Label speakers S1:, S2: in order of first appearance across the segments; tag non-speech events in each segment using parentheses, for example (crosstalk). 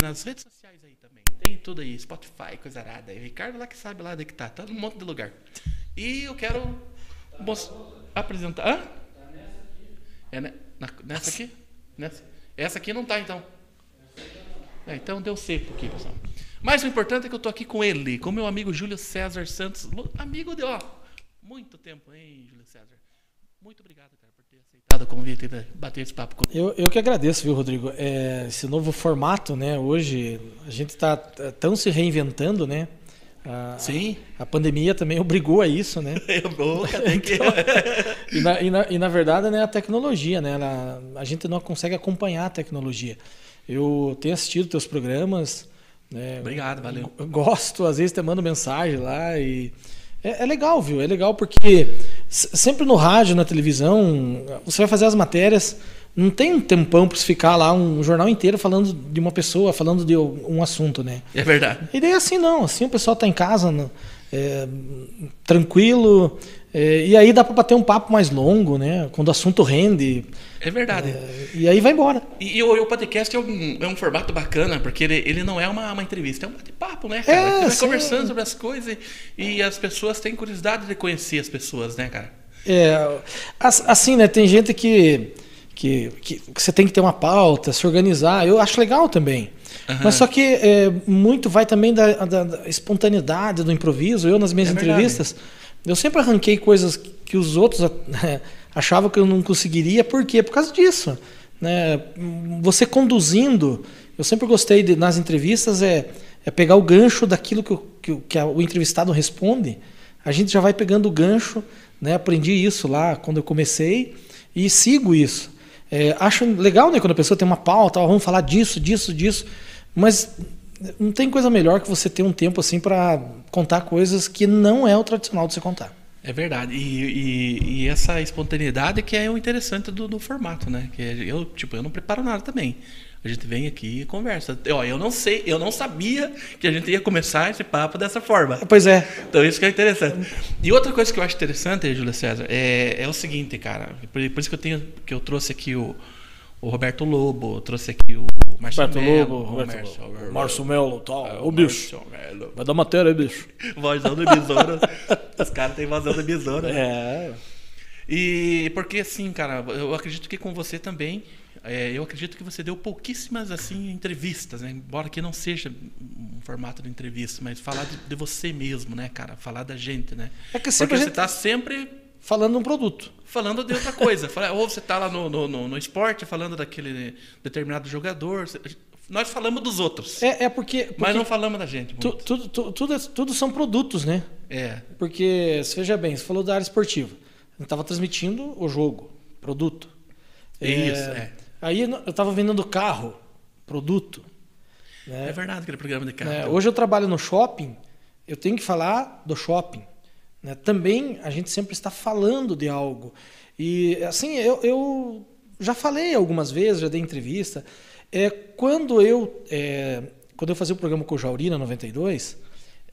S1: nas redes sociais aí também. né? Tem tudo aí, Spotify, coisa arada. E o Ricardo lá que sabe lá onde que tá. Tá num monte de lugar. E eu quero mos- apresentar. Hã? É ne- na- nessa aqui? Nessa? Essa aqui não tá, então. É, então deu seco aqui, pessoal. Mas o importante é que eu tô aqui com ele, com meu amigo Júlio César Santos. Lu- Amigo de, ó, muito tempo, hein, Júlio César? Muito obrigado, cara, por ter aceitado o convite e de bater esse papo comigo.
S2: Eu, eu que agradeço, viu, Rodrigo? É, esse novo formato, né? Hoje a gente está tão se reinventando, né? A,
S1: Sim.
S2: a pandemia também (laughs) obrigou a isso, né?
S1: (laughs)
S2: Então,
S1: Eu nunca tem que.
S2: E na, e na- e na verdade, né, a tecnologia, né? ela- a gente não consegue acompanhar a tecnologia. Eu tenho assistido teus programas, né?
S1: Obrigado, valeu.
S2: Eu gosto, às vezes te mando mensagem lá e. É, é legal, viu? É legal porque s- sempre no rádio, na televisão, você vai fazer as matérias, não tem um tempão para ficar lá um jornal inteiro falando de uma pessoa, falando de um um assunto, né?
S1: É verdade.
S2: E daí assim não, assim o pessoal tá em casa no- é, tranquilo, é, e aí dá para bater um papo mais longo, né? Quando o assunto rende,
S1: É verdade.
S2: e aí vai embora.
S1: E, e o, e o podcast é um, é um formato bacana, porque ele, ele não é uma, uma entrevista, é um bate-papo, né, cara?
S2: É,
S1: Você vai
S2: sim.
S1: conversando sobre as coisas e, e as pessoas têm curiosidade de conhecer as pessoas, né, cara?
S2: É, as- assim, né? Tem gente que, que, que, que você tem que ter uma pauta, se organizar. Eu acho legal também. Mas só que é, muito vai também da, da- da espontaneidade do improviso. Eu, nas minhas
S1: É verdade.
S2: entrevistas, eu sempre arranquei coisas que os outros eh, (laughs) achavam que eu não conseguiria. Por quê? Por causa disso. Né? Você conduzindo, eu sempre gostei de, nas entrevistas, é, é pegar o gancho daquilo que, o- que, o- que a- o entrevistado responde. A gente já vai pegando o gancho. Né? Aprendi isso lá quando eu comecei e sigo isso. É, acho legal né, quando a pessoa tem uma pauta, ó, vamos falar disso, disso, disso. Mas não tem coisa melhor que você ter um tempo assim para contar coisas que não é o tradicional de você contar.
S1: É verdade. E, e- e essa espontaneidade que é o interessante do, do formato, né? Que eu, tipo, eu não preparo nada também. A gente vem aqui e conversa. Ó, eu não sei, eu não sabia que a gente ia começar esse papo dessa forma.
S2: Pois é.
S1: Então isso que é interessante. E outra coisa que eu acho interessante, Júlia César, é, é o seguinte, cara. Por, por isso que eu tenho, que eu trouxe aqui o, o Roberto Lobo, eu trouxe aqui o Marcelo, É, Melo.
S2: Melo, tal, Vai dar matéria aí, bicho.
S1: Vozão do Besouro. Os caras têm vozão do Besouro. né?
S2: É.
S1: E porque assim, cara, eu acredito que com você também, é, eu acredito que você deu pouquíssimas assim entrevistas, né? Embora que não seja um formato de entrevista, mas falar de, de você mesmo, né, cara? Falar da gente, né?
S2: É que sempre
S1: Porque
S2: a
S1: você
S2: gente-
S1: tá sempre
S2: Falando um produto.
S1: falando de outra coisa. Fala- Ou você tá lá no, no, no- no esporte falando daquele determinado jogador. Você- Nós falamos dos outros,
S2: É, é porque. porque
S1: mas não falamos da gente.
S2: tu-
S1: muito.
S2: tudo, tu- tudo, é- tudo são produtos, né?
S1: É,
S2: Porque, se veja bem, você falou da área esportiva. Eu estava transmitindo o jogo, produto.
S1: Isso, é.
S2: Aí eu estava vendendo carro, produto.
S1: é,
S2: né?
S1: verdade aquele programa de carro.
S2: Né, Hoje eu trabalho no shopping, eu tenho que falar do shopping. né? Também a gente sempre está falando de algo. E assim, eu, eu já falei algumas vezes, já dei entrevista. É, quando, eu, é, quando eu fazia o programa com o Jauri na 92,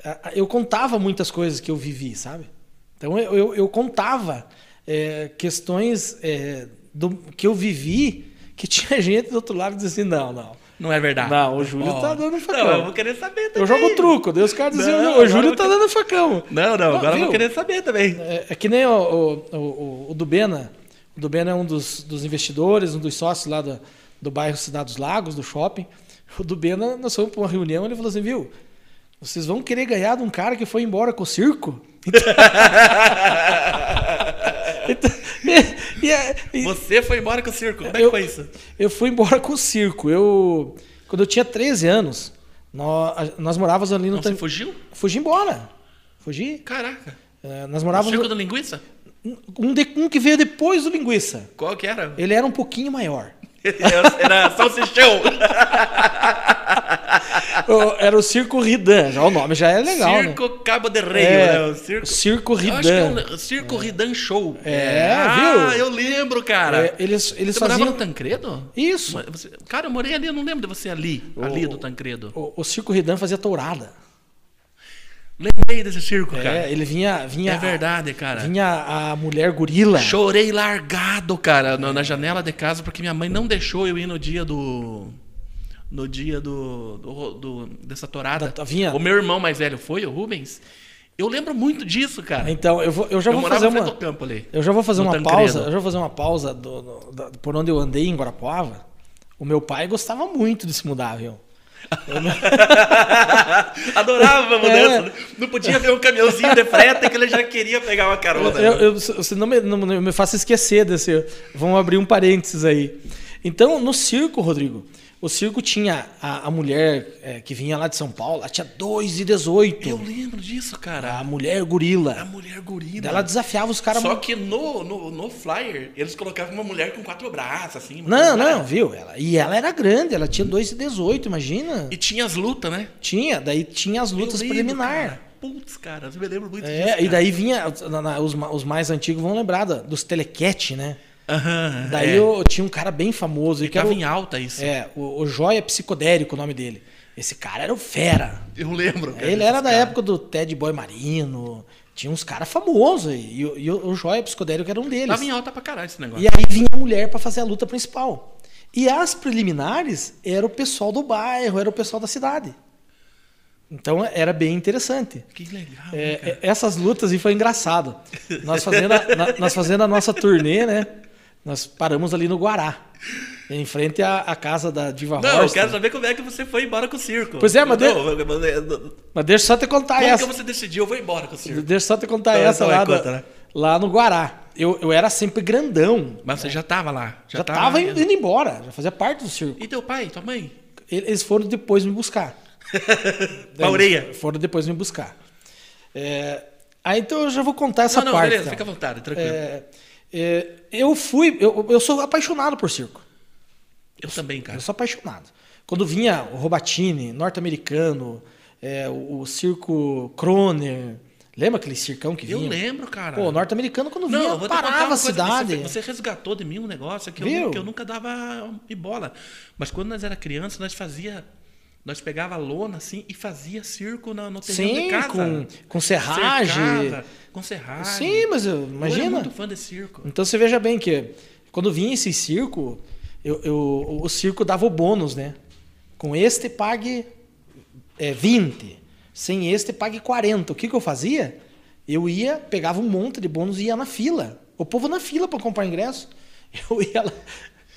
S2: a- a- eu contava muitas coisas que eu vivi, sabe? Então eu, eu, eu contava é, questões é, do, que eu vivi que (laughs) tinha gente do outro lado dizendo assim, não, não.
S1: Não é verdade.
S2: Não, o Júlio tá dando facão.
S1: Não, eu vou querer saber também. né?
S2: Eu jogo truco, daí os caras diziam,
S1: Não,
S2: "Não,
S1: agora
S2: o Júlio
S1: eu
S2: tá
S1: quero-
S2: dando facão.
S1: Não, não, agora eu
S2: viu?
S1: vou querer saber
S2: (laughs)
S1: também. (laughs)
S2: É, é que nem o, o, o, o Dubena. O Dubena é um dos, dos investidores, um dos sócios lá do, do bairro Cidade dos Lagos, do shopping. O Dubena, nós fomos pra uma reunião ele falou assim, viu, vocês vão querer ganhar de um cara que foi embora com o circo? (laughs) Então, e- e é- e-
S1: Você foi embora com o circo. Como é que
S2: eu-
S1: foi isso?
S2: Eu fui embora com o circo. Eu, quando eu tinha 13 anos, nós, nós morávamos ali no...
S1: Você
S2: Tan-
S1: fugiu?
S2: Fugi embora. Fugi.
S1: Caraca.
S2: É, nós
S1: O
S2: morávamos.
S1: circo do linguiça?
S2: Um, de- um que veio depois do Linguiça.
S1: Qual que era?
S2: Ele era um pouquinho (laughs) maior.
S1: (laughs) Era salsichão.
S2: O- Oh, era o Circo Ridan. Já o nome já é (laughs) legal. né?
S1: circo Cabo de Rei.
S2: É,
S1: né? O circo...
S2: o Circo
S1: Eu acho que é
S2: Ridan.
S1: um- Circo Ridan Show.
S2: É,
S1: ah,
S2: viu?
S1: eu lembro, cara.
S2: É, eles eles
S1: você morava
S2: faziam.
S1: no Tancredo?
S2: Isso. Oh.
S1: Mas você- Cara, eu morei ali, eu não lembro de você ali. ali do Tancredo.
S2: O, o Circo Ridan fazia tourada.
S1: Lembrei desse circo, cara.
S2: É, ele vinha. vinha
S1: É verdade, cara.
S2: Vinha a mulher gorila.
S1: Chorei largado, cara, na, na janela de casa, porque minha mãe não deixou eu ir no dia do. no dia do, do, do- dessa torada.
S2: Da- vinha.
S1: O meu irmão mais velho foi, o Rubens. Eu lembro muito disso, cara.
S2: Então, eu, vou, eu já
S1: eu
S2: vou
S1: morava
S2: fazer
S1: em frente
S2: uma.
S1: ao campo ali.
S2: Eu já vou fazer
S1: no
S2: uma
S1: Tancredo.
S2: pausa. Eu já vou fazer uma pausa do- do- da- por onde eu andei em Guarapuava. O meu pai gostava muito de se mudar, viu?
S1: Adorava a mudança.
S2: É.
S1: Não podia ver um caminhãozinho de freta que ele já queria pegar uma carona.
S2: Eu, eu- você não me, não- não me faça esquecer desse. Vamos abrir um parênteses aí. Então, no circo, Rodrigo, o circo tinha a, a mulher é, que vinha lá de São Paulo, ela tinha 2 e
S1: Eu
S2: 18.
S1: lembro disso, cara.
S2: A mulher
S1: A
S2: gorila.
S1: mulher gorila.
S2: Ela desafiava os caras.
S1: Só que no, no, no flyer, eles colocavam uma mulher com quatro braços, assim. uma coisa
S2: Não,
S1: lá.
S2: não, viu? Ela, e ela era grande, ela tinha 2 e 18, imagina.
S1: E tinha as lutas, né?
S2: Tinha, daí tinha as lutas
S1: Eu lembro,
S2: preliminares.
S1: cara. Putz, cara, eu me lembro muito disso.
S2: É, e
S1: cara.
S2: daí vinha, na- na- os, ma- os mais antigos vão lembrar da- dos telequete, né?
S1: Aham,
S2: Daí
S1: é.
S2: eu tinha um cara bem famoso. E que era
S1: Tava
S2: o,
S1: em alta isso.
S2: é, o, o Joia Psicodélico, o nome dele. Esse cara era o fera.
S1: Eu lembro. cara,
S2: Ele era
S1: desses
S2: da
S1: caras.
S2: época do Ted Boy Marino. Tinha uns caras famosos. E, o- e o, o Joia Psicodélico era um deles.
S1: Tava em alta pra caralho esse negócio.
S2: E aí vinha a mulher pra fazer a luta principal. E as preliminares era o pessoal do bairro, era o pessoal da cidade. Então era bem interessante.
S1: Que legal,
S2: É,
S1: Ah, cara.
S2: é, essas lutas e foi engraçado. Nós fazendo, a, na- nós fazendo a nossa turnê, né? Nós paramos ali no Guará, em frente à, à casa da Diva
S1: Não, eu
S2: Horst.
S1: quero saber como é que você foi embora com o circo.
S2: né? Pois é, mas de-
S1: Não, eu- eu- eu- Como
S2: Mas deixa eu só te contar
S1: que
S2: essa.
S1: você decidiu? Eu vou embora com o circo.
S2: Deixa eu só te contar
S1: Então,
S2: essa
S1: então,
S2: lá,
S1: vai,
S2: da-
S1: conta, né?
S2: lá no Guará. Eu, eu era sempre grandão.
S1: Mas você já tava lá.
S2: É. Já,
S1: Já, tá
S2: tava, indo, indo embora, já fazia parte do circo.
S1: E teu pai, tua mãe?
S2: Ele- Eles foram depois me buscar. Daí
S1: Maureia.
S2: Foram depois me buscar. É, aí então eu já vou contar essa
S1: não, não,
S2: parte.
S1: beleza,
S2: então.
S1: fica à vontade, tranquilo.
S2: É, é, eu fui, eu, eu sou apaixonado por circo.
S1: eu também,
S2: Eu
S1: cara.
S2: sou apaixonado. Quando vinha o Robatini, norte-americano, é, o, o circo Kroner, lembra aquele circão que
S1: Eu
S2: vinha?
S1: lembro, cara.
S2: Pô, o norte-americano quando
S1: Não, eu
S2: vinha
S1: vou te contar
S2: parava
S1: uma
S2: a
S1: coisa que
S2: cidade.
S1: Você, você resgatou de mim um negócio que eu,
S2: Viu?
S1: que eu nunca dava e bola. Mas quando nós era criança, nós fazia. Nós pegava lona assim e fazia circo na- no terreno de
S2: Sim,
S1: casa.
S2: com, com serragem.
S1: Cercada, com serragem.
S2: Sim, mas eu-
S1: Eu era
S2: imagina.
S1: muito fã de circo.
S2: Então você veja bem que quando vinha esse circo, eu, eu- o circo dava o bônus, né? Com este pague é, 20, sem este pague 40. O que, que eu fazia? Eu ia, pegava um monte de bônus e ia na fila. O povo na fila para comprar ingresso. (laughs) Eu ia lá.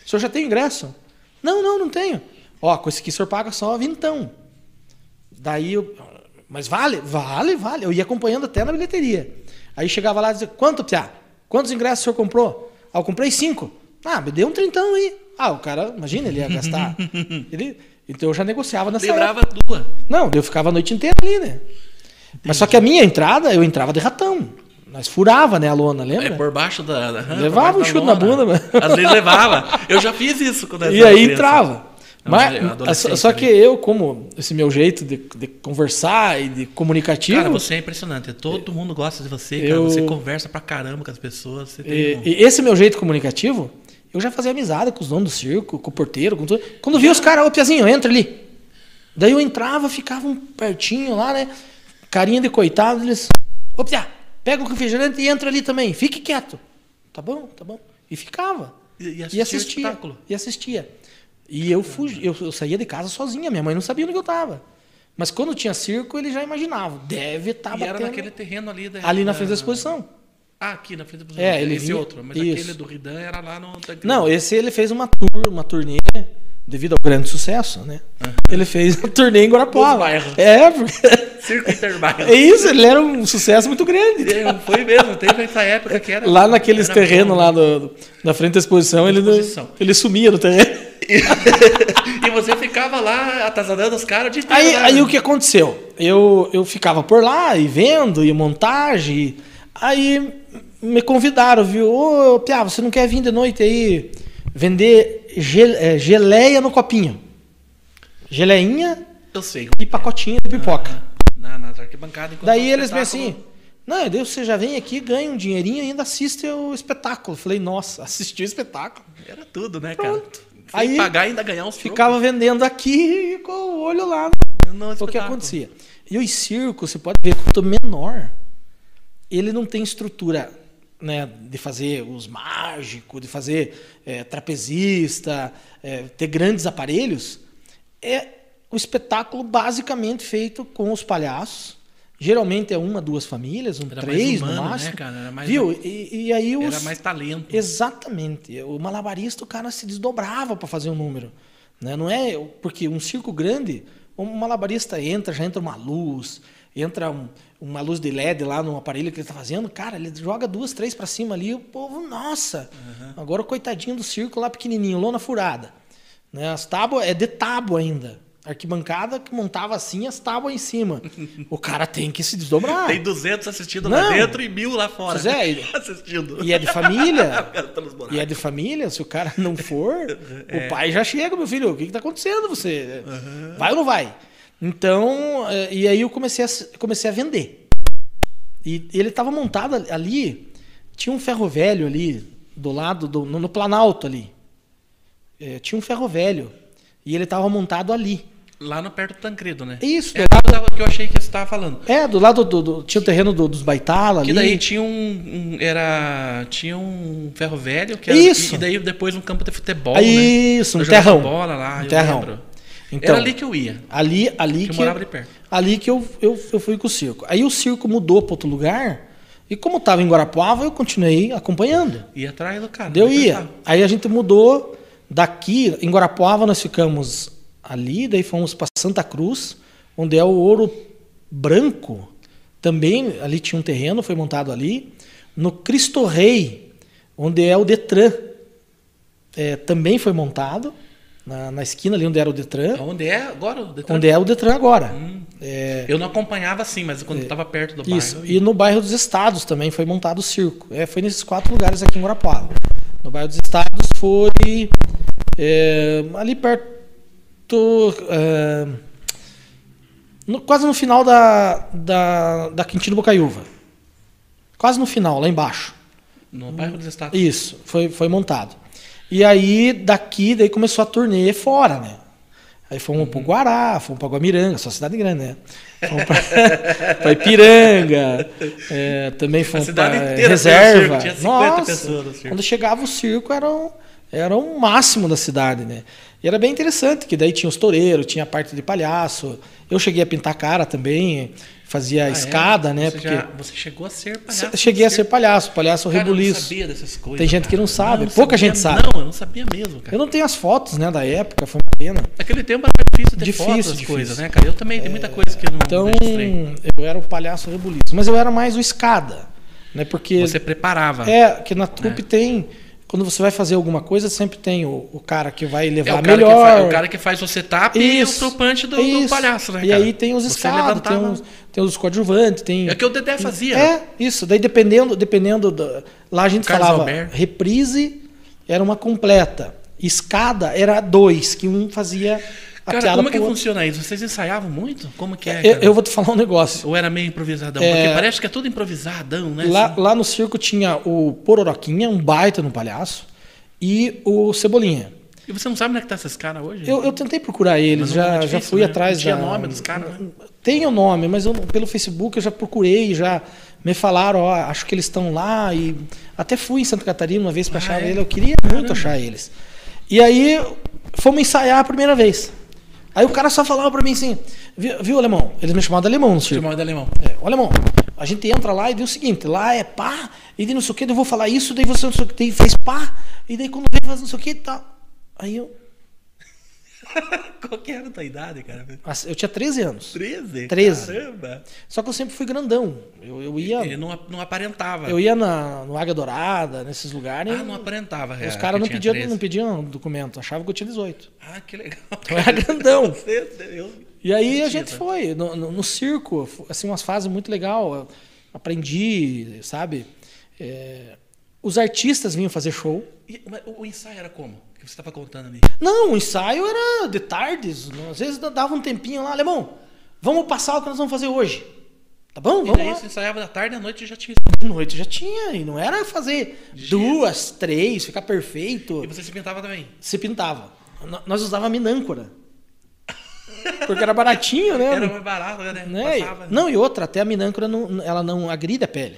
S2: O senhor já tem ingresso? Não, não, não tenho. Ó, com esse aqui o senhor paga só vintão. Daí eu. Mas vale? Vale, vale. Eu ia acompanhando até na bilheteria. Aí chegava lá e dizia, quanto, Piá? Quantos ingressos o senhor comprou? Ah, eu comprei cinco. Ah, me deu um trintão aí. Ah, o cara, imagina, ele
S1: (laughs)
S2: ia gastar. Ele, então eu já negociava nessa época.
S1: Lembrava a tua.
S2: Não, eu ficava a noite inteira ali, né? Mas só que a minha entrada, eu entrava de ratão. Nós furava, né, a lona,
S1: É
S2: lembra?
S1: por baixo da. da- por baixo
S2: Levava um
S1: da
S2: chute na
S1: lona.
S2: bunda, mano.
S1: Às vezes levava. Eu já fiz isso quando eu
S2: e
S1: era
S2: aí
S1: criança.
S2: entrava.
S1: Não, é né?
S2: Mas,
S1: eu era adolescente
S2: só- só
S1: ali.
S2: que eu, como esse meu jeito de, de conversar e de comunicativo,
S1: Cara, você é impressionante. Todo mundo gosta de você, cara.
S2: Tipo, Eu-
S1: Você conversa pra caramba com as pessoas. Você tem
S2: E,
S1: um-
S2: e esse meu jeito comunicativo, eu já fazia amizade com os donos do circo, com o porteiro, com tudo. Quando via os caras, ô Piazinho, entra ali. Daí eu entrava, ficava um pertinho lá, né? Carinha de coitado, eles. Ô Pia, pega o refrigerante e entra ali também. Fique quieto. Tá bom, tá bom. E ficava.
S1: E- e assistia
S2: e
S1: o
S2: assistia.
S1: espetáculo.
S2: E assistia. E eu fugi, eu, eu saía de casa sozinha, minha mãe não sabia onde eu tava. Mas quando tinha circo, ele já imaginava. Deve estar
S1: E era
S2: batendo
S1: naquele terreno ali. da-
S2: Ah, ali na
S1: da-
S2: frente da exposição.
S1: Ah, aqui na frente da exposição.
S2: É, ele
S1: Esse
S2: vinha-
S1: outro. Mas
S2: isso.
S1: aquele do Ridan era lá no...
S2: Não, esse ele fez uma tour, uma turnê devido ao grande sucesso, né? Ele fez uma turnê em
S1: Nos
S2: Guarapuava.
S1: bairros.
S2: É, porque
S1: (laughs)
S2: (laughs)
S1: Circo Interbairro.
S2: é isso, ele era um sucesso muito grande.
S1: É, Foi mesmo, teve essa época que era...
S2: Lá naqueles
S1: era
S2: terrenos
S1: bom.
S2: lá do, do- na frente da exposição, ele, não-
S1: Exposição. É
S2: ele sumia no terreno.
S1: E você ficava lá atazanando os caras de
S2: Aí, aí o que aconteceu? Eu, eu ficava por lá e vendo, e montagem. e- Aí me convidaram, viu? Ô, Piá, você não quer vir de noite aí vender gel- eh, geleia no copinho? Geleinha
S1: Eu sei.
S2: e pacotinho de pipoca.
S1: Na, na arquibancada. enquanto
S2: Daí
S1: o
S2: eles me assim,
S1: Ah, espetáculo-
S2: não, daí você já vem aqui, ganha um dinheirinho e ainda assiste o espetáculo. Eu Falei, nossa, (laughs) assisti o espetáculo.
S1: Era tudo, né, cara? Sem
S2: assim, Aí
S1: pagar e ainda ganhar uns
S2: Ficava vendendo aqui com o olho lá.
S1: trocos no
S2: O que
S1: espetáculo.
S2: acontecia? E os circos, você pode ver, quanto menor, ele não tem estrutura né, de fazer os é, mágicos, de fazer eh, trapezista, eh, ter grandes é, aparelhos. é o espetáculo basicamente feito com os palhaços. Geralmente é uma, duas famílias, um
S1: Era mais
S2: três
S1: humano,
S2: no
S1: né,
S2: máximo.
S1: cara? Era mais-
S2: Viu? E, e aí os...
S1: Era mais talento.
S2: Exatamente. O malabarista, o cara se desdobrava para fazer um número. né? Não é porque um circo grande, um malabarista entra, já entra uma luz, entra um- uma luz de LED lá no aparelho que ele está fazendo, cara, ele joga duas, três para cima ali, o povo, nossa! Agora o coitadinho do circo lá pequenininho, lona furada. né? As tábuas, é de tábua ainda. Arquibancada que montava assim, as tábuas em cima. O cara tem que se desdobrar.
S1: Tem 200 assistindo
S2: Não.
S1: lá dentro e mil lá fora. né?
S2: Pois é, e-
S1: (laughs) assistindo.
S2: E é de
S1: (laughs)
S2: família.
S1: Cara, tá nos buracos.
S2: E é de família, se o cara (laughs) não for,
S1: É.
S2: o pai já chega, meu filho, o que está acontecendo? Você vai ou não vai? Então, eh, e aí eu comecei a, s- comecei a vender. E ele estava montado ali- ali, tinha um ferro velho ali, do lado, do, no, no Planalto ali. Eh, tinha um ferro velho. E ele estava montado ali.
S1: Lá no perto do Tancredo, né?
S2: Isso,
S1: É lá que eu tava- que eu achei que você tava falando.
S2: É, do lado do. do- tinha o terreno do- dos Baitala ali.
S1: Que daí tinha um, um- Era. Tinha um ferro velho que era,
S2: Isso.
S1: E daí depois um campo de futebol.
S2: Isso,
S1: né?
S2: um
S1: Eu jogava
S2: terrão.
S1: bola lá,
S2: Um
S1: eu
S2: terrão.
S1: lembro.
S2: Então,
S1: era ali que eu ia.
S2: ali,
S1: Que
S2: ali
S1: eu
S2: que.
S1: morava de perto.
S2: Ali que eu, eu, eu fui com o circo. Aí o circo mudou para outro lugar. E como estava em Guarapuava, eu continuei acompanhando.
S1: Ia atrás do cara.
S2: Deu
S1: depois
S2: ia.
S1: tava.
S2: Aí a gente mudou daqui, em Guarapuava nós ficamos ali, daí fomos para Santa Cruz, onde é o Ouro Branco. Também ali tinha um terreno, foi montado ali. No Cristo Rei, onde é o Detran, é, também foi montado. Na, na esquina ali onde era o Detran.
S1: Onde é agora o detalhe?
S2: Onde é o Detran agora. É,
S1: Eu não acompanhava assim, mas quando eu tava perto do bairro.
S2: Isso.
S1: eu ia.
S2: E no bairro dos Estados também foi montado o circo. É, foi nesses quatro lugares aqui em Guarapuava. No bairro dos Estados foi é, ali perto, é, no- quase no final da da, da Quintino Bocaiúva. Quase no final, lá embaixo.
S1: No bairro dos Estados.
S2: Isso, foi, foi montado. E aí, daqui, daí começou a turnê fora, né? Aí fomos pro
S1: Uhum.
S2: Guará, fomos pra Guamiranga, só cidade grande, né? Fomos pra, pra (laughs) Ipiranga, é, também fomos
S1: cidade
S2: pra
S1: inteira tinha
S2: Reserva.
S1: circo, tinha 50
S2: Nossa,
S1: pessoas no circo.
S2: quando chegava o circo era o, era o máximo da cidade, né? E era bem interessante, que daí tinha os toureiros, tinha a parte de palhaço. Eu cheguei a pintar cara também, fazia
S1: Ah, é?
S2: escada, né?
S1: Você,
S2: Porque
S1: já- você chegou a ser palhaço.
S2: se- cheguei a ser
S1: Ser-
S2: palhaço, palhaço
S1: Cara, eu não
S2: rebuliço.
S1: sabia dessas coisas.
S2: Tem gente que não
S1: cara.
S2: sabe,
S1: eu sabia,
S2: pouca gente sabe.
S1: Não, eu não sabia mesmo, cara.
S2: Eu não tenho as fotos, né, da época, foi uma pena.
S1: Naquele tempo era difícil ter
S2: Difícil,
S1: foto essas
S2: difícil.
S1: coisas, né, cara? Eu também tem muita coisa que eu não né?
S2: Então,
S1: registrei.
S2: eu era o palhaço rebuliço, mas eu era mais o escada, né? Porque
S1: Você preparava.
S2: é que na trupe tem quando você vai fazer alguma coisa, sempre tem o, o cara que vai
S1: É
S2: levar
S1: o, cara que
S2: melhor.
S1: faz, é o cara que faz o setup e o topante do, do
S2: isso.
S1: palhaço, né,
S2: E
S1: cara?
S2: aí tem os
S1: Você
S2: escadas, tem,
S1: levantava- um-
S2: uns- tem os coadjuvantes, tem...
S1: É o que o Dedé fazia. né?
S2: É, isso. Daí dependendo, dependendo da- lá a gente
S1: Carlos
S2: falava
S1: Alberto.
S2: reprise era uma completa, escada era dois, que um fazia a
S1: Cara,
S2: piada
S1: como é que
S2: pro outro.
S1: funciona isso? Vocês ensaiavam muito? Como que é,
S2: Eu,
S1: cara?
S2: eu vou te falar um negócio.
S1: Ou era meio improvisadão?
S2: É.
S1: Porque parece que é tudo improvisadão, né?
S2: Lá,
S1: assim?
S2: lá no circo tinha o Pororoquinha, um baita no palhaço, e o Cebolinha.
S1: E você não sabe onde é que tá esses caras hoje?
S2: Eu, eu tentei procurar eles,
S1: Mas não é
S2: já,
S1: difícil,
S2: já fui
S1: né?
S2: atrás
S1: Tinha
S2: da...
S1: nome dos caras, né?
S2: Tem o nome, mas eu não- pelo Facebook eu já procurei, já me falaram, ó, acho que eles estão lá e até fui em Santa Catarina uma vez para
S1: Ah,
S2: achar
S1: é?
S2: eles, eu queria muito achar eles. E aí fomos ensaiar a primeira vez. Aí o cara só falava para mim assim, viu, viu, alemão? Eles me chamavam de alemão no circo.
S1: Chamava de alemão. (laughs)
S2: É, ô alemão, a gente entra lá e diz o seguinte, lá é pá, e daí não sei o que, eu vou falar isso, daí você não sei o que, daí fez pá, e daí quando vem faz não sei o que, tá. Aí eu.
S1: Qual que era a tua idade, cara?
S2: assim, Eu tinha 13 anos.
S1: 13?
S2: Treze.
S1: Caramba!
S2: Só que eu sempre fui grandão. Eu, eu
S1: Ele
S2: ia.
S1: não, não aparentava.
S2: Eu ia na, no Águia Dourada, nesses lugares.
S1: Ah, não aparentava.
S2: os
S1: é,
S2: caras
S1: que
S2: não
S1: tinha
S2: pediam,
S1: 13.
S2: não pediam documento, achavam que eu tinha 18.
S1: Ah, que
S2: (laughs)
S1: legal.
S2: Eu
S1: (laughs)
S2: era grandão.
S1: Eu-
S2: E aí a
S1: Mentira. né?
S2: gente foi no, no- no circo, f- assim, umas fases muito legal. eu Aprendi, sabe? É, os artistas vinham fazer show.
S1: E- mas o ensaio era como? Que você tava contando ali.
S2: Não, o ensaio era de tardes. não- Às vezes dava um tempinho lá, alemão, vamos passar o que nós vamos fazer hoje. Tá bom?
S1: E
S2: Vamos
S1: daí
S2: lá.
S1: você ensaiava da tarde à noite e já tinha.
S2: De noite já tinha, e não era fazer
S1: Jesus.
S2: duas, três, ficar perfeito.
S1: E você se pintava também.
S2: Se pintava. N- Nós usava minâncora. Porque era baratinho, né?
S1: Era mais barato, né?
S2: Né?
S1: Passava.
S2: Não, e outra, até a minâncora não, ela não agride a pele.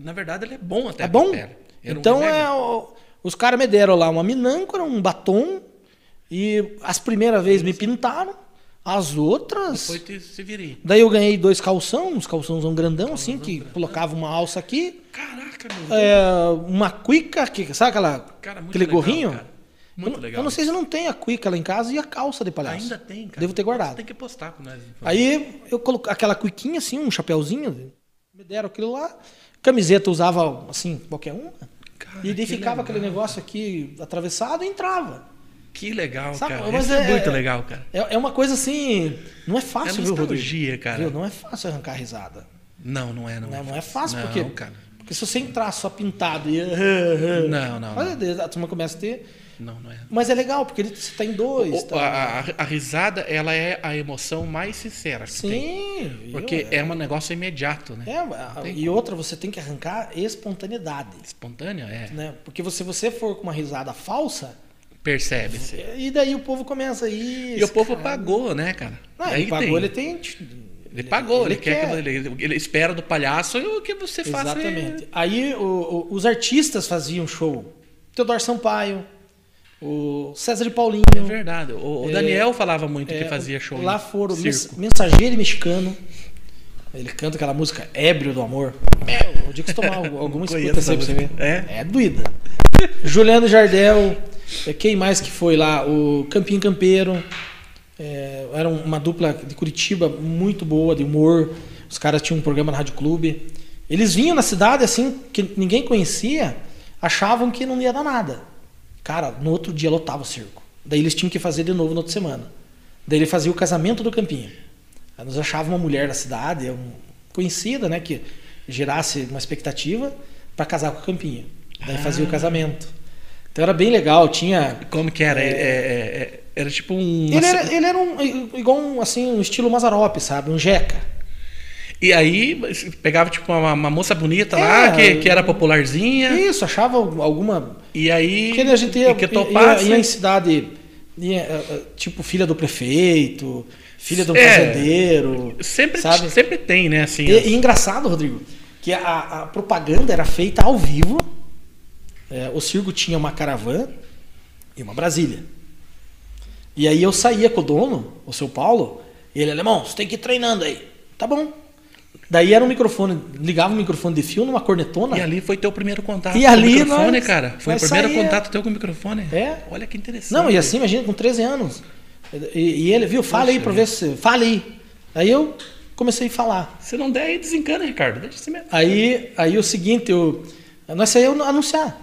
S1: Na verdade, ele é bom até.
S2: É bom?
S1: pra pele. Era um
S2: Então
S1: remédio.
S2: é, o- os caras me deram lá uma minâncora, um batom E as primeiras vezes me pintaram, as outras.
S1: Foi te se virei.
S2: Daí eu ganhei dois calção, uns calçãozão grandão, assim, que colocava uma alça aqui,
S1: Caraca, meu.
S2: é, uma cuica, que, sabe aquela,
S1: Cara, muito
S2: aquele
S1: legal,
S2: gorrinho?
S1: cara.
S2: Eu
S1: Muito
S2: não-
S1: legal.
S2: Eu não sei se eu não tenho a cuica lá em casa e a calça de palhaço.
S1: Ainda tem, cara.
S2: Devo ter guardado.
S1: Tem que postar com nós. então.
S2: Aí eu coloquei aquela cuiquinha assim, um chapéuzinho, me deram aquilo lá. Camiseta eu usava assim, qualquer uma.
S1: Cara,
S2: e
S1: que
S2: daí ficava
S1: legal.
S2: aquele negócio aqui atravessado e entrava.
S1: Que legal,
S2: Sabe,
S1: cara.
S2: mas
S1: Isso é,
S2: é-
S1: muito legal, cara.
S2: É, é uma coisa assim. Não é fácil,
S1: É
S2: viu,
S1: nostalgia,
S2: Rodrigo?
S1: cara.
S2: Viu? Não é fácil arrancar risada.
S1: Não, não é, não,
S2: Não, não é fácil,
S1: Não,
S2: porque.
S1: cara.
S2: Porque se você entrar só pintado e. (laughs)
S1: Não, não,
S2: Olha, a turma começa a ter.
S1: Não, não é.
S2: Mas é legal, porque ele- você tá em dois.
S1: O-
S2: tá-
S1: a, a- a risada, ela é a emoção mais sincera que tem.
S2: Sim. viu?
S1: Porque é um negócio imediato, né?
S2: É, a- e outra, você tem que arrancar espontaneidade.
S1: Espontânea, é.
S2: Né? Porque se você for com uma risada falsa,
S1: Percebe-se.
S2: e daí o povo começa aí.
S1: E o povo pagou, né, cara?
S2: Não,
S1: Aí
S2: Ah, ele pagou,
S1: tem.
S2: ele tem.
S1: Ele pagou, ele, quer, que ele, ele espera do palhaço o que você é faça.
S2: Exatamente. Aí o- o- os artistas faziam show. Teodoro Sampaio, o César de Paulinho.
S1: É verdade. O, o Daniel falava muito que
S2: é,
S1: fazia show.
S2: Lá
S1: em
S2: foram mens-
S1: circo.
S2: Mensageiro Mexicano. Ele canta aquela música Ébrio do Amor. Meu, eu digo
S1: (laughs)
S2: que você tomar al- alguma
S1: Conheço
S2: escuta
S1: essa
S2: essa aí pra você ver.
S1: música. É?
S2: é doída. (laughs) Juliano Jardel. é, Quem mais que foi lá? O Campinho Campeiro. é, era uma dupla de Curitiba muito boa, de humor. Os caras tinham um programa na Rádio Clube. Eles vinham na cidade assim, que ninguém conhecia, achavam que não ia dar nada. Cara, no outro dia lotava o circo. Daí eles tinham que fazer de novo na outra semana. Daí ele fazia o casamento do Campinho. Aí nós achávamos uma mulher da cidade, um- conhecida, né, que gerasse uma expectativa para casar com o Campinho. Daí fazia o casamento. Então era bem legal, tinha
S1: Como que era? É, é, é, era tipo um.
S2: ele era, ele era um, igual um, assim, um estilo Mazarop, sabe? Um jeca.
S1: E aí você pegava tipo uma, uma moça bonita
S2: É.
S1: lá, que, que era popularzinha. E,
S2: Isso, achava alguma.
S1: aí.
S2: Porque a gente ia,
S1: É. e que
S2: ia,
S1: topasse.
S2: ia em cidade, ia, eh, tipo, filha do prefeito, filha do
S1: É.
S2: fazendeiro.
S1: sempre,
S2: sabe?
S1: sempre tem, né? Assim,
S2: E, e engraçado, Rodrigo, que a, a propaganda era feita ao vivo. É, o circo tinha uma caravana e uma Brasília. E aí eu saía com o dono, o seu Paulo, e ele, alemão, você tem que ir treinando aí. Tá bom. Daí era um microfone, ligava o microfone de fio numa cornetona.
S1: E ali foi teu primeiro contato
S2: E
S1: com
S2: ali
S1: o microfone,
S2: nós-
S1: cara. Foi o
S2: nós
S1: primeiro
S2: saía.
S1: contato teu com o microfone.
S2: É.
S1: Olha que interessante.
S2: Não, e assim, imagina, com 13 anos. E, e ele, viu, fala aí
S1: Poxa
S2: pra ver se. Fala aí. Aí eu comecei a falar.
S1: Se não der, aí desencana, Ricardo. Deixa assim mesmo.
S2: Aí, aí o seguinte, eu, nós saímos anunciar.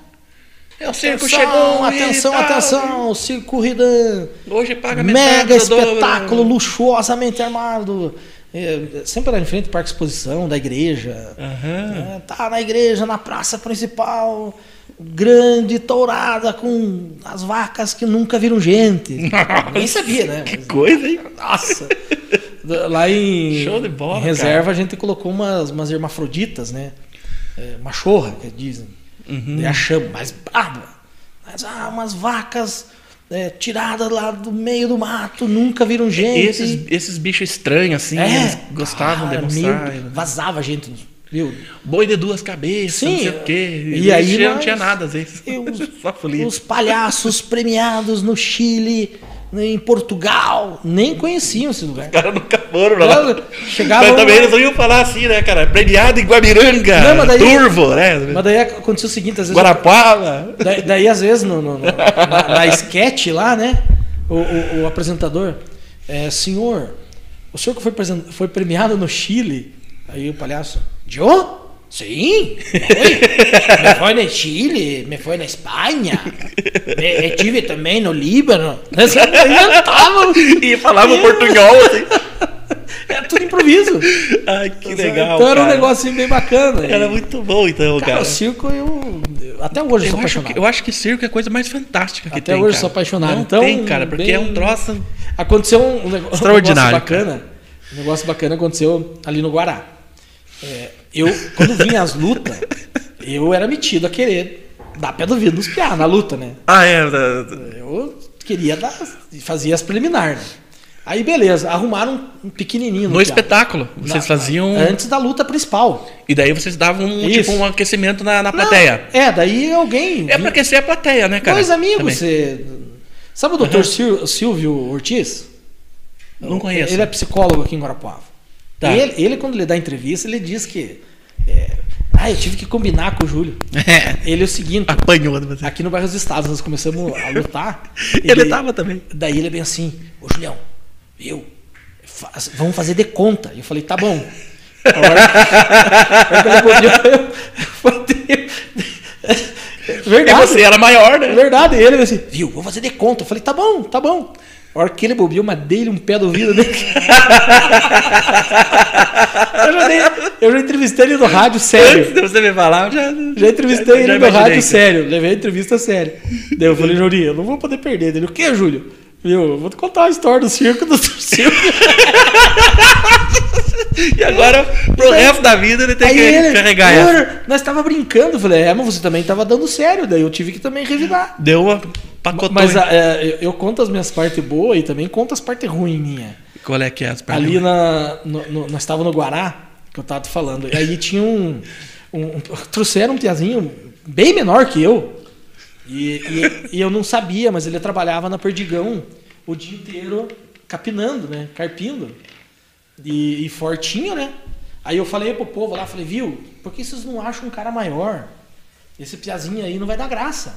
S1: É o circo
S2: Atenção,
S1: chegou. e
S2: atenção,
S1: tal.
S2: atenção, Circo Ridan.
S1: Hoje paga metade
S2: Mega
S1: do dobro.
S2: espetáculo, luxuosamente armado. É, sempre lá em frente do Parque Exposição, da igreja.
S1: Ah.
S2: (laughs)
S1: Aham.
S2: É, tá na igreja, na praça principal. Grande tourada com as vacas que nunca
S1: (laughs)
S2: viram gente. Ninguém sabia, né?
S1: Que
S2: Mas,
S1: coisa, hein?
S2: nossa! Lá em,
S1: Show de bola,
S2: em reserva a gente colocou umas, umas hermafroditas, né? É, machorra, que né? dizem.
S1: Uhum.
S2: E achamos, mas braba. Mas ah, umas vacas é, tiradas lá do meio do mato, nunca viram gente.
S1: É,
S2: É,
S1: Esses, esses bichos estranhos, assim, eles gostavam
S2: cara,
S1: de mostrar. né?
S2: meio- vazava gente, viu?
S1: Boi de duas cabeças, não sei o quê.
S2: E,
S1: Eles
S2: aí
S1: não
S2: nós-
S1: tinha nada, às vezes.
S2: e os,
S1: (laughs) Só folia.
S2: os palhaços (laughs) premiados no Chile, né, em Portugal, nem conheciam esse lugar.
S1: Os caras nunca foram pra lá.
S2: Chegava
S1: mas também
S2: um-
S1: eles não iam falar assim, né, cara? Premiado em Guabiranga,
S2: Não, mas daí-
S1: Turvo, né?
S2: Mas daí aconteceu o seguinte, às vezes (laughs)
S1: Guarapuava.
S2: Daí, daí, às vezes, no, no- no- na, na sketch lá, né? O, o- o apresentador, é, senhor, o senhor que foi, presen- foi premiado no Chile? Aí o palhaço, Joe? Sim, fui. me foi no Chile, me foi na Espanha, me, eu tive também no Líbano. (laughs) Nós inventávamos.
S1: (laughs) E falava portunhol,
S2: (laughs)
S1: assim.
S2: Era É tudo improviso.
S1: Ai, que legal,
S2: Então era um
S1: cara.
S2: negócio assim, bem bacana.
S1: Era
S2: E,
S1: muito bom, então,
S2: cara,
S1: cara.
S2: o circo, eu, eu- até hoje eu
S1: Eu
S2: sou
S1: acho,
S2: apaixonado.
S1: que, eu acho que circo é a coisa mais fantástica que
S2: Até
S1: tem,
S2: hoje eu
S1: cara.
S2: sou apaixonado.
S1: Não
S2: então,
S1: tem, cara, porque
S2: bem-
S1: é um troço...
S2: Aconteceu um, um negócio
S1: Extraordinário,
S2: bacana. Um negócio bacana aconteceu ali no Guará. É, eu, quando vinha as lutas, eu era metido a querer dar pé do vidro nos piá na luta, né?
S1: Ah, é... da-
S2: Eu queria dar, fazia as preliminares. Né? Aí, beleza, arrumaram um pequenininho.
S1: No
S2: piá. Tá,
S1: espetáculo, vocês faziam... um
S2: Antes da luta principal.
S1: E daí vocês davam um, tipo
S2: É? Isso.
S1: um aquecimento na, na plateia.
S2: Não, é, daí alguém.
S1: É pra aquecer a plateia, né, cara?
S2: Dois amigos.
S1: Também.
S2: Você, Sabe o doutor Silvio Ortiz?
S1: Não conheço.
S2: Ele é psicólogo aqui em Guarapuava.
S1: Tá.
S2: Ele, ele, quando ele dá entrevista, ele diz que. é, ah, eu tive que combinar com o Júlio. Ele é o seguinte:
S1: (laughs) Apanhou de você.
S2: aqui no Bairro dos Estados nós começamos a lutar.
S1: Ele tava também.
S2: Daí ele é bem assim: Ô Julião, eu. faz- vamos fazer de conta. Eu falei: tá bom. Agora. Verdade.
S1: E você era maior,
S2: É
S1: né?
S2: verdade, ele falou assim, viu, vou fazer de conta. Eu falei, tá bom, tá bom. A hora que ele bobeou, mas dei-lhe um pé do ouvido dele. (laughs) eu, já dei- eu já entrevistei ele no rádio
S1: Antes
S2: sério.
S1: de você me falar, eu já.
S2: Já entrevistei
S1: já
S2: ele no
S1: imaginei
S2: rádio
S1: isso. Uhum.
S2: sério. Levei a entrevista séria. Daí eu falei, Juri, eu não vou poder perder. Ele, o que, Júlio? Viu, eu vou te contar a história do circo do (laughs) circo.
S1: E agora, pro resto da vida, ele tem
S2: Aí
S1: que
S2: ele,
S1: carregar essa.
S2: "Júnior, nós tava brincando. Eu falei, é, mas você também tava dando sério. Daí eu tive que também revidar.
S1: Deu uma pacotou.
S2: Mas
S1: hein?
S2: a- é, eu- eu conto as minhas partes boas e também conto as partes ruins minhas.
S1: Qual é que é as pernas?
S2: Ali na, no, no- nós estávamos no Guará, que eu tava te falando, e aí tinha um, um- um- Trouxeram um piazinho bem menor que eu. E, e- e eu não sabia, mas ele trabalhava na Perdigão o dia inteiro capinando, né? Carpindo. E, e fortinho, né? Aí eu falei pro povo lá, falei, viu, por que vocês não acham um cara maior? Esse piazinho aí não vai dar graça.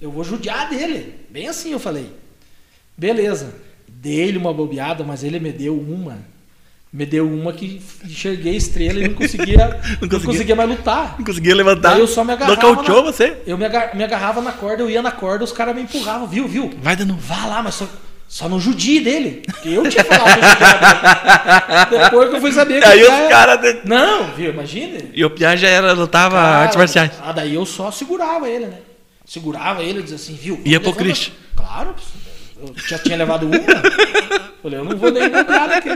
S2: Eu vou judiar dele. Bem assim eu falei. Beleza. Dei-lhe uma bobeada, mas ele me deu uma. Me deu uma que enxerguei a estrela e
S1: (laughs)
S2: não conseguia, não
S1: conseguia.
S2: conseguia mais lutar.
S1: Não conseguia levantar.
S2: Daí eu só me agarrava.
S1: Nocauteou
S2: na-
S1: você?
S2: Eu me, agar- me agarrava na corda, eu ia na corda, os caras me empurravam, viu, viu?
S1: Vai de novo.
S2: Vá lá, mas só, só não judie dele. Porque eu tinha falado que eu judiava dele. Depois que eu fui saber que
S1: Aí
S2: o
S1: os caras. de-
S2: Não, viu, imagine.
S1: E o Piá já era, lutava
S2: Cara,
S1: artes marciais.
S2: Ah, daí eu só segurava ele, né? Segurava ele, dizia assim, viu?
S1: Ia pro
S2: levanta-
S1: Cristo.
S2: Claro, eu já tinha levado uma. Falei, eu não vou nem bobear daqui.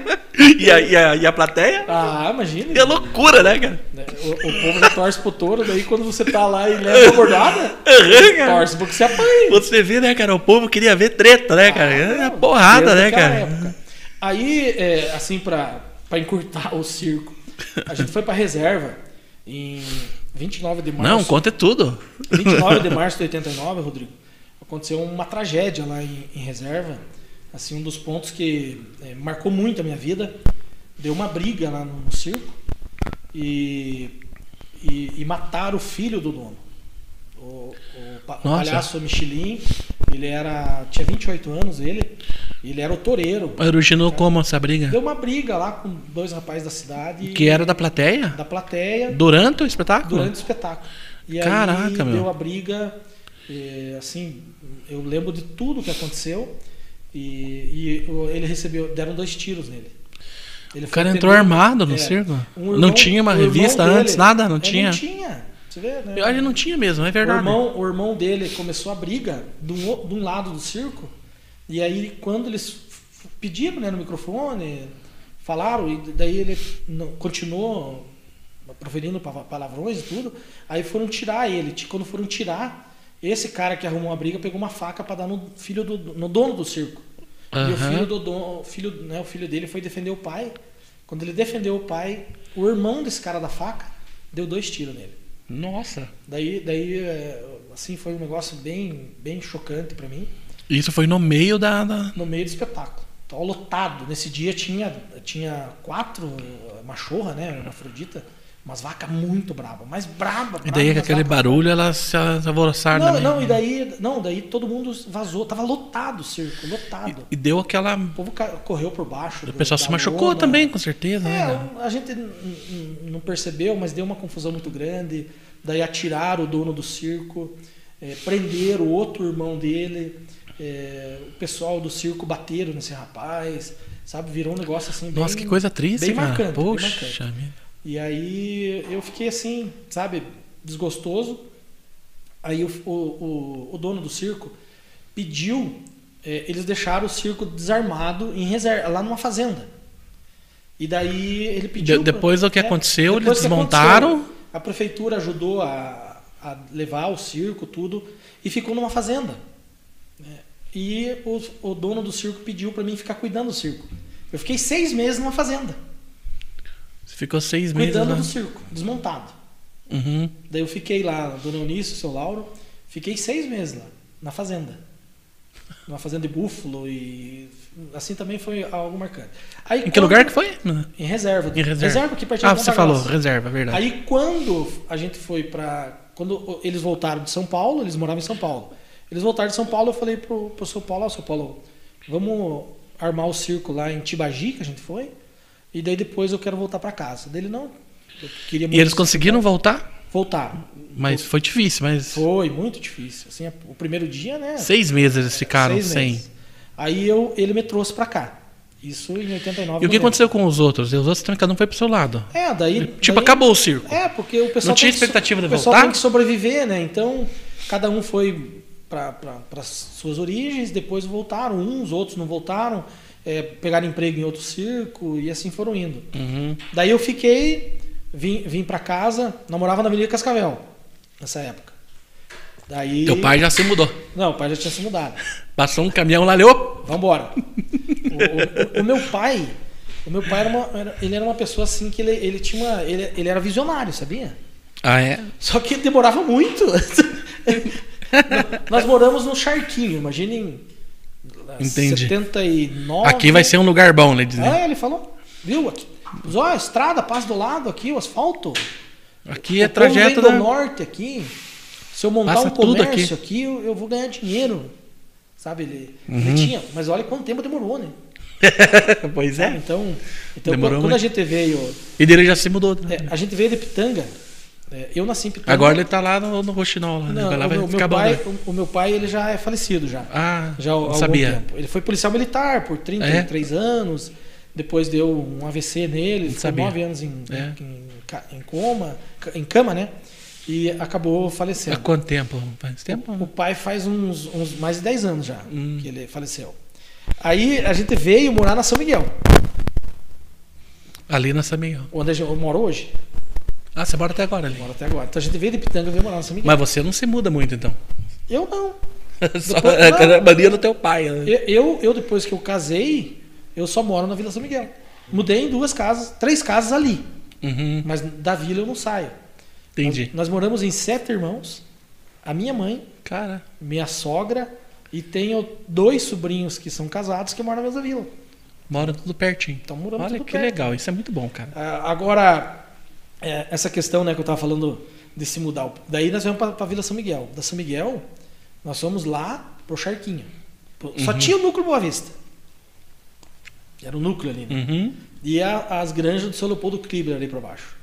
S1: E a, e a, e a plateia?
S2: Ah, imagina.
S1: É loucura, né, cara?
S2: Né? O, o povo já torce pro touro, daí quando você tá lá e leva
S1: (laughs)
S2: a bordada,
S1: Aham, cara.
S2: torce porque você apanha.
S1: Você vê, né, cara? O povo queria ver treta, né, cara? Era porrada,
S2: Desde
S1: né,
S2: aquela
S1: cara?
S2: Ah, época. Aí, é, assim, pra, pra encurtar o circo, a gente foi pra reserva em 29 de março.
S1: Não, conta é tudo.
S2: 29 de março de 89, Rodrigo, aconteceu uma tragédia lá em, em reserva. Assim, um dos pontos que eh, marcou muito a minha vida. Deu uma briga lá no, no circo e, e, e mataram o filho do dono. O, o, pa- o
S1: Nossa.
S2: palhaço Michelin, ele era. tinha 28 anos ele, ele era o toureiro.
S1: Originou como essa briga?
S2: Deu uma briga lá com dois rapazes da cidade
S1: Que era da plateia?
S2: da plateia
S1: Durante o espetáculo?
S2: durante o espetáculo. E
S1: Caraca,
S2: aí
S1: meu.
S2: deu a briga, eh, assim, eu lembro de tudo que aconteceu e, e o- ele recebeu, deram dois tiros nele. Ele É.
S1: O cara entrou armado no circo?
S2: Um
S1: não tinha uma revista antes, nada? Não tinha?
S2: Não tinha. Você vê, né?
S1: Pior que não tinha mesmo, é
S2: O
S1: verdade.
S2: irmão, o irmão dele começou a briga de um, o- de um lado do circo, e aí quando eles f- pediram né, no microfone, falaram, e daí ele não- continuou proferindo pa- palavrões e tudo, aí foram tirar ele. Ti- Quando foram tirar, esse cara que arrumou a briga pegou uma faca para dar no filho do no dono do circo. E o
S1: Aham.
S2: filho do dono, o filho, né, o filho dele foi defender o pai. Quando ele defendeu o pai, o irmão desse cara da faca deu dois tiros nele.
S1: Nossa.
S2: Daí, daí é, assim, foi um negócio bem, bem chocante pra mim,
S1: Isso foi no meio da. da-
S2: no meio do espetáculo. Tava lotado. Nesse dia tinha, tinha quatro eh, machorra, né, uma afrodita, umas vacas muito braba, Ah, mas braba, braba
S1: E daí com
S2: umas
S1: aquele
S2: vacas-
S1: barulho elas se alvoroçaram
S2: Não,
S1: também.
S2: não, e daí, não, daí todo mundo vazou, tava lotado o circo, lotado.
S1: E deu aquela.
S2: O povo ca- correu por baixo.
S1: O pessoal se machucou também, com certeza. né, cara?
S2: É, a gente n- n- não percebeu, mas deu uma confusão muito grande. Daí atiraram o dono do circo, eh, prenderam o outro irmão dele. eh, o pessoal do circo bateram nesse rapaz, sabe? Virou um negócio assim bem...
S1: Nossa, que coisa triste,
S2: bem
S1: cara.
S2: marcante, bem
S1: Poxa vida.
S2: E aí eu fiquei assim, sabe? Desgostoso. Aí o, o, o- o dono do circo pediu, eh, eles deixaram o circo desarmado em reserva, lá numa fazenda. E daí ele pediu. é,
S1: De- depois do que aconteceu,
S2: depois
S1: eles
S2: do que
S1: desmontaram.
S2: aconteceu, a prefeitura ajudou a, a levar o circo, tudo, e ficou numa fazenda. né? E o, o dono do circo pediu para mim ficar cuidando do circo. Eu fiquei seis meses numa fazenda,
S1: Você ficou seis meses né?
S2: cuidando
S1: lá.
S2: do circo, desmontado.
S1: Uhum.
S2: Daí eu fiquei lá, Dona Eunice, seu Lauro, fiquei seis meses lá, na fazenda. Numa fazenda de búfalo e. Assim também foi algo marcante. Aí,
S1: Em que
S2: quando-
S1: lugar que foi?
S2: Em reserva.
S1: Em reserva.
S2: aqui pertinho
S1: Ah,
S2: de
S1: você
S2: Ponta
S1: falou,
S2: Grossa.
S1: reserva, verdade.
S2: Aí quando a gente foi pra. Quando eles voltaram de São Paulo, eles moravam em São Paulo. Eles voltaram de São Paulo, eu falei pro, pro seu Paulo, ó, seu Paulo, vamos armar o circo lá em Tibagi, que a gente foi. E daí depois eu quero voltar pra casa. Dele não. Eu queria
S1: e eles conseguiram voltar?
S2: voltar.
S1: Mas foi difícil, mas.
S2: Foi muito difícil. Assim, o primeiro dia, né?
S1: Seis meses eles ficaram
S2: seis
S1: sem.
S2: meses. Aí eu, ele me trouxe pra cá. Isso em
S1: E
S2: 89.
S1: o que
S2: noventa.
S1: aconteceu com os outros? E os outros também, cada um foi pro seu lado.
S2: É, daí.
S1: Tipo,
S2: daí-
S1: acabou o circo.
S2: É, porque o pessoal
S1: Não tinha
S2: tem que so-
S1: expectativa de
S2: o pessoal
S1: voltar?
S2: tem que sobreviver, né? Então, cada um foi para suas origens, depois voltaram uns, outros não voltaram, é, pegaram emprego em outro circo e assim foram indo.
S1: Uhum.
S2: Daí eu fiquei, vim, vim para casa, namorava na Avenida Cascavel, nessa época. Daí.
S1: Teu pai já se mudou.
S2: Não, o pai já tinha se mudado.
S1: Passou um caminhão lá, leu.
S2: Vambora. o, o- o meu pai, o meu pai era uma, era- ele era uma pessoa assim que ele, ele tinha uma, ele- ele era visionário, sabia?
S1: Ah, é?
S2: Só que demorava muito. Nós moramos no Charquinho, imaginem.
S1: Entendi.
S2: 79.
S1: Aqui vai ser um lugar bom, né? Disney?
S2: É, ele falou. Viu? Aqui. Ó, a estrada passa do lado aqui, o asfalto.
S1: Aqui é
S2: O povo
S1: trajeto
S2: vem
S1: da.
S2: do norte aqui. Se eu montar
S1: Passa
S2: um
S1: tudo
S2: comércio aqui. eu, eu vou ganhar dinheiro. Sabe? Ele, ele
S1: Uhum.
S2: tinha. Mas olha quanto tempo demorou, né?
S1: pois
S2: Ah,
S1: é.
S2: Então, então
S1: Demorou
S2: quando a
S1: muito.
S2: gente veio.
S1: E dele já se mudou. né?
S2: é, a gente veio de Pitanga. é, eu nasci em Pitanga.
S1: Agora ele tá lá no, no Roxinol. Lá, né?
S2: Não,
S1: Vai lá
S2: o,
S1: vai
S2: meu, meu
S1: ficar bom,
S2: pai,
S1: né?
S2: o, o meu pai ele já é falecido já.
S1: Ah,
S2: já há
S1: não
S2: algum
S1: sabia. É?
S2: tempo. Ele foi policial militar por 33 anos. Depois deu um AVC nele, ficou
S1: sabia.
S2: 9 anos em,
S1: É.
S2: em, ca- em coma, ca- em cama, né? E acabou
S1: Há
S2: falecendo.
S1: quanto tempo? Faz tempo? né?
S2: O pai faz uns, uns mais de 10 anos já
S1: Hum.
S2: que ele faleceu. Aí a gente veio morar na São Miguel,
S1: Ali na Samigão.
S2: onde a gente- eu moro hoje,
S1: Ah, você mora até agora ali.
S2: moro até agora. Então a gente veio de Pitanga e veio morar na São Miguel.
S1: Mas você não se muda muito, então.
S2: Eu não.
S1: (laughs) Só
S2: Depois-
S1: a mania do teu pai, né?
S2: Eu, eu, eu, depois que eu casei, eu só moro na Vila São Miguel. Mudei em duas casas, três casas ali,
S1: Uhum,
S2: mas da vila eu não saio.
S1: entendi.
S2: Nós, nós moramos em sete irmãos, a minha mãe,
S1: Cara,
S2: minha sogra e tenho dois sobrinhos que são casados que moram na mesma vila.
S1: mora tudo pertinho.
S2: Então moramos
S1: Olha
S2: tudo
S1: que
S2: perto.
S1: legal, isso é muito bom, cara.
S2: Ah, agora, é, essa questão né, que eu estava falando de se mudar. Daí nós viemos para a Vila São Miguel. Da São Miguel, nós fomos lá pro Charquinho. Pro- Só
S1: Uhum.
S2: tinha o núcleo Boa Vista. Era o núcleo ali, né?
S1: Uhum.
S2: E a- as granjas do seu Leopoldo Kribler ali pra baixo.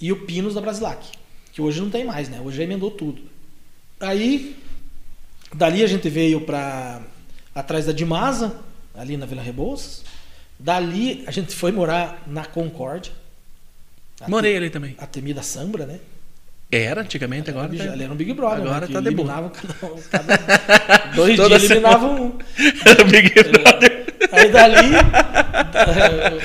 S2: E o Pinos da Brasilac, que hoje não tem mais, né? Hoje já emendou tudo. Aí, dali a gente veio pra. atrás da Dimasa, ali na Vila Rebouças. Dali a gente foi morar na Concórdia. A
S1: Morei ali também.
S2: te- A temida Sambra, né?
S1: Era antigamente, agora.
S2: Bicho,
S1: tá-
S2: Ali era um Big Brother.
S1: Agora
S2: né? Que
S1: tá de boa.
S2: eliminava o canal.
S1: (laughs)
S2: cada- Dois
S1: Toda
S2: dias eliminavam um.
S1: Era (laughs) Big
S2: é-
S1: Brother. (laughs)
S2: Aí dali.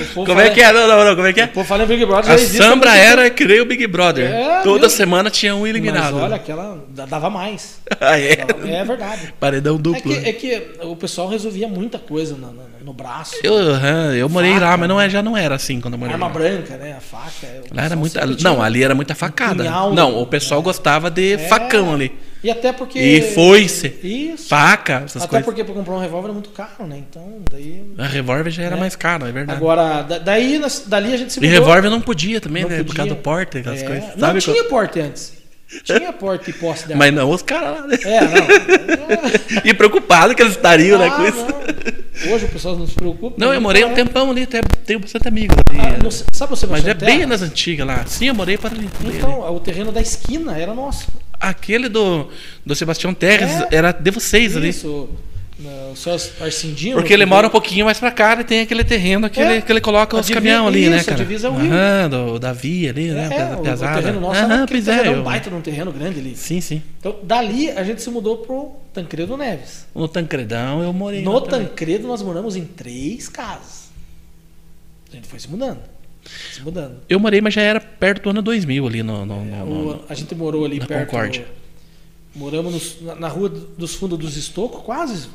S2: (laughs) eh, o povo
S1: Como é
S2: fala-
S1: que é? Não, não, não, como é que é?
S2: O povo fala em Big Brother.
S1: A
S2: já existe há
S1: Sambra é
S2: muito tempo.
S1: era, creio, o Big Brother.
S2: É,
S1: Toda
S2: meu-
S1: semana tinha um eliminado.
S2: Mas olha, aquela da- dava mais.
S1: Ah, (laughs) é?
S2: Dava- É verdade.
S1: Paredão
S2: É
S1: duplo.
S2: que, é que o pessoal resolvia muita coisa no, no- no braço.
S1: Eu, aham, eu morei
S2: Faca,
S1: lá, mas não é, já não era assim quando eu morei
S2: Arma
S1: lá.
S2: branca, né? A faca. o
S1: Lá
S2: pessoal
S1: era muita,
S2: sempre tinha-
S1: não, ali era muita facada.
S2: punhal.
S1: não, o pessoal gostava de
S2: É.
S1: facão ali.
S2: E até porque.
S1: E foice,
S2: Isso.
S1: faca, essas
S2: até
S1: coisas.
S2: porque pra comprar um revólver é muito caro, né? Então, daí.
S1: A revólver já era
S2: É.
S1: mais cara, é verdade.
S2: Agora, da- daí nós- dali a gente se
S1: e
S2: mudou.
S1: revólver não podia também,
S2: Não
S1: né? Por causa
S2: podia.
S1: do porte, aquelas
S2: É,
S1: coisas.
S2: Não
S1: Sabe
S2: tinha porte antes. Tinha porte e posse
S1: qual-
S2: dela.
S1: Mas não os caras lá, né? (laughs)
S2: É, não.
S1: E preocupado que eles estariam, né,
S2: Ah,
S1: com isso.
S2: não. Hoje o pessoal não se preocupa.
S1: Não, eu
S2: muito,
S1: morei um
S2: né?
S1: tempão ali, até tenho bastante amigos ali.
S2: Ah, não sei- sabe você
S1: mas
S2: Baixão
S1: é bem
S2: Terra?
S1: nas antigas lá. Sim, eu morei para ali. morei ali.
S2: Então, o terreno da esquina era nosso.
S1: Aquele do, do Sebastião Terres
S2: É.
S1: era de vocês ali.
S2: Isso. né, na- O seu Arcindino.
S1: Porque ele
S2: que
S1: mora um
S2: veio-
S1: pouquinho mais pra cá e tem aquele terreno que,
S2: É.
S1: ele, que ele coloca
S2: A
S1: os
S2: divi-
S1: caminhão ali, né,
S2: isso, a
S1: cara?
S2: divisa é o rio.
S1: Aham, do, da via ali, né?
S2: É,
S1: da
S2: o, o
S1: pesada.
S2: terreno nosso
S1: Aham,
S2: era
S1: pois
S2: aquele
S1: é.
S2: terreno,
S1: eu-
S2: um baita num terreno grande ali.
S1: Sim, sim.
S2: Então, dali a gente se mudou pro Tancredo Neves.
S1: No Tancredão eu morei.
S2: No
S1: lá também.
S2: Tancredo nós moramos em três casas. A gente foi se mudando. Se mudando.
S1: Eu morei, mas já era perto do ano 2000 ali no. no, no- no-
S2: O- a gente morou ali
S1: na
S2: perto.
S1: Concórdia.
S2: Moramos nos- na, na rua dos fundos dos Estocos, quase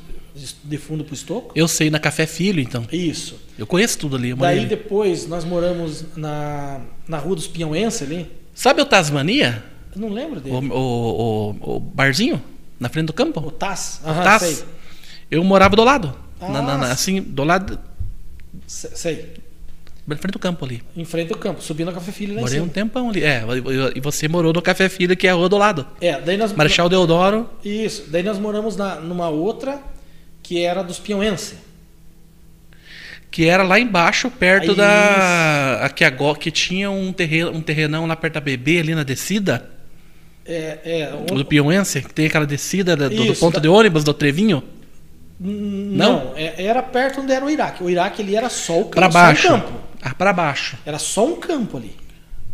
S2: de fundo pro Estoco.
S1: Eu sei, na Café Filho, então.
S2: Isso.
S1: Eu conheço tudo ali. Eu morei
S2: Daí
S1: ali.
S2: depois nós moramos na, na rua dos Pinhauense ali.
S1: Sabe o Tasmania?
S2: Eu não lembro
S1: O,
S2: dele.
S1: o, o- o barzinho? Na frente do campo?
S2: O Taz. Aham,
S1: Taz?
S2: sei.
S1: Eu morava do lado.
S2: Ah,
S1: na- na- na- assim, do lado,
S2: Se- Sei.
S1: na frente do campo ali.
S2: Em frente ao campo, subindo a Café Filho lá em
S1: Morei um
S2: cima.
S1: tempão ali. É, eu- eu- e você morou no Café Filho, que é a rua do lado.
S2: É, daí nós,
S1: Marechal Deodoro.
S2: Isso. Daí nós moramos na, numa outra que era dos Piauense.
S1: Que era lá embaixo, perto
S2: Aí,
S1: da. Aqui agora, que tinha um, terreno, um terrenão lá perto da BB, ali na descida.
S2: É, é,
S1: Do Pionense, que tem aquela descida da- do, do
S2: Isso, tá.
S1: ponto
S2: da-
S1: de ônibus, do Trevinho.
S2: N- Não, é- era perto onde era o Iraque. O Iraque ele era só o campo.
S1: Pra baixo.
S2: Só um campo.
S1: Ah, pra baixo.
S2: Era só um campo ali.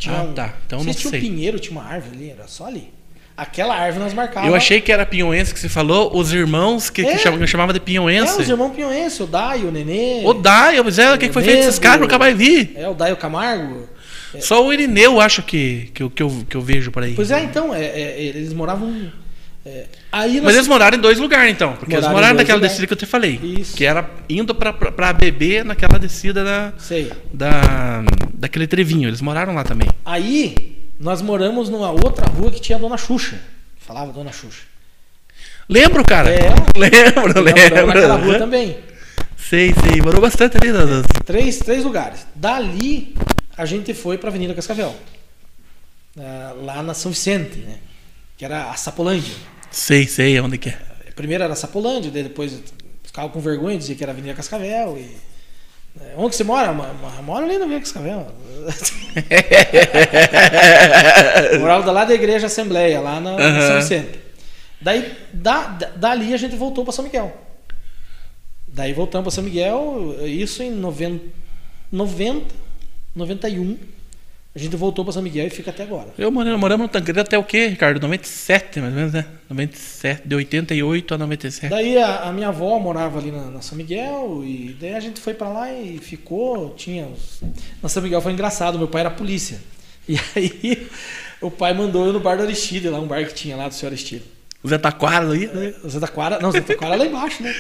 S1: Ah,
S2: um-
S1: tá. Então
S2: se
S1: não
S2: tinha
S1: sei.
S2: um pinheiro, tinha uma árvore ali, era só ali. Aquela árvore nós marcávamos.
S1: Eu achei que era Pinhoense que você falou, os irmãos que,
S2: É.
S1: que, chamava, que eu chamava de
S2: É,
S1: Pinhoense.
S2: os irmãos Pinhoense, o Daio, o Nenê.
S1: O Daio, mas é, o que, que foi feito desses
S2: Medo.
S1: caras? Eu nunca mais vi.
S2: É, o Daio Camargo.
S1: Só o Irineu, acho que, que, eu- que, eu, que eu vejo por aí.
S2: É. Pois é, então, é- é- eles moravam. é, aí nós-
S1: Mas eles moraram em dois lugares, então. Porque
S2: Moraram em
S1: eles moraram
S2: dois
S1: naquela
S2: lugares.
S1: descida que eu te falei.
S2: Isso.
S1: Que era indo pra, pra, pra beber naquela descida da,
S2: Sei.
S1: da, daquele trevinho. Eles moraram lá também.
S2: Aí nós moramos numa outra rua que tinha a Dona Xuxa. Falava Dona Xuxa.
S1: Lembro, cara?
S2: É.
S1: (laughs) Lembro,
S2: Morava Naquela rua
S1: lembro.
S2: também.
S1: Sei, sei. Morou bastante ali. nas- nas-
S2: Três, três lugares. Dali a gente foi para Avenida Cascavel. Ah, lá na São Vicente, né? Que era a Sapolândia.
S1: Sei, sei onde que é. (laughs)
S2: Primeiro era a Sapolândia, daí depois ficava com vergonha de dizer que era Avenida Cascavel. E... É, Onde que você mora? Ma- ma- Moro ali na Avenida Cascavel. (laughs) Morava lá da Igreja Assembleia, lá na, na São
S1: Aham.
S2: Vicente. Daí, da, da- dali a gente voltou para São Miguel. Daí voltamos para São Miguel, isso em 90, 90 91. A gente voltou para São Miguel e fica até agora.
S1: Eu morei, moramos no Tancredo até o quê, Ricardo? 97, mais ou menos, né? 97, de 88 a 97.
S2: Daí a, a minha avó morava ali na, na São Miguel e daí a gente foi pra lá e ficou, tinha uns... na São Miguel foi engraçado, meu pai era polícia. (laughs) E aí o pai mandou eu no bar do Aristide, lá um bar que tinha lá do senhor Aristide.
S1: O Zé Taquara ali, né?
S2: É, Zé Taquara, não, Zé Taquara é lá embaixo, né?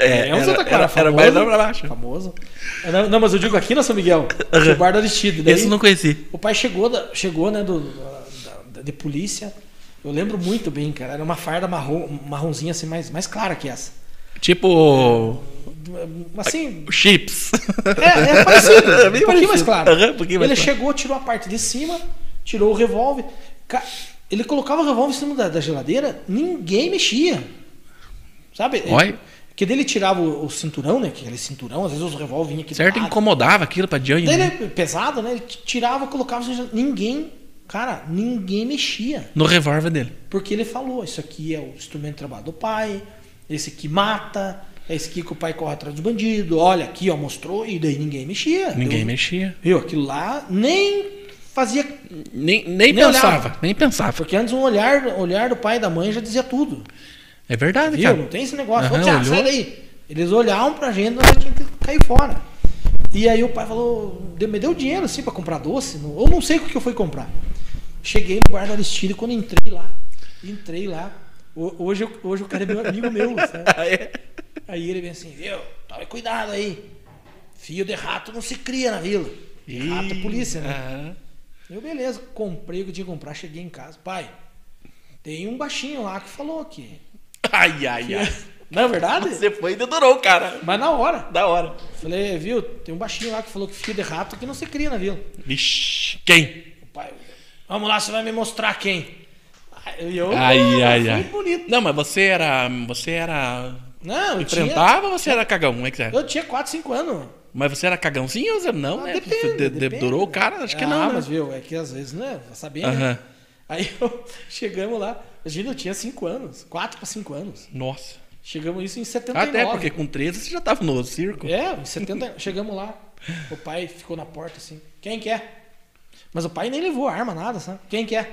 S1: É,
S2: É, um
S1: era-
S2: Zé Taquara
S1: era- era
S2: famoso.
S1: mais lá pra baixo.
S2: Famoso. É, Não, não, mas eu digo aqui na São Miguel, tinha o bar do Aristide. Daí,
S1: Esse eu não conheci.
S2: O pai chegou, da- chegou né, do, da- da- de polícia. Eu lembro muito bem, cara. Era uma farda marrom, marronzinha assim, mais, mais clara que essa.
S1: Tipo.
S2: Assim,
S1: o (laughs) Chips.
S2: é, é (laughs) parecido,
S1: É
S2: um
S1: bem
S2: pouquinho mais
S1: parecido.
S2: claro.
S1: Aham, um pouquinho mais
S2: ele
S1: claro.
S2: chegou, tirou a parte de cima, tirou o revólver. Ca- Ele colocava o revólver em cima da, da geladeira, ninguém mexia. Sabe?
S1: Olha.
S2: Porque daí ele tirava o, o cinturão, né? Aquele cinturão, às vezes os revólver vinham aqui do
S1: Certo?
S2: lado.
S1: Incomodava aquilo pra Johnny.
S2: Daí
S1: Né?
S2: ele, pesado, né? Ele t- tirava, colocava, ninguém, cara, ninguém mexia.
S1: No revólver dele.
S2: Porque ele falou, isso aqui é o instrumento de trabalho do pai, esse aqui mata, é esse aqui que o pai corre atrás do bandido, olha aqui, ó, mostrou, e daí ninguém mexia.
S1: Ninguém
S2: Eu-
S1: mexia.
S2: Viu, aquilo lá nem fazia.
S1: Nem, nem,
S2: Nem
S1: pensava.
S2: olhava.
S1: Nem pensava.
S2: Porque antes um olhar, olhar do pai e da mãe já dizia tudo.
S1: É verdade,
S2: Viu?
S1: cara. (laughs)
S2: Não tem esse negócio.
S1: Aham,
S2: Ô, Tiago,
S1: olhou.
S2: sai daí. Eles olhavam pra gente, nós já tinha que cair fora. E aí o pai falou, deu- me deu dinheiro assim pra comprar doce, não- ou não sei o que eu fui comprar. Cheguei no bar da Aristide quando entrei lá. Entrei lá. ho- Hoje, eu- hoje o cara é meu
S1: (laughs)
S2: amigo meu, sabe?
S1: Ah, é.
S2: Aí ele vem assim, viu? Tome cuidado aí. Fio de rato não se cria na vila. De
S1: Ah,
S2: rato
S1: tá,
S2: é polícia, né?
S1: Aham.
S2: Eu, beleza, comprei o que tinha que comprar, cheguei em casa. Pai, tem um baixinho lá que falou
S1: (laughs)
S2: que.
S1: Ai, ai, ai.
S2: (laughs) Não é
S1: (laughs)
S2: verdade?
S1: Você foi e dedurou o cara.
S2: Mas na hora.
S1: Da hora.
S2: Falei, viu, tem um baixinho lá que falou que fio de rato que não se cria na vila.
S1: Vixe. Quem?
S2: O pai, vamos lá, você vai me mostrar quem. E eu,
S1: Ai, ai,
S2: fui
S1: ai.
S2: bonito.
S1: Não, mas você era. Você era.
S2: Não, eu tinha,
S1: Enfrentava ou você era cagão? Como é que é?
S2: eu tinha 4, 5 anos.
S1: Mas você era cagãozinho ou você não,
S2: Ah,
S1: né?
S2: depende,
S1: Você de- de-
S2: depende.
S1: Durou o cara? Acho que
S2: Ah,
S1: não. né?
S2: mas viu, é que às vezes, né, sabendo.
S1: Aham.
S2: Aí (laughs) eu, chegamos lá, imagina, eu tinha 5 anos, 4 para 5 anos.
S1: Nossa.
S2: Chegamos isso em 79.
S1: Até porque com 13 você já tava no circo.
S2: É, em 70, (laughs) chegamos lá. O pai ficou na porta assim, quem que é? Mas o pai nem levou a arma, nada, sabe? Quem que é?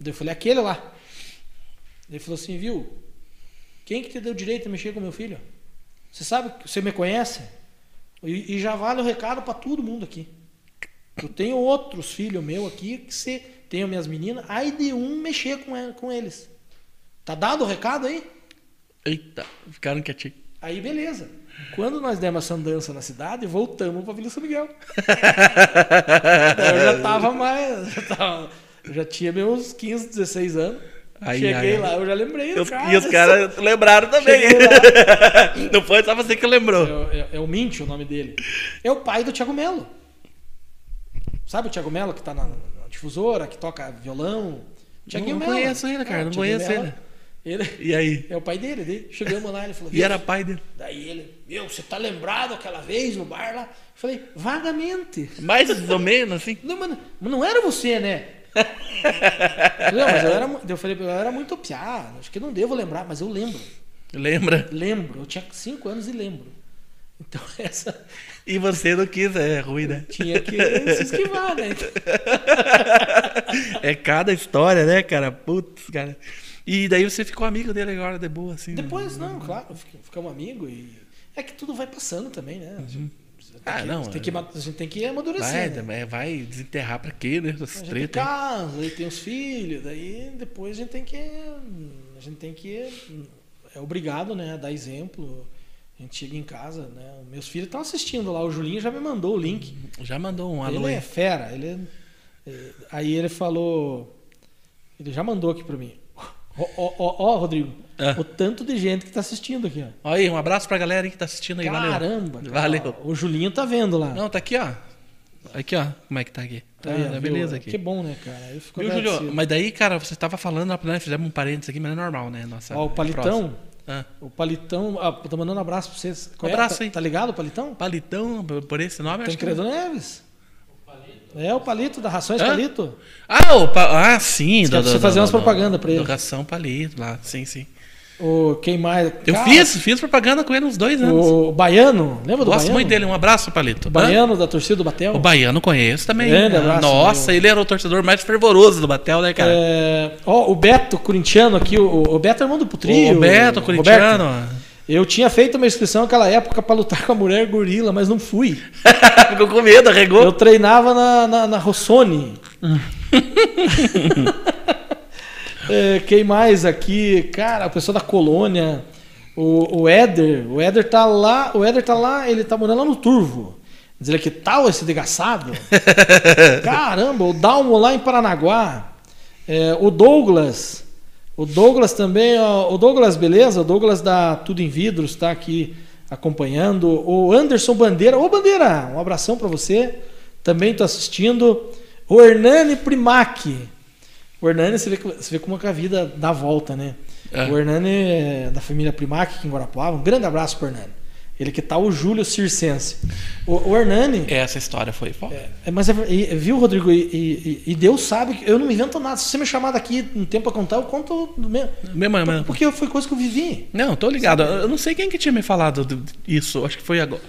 S2: Daí Eu falei, aquele lá. Ele falou assim, viu? Quem que te deu direito a mexer com meu filho? Você sabe, que você me conhece? E, e já vale o recado pra todo mundo aqui. Eu tenho outros filhos meus aqui que você tenho minhas meninas, aí de um mexer com, el- com eles. Tá dado o recado aí?
S1: Eita, ficaram quietinhos.
S2: Aí beleza. Quando nós demos essa andança na cidade, voltamos pra Vila
S1: (laughs)
S2: São Miguel. Então, eu já tava mais. Já, tava- eu já tinha meus 15, 16 anos.
S1: Ai,
S2: Cheguei
S1: ai,
S2: lá, eu já lembrei.
S1: Eu-
S2: do cara.
S1: e os
S2: (laughs)
S1: caras (laughs) lembraram também.
S2: Cheguei lá.
S1: (laughs) Não foi só você que lembrou.
S2: É, o- é- é o Mint o nome dele. É o pai do Thiago Melo. Sabe o Thiago Melo que tá na, na difusora, que toca violão? Thiaguinho
S1: Não
S2: Mello.
S1: conheço ele, cara,
S2: o
S1: não
S2: Thiaguinho
S1: conheço
S2: Mello, Ele
S1: E aí?
S2: é o pai dele, dele. Chegamos lá, ele falou.
S1: E era
S2: "Viu?"
S1: pai dele.
S2: Daí ele, meu, você tá lembrado aquela vez no bar lá? Eu falei, vagamente.
S1: Mais ou menos, assim.
S2: Não, mano, mas não era
S1: (laughs)
S2: você, né? não, mas eu era. mu- Eu falei, pra ele, eu era muito piá, acho que não devo lembrar, mas eu lembro.
S1: Lembra?
S2: Lembro, eu tinha 5 anos e lembro. Então (laughs) essa
S1: E você não quis, é ruim, né?
S2: tinha que se esquivar, né?
S1: É cada história, né, cara? Putz, cara. E daí você ficou amigo dele agora, de boa, assim. né?
S2: Depois, não, claro, fica- ficamos amigos e. É que tudo vai passando também, né? A gente tem
S1: Ah,
S2: que-
S1: não,
S2: tem que
S1: é.
S2: ma- a gente tem que amadurecer.
S1: Vai,
S2: né?
S1: também, vai desenterrar pra quê, né? Essas
S2: A gente tem
S1: tretas. aí.
S2: casa, aí tem os filhos, daí depois a gente tem que. A gente tem que. É obrigado, né? a Dar exemplo. A gente chega em casa, né? os Meus filhos estão assistindo lá, o Julinho já me mandou o link.
S1: Já mandou um alô
S2: Ele
S1: aí.
S2: é fera, ele é- é- Aí ele falou. Ele já mandou aqui pra mim. Ó, ó, ó, ó, Rodrigo,
S1: Ah.
S2: o tanto de gente que tá assistindo aqui, ó.
S1: Olha aí, um abraço pra galera aí que tá assistindo aí. valeu.
S2: Caramba, cara.
S1: Valeu.
S2: O Julinho tá vendo lá.
S1: Não, tá aqui, ó. Aqui, ó. Como é que tá aqui? Tá,
S2: Aí, ó,
S1: tá
S2: Ah, viu?
S1: beleza aqui.
S2: Que bom, né, cara? Eu fico
S1: Viu,
S2: agradecido.
S1: Júlio? Mas daí, cara, você tava falando lá pra nós, fizemos um parênteses aqui, mas é normal, né? Nossa,
S2: Ó, o
S1: próxima.
S2: Palitão.
S1: Ah,
S2: O Palitão. Ah, tô mandando um abraço pra vocês.
S1: Um abraço
S2: tá,
S1: aí.
S2: Tá ligado o Palitão?
S1: Palitão, por- por esse nome, acho que...
S2: Tancredo Neves. É o Palito, da Rações
S1: Hã?
S2: Palito.
S1: Ah, o pa... ah, sim.
S2: Esquece, você fazer umas propaganda pra ele.
S1: Educação Palito, lá, sim, sim.
S2: O quem mais?
S1: Eu
S2: Cara,
S1: fiz, fiz propaganda com ele uns dois anos.
S2: O Baiano. Lembra do
S1: Gosto
S2: Baiano?
S1: muito dele, um abraço, Palito.
S2: O
S1: Hã?
S2: Baiano da torcida do Batel.
S1: O Baiano conheço também.
S2: Grande abraço,
S1: Nossa,
S2: meu.
S1: ele era o torcedor mais fervoroso do Batel, né, cara?
S2: É, ó, o Beto, corintiano aqui. O, o Beto é irmão do Putri.
S1: o Beto, corintiano. (laughs)
S2: Eu tinha feito uma inscrição naquela época pra lutar com a mulher gorila, mas não fui.
S1: Ficou com medo, arregou.
S2: Eu treinava na, na, na Rossoni. É, quem mais aqui? Cara, o pessoal da colônia. O, o Éder. O Éder tá lá. O Éder tá lá, ele tá morando lá no Turvo. Diz ele que tal esse desgraçado? Caramba, o Dalmo lá em Paranaguá. É, o Douglas. O Douglas também, ó, o Douglas, beleza? O Douglas da Tudo em Vidros está aqui acompanhando. O Anderson Bandeira. Ô Bandeira, um abração para você. Também estou assistindo. O Hernani Primac. O Hernani, você vê, que- você vê como que a vida dá volta, né?
S1: É.
S2: O Hernani é da família Primac aqui em Guarapuava. Um grande abraço pro Hernani. Ele que tá o Júlio Circense. O, o Hernani.
S1: Essa história foi foda.
S2: É, mas é ver- e- viu, Rodrigo? E, e- e Deus sabe que eu não invento nada. Se você me chamar daqui um tempo pra contar, eu conto do mesmo.
S1: Mesmo, mesmo.
S2: Porque foi coisa que eu vivi.
S1: Não, tô ligado. Eu eu não sei quem que tinha me falado do- isso. Acho que foi agora.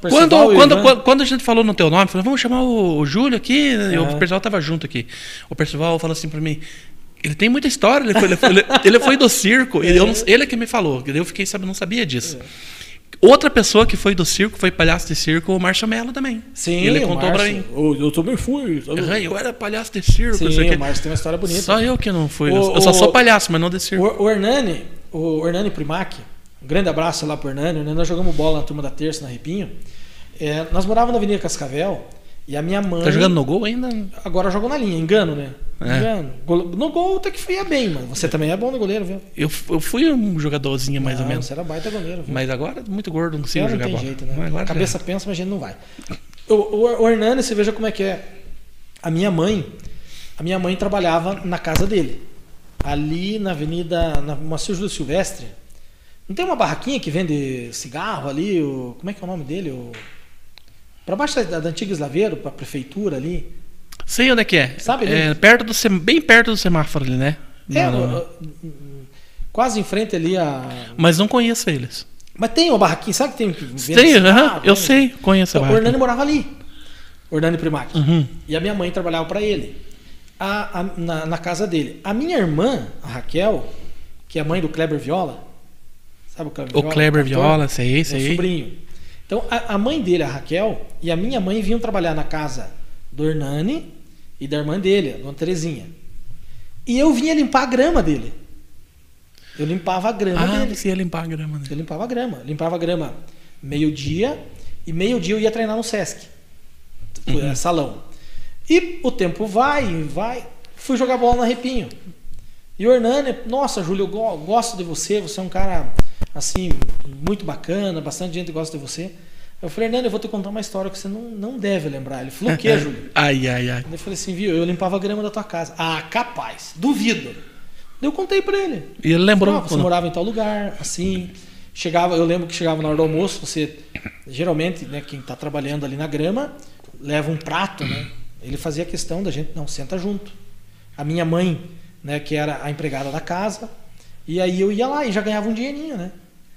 S1: Quando,
S2: Percival e o
S1: quando,
S2: Ivan.
S1: quando, quando a gente falou no teu nome, falou, vamos chamar o, o Júlio aqui. e
S2: É.
S1: O Percival tava junto aqui. O Percival falou assim pra mim. Ele tem muita história, ele foi, ele foi- ele- ele foi do circo, ele, eu não- ele é que me falou, eu fiquei sabendo, não sabia disso.
S2: É.
S1: Outra pessoa que foi do circo, foi palhaço de circo, o Márcio Mello também.
S2: Sim,
S1: ele
S2: o
S1: contou pra
S2: Márcio.
S1: mim.
S2: Eu, eu também fui. tá sabe?
S1: "Ah, Eu era palhaço de circo, não sei
S2: Sim,
S1: o quê."
S2: o Márcio tem uma história bonita.
S1: Só eu que não fui.
S2: O-
S1: eu só
S2: o-
S1: sou palhaço, mas não de circo.
S2: O, o Hernani, o Hernani Primac, um grande abraço lá pro Hernani. O Hernani, nós jogamos bola na turma da terça, na Ripinho. É, nós morávamos na Avenida Cascavel e a minha mãe.
S1: Tá jogando no gol ainda?
S2: Agora jogou na linha, engano, né?
S1: É.
S2: Engano. Gol- No gol até que ia bem, mano. Você também é bom no goleiro, viu?
S1: Eu, eu fui um jogadorzinho mais ou
S2: Ah,
S1: menos.
S2: Você era baita goleiro, viu?
S1: Mas agora muito gordo, não
S2: Pior
S1: consigo
S2: não
S1: jogar
S2: tem
S1: bola.
S2: jeito, né?
S1: Mas agora
S2: a cabeça pensa, mas a gente não vai. O, o, o Hernani, você veja como é que é. A minha mãe, a minha mãe trabalhava na casa dele. Ali na Avenida na Moacir Júlio Silvestre. Não tem uma barraquinha que vende cigarro ali? O, como é que é o nome dele? O, pra baixo da, da antiga Eslaveiro, pra prefeitura ali.
S1: já- Sei onde é que é.
S2: Sabe,
S1: é
S2: né?
S1: perto do sem- bem perto do semáforo ali, né?
S2: é,
S1: Não, não, não.
S2: o- o- quase em frente ali a.
S1: Mas não conheço eles.
S2: Mas tem uma barraquinha, sabe que tem. que vende
S1: Sei,
S2: cigarro,
S1: aham, eu
S2: vende-
S1: sei, conheço a
S2: Então, o
S1: barra.
S2: Hernani morava ali. O Hernani Primac.
S1: Uhum.
S2: E a minha mãe trabalhava para ele. A- a- na, na casa dele. A minha irmã, a Raquel, que é a mãe do Kleber Viola. Sabe o Kleber
S1: O
S2: Viola?
S1: Kleber
S2: cantor?
S1: Viola, sei,
S2: Meu
S1: sei.
S2: sobrinho. Então, a, a mãe dele, a Raquel, e a minha mãe vinham trabalhar na casa do Hernani e da irmã dele, a dona Terezinha. E eu vinha limpar a grama dele. Eu limpava a grama
S1: Ah,
S2: dele.
S1: você ia limpar a grama, né?
S2: Eu limpava a grama. Limpava a grama meio-dia e meio-dia eu ia treinar no Sesc. Foi é, salão. E o tempo vai, vai. Fui jogar bola na Repinho. E o Hernani, nossa, Júlio, eu go- gosto de você, você é um cara, assim, muito bacana, bastante gente gosta de você. Eu falei, Hernani, eu vou te contar uma história que você não, não deve lembrar. Ele falou,
S1: (laughs)
S2: o quê, Júlio?
S1: É. Ai, ai, ai.
S2: Daí Eu falei assim, viu, eu limpava a grama da tua casa. Ah, capaz, duvido. Daí Eu contei pra ele.
S1: E ele
S2: Ah,
S1: lembrou.
S2: você morava em tal lugar, assim. Chegava, eu lembro que chegava na hora do almoço, você geralmente, né, quem tá trabalhando ali na grama, leva um prato, né? Ele fazia questão da gente não senta junto. A minha mãe, né, que era a empregada da casa, e aí eu ia lá e já ganhava um dinheirinho, né?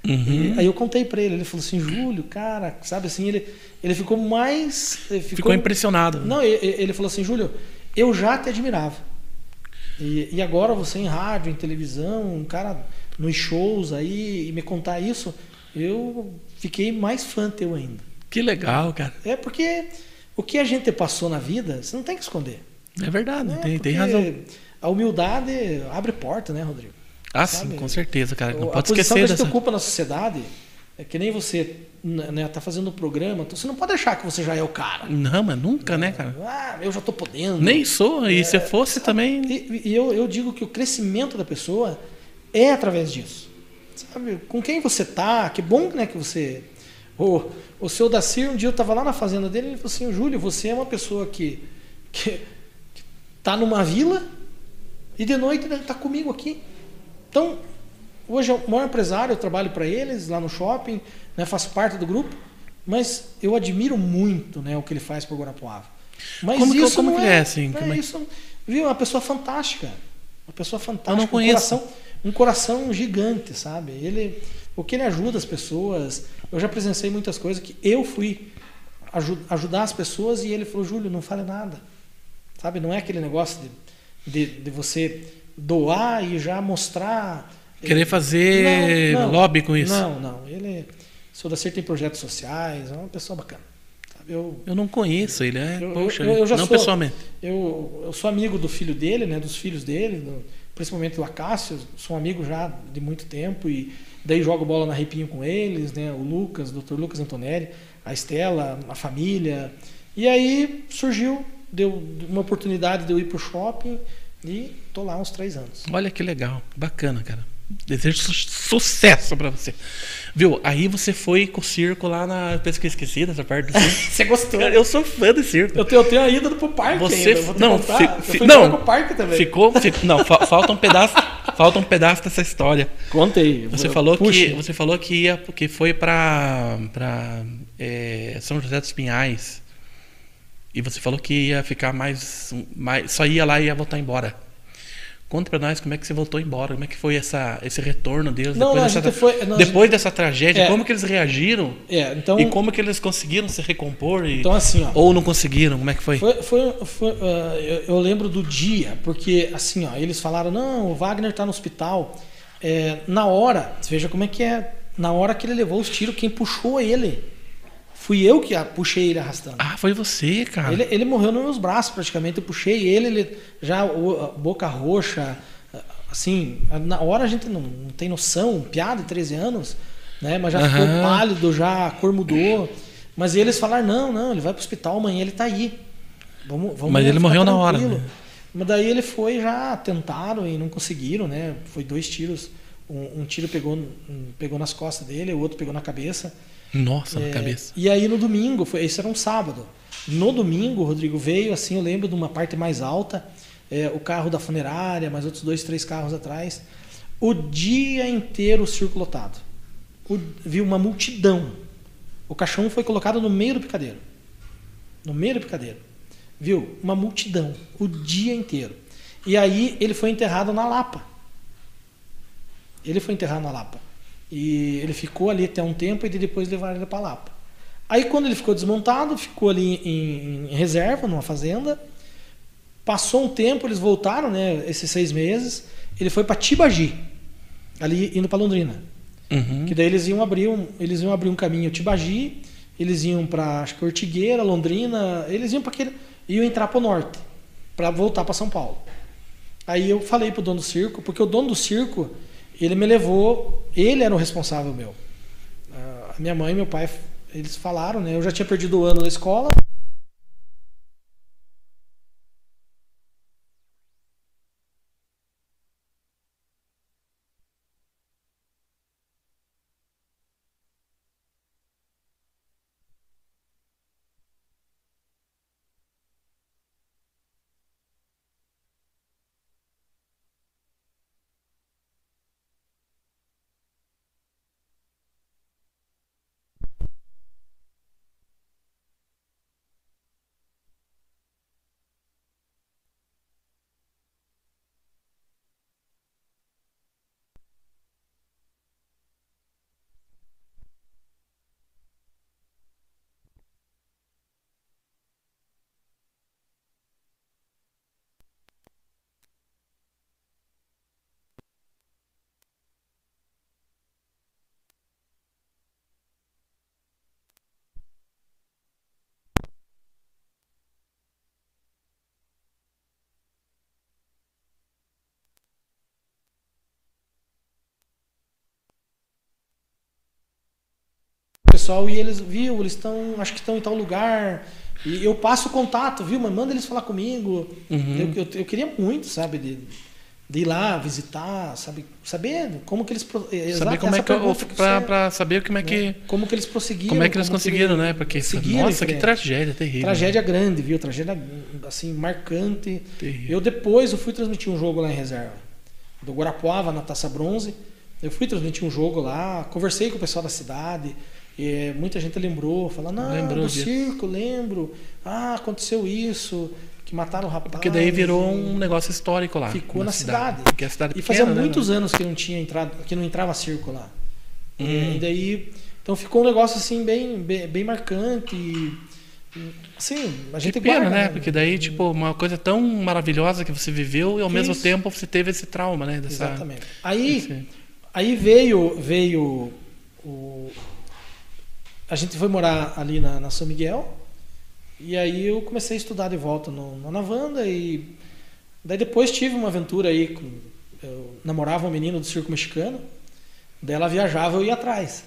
S1: Uhum.
S2: E aí eu contei pra ele, ele falou assim, Júlio, cara, sabe assim, ele ele ficou mais ele
S1: Ficou impressionado.
S2: não, e- e- ele falou assim, Júlio, eu já te admirava. E, e agora você em rádio, em televisão, um cara nos shows aí, e me contar isso, eu fiquei mais fã teu ainda.
S1: Que legal, cara.
S2: É porque o que a gente passou na vida, você não tem que esconder.
S1: É verdade,
S2: né?
S1: tem, tem
S2: Porque
S1: razão.
S2: A humildade abre porta, né, Rodrigo?
S1: Ah,
S2: sabe,
S1: sim, com certeza, cara. É, Não
S2: a
S1: pode
S2: posição que
S1: esquecer
S2: a gente
S1: dessa.
S2: ocupa na sociedade, é que nem você né, tá fazendo um programa, então você não pode achar que você já é o cara.
S1: Não, mas nunca, né, cara?
S2: Ah, eu já tô podendo.
S1: Nem sou,
S2: É,
S1: e se fosse também.
S2: E, e eu, eu digo que o crescimento da pessoa é através disso. Sabe? Com quem você tá, que bom né, que você. O, o seu Dacir, um dia eu estava lá na fazenda dele, ele falou assim, Júlio, você é uma pessoa que, que, que tá numa vila e de noite né, tá comigo aqui. Então, hoje é o maior empresário, eu trabalho para eles lá no shopping, né, faço parte do grupo, mas eu admiro muito né, o que ele faz por Guarapuava. Mas
S1: Como que-
S2: isso
S1: como
S2: não
S1: que
S2: é,
S1: é, assim?
S2: né,
S1: Como é que-
S2: isso, viu, uma pessoa fantástica. Uma pessoa fantástica.
S1: Eu não
S2: Um
S1: conheço.
S2: coração, um coração gigante, sabe? Ele, o que ele ajuda as pessoas. Eu já presenciei muitas coisas que eu fui aju- ajudar as pessoas e ele falou: Júlio, não fale nada. Sabe? Não é aquele negócio de, de, de você doar e já mostrar.
S1: Querer fazer
S2: Não, não.
S1: lobby com isso.
S2: Não, não. Ele, sou da Cer tem projetos sociais, é uma pessoa bacana. Sabe? Eu,
S1: Eu não conheço ele, é.
S2: Eu-
S1: Poxa,
S2: eu- eu já
S1: não
S2: sou-
S1: pessoalmente.
S2: eu, eu sou amigo do filho dele, né, dos filhos dele, do- principalmente do Acácio, sou amigo já de muito tempo e daí jogo bola na Repinho com eles, né, o Lucas, o Dr. Lucas Antonelli, a Estela, a família. E aí surgiu, deu uma oportunidade de eu ir pro shopping e tô lá há uns três anos.
S1: Olha que legal, bacana, cara. Desejo su- sucesso pra você. Viu? Aí você foi com o circo lá na. Eu penso que eu esqueci dessa parte do circo.
S2: (laughs) Você gostou?
S1: Cara, eu sou fã do circo.
S2: Eu tenho, eu tenho a ida pro parque
S1: Você
S2: ainda, eu vou te
S1: não,
S2: contar.
S1: fi-
S2: eu
S1: fi-
S2: fui
S1: não.
S2: embora pro parque também.
S1: Ficou. fi- Não, fa- falta um pedaço. falta um pedaço dessa história.
S2: Conta aí.
S1: Você
S2: eu-
S1: falou
S2: puxa.
S1: que você falou que ia que foi pra para São José dos Pinhais e você falou que ia ficar mais, mais só ia lá e ia voltar embora. Conta pra nós como é que você voltou embora, como é que foi essa esse retorno deles
S2: Não, não, a
S1: depois dessa
S2: gente foi- não, a
S1: depois dessa tragédia,
S2: É.
S1: como que eles reagiram
S2: É, então,
S1: e como que eles conseguiram se recompor e-
S2: então assim, ó.
S1: ou não conseguiram, como é que foi?
S2: Foi, foi- foi, ah, eu, eu lembro do dia, porque assim, ó, eles falaram, não, o Wagner tá no hospital. É, na hora, veja como é que é. Na hora que ele levou os tiros, quem puxou ele? Fui eu que ah, puxei ele arrastando.
S1: Ah, foi você, cara.
S2: Ele, ele morreu nos meus braços praticamente. Eu puxei ele, ele já o- a boca roxa. Assim, na hora a gente não, não tem noção, piada, 13 anos, né? Mas já ficou
S1: Aham.
S2: pálido, já a cor mudou. Mas eles falaram: não, não, ele vai pro hospital, amanhã ele tá aí. Vamos, vamos
S1: Mas ele
S2: ficar
S1: morreu na hora,
S2: tranquilo."
S1: né?
S2: Mas daí ele foi já, tentaram e não conseguiram, né? Foi dois tiros. Um, um tiro pegou, um pegou nas costas dele, o outro pegou na cabeça.
S1: Nossa,
S2: É,
S1: na cabeça.
S2: E aí no domingo, foi, isso era um sábado. No domingo, o Rodrigo veio, assim, eu lembro de uma parte mais alta, é, o carro da funerária, mais outros dois, três carros atrás. O dia inteiro o circo lotado. O- viu uma multidão. O caixão foi colocado no meio do picadeiro. No meio do picadeiro. Viu? Uma multidão. O dia inteiro. E aí ele foi enterrado na Lapa. Ele foi enterrado na Lapa. E ele ficou ali até um tempo e depois levaram ele para Lapa. Aí quando ele ficou desmontado, ficou ali em, em reserva, numa fazenda. Passou um tempo, eles voltaram, né? Esses seis meses. Ele foi para Tibagi, ali indo para Londrina.
S1: Uhum.
S2: Que daí eles iam abrir um, eles iam abrir um caminho Tibagi, eles iam para acho que Ortigueira, Londrina, eles iam para aquele, iam entrar para o norte, para voltar para São Paulo. Aí eu falei pro dono do circo, porque o dono do circo, ele me levou, ele era o responsável meu. Ah, A minha mãe e meu pai, eles falaram, né? Eu já tinha perdido o ano da escola. pessoal e eles, viu, eles estão, acho que estão em tal lugar. E eu passo o contato, viu, mas manda eles falar comigo.
S1: Uhum.
S2: Eu, eu, eu queria muito, sabe, de, de ir lá visitar, sabe, saber como que eles. pro- eh,
S1: Saber
S2: exato,
S1: como é
S2: essa
S1: que eu,
S2: pergunta que
S1: pra,
S2: você- né?
S1: pra saber como é que
S2: como que eles prosseguiram.
S1: como é que eles
S2: como
S1: conseguiram, né? Porque
S2: seguiram em
S1: nossa, que
S2: frente.
S1: tragédia terrível. né?
S2: Tragédia grande, viu? Tragédia assim marcante.
S1: Terrível.
S2: Eu depois eu fui transmitir um jogo lá em reserva do Guarapuava na Taça Bronze. Eu fui transmitir um jogo lá, conversei com o pessoal da cidade. e eh, muita gente lembrou, falou, não,
S1: Lembrou
S2: do
S1: disso."
S2: circo, lembro. Ah, aconteceu isso, que mataram o rapaz.
S1: Porque daí virou
S2: e-
S1: um negócio histórico lá.
S2: Ficou na cidade.
S1: Porque a cidade é
S2: E
S1: pequena,
S2: fazia
S1: né,
S2: muitos
S1: mano?
S2: anos que não tinha entrado, que não entrava circo lá.
S1: Hum.
S2: E daí, então ficou um negócio assim bem, bem, bem marcante. E, e, assim, a gente
S1: Que pena,
S2: guarda,
S1: né? Porque daí, tipo, uma coisa tão maravilhosa que você viveu e ao
S2: Que
S1: mesmo
S2: isso.
S1: tempo você teve esse trauma, né? Dessa...
S2: Exatamente. Aí,
S1: Esse-
S2: aí veio, veio o. A gente foi morar ali na, na São Miguel. E aí eu comecei a estudar de volta no, na Navanda e daí depois tive uma aventura aí com, eu namorava uma menina do circo mexicano. Daí ela viajava, eu ia atrás.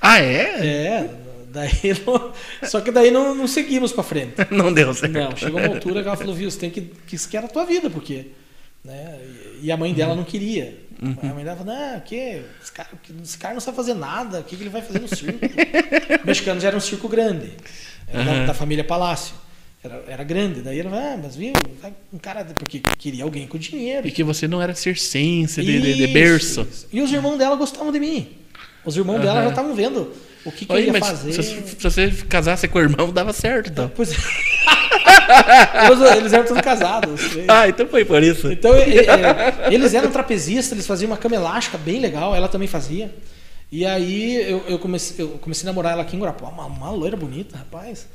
S1: Ah, é? (laughs)
S2: É, daí não- só que daí não, não seguimos pra frente.
S1: Não deu certo.
S2: Não, chegou um uma altura que ela falou, viu, você tem que, que isso que era a tua vida, porque. Né? E a mãe dela
S1: Uhum.
S2: não queria. A mãe dela falou, não, o quê? Esse cara, esse cara não sabe fazer nada, o que, que ele vai fazer no circo? o mexicano já era um circo grande, era da-
S1: Aham.
S2: da família Palácio. Era, era grande, daí ela falou, ah, mas viu, um cara, porque queria alguém com dinheiro.
S1: E que você não era circense de, de, de
S2: Isso,
S1: berço.
S2: isso. E os irmãos dela gostavam de mim. Os irmãos dela
S1: Aham.
S2: já estavam vendo o que, que eu
S1: Aí,
S2: ia
S1: mas
S2: fazer.
S1: se, se você casasse com o irmão, dava certo, então.
S2: Pois é. (laughs) Eles- Eles eram todos casados. os três.
S1: Ah, então foi por isso.
S2: Então, e- e- eles eram trapezistas, eles faziam uma cama elástica bem legal, ela também fazia. E aí eu, eu comecei, eu comecei a namorar ela aqui em Guarapuá, uma, uma loira bonita, rapaz.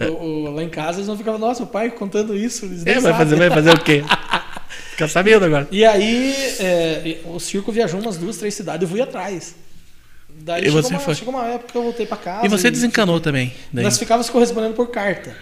S2: É, O- o- lá em casa eles não ficavam, nossa, o pai contando isso. Eles nem
S1: É, vai
S2: sabem."
S1: fazer, vai fazer o (laughs) quê? Fica sabendo agora.
S2: E aí é, e- o circo viajou umas duas, três cidades, eu fui atrás. Daí
S1: E
S2: chegou,
S1: você
S2: uma,
S1: foi?
S2: chegou uma época que eu voltei pra casa.
S1: E você né? desencanou também. daí?
S2: Nós ficávamos correspondendo por carta.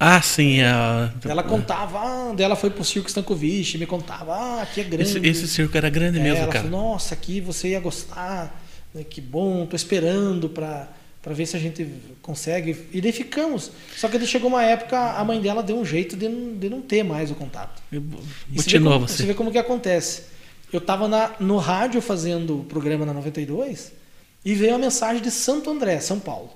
S1: Ah, sim. a-
S2: Ela contava, ah, daí ela foi pro circo Stankovic, me contava, ah, aqui é grande.
S1: Esse, esse circo era grande
S2: É,
S1: mesmo,
S2: ela
S1: cara.
S2: falou, nossa, aqui você ia gostar, né? que bom, tô esperando pra, pra ver se a gente consegue. E daí ficamos. Só que daí chegou uma época, a mãe dela deu um jeito de não, de não ter mais o contato.
S1: Eu-
S2: E você vê
S1: Mutinou
S2: como- Você
S1: você.
S2: vê como que acontece. Eu tava na- no rádio fazendo o programa na 92 e veio a mensagem de Santo André, São Paulo.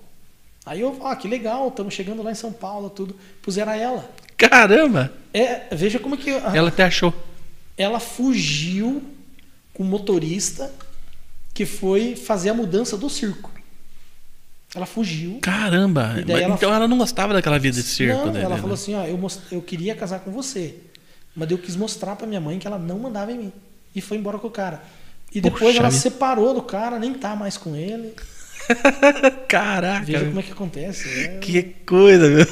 S2: Aí eu, ah, que legal, estamos chegando lá em São Paulo, tudo. Puseram ela.
S1: Caramba!
S2: É, veja como que... a-
S1: Ela até achou.
S2: ela fugiu com o motorista que foi fazer a mudança do circo. Ela fugiu.
S1: Caramba!
S2: E daí
S1: Mas
S2: ela-
S1: Então ela não gostava daquela vida de circo,
S2: não,
S1: né?
S2: ela
S1: né?
S2: falou assim, ó, eu, mos- eu queria casar com você, mas eu quis mostrar pra minha mãe que ela não mandava em mim e foi embora com o cara. E
S1: Poxa
S2: depois ela
S1: vida.
S2: separou do cara, nem tá mais com ele.
S1: Caraca!
S2: assim, Veja como é que acontece. né?
S1: Que coisa, meu.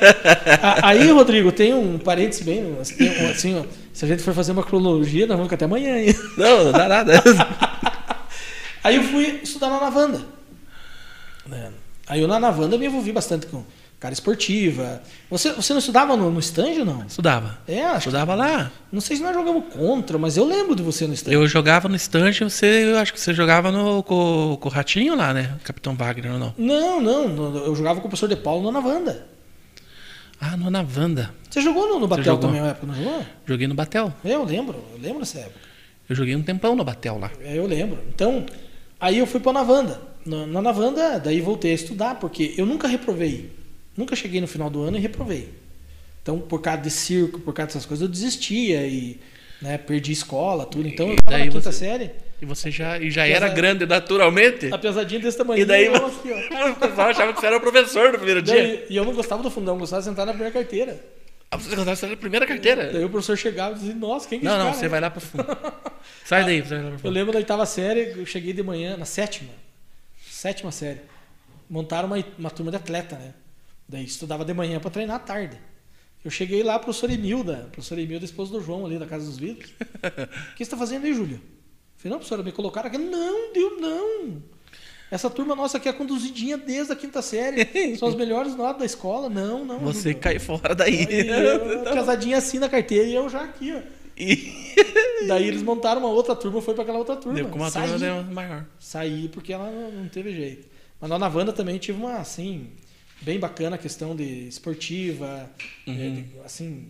S1: (laughs)
S2: A- Aí, Rodrigo, tem um parênteses bem assim, assim, ó, se a gente for fazer uma cronologia, nós vamos ficar até amanhã. Hein?
S1: Não, não dá
S2: (laughs)
S1: nada.
S2: Aí eu fui estudar na Navanda. né? Aí eu na Navanda me envolvi bastante com cara esportiva. Você, você não estudava no, no estande, não?
S1: Estudava.
S2: É, acho que-
S1: Estudava lá.
S2: Não sei se nós jogamos contra, mas eu lembro de você no estande.
S1: Eu jogava no estante, você, eu acho que você jogava no, com, com o Ratinho lá, né? Capitão Wagner ou não?
S2: Não, não, no- Eu jogava com o professor De Paulo na Navanda.
S1: Ah, no Anavanda.
S2: Você jogou no, no Batel
S1: jogou.
S2: também na época, não jogou?
S1: Joguei no Batel.
S2: Eu lembro, eu lembro dessa época.
S1: Eu joguei um tempão no Batel lá.
S2: É, Eu lembro. Então, aí eu fui pra Navanda. Na, na Navanda, daí voltei a estudar, porque eu nunca reprovei. Nunca cheguei no final do ano e reprovei. Então, por causa de circo, por causa dessas coisas, eu desistia e né, perdi escola, tudo. Então, eu
S1: E
S2: tava na
S1: daí
S2: quinta
S1: você-
S2: série,
S1: E você já, e já era
S2: Exato.
S1: grande naturalmente?
S2: a pesadinha desse tamanho.
S1: E daí
S2: (laughs)
S1: (laughs)
S2: eu aqui, ó.
S1: o pessoal achava que você era o professor no primeiro dia.
S2: Daí- e eu não gostava do fundão, eu gostava de sentar na primeira carteira.
S1: Ah, Você gostava de ser a primeira carteira?
S2: Daí o professor chegava e dizia, nossa, quem que é
S1: Não,
S2: esse
S1: não,
S2: cara?
S1: você vai lá pro fundo. Sai daí, você vai lá pro
S2: Eu
S1: fundo.
S2: lembro da oitava série, eu cheguei de manhã, na sétima. Sétima série. Montaram uma, uma turma de atleta, né? Daí estudava de manhã pra treinar à tarde. Eu cheguei lá, professora Emilda, professora Emilda, esposa do João ali da Casa
S1: (laughs)
S2: dos Vidros. O que você tá fazendo aí, Júlio? Eu falei, não, professora, me colocaram aqui. Não, Deus, não. Essa turma nossa aqui é conduzidinha desde a
S1: (laughs)
S2: quinta série. São as melhores notas da escola. Não, não.
S1: Você
S2: Júlio.
S1: cai fora daí.
S2: Aí
S1: (laughs)
S2: eu, Casadinha assim na carteira e eu já aqui, ó.
S1: E
S2: Daí eles montaram uma outra turma, foi pra aquela outra turma.
S1: deu com uma
S2: Saí
S1: turma deu maior.
S2: sair porque ela não não teve jeito. Mas lá na Wanda também tive uma, assim, bem bacana questão de esportiva, eh, de- assim,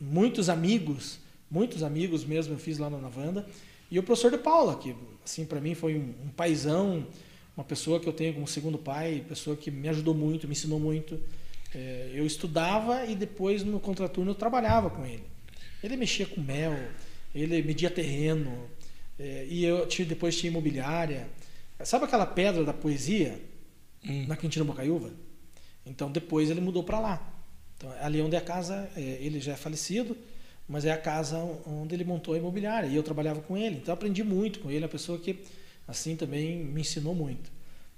S2: muitos amigos, muitos amigos mesmo eu fiz lá na Navanda. E o professor de Paula, que assim para mim foi um, um paizão, uma pessoa que eu tenho como segundo pai, pessoa que me ajudou muito, me ensinou muito. É, eu estudava e depois no contraturno eu trabalhava com ele. Ele mexia com mel, ele media terreno, é, e eu ti- depois tinha imobiliária. Sabe aquela pedra da poesia? na Quintino Bocaiúva. Então depois ele mudou para lá. Então ali onde é a casa, é, ele já é falecido, mas é a casa onde ele montou a imobiliária e eu trabalhava com ele. Então eu aprendi muito com ele, é uma pessoa que assim também me ensinou muito.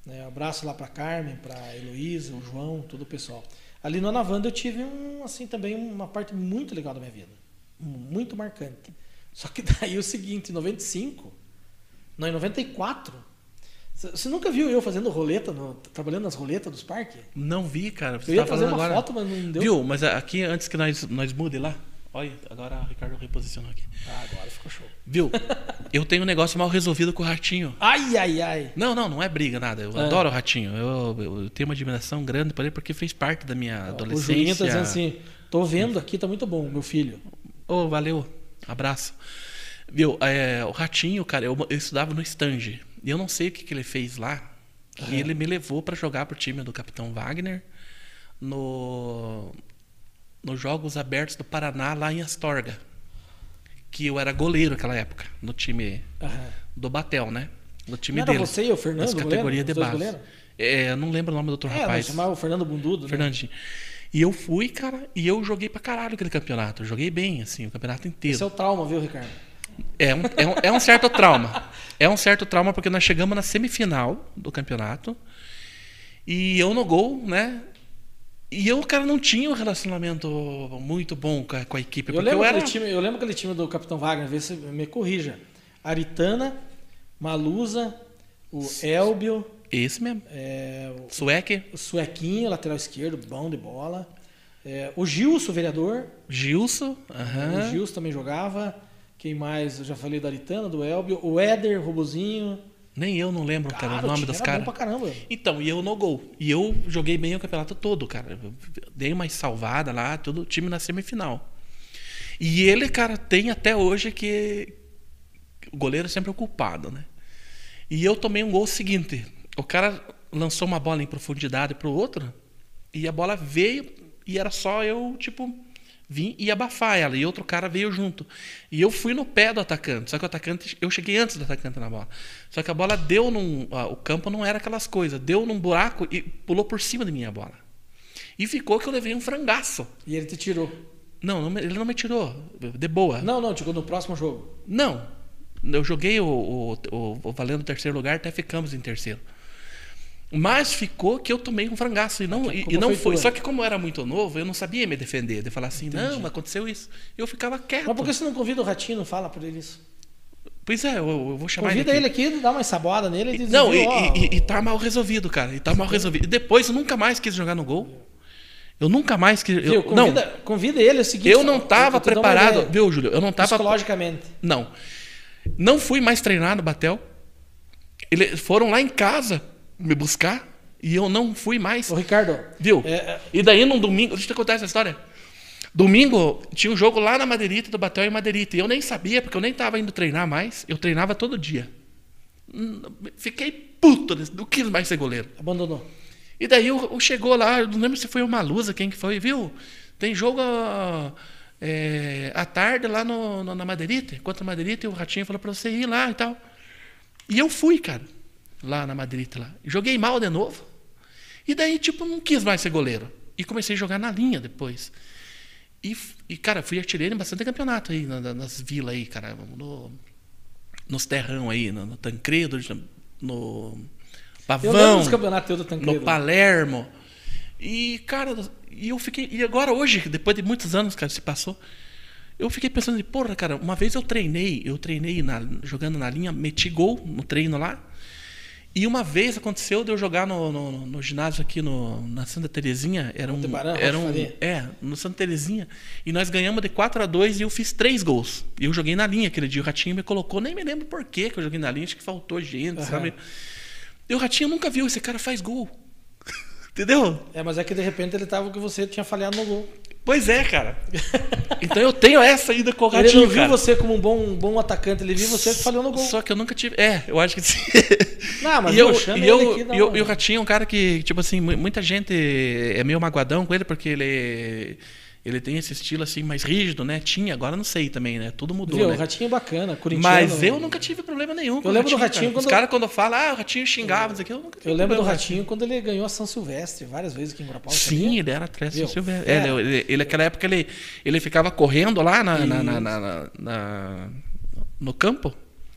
S2: Né, um abraço lá para Carmen, para Heloísa, o João, todo o pessoal. Ali na Navanda eu tive um assim também uma parte muito legal da minha vida, muito marcante. Só que (laughs) daí o seguinte, em 95, não, em 94, C- você nunca viu eu fazendo roleta, no- trabalhando nas roletas dos parques?
S1: Não vi, cara. Você
S2: Eu ia
S1: tá
S2: fazer
S1: falando
S2: uma
S1: agora.
S2: foto, mas não deu.
S1: Viu? Mas aqui, antes que nós, nós mude lá. Olha, agora o Ricardo reposicionou aqui.
S2: Ah, agora ficou show.
S1: Viu? eu tenho um negócio mal resolvido com o ratinho.
S2: Ai, ai, ai.
S1: Não, não, não é briga, nada. Eu
S2: Ah.
S1: adoro o ratinho. Eu, eu- eu tenho uma admiração grande pra ele porque fez parte da minha
S2: O Julinho tá
S1: adolescência.
S2: dizendo assim, tô vendo aqui, tá muito bom, meu filho.
S1: Ô, valeu. Abraço. Viu, é, o Ratinho, cara, eu, eu estudava no Stange. E eu não sei o que, que ele fez lá. que
S2: Aham.
S1: ele me levou pra jogar pro time do Capitão Wagner no nos Jogos Abertos do Paraná, lá em Astorga. Que eu era goleiro naquela época, no time
S2: Aham.
S1: do Batel, né? No time
S2: Não era
S1: dele.
S2: você e o Fernando,
S1: Nas
S2: goleiro?
S1: categorias de
S2: Os dois
S1: base.
S2: goleiros?
S1: É, eu não lembro o nome do outro
S2: É, nós
S1: rapaz.
S2: chamava o Fernando Bundudo, né?
S1: Fernandinho. E eu fui, cara, e eu joguei pra caralho aquele campeonato. Eu joguei bem, assim, o campeonato inteiro.
S2: Esse é o trauma, viu, Ricardo?
S1: É um, é, um, é um certo trauma. É um certo trauma porque nós chegamos na semifinal do campeonato e eu no gol, né? E eu, cara, não tinha um relacionamento muito bom com a, com a equipe.
S2: Eu
S1: porque eu
S2: lembro,
S1: era.
S2: aquele time, eu lembro aquele time do Capitão Wagner, vê se me corrija. Aritana, Malusa, o Elbio,
S1: Esse mesmo.
S2: é, o-
S1: Sueque,
S2: o Suequinho, lateral esquerdo, bom de bola. É, o Gilson, vereador,
S1: Gilson. aham.
S2: O Gilson também jogava. Quem mais? Eu já falei da Aritana, do Elbio. O Éder, Robozinho.
S1: Nem eu não lembro, cara,
S2: Cara,
S1: o nome
S2: time
S1: dos
S2: era
S1: caras.
S2: bom pra caramba.
S1: Então, e eu no gol. E eu joguei bem o campeonato todo, cara. Eu Dei uma salvada lá, todo o time na semifinal. E ele, cara, tem até hoje que. O goleiro sempre é o culpado, né? E eu tomei um gol seguinte. O cara lançou uma bola em profundidade pro outro. E a bola veio e era só eu, tipo, vim e abafar ela. E outro cara veio junto. E eu fui no pé do atacante. Só que o atacante. Eu cheguei antes do atacante na bola. Só que a bola deu num. ah, o campo não era aquelas coisas. Deu num buraco e pulou por cima de mim a bola. E ficou que eu levei um frangaço.
S2: E ele te tirou.
S1: Não, não me- ele não me tirou. De boa.
S2: Não, não, chegou no próximo jogo.
S1: Não. Eu joguei o, o, o, o valendo terceiro lugar, até ficamos em terceiro. Mas ficou que eu tomei um frangaço. E não,
S2: A
S1: e,
S2: culpa
S1: e não
S2: foi
S1: foi.
S2: tua.
S1: Só que como eu era muito novo, eu não sabia me defender. De falar assim, não, mas aconteceu isso. Eu ficava quieto.
S2: Mas por que você não convida o Ratinho, não fala por ele isso?
S1: Pois é, eu, eu vou chamar
S2: Convida
S1: ele
S2: ele
S1: aqui.
S2: aqui, dá uma saboada nele e diz...
S1: Não,
S2: viu,
S1: e,
S2: ó,
S1: e, e tá mal resolvido, cara. E tá mal resolvido. E depois eu nunca mais quis jogar no gol. Eu nunca mais quis.
S2: viu,
S1: Eu, não,
S2: convida, convida ele, é o seguinte...
S1: eu não tava
S2: eu te dou uma
S1: preparado.
S2: ideia,
S1: Viu, Júlio? Eu não tava
S2: Psicologicamente.
S1: Não. Não fui mais treinar no Batel. Eles foram lá em casa me buscar e eu não fui mais.
S2: Ô, Ricardo...
S1: Viu?
S2: é, é,
S1: E daí num domingo. Deixa eu te contar essa história. Domingo tinha um jogo lá na Madeirita do Batel e Madeirita. E eu nem sabia, porque eu nem tava indo treinar mais. Eu treinava todo dia. Hum, Fiquei puto, não quis mais ser goleiro.
S2: abandonou.
S1: E daí o, o chegou lá, eu não lembro se foi o Malusa, quem que foi, viu? Tem jogo ah, é, à tarde lá no, no- na Madeirita, contra a Madeirita, e o Ratinho falou pra você ir lá e tal. E eu fui, cara, lá na Madeirita. Lá. Joguei mal de novo. E daí, tipo, não quis mais ser goleiro. E comecei a jogar na linha depois. E, f- e cara, fui artilheiro em bastante campeonato aí, na- na- nas vilas aí, cara. No, nos terrão aí, no, no Tancredo, no
S2: Eu
S1: Pavão
S2: lembro dos campeonatos teu do
S1: no
S2: Tancredo.
S1: Palermo. E, cara, e eu fiquei. E agora hoje, depois de muitos anos, cara, se passou, eu fiquei pensando assim, porra, cara, uma vez eu treinei, eu treinei na- jogando na linha, meti gol no treino lá. E uma vez aconteceu de eu jogar no, no- no- no ginásio aqui no, na Santa Terezinha. Era um,
S2: Montebarã,
S1: era um,
S2: Rocha Faria.
S1: é, no Santa Terezinha. E nós ganhamos de 4 a 2 e eu fiz três gols. E eu joguei na linha aquele dia. O Ratinho me colocou, nem me lembro por que que eu joguei na linha, acho que faltou gente,
S2: Aham.
S1: sabe? E o Ratinho nunca viu, esse cara faz gol. (laughs) Entendeu?
S2: É, mas é que de repente ele tava que você tinha falhado no gol.
S1: Pois é,
S2: (laughs)
S1: cara. Então eu tenho essa ainda com o
S2: ele
S1: Ratinho,
S2: não viu
S1: cara.
S2: você como um bom, um bom atacante, ele viu você que falhou no gol.
S1: Só que eu nunca tive. É, eu acho que sim. (laughs)
S2: Não, Ah, mas
S1: e eu,
S2: eu chamo
S1: e,
S2: ele
S1: eu,
S2: aqui, não.
S1: e, eu- e o Ratinho é um cara que, tipo assim, mu- muita gente é meio magoadão com ele porque ele. Ele tem esse estilo assim mais rígido, né? Tinha, agora não sei também, né? Tudo mudou,
S2: Viu,
S1: né?
S2: o Ratinho é bacana, corintiano. né?
S1: Mas eu nunca tive problema nenhum com
S2: Eu lembro do
S1: o Ratinho,
S2: Ratinho
S1: cara. Os
S2: quando-
S1: caras quando falam, ah, o Ratinho xingava, isso aqui, eu nunca tive
S2: Eu lembro do
S1: problema.
S2: Ratinho quando ele ganhou a São Silvestre várias vezes aqui em Guarapau.
S1: Sim, ele era atleta
S2: Viu?
S1: São Silvestre.
S2: É.
S1: É, ele, ele, ele- aquela época ele, ele ficava correndo lá na, na- na- na- na- na- no campo,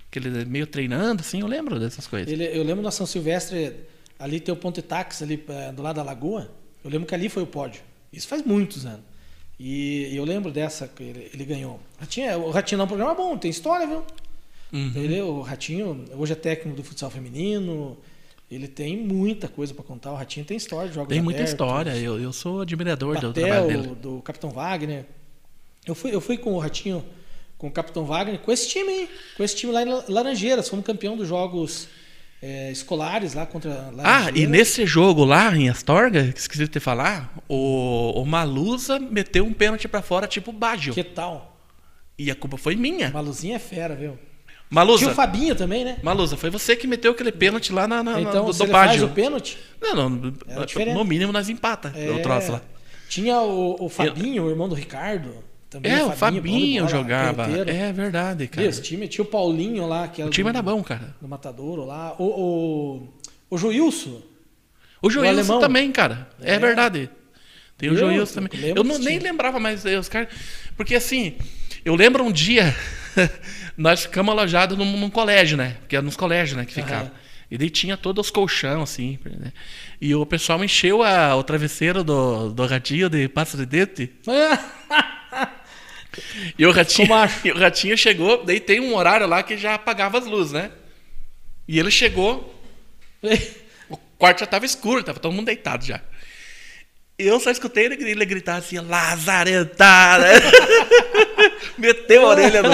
S1: que ele meio treinando, assim, eu lembro dessas coisas.
S2: Ele, eu lembro na São Silvestre, ali tem o ponto de táxi, ali eh, do lado da lagoa. Eu lembro que ali foi o pódio. Isso faz muitos anos. E, e eu lembro dessa que ele, ele ganhou. Ratinho, é- o Ratinho é um programa bom, tem história, viu?
S1: Uhum.
S2: Ele, o Ratinho, hoje é técnico do futsal feminino. Ele tem muita coisa para contar. O Ratinho tem história de jogos
S1: Tem muita
S2: abertos.
S1: história, eu, eu sou admirador do trabalho
S2: Patel,
S1: dele.
S2: do Capitão Wagner. Eu fui, eu fui com o Ratinho, com o Capitão Wagner, com esse time, hein? Com esse time lá em La- Laranjeiras. Fomos campeão dos jogos eh, escolares lá contra
S1: Ah,
S2: Laranjeiras.
S1: e nesse jogo lá em Astorga, que esqueci de te falar, o, o Malusa meteu um pênalti pra fora, tipo Baggio.
S2: Que tal?
S1: E a culpa foi minha.
S2: Maluzinha é fera, viu? Tinha o
S1: Malusa,
S2: Fabinho também, né?
S1: Malusa, foi você que meteu aquele pênalti lá na, na, na-
S2: Então,
S1: do,
S2: se
S1: do
S2: ele faz
S1: Baggio.
S2: o pênalti...
S1: Não, não,
S2: Era diferente. É,
S1: no mínimo nós empata o É troço lá.
S2: Tinha o, o Fabinho, o irmão do Ricardo. Também
S1: É, o
S2: bom
S1: Fabinho
S2: de bola,
S1: jogava.
S2: canhoteiro.
S1: É verdade, cara.
S2: Viu, Esse time tinha o Paulinho lá, que era
S1: O time
S2: do,
S1: era bom, cara.
S2: do Matadouro lá. O, o,
S1: (laughs)
S2: o Joilson,
S1: O Joilson
S2: alemão.
S1: também, cara. É,
S2: É.
S1: verdade. Tem o
S2: Eu
S1: Joilson também.
S2: lembro
S1: Eu não,
S2: desse
S1: nem
S2: time.
S1: lembrava mais eh, os caras. Porque assim, eu lembro um dia, (laughs) nós ficamos alojados num, num colégio, né? Porque era nos colégios, né, que ficava.
S2: Aham.
S1: E daí tinha todos os colchão, assim. né? E o pessoal encheu a- o travesseiro do, do ratinho de pássaro de dente. E o ratinho,
S2: Ficou macho.
S1: (laughs) e o ratinho chegou, daí tem um horário lá que já apagava as luzes, né? E ele chegou, o quarto já tava escuro, tava todo mundo deitado já. Eu só escutei ele, ele gritar assim, lazarentada. (laughs) Meteu a orelha no,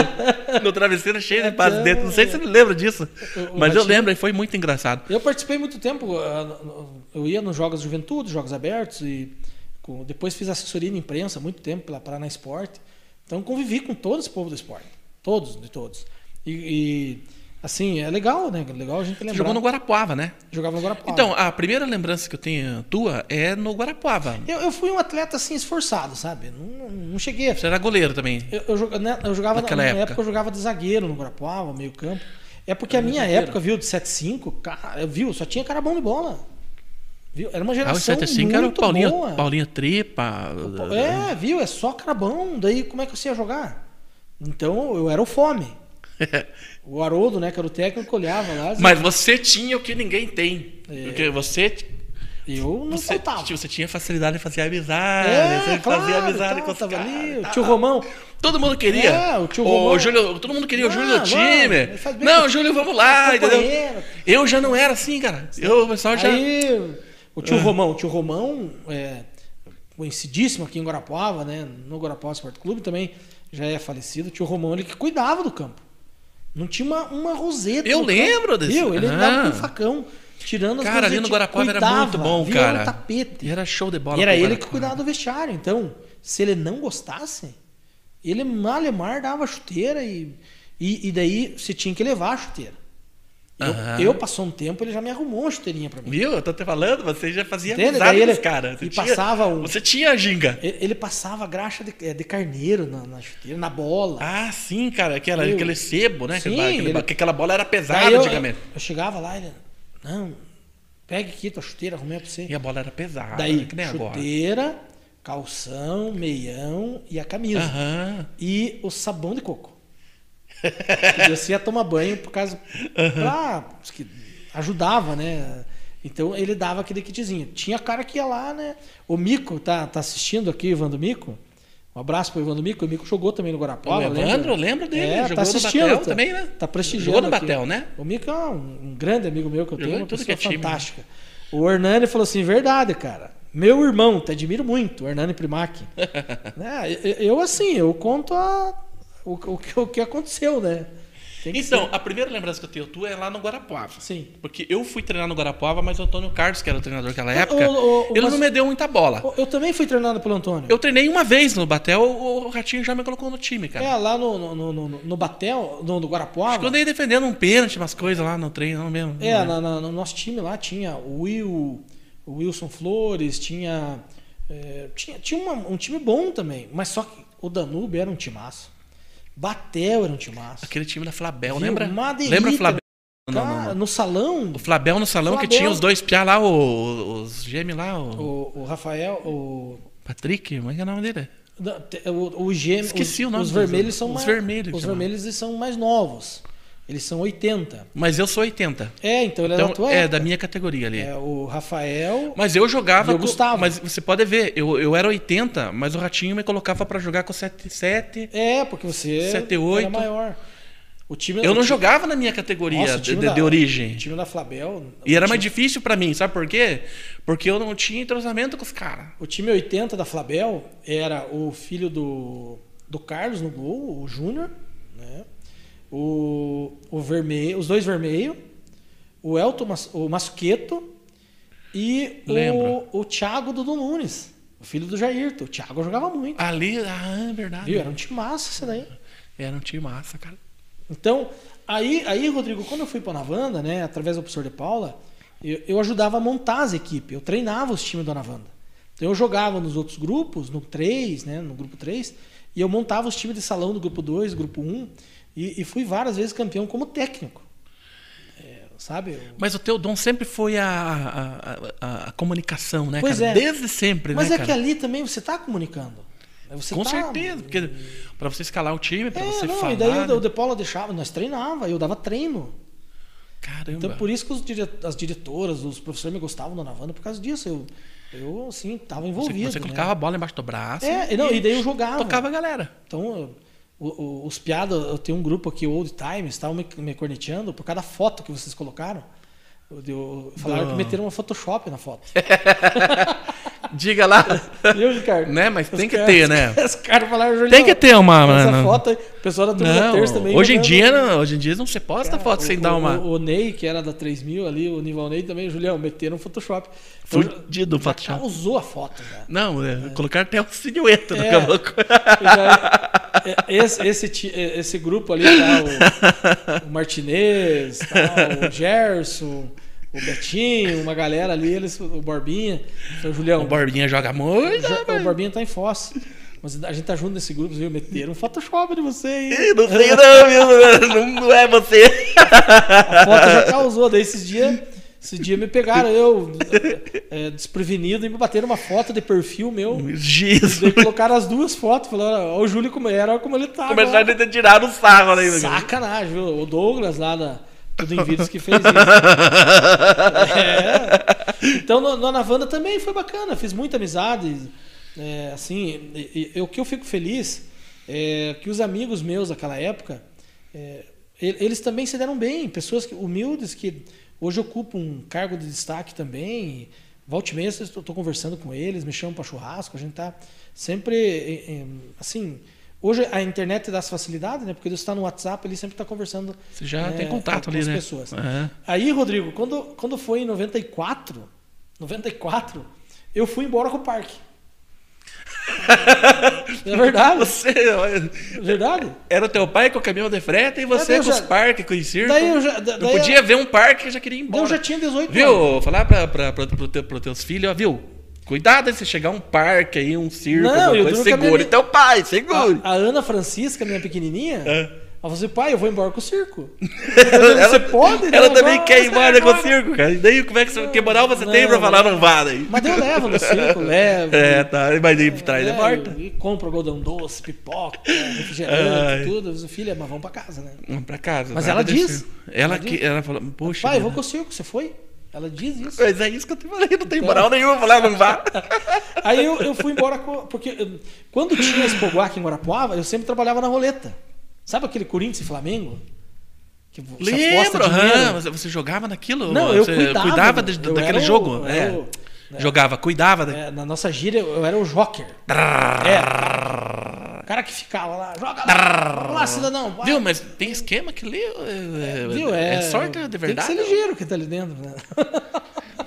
S1: no travesseiro cheio de paz dentro. Não sei se você me lembra disso.
S2: O- o
S1: Mas eu
S2: ratinho-
S1: lembro, e foi muito engraçado.
S2: Eu participei muito tempo, ah, no- no- eu ia nos Jogos de Juventude, Jogos Abertos, e com- depois fiz assessoria de imprensa muito tempo pela Paraná Esporte. Então convivi com todo esse povo do esporte. Todos, de todos. E, e, assim, é legal, né? Legal a gente
S1: Você
S2: lembrar.
S1: jogou no Guarapuava, né?
S2: Jogava no Guarapau.
S1: Então, a primeira lembrança que eu tenho tua é no Guarapuava.
S2: eu, eu fui um atleta assim, esforçado, sabe? Não, não cheguei a
S1: Você era goleiro também.
S2: Eu, eu joga- né, eu jogava
S1: Naquela
S2: na minha
S1: época.
S2: época. eu jogava de zagueiro no Guarapuava, meio campo. É porque a minha
S1: zagueiro.
S2: época, viu, de 75, cara, viu, só tinha cara bom de bola. Viu? Era
S1: Ah,
S2: uma
S1: o
S2: geração
S1: 75
S2: muito
S1: era o Paulinho,
S2: boa.
S1: Paulinho né? Tripa.
S2: O Pau- É, viu, é só cara bom, daí como é que você ia jogar? Então, eu era o fome. É. O Haroldo, né, que era o técnico, olhava lá
S1: (laughs) Mas você tinha o que ninguém tem.
S2: É.
S1: Porque você,
S2: e eu não
S1: você,
S2: faltava.
S1: tipo, você tinha facilidade em fazer amizade. você fazia amizade
S2: tá,
S1: com os
S2: tava
S1: caras.
S2: ali,
S1: tá.
S2: o tio Romão.
S1: Todo mundo queria.
S2: É, o tio
S1: o,
S2: Romão.
S1: Júlio, todo mundo queria o
S2: Ah,
S1: Júlio do
S2: vamos,
S1: time.
S2: faz bem
S1: Não,
S2: com-
S1: Júlio, vamos lá, entendeu?
S2: companheiro.
S1: Eu já não era assim, cara. Eu, o pessoal já.
S2: Aí, o tio
S1: Ah.
S2: Romão, o tio Romão é conhecidíssimo aqui em Guarapuava, né? No Guarapuava Sport Clube também já é falecido. O tio Romão, ele que cuidava do campo. Não tinha uma, uma roseta.
S1: Eu
S2: no
S1: lembro
S2: campo.
S1: desse-
S2: Viu? Ele
S1: Ah.
S2: andava com um facão, tirando as
S1: Cara, ali
S2: rosetas,
S1: no Guarapuava era
S2: cuidava,
S1: muito bom,
S2: virava
S1: cara.
S2: o tapete.
S1: E era show de bola.
S2: E era
S1: pro
S2: ele que
S1: Guarapuava.
S2: cuidava do vestiário. Então, se ele não gostasse, ele malemar dava a chuteira e, e, e daí você tinha que levar a chuteira. Eu,
S1: Aham.
S2: eu passou um tempo, ele já me arrumou uma chuteirinha pra mim.
S1: Viu? Eu tô te falando, você já fazia
S2: Entende?
S1: amizade
S2: Daí
S1: com os
S2: ele-
S1: caras. Você
S2: e
S1: tinha-
S2: passava um-
S1: Você tinha a ginga.
S2: Ele ele passava graxa de, eh, de carneiro na, na chuteira, na bola.
S1: Ah, sim, cara, aquela,
S2: Viu?
S1: aquele sebo, né?
S2: Sim,
S1: aquela, aquele-
S2: ele-
S1: que aquela bola era
S2: Daí
S1: pesada
S2: eu,
S1: antigamente.
S2: eu chegava lá e ele, não, pega aqui tua chuteira, arrumei pra você.
S1: E a bola era pesada,
S2: Daí,
S1: Ah, que nem agora.
S2: chuteira, calção, meião e a camisa.
S1: Aham.
S2: E o sabão de coco. Que você ia tomar banho por causa. Pra, que ajudava, né? Então ele dava aquele kitzinho. Tinha cara que ia lá, né? O Mico tá, tá assistindo aqui, Ivan do Mico. Um abraço pro Ivan do Mico. O Mico jogou também no Guarapó.
S1: O Evandro, eu lembro dele,
S2: É,
S1: jogou
S2: tá
S1: no
S2: assistindo,
S1: Batel
S2: tá-
S1: também, né?
S2: Tá prestigiando.
S1: Jogou no
S2: aqui.
S1: Batel, né?
S2: O Mico é um, um grande amigo meu que eu
S1: Jogou
S2: tenho,
S1: em
S2: uma
S1: tudo
S2: pessoa
S1: que é time, né?
S2: fantástica. O Hernani falou assim: verdade, cara. Meu irmão, te admiro muito, o
S1: (laughs)
S2: Hernani Primac. né? Eu, eu, assim, eu conto a- o, o que- o que aconteceu, né? Tem que
S1: Então, a primeira lembrança que eu tenho tua é lá no Guarapuava.
S2: Sim.
S1: Porque eu fui treinar no Guarapuava, mas o Antônio Carlos, que era o treinador naquela
S2: Ô,
S1: época,
S2: ô, ô,
S1: ele
S2: mas-
S1: não me deu muita bola.
S2: Eu também fui treinado pelo Antônio.
S1: Eu treinei uma vez no Batel, o o Ratinho já me colocou no time, cara.
S2: É, lá no, no, no, no, no Batel, no, no Guarapuava.
S1: Acho que eu andei defendendo um pênalti, umas coisas lá no treino, não mesmo. né?
S2: É, na- na- no nosso time lá tinha o Will, o Wilson Flores, tinha. é, tinha tinha uma- um time bom também, mas só que o Danúbio era um timaço. Batel era um timaço.
S1: Aquele time da Flabel,
S2: Viu?
S1: lembra?
S2: Uma delícia.
S1: Lembra o Flabel? Não, não,
S2: Cara,
S1: não.
S2: No salão,
S1: O Flabel no salão que
S2: Flabel.
S1: tinha os dois piá lá, o- os gêmeos lá, o,
S2: o, o Rafael, o,
S1: Patrick, como é que é o nome dele?
S2: da- te- o, o gêmeo.
S1: Esqueci
S2: os,
S1: o nome
S2: Os
S1: dos-
S2: vermelhos são
S1: os
S2: mais.
S1: vermelhos,
S2: os
S1: sei lá.
S2: vermelhos eles são mais novos. Eles são 80.
S1: Mas eu sou 80.
S2: É, então ele era da
S1: Então,
S2: tua
S1: é,
S2: época.
S1: da minha categoria ali.
S2: É, o Rafael.
S1: Mas eu jogava.
S2: E o
S1: com-
S2: Gustavo.
S1: Mas você pode ver, eu, eu era 80, mas o Ratinho me colocava pra jogar com 77.
S2: É, porque você
S1: 78.
S2: era maior. O time
S1: Eu
S2: o
S1: não
S2: ti-
S1: jogava na minha categoria
S2: Nossa, o
S1: de,
S2: time
S1: de-
S2: da-
S1: de
S2: O
S1: origem.
S2: time da Flabel.
S1: E
S2: o
S1: era
S2: time-
S1: mais difícil pra mim, sabe por quê? Porque eu não tinha entrosamento com os caras.
S2: O time 80 da Flabel era o filho do, do Carlos no gol, o Júnior, né? O, o vermelho, os dois vermelhos, o Elton, Mas- o Masqueto e
S1: Lembro.
S2: o, o Thiago Dudu Nunes, o filho do Jairto. O Thiago jogava muito.
S1: Ali, ah, é verdade.
S2: Viu? Era um time massa esse daí.
S1: Era um time massa, cara.
S2: Então, aí, aí, Rodrigo, quando eu fui para Navanda, né, através do professor de Paula, eu, eu ajudava a montar as equipes, eu treinava os times da Navanda. Então eu jogava nos outros grupos, no 3, né, no grupo 3, e eu montava os times de salão do grupo 2, grupo 1, e, e fui várias vezes campeão como técnico. É, sabe? Eu-
S1: Mas o teu dom sempre foi a, a, a- a comunicação, né,
S2: Pois
S1: cara?
S2: é.
S1: Desde sempre,
S2: Mas
S1: né,
S2: é
S1: cara?
S2: que ali também você está comunicando. né, Você
S1: Com
S2: tá-
S1: certeza, porque pra você escalar o time, pra
S2: É,
S1: você
S2: não,
S1: falar...
S2: e daí o,
S1: né?
S2: o De Paula deixava, nós treinava, eu dava treino.
S1: Caramba.
S2: Então, por isso que os dire- as diretoras, os professores me gostavam da Navanda, por causa disso. Eu, eu assim, estava
S1: você,
S2: envolvido.
S1: você
S2: né?
S1: colocava a bola embaixo do braço.
S2: É, e não, e daí eu jogava.
S1: Tocava a galera.
S2: Então, eu- o- o- os piadas, eu tenho um grupo aqui, Old Times, estavam me, me corneteando por cada foto que vocês colocaram. Eu, eu- falaram
S1: Do-
S2: que meteram uma Photoshop
S1: (laughs)
S2: na foto.
S1: Diga lá.
S2: Viu, Ricardo?
S1: né? Mas tem
S2: Os
S1: que
S2: caras-
S1: ter, né?
S2: (laughs) Os caras falaram, Julião,
S1: Tem que ter uma,
S2: Essa
S1: mano.
S2: foto aí, o pessoal da turma da
S1: Não,
S2: terça também.
S1: hoje em
S2: mandando-
S1: dia, não, hoje em dia não se posta
S2: Cara,
S1: foto
S2: o-
S1: sem
S2: o-
S1: dar uma.
S2: O, o Ney, que era da 3000 ali, o Nival Ney também, Julião, meteram um Photoshop. Então,
S1: Fudido o
S2: já
S1: Photoshop.
S2: Causou a foto, né?
S1: Não, é, colocar até um silhueta
S2: É.
S1: no caboclo. (laughs)
S2: Já- é, esse, esse, ti- é, esse grupo ali, tá, o, o Martinez, tá, o Gerson, o Betinho, uma galera ali, eles, o Borbinha. Então, Julião,
S1: O Borbinha joga muito.
S2: já- o Borbinha tá em Foz. Mas a gente tá junto nesse grupo, viu? Meteram um Photoshop de você aí.
S1: Ih, Não sei
S2: É.
S1: não, viu? Não, não é você.
S2: A foto já causou. Daí esses dias, esses dias me pegaram, eu é, desprevenido, e me bateram uma foto de perfil meu.
S1: Giz.
S2: Daí colocaram as duas fotos, falaram, ó, o Júlio como era, olha como ele tá. agora."
S1: Começaram a tirar o sarro né, ali. do cara.
S2: Sacanagem, viu? O Douglas lá da Tudo em Vídeos que fez isso. É. (laughs) Então, no, no Navanda também foi bacana, fiz muita amizade. É, assim, e- e- o que eu fico feliz é que os amigos meus daquela época, é, e- eles também se deram bem, pessoas que- humildes que hoje ocupam um cargo de destaque também. Volte meia, estou estou conversando com eles, me chamam para churrasco, a gente tá sempre em- em- assim. Hoje a internet dá essa facilidade, né? Porque você está no WhatsApp, ele sempre está conversando.
S1: Você já
S2: né,
S1: tem
S2: com
S1: contato ali,
S2: as
S1: né?
S2: pessoas.
S1: Aham.
S2: Aí, Rodrigo, quando, quando foi em 94, 94, eu fui embora com o parque. é verdade,
S1: (laughs) Você,
S2: é verdade.
S1: era o teu pai com o caminhão de frete e você
S2: eu
S1: com os
S2: já-
S1: parques, com o circo.
S2: Daí eu já, da-
S1: Não
S2: daí
S1: podia ver um parque e já queria ir
S2: Então, eu, eu
S1: embora.
S2: já tinha 18 anos.
S1: Viu? Falar pra, pra, pra, pro teu, pros teus filhos, ó, viu? Cuidado aí, se chegar um parque aí, um circo,
S2: Não,
S1: alguma
S2: eu
S1: coisa,
S2: duro que a
S1: segure
S2: minha- Ah,
S1: teu pai, segure.
S2: A, a Ana Francisca, minha pequenininha,
S1: É.
S2: ela falou assim, pai, eu vou embora com o circo. Você pode? né?
S1: (laughs) Ela também
S2: Agora,
S1: quer ir
S2: você
S1: embora com
S2: agora.
S1: o circo, cara. E daí, como é que, você, que moral você
S2: Não,
S1: tem pra falar não vá daí?
S2: Mas eu levo
S1: (laughs)
S2: no circo, levo.
S1: É, tá, mas aí por trás é
S2: É,
S1: porta.
S2: E compra algodão doce, pipoca,
S1: Ai.
S2: refrigerante, tudo. Mas o filho é, mas vamos pra casa, né?
S1: Vamos pra casa.
S2: Mas
S1: tá?
S2: ela
S1: Deixa
S2: diz.
S1: eu- Ela,
S2: Ela
S1: que,
S2: diz.
S1: ela fala, poxa.
S2: Pai, eu
S1: vida.
S2: vou com o circo, você foi? Ela diz isso.
S1: Mas é isso que eu te falei, não
S2: Então.
S1: tem moral nenhuma pra falar não vá.
S2: Aí eu, eu fui embora, com- porque eu- quando tinha esse aqui em Guarapuava, eu sempre trabalhava na roleta. Sabe aquele Corinthians e Flamengo? Que se
S1: Lembro,
S2: aposta dinheiro?
S1: aham, mas você jogava naquilo?
S2: Não, eu
S1: você
S2: cuidava,
S1: cuidava de-
S2: eu
S1: daquele
S2: era o-
S1: jogo?
S2: eu
S1: é.
S2: era o-
S1: Jogava, cuidava. da-
S2: É, na nossa gíria, eu eu era o joker. É. cara que ficava lá, joga lá, vamos lá cidadão. vai.
S1: Viu, mas tem esquema que lê. É,
S2: Viu?
S1: é, sorte de verdade.
S2: Tem que ser ligeiro que tá ali dentro. né?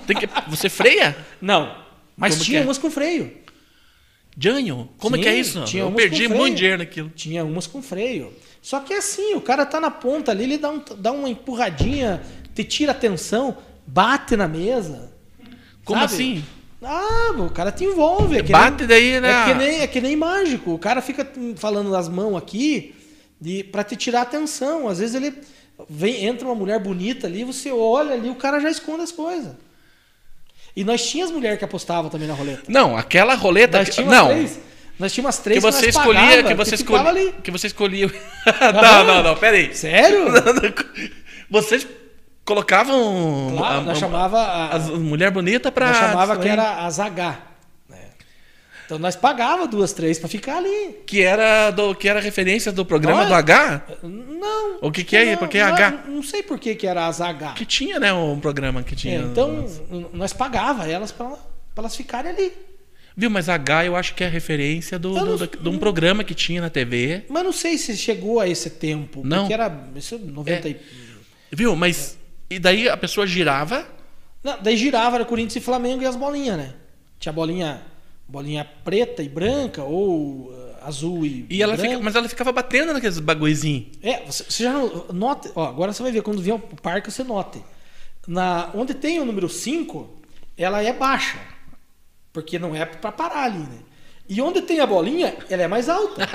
S1: Tem que- você freia?
S2: Não. Mas
S1: Como que
S2: tinha
S1: é?
S2: umas com freio.
S1: Janho, como é
S2: Sim,
S1: que é isso?
S2: tinha
S1: Eu
S2: umas com
S1: perdi
S2: freio.
S1: muito dinheiro naquilo.
S2: Tinha umas com freio. Só que é assim, o cara tá na ponta ali, ele dá, um- dá uma empurradinha, te tira a tensão, bate na mesa.
S1: Como
S2: sabe?
S1: assim?
S2: Ah, o cara te envolve. É que
S1: Bate
S2: nem-
S1: daí, né?
S2: É que, nem, é que nem mágico. O cara fica hum, falando das mãos aqui de, pra te tirar a atenção. Às vezes ele vem, entra uma mulher bonita ali, você olha ali, o cara já esconde as coisas. E nós tínhamos mulher que apostava também na roleta.
S1: Não, aquela roleta.
S2: Nós
S1: que-
S2: tínhamos
S1: não.
S2: três. Nós tínhamos umas
S1: Que
S2: três
S1: você
S2: nós pagava,
S1: escolhia, que você
S2: ficava
S1: escolhia.
S2: ali.
S1: Que você (laughs) escolhia. não, não, não, peraí.
S2: Sério?
S1: (laughs) Vocês colocavam
S2: Claro, nós chamava a,
S1: as mulher bonita pra.
S2: nós chamava que
S1: distrair.
S2: era as H.
S1: É.
S2: né? Então nós pagava duas, três pra ficar ali.
S1: que era do que era referência do programa
S2: Olha.
S1: do H,
S2: Não.
S1: O que que é?
S2: não,
S1: Porque é
S2: não,
S1: H.
S2: Não, sei por que, que era as H.
S1: que tinha, né, um programa que
S2: É,
S1: tinha.
S2: então, n- nós pagava elas pra, pra elas ficarem ali.
S1: viu, mas H eu acho que é referência do,
S2: Eu
S1: do-
S2: não-
S1: da- de um programa que tinha na TV.
S2: Mas não sei se chegou a esse tempo.
S1: Não. É.
S2: Porque era isso, 90 e...
S1: Viu, mas e daí a pessoa girava
S2: Não, daí girava, era Corinthians e Flamengo e as bolinhas, né? Tinha a bolinha, bolinha preta e branca, ou eh, azul e
S1: e ela
S2: branca.
S1: fica, mas ela ficava batendo naqueles bagulhozinho.
S2: É, você, você já não- nota. Ó, agora você vai ver, quando vier o parque, você note. Na, onde tem o número 5, ela é baixa. Porque não é pra parar ali, né? E onde tem a bolinha, ela é mais alta.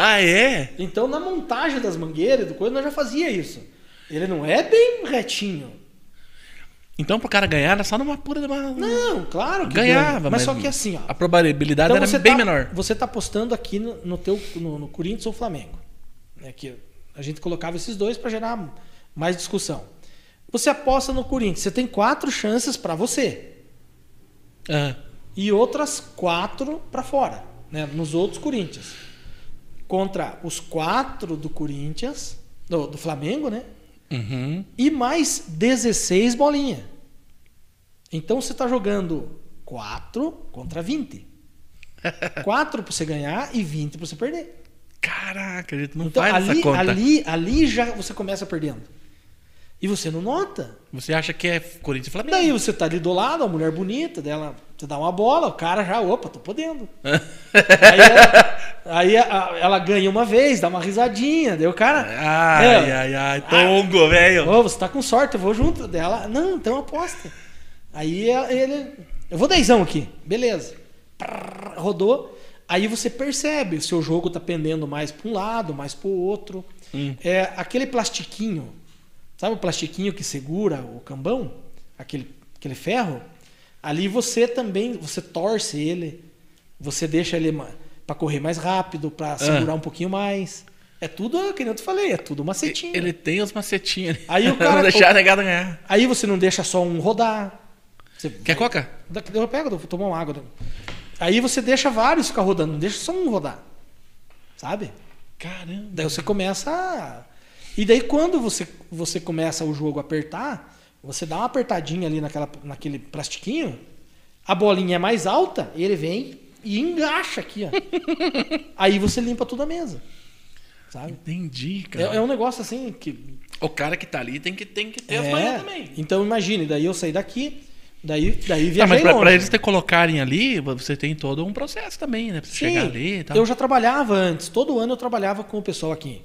S1: Ah, é?
S2: Então, na montagem das mangueiras, e do coisa, nós já fazia isso. Ele não é bem retinho.
S1: Então pro cara ganhar era só numa pura de uma...
S2: Não, claro que
S1: Hum. ganhava, um.
S2: ganha, Né? mas, só que assim, ó.
S1: A probabilidade era
S2: você
S1: bem
S2: tá,
S1: menor.
S2: Você tá apostando aqui no, no teu no, no Corinthians ou Flamengo, né? Que a gente colocava esses dois para gerar mais discussão. Você aposta no Corinthians, você tem quatro chances para você
S1: Ah,
S2: e outras quatro para fora, né? Nos outros Corinthians contra os quatro do Corinthians, do, do Flamengo, né?
S1: uhum.
S2: E mais 16 bolinha. Então você está jogando 4 contra
S1: (laughs)
S2: 20. 4 para você ganhar e 20 para você perder.
S1: Caraca, a gente não
S2: Então
S1: faz essa
S2: ali,
S1: conta.
S2: ali, ali já você começa perdendo. E você não nota.
S1: Você acha que é Corinthians e Flamengo?
S2: Daí você tá ali do lado, uma mulher bonita, dela você dá uma bola, o cara já, opa,
S1: (laughs)
S2: tô podendo. aí ela, aí a- a- ela ganha uma vez, dá uma risadinha, daí o cara.
S1: Ai,
S2: é,
S1: ai, ai, tongo, velho.
S2: Ô, você tá com sorte, eu vou junto dela. Não, então aposta. Aí ela- ele. Eu vou dezão aqui. Beleza. Prrr, Rodou. Aí você percebe, o seu jogo tá pendendo mais pra um lado, mais pro outro. É, aquele plastiquinho, sabe o plastiquinho que segura o cambão? Aquele, aquele ferro? Ali você também, você torce ele, você deixa ele ma- pra correr mais rápido, pra segurar um pouquinho mais. É tudo, que nem eu te falei, é tudo macetinho.
S1: Ele tem os macetinhos ali.
S2: Aí o
S1: (laughs) Pra
S2: cara-
S1: deixar a negada ganhar.
S2: Aí você não deixa só um rodar. Você
S1: Quer
S2: vai-
S1: coca?
S2: Daqui- Eu pego, eu vou tomar uma água. Aí você deixa vários ficar rodando, não deixa só um rodar. Sabe?
S1: Caramba.
S2: Daí você começa a... E daí quando você, você começa o jogo a apertar, você dá uma apertadinha ali naquela, naquele plastiquinho, a bolinha é mais alta, ele vem e engaixa aqui,
S1: (laughs)
S2: ó. Aí você limpa toda a mesa. Sabe?
S1: Entendi,
S2: É,
S1: cara.
S2: é um negócio assim que
S1: O cara que tá ali tem que, tem que ter as
S2: é,
S1: manhas também.
S2: Então imagine, daí eu saí daqui, daí, daí viajei
S1: Tá, mas pra,
S2: longe.
S1: pra eles te colocarem ali, você tem todo um processo também, né? Pra você
S2: Sim,
S1: chegar ali e tal.
S2: eu já trabalhava antes. Todo ano eu trabalhava com o pessoal aqui.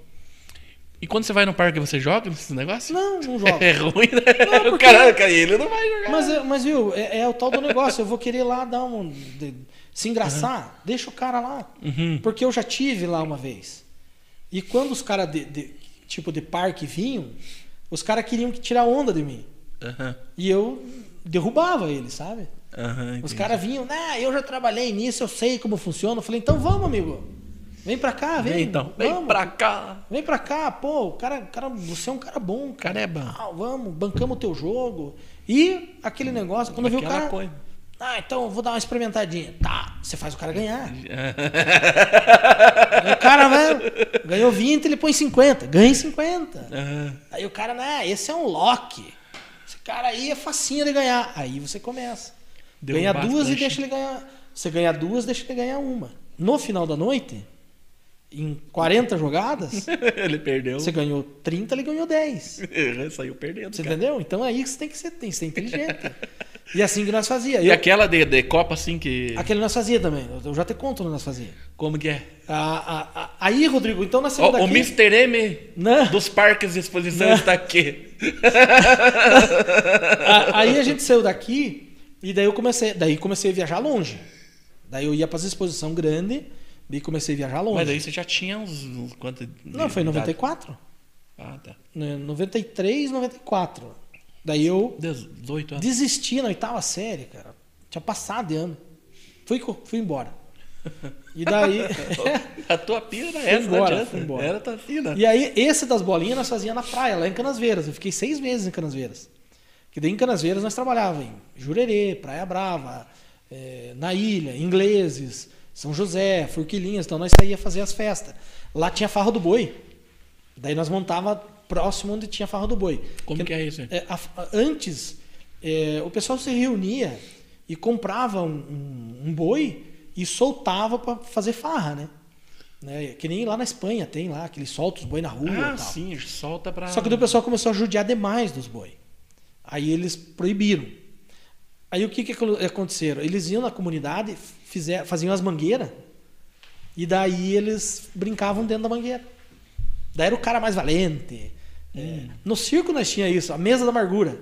S1: E quando você vai no parque, você joga nesses negócios?
S2: Não, não
S1: (laughs)
S2: jogo.
S1: É ruim, né?
S2: Não,
S1: o
S2: porque-
S1: cara, cara, ele não vai jogar.
S2: Mas, é- mas viu, é, é o tal do negócio. Eu vou querer lá dar um... de- se engraçar, deixa o cara lá.
S1: Uhum.
S2: Porque eu já tive lá uma vez. E quando os caras, de, de- tipo, de parque vinham, os caras queriam que tirar onda de mim.
S1: Aham,
S2: E eu derrubava eles, sabe?
S1: aham,
S2: Os
S1: entendi.
S2: caras vinham, ah, eu já trabalhei nisso, eu sei como funciona. Eu falei, então vamos, amigo. Vem pra cá, vem.
S1: Vem então, vem
S2: vamos.
S1: pra cá.
S2: Vem pra cá, pô, o cara, o cara, você é um cara bom,
S1: O
S2: cara.
S1: cara é bom.
S2: Ah, vamos, bancamos o teu jogo. E aquele negócio, quando eu vi o
S1: Aquela
S2: cara.
S1: coisa.
S2: Ah, então eu vou dar uma experimentadinha. Tá, você faz o
S1: (laughs)
S2: cara ganhar. Aí o cara vai, ganhou 20, ele põe 50. Ganha 50.
S1: Aham. (laughs)
S2: Aí o cara, né, esse é um lock. Esse cara aí é facinho de ganhar. Aí você começa.
S1: Deu
S2: ganha
S1: um
S2: duas e
S1: bastante.
S2: deixa ele ganhar. Você ganha duas, deixa ele ganhar uma. no final da noite, em 40 jogadas,
S1: ele perdeu.
S2: você ganhou 30, ele ganhou 10.
S1: Saiu perdendo.
S2: Você
S1: cara.
S2: entendeu? Então é aí que você tem que ser, tem que ser inteligente.
S1: (laughs)
S2: E assim que nós fazia.
S1: E
S2: Eu-
S1: aquela de, de Copa, assim, que.
S2: Aquele nós fazia também. Eu- Eu já te conto onde nós fazia.
S1: Como que é?
S2: Ah, ah, ah, aí, Rodrigo, então nós
S1: O,
S2: saímos
S1: o
S2: daqui... né?
S1: Mr. M
S2: Não.
S1: dos parques de exposição
S2: Não.
S1: está aqui.
S2: (laughs) A- aí a gente saiu daqui e daí eu comecei, daí comecei a viajar longe. Daí eu ia para as exposição grande e comecei a viajar longe.
S1: Mas aí você já tinha uns. uns quanto de
S2: Não, foi em
S1: idade?
S2: 94.
S1: Ah, tá.
S2: né, 93, 94. Daí eu
S1: 18 anos.
S2: desisti na oitava série, cara. Tinha passado de ano. Fui, co- fui embora. E daí. (laughs)
S1: A tua pira era essa, não
S2: É. embora,
S1: adianta.
S2: fui embora.
S1: Era tua pira.
S2: E aí, esse das bolinhas nós fazia na praia, lá em Canasveiras. Eu fiquei seis meses em Canasveiras. Que daí em Canasveiras nós trabalhava em Jurerê, Praia Brava, eh, na Ilha, Ingleses, São José, Furquilinhas. Então nós saía fazer as festas. Lá tinha Farra do Boi. Daí nós montava próximo onde tinha Farra do Boi.
S1: Como que é isso, hein?
S2: a- a- antes, eh, o pessoal se reunia e comprava um, um- um boi e soltava para fazer farra, né? né? Que nem lá na Espanha tem lá, que eles soltam os boi na rua
S1: Ah,
S2: e tal.
S1: sim, solta pra.
S2: Só que daí o pessoal começou a judiar demais dos boi. Aí eles proibiram. Aí o que, que acon- aconteceram? Eles iam na comunidade, fizer, faziam as mangueiras, e daí eles brincavam dentro da mangueira. Daí era o cara mais valente.
S1: Hum.
S2: É, No circo nós tinha isso, a mesa da amargura.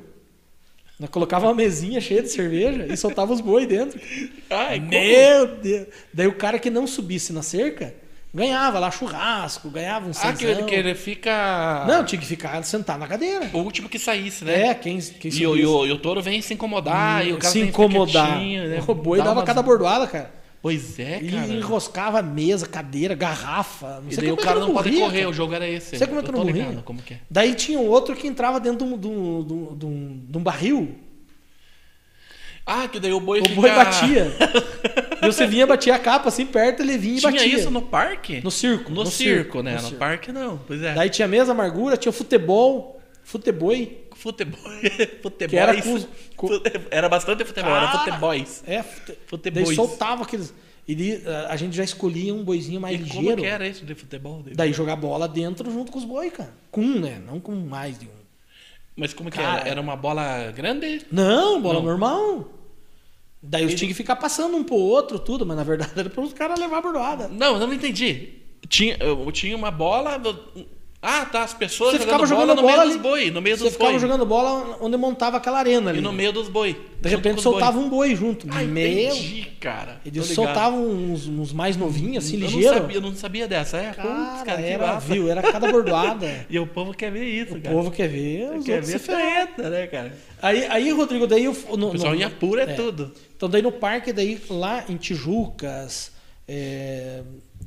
S2: Nós colocava uma mesinha cheia de cerveja e soltava os boi dentro.
S1: Ai, como?
S2: Meu Deus! Daí o cara que não subisse na cerca ganhava lá churrasco, ganhava um
S1: Ah, que ele,
S2: cenzão.
S1: que ele fica.
S2: Não, tinha que ficar sentado na cadeira.
S1: O último que saísse, né?
S2: É, quem,
S1: E o,
S2: quem subisse. Hum,
S1: e, o, e o touro vem se incomodar, e o cara
S2: se
S1: vem ficar
S2: incomodar.
S1: quietinho, né?
S2: O boi
S1: Dá
S2: dava
S1: umas-
S2: cada bordoada, cara.
S1: Pois é,
S2: E
S1: cara.
S2: enroscava mesa, cadeira, garrafa. Não
S1: E
S2: sei
S1: daí o
S2: como é que
S1: cara
S2: eu
S1: não pode
S2: morria,
S1: correr,
S2: cara.
S1: o jogo era esse.
S2: Sei como é que eu
S1: tô
S2: não
S1: ligado
S2: morria.
S1: Como que é?
S2: Daí tinha um outro que entrava dentro de um, de um, de um- de um- de um barril.
S1: Ah, que daí o boi
S2: O
S1: fica-
S2: boi
S1: (laughs)
S2: batia. e você vinha, batia a capa assim perto, ele vinha e
S1: Tinha
S2: batia.
S1: isso no parque?
S2: No circo.
S1: No, circo, né? No,
S2: circo.
S1: parque não. Pois é.
S2: Daí tinha mesa amargura, tinha futebol, futebol.
S1: Futebol. (laughs) futebol.
S2: Que era com os- com-
S1: Era bastante futebol, era
S2: Cara!
S1: futebols.
S2: É, fute...
S1: Futebois.
S2: Daí soltava aqueles. Ele, a gente já escolhia um boizinho mais
S1: E
S2: ligeiro.
S1: como que era isso de futebol? Daí?
S2: Daí jogar bola dentro junto com os boi, cara. Com um, né? Não com mais de um.
S1: Mas como que
S2: Cara.
S1: era? Era uma bola grande?
S2: Não, bola
S1: Não.
S2: normal. Daí os tinha que ficar passando um pro outro, tudo, mas na verdade (laughs) era para os caras levar a bordoada.
S1: Não, eu não entendi. Tinha, eu tinha uma bola. eu- Ah, tá. As pessoas
S2: Você ficava
S1: bola
S2: jogando
S1: no
S2: bola
S1: meio
S2: ali.
S1: dos boi. No meio
S2: Você
S1: dos
S2: ficava
S1: boi.
S2: jogando bola onde montava aquela arena ali.
S1: E no meio dos boi.
S2: De repente soltava um boi junto.
S1: Ah,
S2: Meu.
S1: entendi, cara.
S2: Eles
S1: Tô ligado.
S2: soltavam uns, uns mais novinhos, assim,
S1: eu
S2: ligeiro.
S1: Não sabia, eu não sabia dessa. É, putz,
S2: Cara,
S1: cara, que
S2: era,
S1: massa.
S2: viu, era cada
S1: (laughs)
S2: bordoada.
S1: E o povo quer ver isso,
S2: o
S1: cara.
S2: povo quer ver. Os
S1: quer
S2: outros
S1: ver
S2: se ferrar.
S1: treta, né, cara?
S2: Aí, aí, Rodrigo, daí eu. No,
S1: O pessoal
S2: no-
S1: em apuro é,
S2: é.
S1: tudo. (laughs)
S2: Então daí no parque, daí lá em Tijucas, é,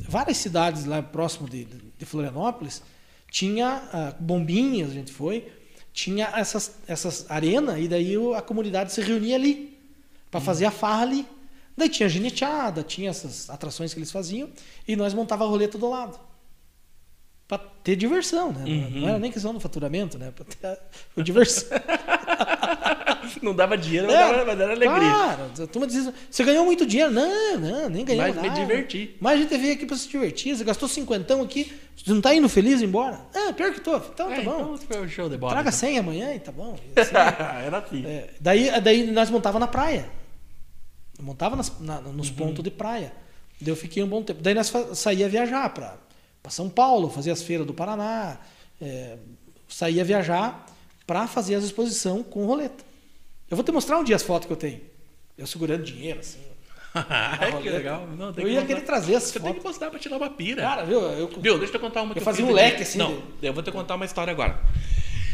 S2: várias cidades lá próximo de, de Florianópolis, tinha ah, bombinhas, a gente foi, tinha essas, essas arenas, e daí o- a comunidade se reunia ali para fazer a farra ali. Daí tinha gineteada, tinha essas atrações que eles faziam, e nós montava a roleta do lado. Pra ter diversão, né? Não- Não
S1: Uhum.
S2: era nem questão do faturamento, né? Pra ter a, foi diversão.
S1: Não dava dinheiro, mas,
S2: É,
S1: dava, mas era alegria.
S2: Claro, a turma diz, você ganhou muito dinheiro. Não, não, nem ganhou
S1: mas
S2: nada.
S1: me diverti.
S2: Mas a gente veio aqui pra se divertir, você gastou cinquentão aqui, você não tá indo feliz embora? Ah, pior que tô. Então
S1: É,
S2: tá bom.
S1: Então foi um show de bola.
S2: Traga
S1: então.
S2: 100 amanhã e tá bom. E assim,
S1: (laughs) era assim.
S2: é, daí, daí nós montava na praia. Montava nas- na- nos
S1: Uhum.
S2: pontos de praia. Daí eu fiquei um bom tempo. Daí nós fa- saía viajar pra, pra São Paulo, fazia as feiras do Paraná. é, saía viajar pra fazer as exposições com roleta. Eu vou te mostrar um dia as fotos que eu tenho. Eu segurando dinheiro, assim.
S1: Ai, Ah, que
S2: roleta.
S1: legal. Não, tem
S2: Tá eu
S1: que
S2: ia
S1: mostrar.
S2: querer trazer as
S1: Você tem que
S2: fotos.
S1: postar pra tirar uma pira.
S2: Cara, viu? Eu,
S1: Viu, deixa eu te contar uma
S2: Eu
S1: que eu
S2: fazia
S1: fiz
S2: um
S1: ali.
S2: leque, assim,
S1: Não, eu vou te contar uma história agora.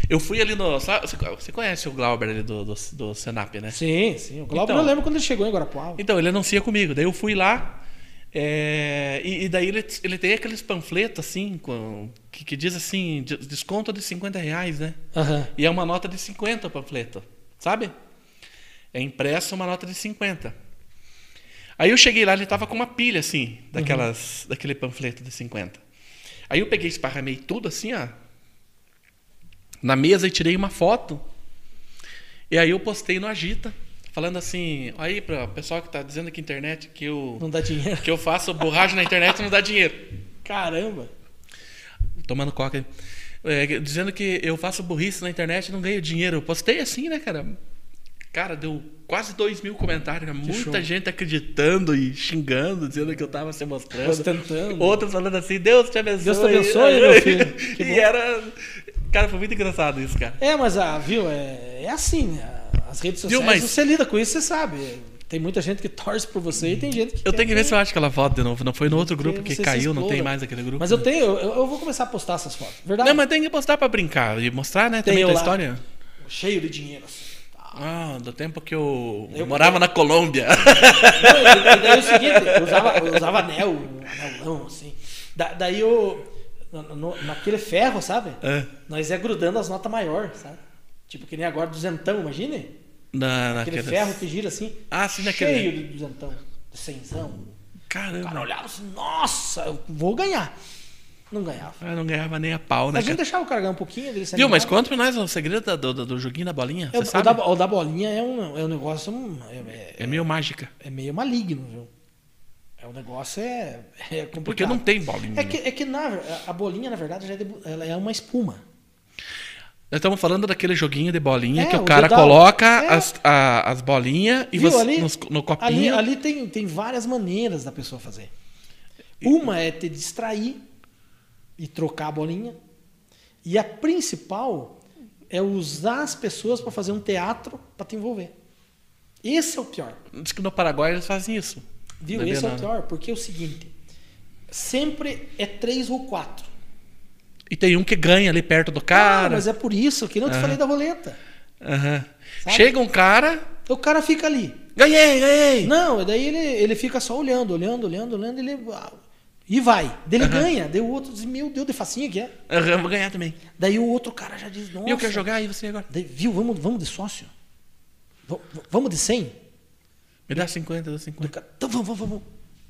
S1: Eu fui ali no. sabe- Você conhece o Glauber ali do, do, do Senap, né?
S2: Sim, sim. O Glauber
S1: Então.
S2: eu lembro quando ele chegou em Guarapuava.
S1: Então, ele anuncia comigo. Daí eu fui lá. é, e, e daí ele, ele tem aqueles panfletos assim, com- que, que diz assim, de- desconto de 50 reais, né?
S2: Aham.
S1: E é uma nota de 50 o panfleto, sabe? É impresso uma nota de 50. Aí eu cheguei lá, ele tava com uma pilha assim, daquelas, daquele panfleto de 50. Aí eu peguei, esparramei tudo assim, ó, na mesa e tirei uma foto. E aí eu postei no Agita. falando assim, aí para o pessoal que tá dizendo que internet que eu
S2: Não dá dinheiro.
S1: que eu faço borracha na internet e não dá dinheiro.
S2: Caramba.
S1: Tomando coca. hein? É, dizendo que eu faço burrice na internet e não ganho dinheiro. Eu postei assim, né, cara? Cara, deu quase dois mil comentários. cara. Muita
S2: show.
S1: gente acreditando e xingando, dizendo que eu tava se mostrando.
S2: Ostentando.
S1: Outros falando assim, Deus te abençoe.
S2: Deus te abençoe,
S1: (laughs)
S2: meu filho. Que
S1: e
S2: bom.
S1: era... Cara, foi muito engraçado isso, cara.
S2: É, mas ah, viu, é, é assim, né? As redes sociais,
S1: Viu, mas-
S2: você lida com isso, você sabe. Tem muita gente que torce por você e tem gente que.
S1: Eu
S2: quer
S1: tenho que ver se eu acho aquela foto de novo. Não foi no outro grupo
S2: você
S1: que
S2: se
S1: caiu, não
S2: exploda.
S1: tem mais aquele grupo.
S2: Mas eu tenho, eu, eu vou começar a postar essas fotos. Verdade?
S1: Não, mas tem que postar pra brincar e mostrar, né?
S2: Tem
S1: Também
S2: eu
S1: tua
S2: lá.
S1: história.
S2: Cheio de dinheiro. assim.
S1: Ah, do tempo que eu,
S2: Eu-
S1: morava na Colômbia.
S2: Não, e- e daí é o seguinte, eu usava, eu usava anel, um anelão, assim. Da- daí eu. no- no- naquele ferro, sabe?
S1: É.
S2: Nós (laughs) é grudando as notas maiores, sabe? Tipo, que nem agora duzentão, imagine?
S1: Na,
S2: Aquele
S1: naqueles-
S2: ferro que gira assim.
S1: Ah, sim, naquele-
S2: Cheio de duzentão, de cenzão. O
S1: Caramba.
S2: cara olhava assim, nossa, eu vou ganhar. Não ganhava.
S1: Eu não ganhava nem a pau, né,
S2: Mas a gente
S1: cara?
S2: deixava o cara ganhar um pouquinho. Ele se
S1: Viu, mas
S2: animava.
S1: conta pra nós o segredo da- do, do, do joguinho da bolinha.
S2: É,
S1: Você
S2: o,
S1: sabe?
S2: o da, o da bolinha é um, é um negócio. um- é, é-
S1: É meio mágica.
S2: é meio maligno, viu? É um negócio é, é complicado.
S1: Porque não tem bolinha.
S2: É que, é que na, a bolinha, na verdade, já é debu- ela é uma espuma.
S1: Nós estamos falando daquele joguinho de bolinha
S2: É,
S1: que o
S2: o
S1: cara
S2: dedão.
S1: coloca
S2: É.
S1: as, a- as bolinhas e
S2: Viu
S1: você,
S2: ali?
S1: nos- no
S2: Ali,
S1: copinho.
S2: ali tem, tem várias maneiras da pessoa fazer. Uma é te distrair e trocar a bolinha. E a principal é usar as pessoas para fazer um teatro para te envolver. Esse é o pior.
S1: Diz que no Paraguai eles fazem isso.
S2: Viu?
S1: Não
S2: Esse é
S1: nada.
S2: o pior, porque é o seguinte: sempre é três ou quatro.
S1: E tem um que ganha ali perto do cara.
S2: Ah, mas é por isso que não te
S1: Aham.
S2: falei da roleta.
S1: Aham.
S2: Sabe?
S1: Chega um cara.
S2: O cara fica ali.
S1: Ganhei, ganhei!
S2: Não, e daí ele, ele fica só olhando, olhando, olhando, olhando, ele. ah, E vai. Daí ele ganha. Daí o outro diz, meu Deus, de facinha que é.
S1: Aham, vou ganhar também.
S2: Daí o outro cara já diz, nossa.
S1: E eu quero jogar e você agora.
S2: Daí, viu, vamos, vamos de sócio? V- v- vamos de 100?
S1: Me dá 50, dá
S2: Do
S1: 50.
S2: cara, então vamos, vamos, vamos.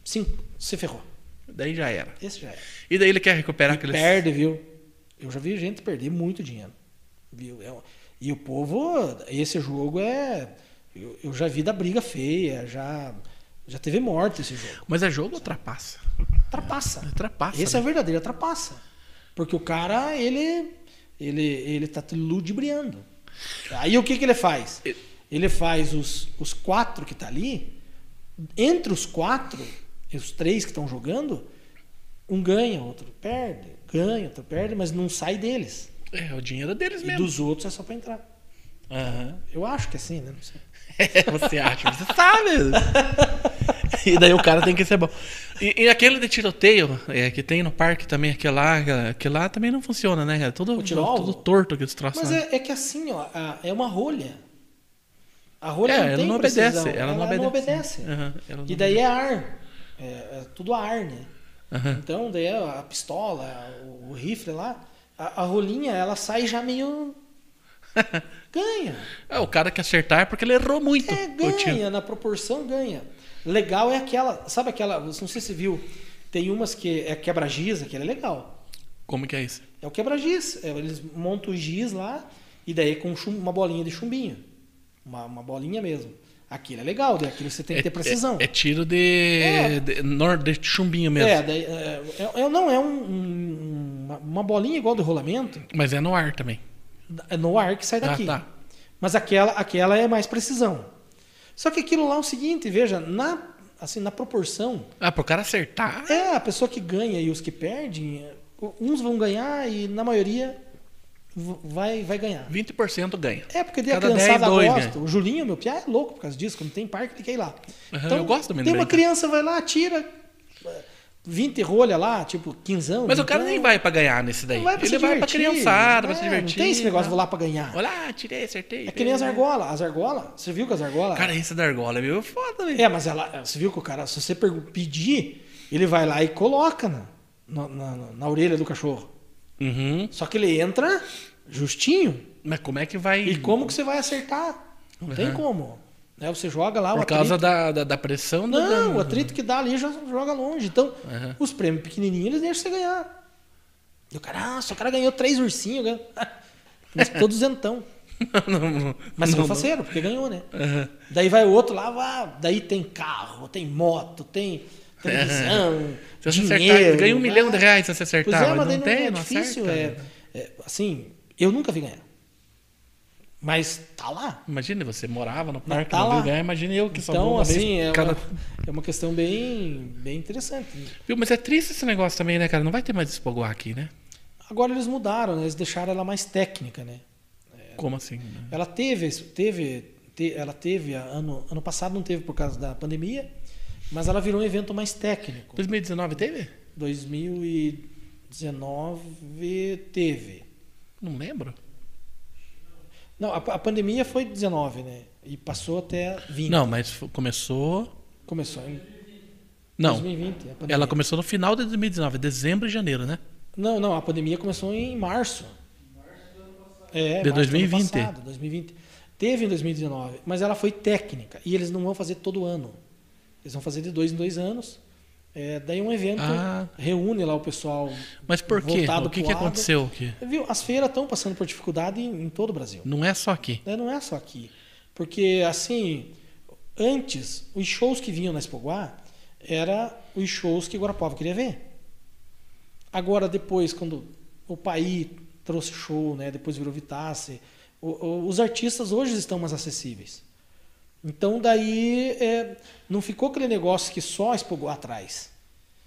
S2: Sim, você ferrou.
S1: Daí já era.
S2: Esse já é.
S1: E daí ele quer recuperar aqueles.
S2: Perde, viu? Eu já vi gente perder muito dinheiro. Viu? É um- E o povo, esse jogo é. Eu, eu já vi da briga feia, já, já teve morte esse jogo.
S1: Mas é jogo ou trapaça?
S2: Trapaça.
S1: Trapaça.
S2: Esse é
S1: né?
S2: a verdadeira trapaça. Porque o cara, ele, ele, ele tá te ludibriando. Aí o que, que ele faz?
S1: E-
S2: Ele faz os, os quatro que tá ali, entre os quatro, e os três que estão jogando, um ganha, outro perde, ganha, outro perde, mas não sai deles.
S1: É, o dinheiro é deles
S2: E
S1: mesmo.
S2: dos outros é só pra entrar.
S1: Aham.
S2: Eu acho que é assim, né? Não sei.
S1: (laughs) você acha, você sabe.
S2: (laughs)
S1: e daí o cara tem que ser bom. E, e aquele de tiroteio é, que tem no parque também, aquele lá, aquele lá também não funciona, né? É tudo,
S2: O tiro ao alvo?
S1: tudo torto que destroça.
S2: Mas
S1: né?
S2: é, é que assim, ó, a- é uma rolha. A rolha
S1: É,
S2: não
S1: ela
S2: tem
S1: não
S2: precisão,
S1: obedece. Ela não obedece.
S2: obedece.
S1: Aham, ela
S2: E
S1: não
S2: daí é ar. É, é tudo ar, né?
S1: Aham.
S2: Então, daí a pistola, o, o rifle lá, a, a rolinha, ela sai
S1: (laughs)
S2: já meio. Ganha.
S1: É, o cara que acertar é porque ele errou muito.
S2: É,
S1: o tiro.
S2: ganha, na proporção ganha. Legal é aquela, sabe aquela, você não sei se você viu, tem umas que é quebra-giz, aquele é legal.
S1: Como que é isso?
S2: É o quebra-giz, é, eles montam o giz lá e daí é com chum- uma bolinha de chumbinho. Uma, uma bolinha mesmo. Aquilo é legal, daí aquilo você tem que ter precisão.
S1: É, é tiro de,
S2: É.
S1: de, nor- de chumbinho mesmo.
S2: É, daí, é, é- é- não é um- um- uma, uma bolinha igual do rolamento,
S1: Mas é no ar também.
S2: é no ar que sai
S1: Ah,
S2: daqui.
S1: tá.
S2: Mas aquela, aquela é mais precisão. Só que aquilo lá é o seguinte, veja, na, assim, na proporção,
S1: Ah, pro cara acertar.
S2: é a pessoa que ganha e os que perdem, é, uns vão ganhar e na maioria v- vai, vai ganhar.
S1: 20% ganha.
S2: É, porque daí a
S1: Cada
S2: criançada
S1: 10, dois
S2: gosta.
S1: ganha.
S2: O Julinho, meu piá, é louco por causa disso. Quando tem parque, ele quer ir lá. Então,
S1: Aham, eu gosto também
S2: Tem
S1: do
S2: uma
S1: brincar.
S2: criança, vai lá, tira 20 rolha lá, tipo, quinzão.
S1: Mas o cara
S2: vintão.
S1: nem vai pra ganhar nesse daí.
S2: Não vai pra
S1: Ele
S2: se
S1: vai pra
S2: divertir,
S1: criançada,
S2: né?
S1: pra se divertir.
S2: Não tem esse negócio,
S1: tá?
S2: vou lá pra ganhar.
S1: Olha, tirei, acertei. né?"
S2: É que nem as argolas. As argolas, você viu que as argolas...
S1: Cara, esse da argola é meio foda, velho.
S2: É, mas ela, você viu que o cara, se você pergu- pedir, ele vai lá e coloca na, na, na- na- na orelha do cachorro.
S1: Uhum.
S2: Só que ele entra justinho.
S1: Mas como é que vai.
S2: E como que você vai acertar? Não tem
S1: Aham.
S2: como. Né? Você joga lá o
S1: Por
S2: atrito.
S1: causa da, da, da pressão do-
S2: Não,
S1: da-
S2: o atrito que dá ali já joga longe. Então,
S1: Aham.
S2: os prêmios pequenininhos eles deixam você (laughs) ganhar. E o cara, ah, só o cara ganhou três ursinhos. ganhou. Mas todos zentão.
S1: (laughs) não, não,
S2: Mas
S1: não,
S2: foi faceiro, porque ganhou, né?
S1: Aham.
S2: Daí vai o outro lá, vá, daí tem carro, tem moto, tem televisão,
S1: (laughs) Se você
S2: dinheiro.
S1: acertar, ganha um
S2: vai.
S1: milhão de reais se você
S2: Pois
S1: acertar.
S2: é,
S1: mas
S2: mas daí
S1: não
S2: não,
S1: tem,
S2: é
S1: não
S2: difícil.
S1: acerta. né?
S2: é, é, assim, eu nunca vi ganhar. Mas tá lá.
S1: Imagina, você morava no parque,
S2: tá
S1: não viu
S2: lá.
S1: ganhar, imagina eu que só vou
S2: Então,
S1: uma vez
S2: assim, é,
S1: cada-
S2: uma, é uma questão bem, bem interessante.
S1: Viu, mas é triste esse negócio também, né, cara? Não vai ter mais espogoar aqui, né?
S2: Agora eles mudaram, né? eles deixaram ela mais técnica, né?
S1: Como assim?
S2: Ela teve, teve, te- ela teve a- ano, ano passado não teve por causa da pandemia, mas ela virou um evento mais técnico.
S1: 2019 teve?
S2: 2019 teve.
S1: Não lembro.
S2: Não, a, a pandemia foi 19, né? E passou até 20.
S1: Não, mas f- começou.
S2: Começou em
S1: Não.
S2: 2020. a pandemia.
S1: Ela começou no final de 2019, dezembro e janeiro, né?
S2: Não, não, a pandemia começou em março. É,
S1: De
S2: março do ano
S1: 2020.
S2: passado, 2020. Teve em 2019, mas ela foi técnica. E eles não vão fazer todo ano. Eles vão fazer de dois em dois anos. É, daí um evento
S1: Ah.
S2: reúne lá o pessoal.
S1: Mas por quê?
S2: voltado
S1: O que,
S2: pro
S1: que
S2: lado.
S1: aconteceu aqui?
S2: Viu? As feiras estão passando por dificuldade em, em todo o Brasil.
S1: Não é só aqui.
S2: Né, Não é só aqui. Porque, assim, antes, os shows que vinham na Espoguá era os shows que Guarapuava queria ver. Agora, depois, quando o Paí trouxe show, né, depois virou Vitasse, o- o- os artistas hoje estão mais acessíveis. Então, daí, é, não ficou aquele negócio que só a Espoguá atrás.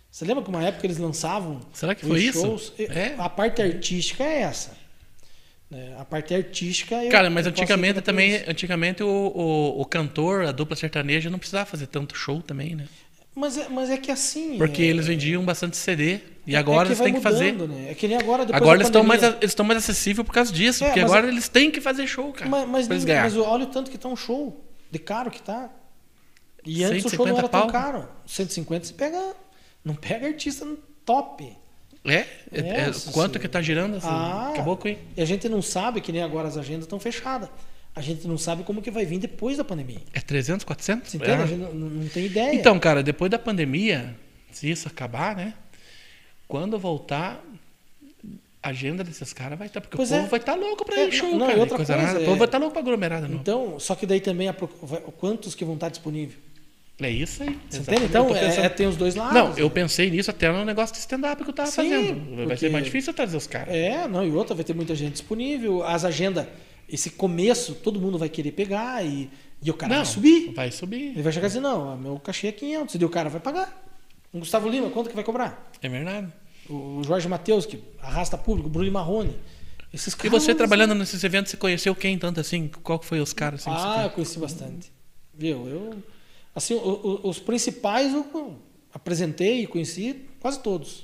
S2: Você lembra que uma época eles lançavam
S1: Será que
S2: os
S1: foi isso?
S2: shows? E-
S1: É.
S2: A parte artística é essa. né? A parte artística... eu-
S1: Cara, mas
S2: eu posso
S1: antigamente
S2: entender por
S1: também,
S2: isso.
S1: antigamente o, o, o cantor, a dupla sertaneja, não precisava fazer tanto show também, né?
S2: Mas é, mas é que assim.
S1: Porque
S2: é-
S1: eles vendiam bastante CD e
S2: é
S1: agora
S2: que
S1: eles
S2: vai
S1: têm que fazer.
S2: mudando, né? É que nem agora depois
S1: Agora
S2: da
S1: eles estão mais,
S2: pandemia.
S1: a- eles estão mais acessíveis por causa disso,
S2: É,
S1: porque
S2: mas-
S1: agora eles têm que fazer show, cara.
S2: Mas, mas,
S1: pra eles
S2: nem-
S1: ganharem.
S2: mas olha o tanto que tá um show. De caro que tá. E antes o show
S1: 150
S2: não era
S1: pau.
S2: tão caro. 150 você pega. Não pega artista no top.
S1: É? É- é-
S2: Nossa
S1: quanto
S2: Senhora.
S1: que tá girando? Assim,
S2: Ah.
S1: Caboclo, hein?
S2: E a gente não sabe, que nem agora as agendas estão fechadas. A gente não sabe como que vai vir depois da pandemia.
S1: É 300, 400?
S2: Você entende?
S1: É.
S2: A gente não, não tem ideia.
S1: Então, cara, depois da pandemia, se isso acabar, né? Quando voltar, a agenda desses caras vai estar. Porque
S2: Pois
S1: o povo
S2: é.
S1: vai estar louco pra
S2: É,
S1: ir em show,
S2: não, e
S1: cara. e
S2: outra
S1: coisa
S2: coisa,
S1: nada. O povo
S2: é-
S1: vai estar louco pra aglomerada, não.
S2: Então, só que daí também a, proc- vai- quantos que vão estar disponíveis?
S1: é isso aí.
S2: Você
S1: exatamente.
S2: entende? Então,
S1: Eu tô
S2: é-
S1: pensando-
S2: é- tem os dois lados.
S1: Não,
S2: né?
S1: eu pensei nisso até no negócio de stand-up que eu tava
S2: Sim,
S1: fazendo. Vai ser
S2: porque-
S1: mais difícil eu trazer os caras.
S2: É, não, e outra, vai ter muita gente disponível. As agendas, esse começo, todo mundo vai querer pegar e, e o cara
S1: não,
S2: vai subir.
S1: Vai subir.
S2: Ele vai chegar assim, não, meu cachê é 500, e daí o cara vai pagar. Um Gustavo Lima, quanto que vai cobrar?
S1: É verdade.
S2: O Jorge Matheus, que arrasta público, o Bruno Marrone. Esses
S1: E
S2: caras...
S1: você trabalhando nesses eventos, você conheceu quem tanto assim? Qual que foi os caras? Assim, que você
S2: Ah, eu
S1: conheceu?
S2: conheci bastante. Viu, eu... Assim, o- o- os principais eu apresentei e conheci quase todos.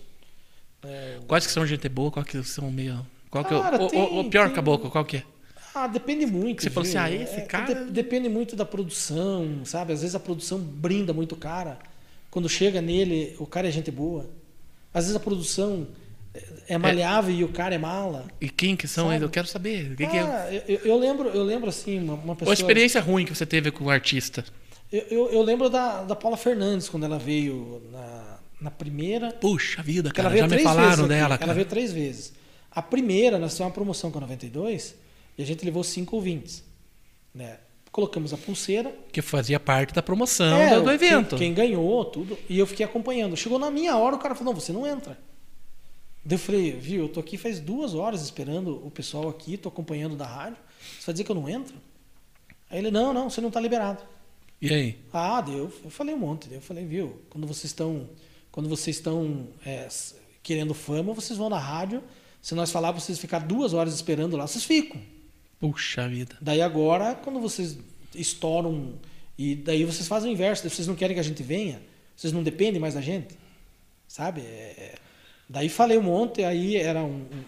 S2: É,
S1: Quais que são gente boa? Qual que são meio... Qual que é o- o,
S2: Cara,
S1: o- o
S2: tem-
S1: pior
S2: tem-
S1: caboclo? Qual que é?
S2: Ah, depende muito.
S1: Você falou
S2: viu?
S1: assim, ah, esse cara-
S2: de- depende muito da produção, sabe? Às vezes a produção brinda muito o cara. Quando chega nele, o cara é gente boa. Às vezes a produção é- é maleável e o cara é mala.
S1: E quem que são
S2: Sabe?
S1: eles? Eu quero saber. O que que é?
S2: Ah, eu, eu- eu lembro, eu lembro assim, uma, uma
S1: Ou a
S2: pessoa.
S1: experiência ruim que você teve com o artista?
S2: Eu, eu- eu lembro da, da Paula Fernandes quando ela veio na, na primeira.
S1: Puxa vida,
S2: Porque ela
S1: cara,
S2: veio
S1: já me
S2: três vezes
S1: falaram
S2: aqui.
S1: dela.
S2: Ela
S1: Cara.
S2: veio três vezes. A primeira, nós fizemos uma promoção com a 92 e a gente levou cinco ouvintes. Né? Colocamos a pulseira
S1: Que fazia parte da promoção
S2: É,
S1: do, do
S2: quem-
S1: evento.
S2: Quem, ganhou, tudo. E eu fiquei acompanhando. Chegou na minha hora, o cara falou: não, você não entra. Daí eu falei, viu, eu tô aqui faz duas horas esperando o pessoal aqui, tô acompanhando da rádio. Você vai dizer que eu não entro? Aí ele, não, não, você não tá liberado.
S1: E aí?
S2: Ah, deu. Eu falei um monte. daí Eu falei, viu, quando vocês estão. Quando vocês estão é, s- querendo fama, vocês vão na rádio. Se nós falar pra vocês ficar duas horas esperando lá, vocês ficam.
S1: Puxa vida.
S2: Daí agora, quando vocês estouram e daí vocês fazem o inverso, vocês não querem que a gente venha, vocês não dependem mais da gente, sabe? É, é. daí falei um monte, aí era um, um-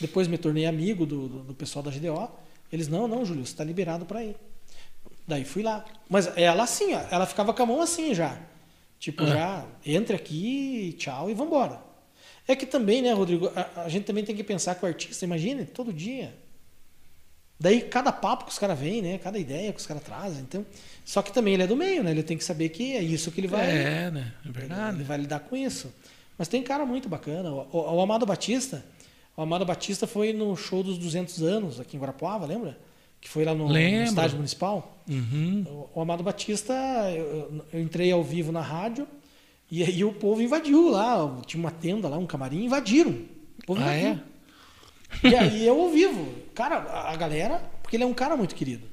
S2: depois me tornei amigo do, do, do pessoal da GDO, eles não, não, Júlio, você está liberado para ir. Daí fui lá, mas ela assim, ó, ela ficava com a mão assim já, tipo
S1: Ah.
S2: já entre aqui, tchau e vambora. É que também, né, Rodrigo, a, a gente também tem que pensar que o artista, imagine, todo dia. Daí cada papo que os caras vêm, né? Cada ideia que os caras trazem. Então, só que também ele é do meio, né? Ele tem que saber que é isso que ele vai,
S1: É, né? É
S2: ele
S1: verdade.
S2: Ah, vai lidar com isso. Mas tem cara muito bacana. O, o- o Amado Batista, o Amado Batista foi no show dos 200 anos aqui em Guarapuava, lembra? Que que foi lá no, no
S1: Lembro.
S2: estádio municipal.
S1: Uhum.
S2: O, o Amado Batista, eu, eu entrei ao vivo na rádio e aí o povo invadiu lá. Tinha uma tenda lá, um camarim, invadiram. O povo
S1: Ah,
S2: invadiu.
S1: é?
S2: E aí eu ao vivo. Cara, a a galera, porque ele é um cara muito querido.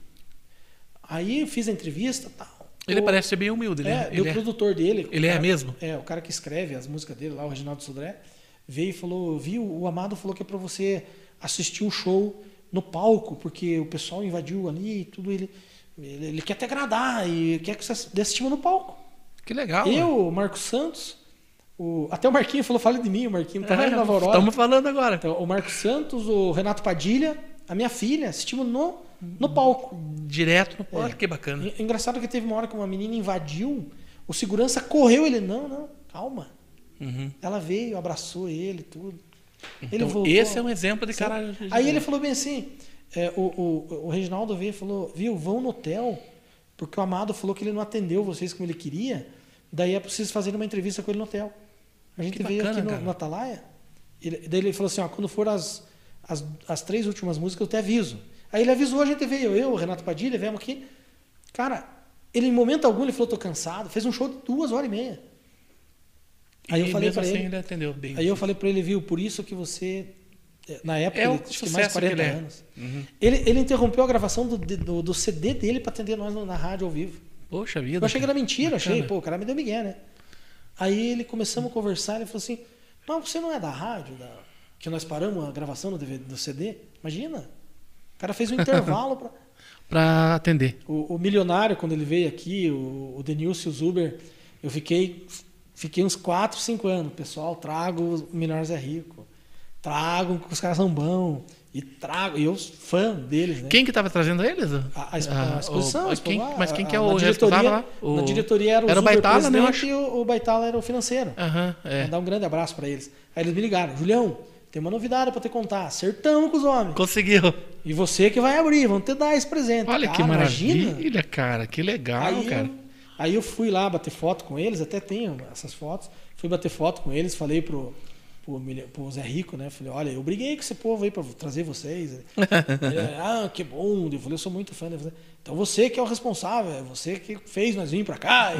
S2: Aí eu fiz a entrevista tal.
S1: Ele
S2: O-
S1: parece ser bem humilde, ele
S2: é,
S1: é,
S2: e o
S1: ele é.
S2: produtor dele.
S1: ele
S2: o
S1: é
S2: cara-
S1: mesmo?
S2: É, o cara que escreve as músicas dele lá, o Reginaldo Sodré, veio e falou: viu, o Amado falou que é pra você assistir o show no palco, porque o pessoal invadiu ali e tudo. Ele, ele, ele quer te agradar e quer que você dê assistir no palco.
S1: Que legal. (laughs)
S2: Eu, o Marcos Santos, o- até o Marquinho falou: fale de mim, o Marquinho tá lá em
S1: Ah,
S2: Nova Aurora.
S1: É, Estamos falando agora.
S2: Então, o Marcos Santos, o Renato Padilha, a minha filha, assistimos no, no palco.
S1: Direto no Olha
S2: É.
S1: que bacana.
S2: En- Engraçado que teve uma hora que uma menina invadiu, o segurança correu, ele, não, não, calma.
S1: Uhum.
S2: Ela veio, abraçou ele, tudo. Ele
S1: Então,
S2: voltou.
S1: esse é um exemplo de cara.
S2: Aí ele falou bem assim, é, o, o, o Reginaldo veio e falou, viu, vão no hotel, porque o Amado falou que ele não atendeu vocês como ele queria, daí é preciso fazer uma entrevista com ele no hotel. A gente
S1: Que
S2: veio
S1: bacana,
S2: aqui
S1: cara.
S2: no, no Atalaia, ele, daí ele falou assim, ó, quando for as, as, as três últimas músicas eu te aviso. Aí ele avisou, a gente veio, eu, o Renato Padilha, viemos aqui. Cara, ele em momento algum ele falou, tô cansado, fez um show de duas horas e meia. Aí eu
S1: E
S2: falei
S1: mesmo
S2: pra
S1: assim
S2: ele,
S1: ele atendeu bem.
S2: Aí eu falei pra ele, viu, por isso que você. eh, Na época,
S1: É
S2: ele
S1: o
S2: tinha
S1: sucesso
S2: mais de 40
S1: que ele é.
S2: anos. Ele, ele interrompeu a gravação do, do, do CD dele pra atender nós na rádio ao vivo.
S1: Poxa vida.
S2: Eu achei que era
S1: cara.
S2: mentira, achei,
S1: Bacana.
S2: pô, o cara me deu migué, né? Aí ele começamos a conversar, ele falou assim: Mas você não é da rádio, da- que nós paramos a gravação do, DVD, do CD? Imagina. O
S1: (laughs)
S2: cara fez um intervalo pra.
S1: Pra atender.
S2: O, o milionário, quando ele veio aqui, o, o Denilson Zuber, eu fiquei, fiquei uns 4, 5 anos. Pessoal, trago o Milionários é Rico. Trago, que os caras são bons. E trago, e eu fã deles, né?
S1: Quem que tava trazendo eles?
S2: A, a expo- a
S1: Ah,
S2: exposição,
S1: o-
S2: a
S1: quem-
S2: expo-
S1: mas quem
S2: a-
S1: que é
S2: a-
S1: o
S2: na diretoria,
S1: responsável lá? O-
S2: Na diretoria era o,
S1: era o
S2: Zuber,
S1: Baitala, né, eu
S2: presidente,
S1: acho.
S2: e o, o Baitala era o financeiro.
S1: Aham, é.
S2: Mandar um grande abraço para eles. Aí eles me ligaram, Julião, tem uma novidade para te contar. Acertamos com os homens.
S1: Conseguiu.
S2: E você que vai abrir, vamos te dar esse presente.
S1: Olha que
S2: Cara,
S1: maravilha,
S2: Imagina.
S1: cara. Que legal,
S2: Aí,
S1: Ah, cara.
S2: Eu, aí eu fui lá bater foto com eles, até tenho essas fotos. Fui bater foto com eles, falei pro, pro, Mil- pro Zé Rico, né? Falei, olha, eu briguei com esse povo aí pra
S1: (laughs)
S2: trazer vocês. Ele, ah, que bom. Eu falei, eu sou muito fã de você. Então você que é o responsável, é você que fez nós vir
S1: (laughs)
S2: pra cá.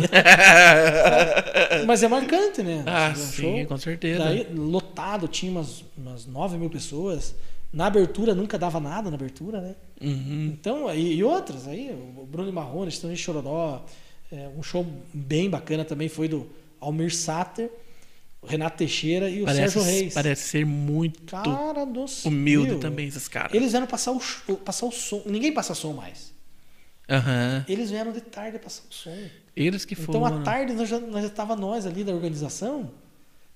S2: Mas é marcante, né?
S1: (laughs) ah,
S2: Fazer um
S1: sim,
S2: show.
S1: com certeza.
S2: Daí, lotado, tinha umas, umas 9 mil pessoas. Na abertura nunca dava nada na abertura, né?
S1: Uhum.
S2: Então, aí- e outras aí, o Bruno Marrone, Estão de Chororó, é, um show bem bacana também foi do Almir Sater, o Renato Teixeira e o
S1: Parece,
S2: Sérgio Reis.
S1: parece ser muito
S2: Cara do céu.
S1: humilde também, esses caras.
S2: Eles vieram passar o, show- passar o som, ninguém passa som mais.
S1: Aham.
S2: Eles vieram de tarde passar o som.
S1: Eles que
S2: Então,
S1: foram. né?
S2: à tarde, nós já, nós já tava nós ali da organização.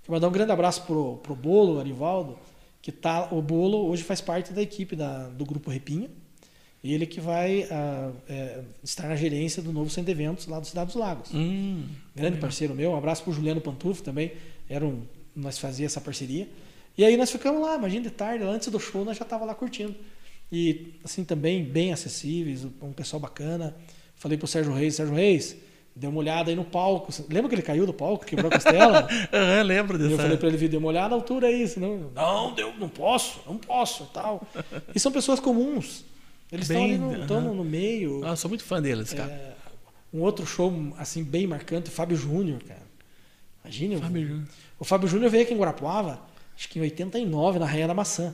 S2: Quero mandar um grande abraço pro, pro Bolo, Arivaldo, que tá. O Bolo hoje faz parte da equipe da, do Grupo Repinha. E ele que vai ah, é, estar na gerência do novo centro de eventos lá do Cidade dos Lagos.
S1: Hum.
S2: Grande parceiro meu, um abraço pro Juliano Pantufo também. Era um, nós fazia essa parceria. E aí nós ficamos lá, imagina de tarde, lá antes do show, nós já tava lá curtindo. E assim também bem acessíveis, um pessoal bacana. Falei pro Sérgio Reis, Sérgio Reis, deu uma olhada aí no palco. Lembra que ele caiu do palco, quebrou
S1: (laughs)
S2: a costela?
S1: Aham, lembro
S2: E
S1: dessa.
S2: eu falei pra ele vir, dê uma olhada à altura aí, senão. Não, eu não posso, não posso tal. E são pessoas comuns. Eles estão
S1: Bem,
S2: ali no, tão
S1: aham.
S2: no meio.
S1: Ah, eu sou muito fã deles, cara.
S2: É, um outro show, assim, bem marcante, Fábio Júnior, cara. Imagina.
S1: Fábio
S2: o,
S1: Júnior.
S2: o Fábio Júnior veio aqui em Guarapuava, acho que em 89, na Rainha da Maçã.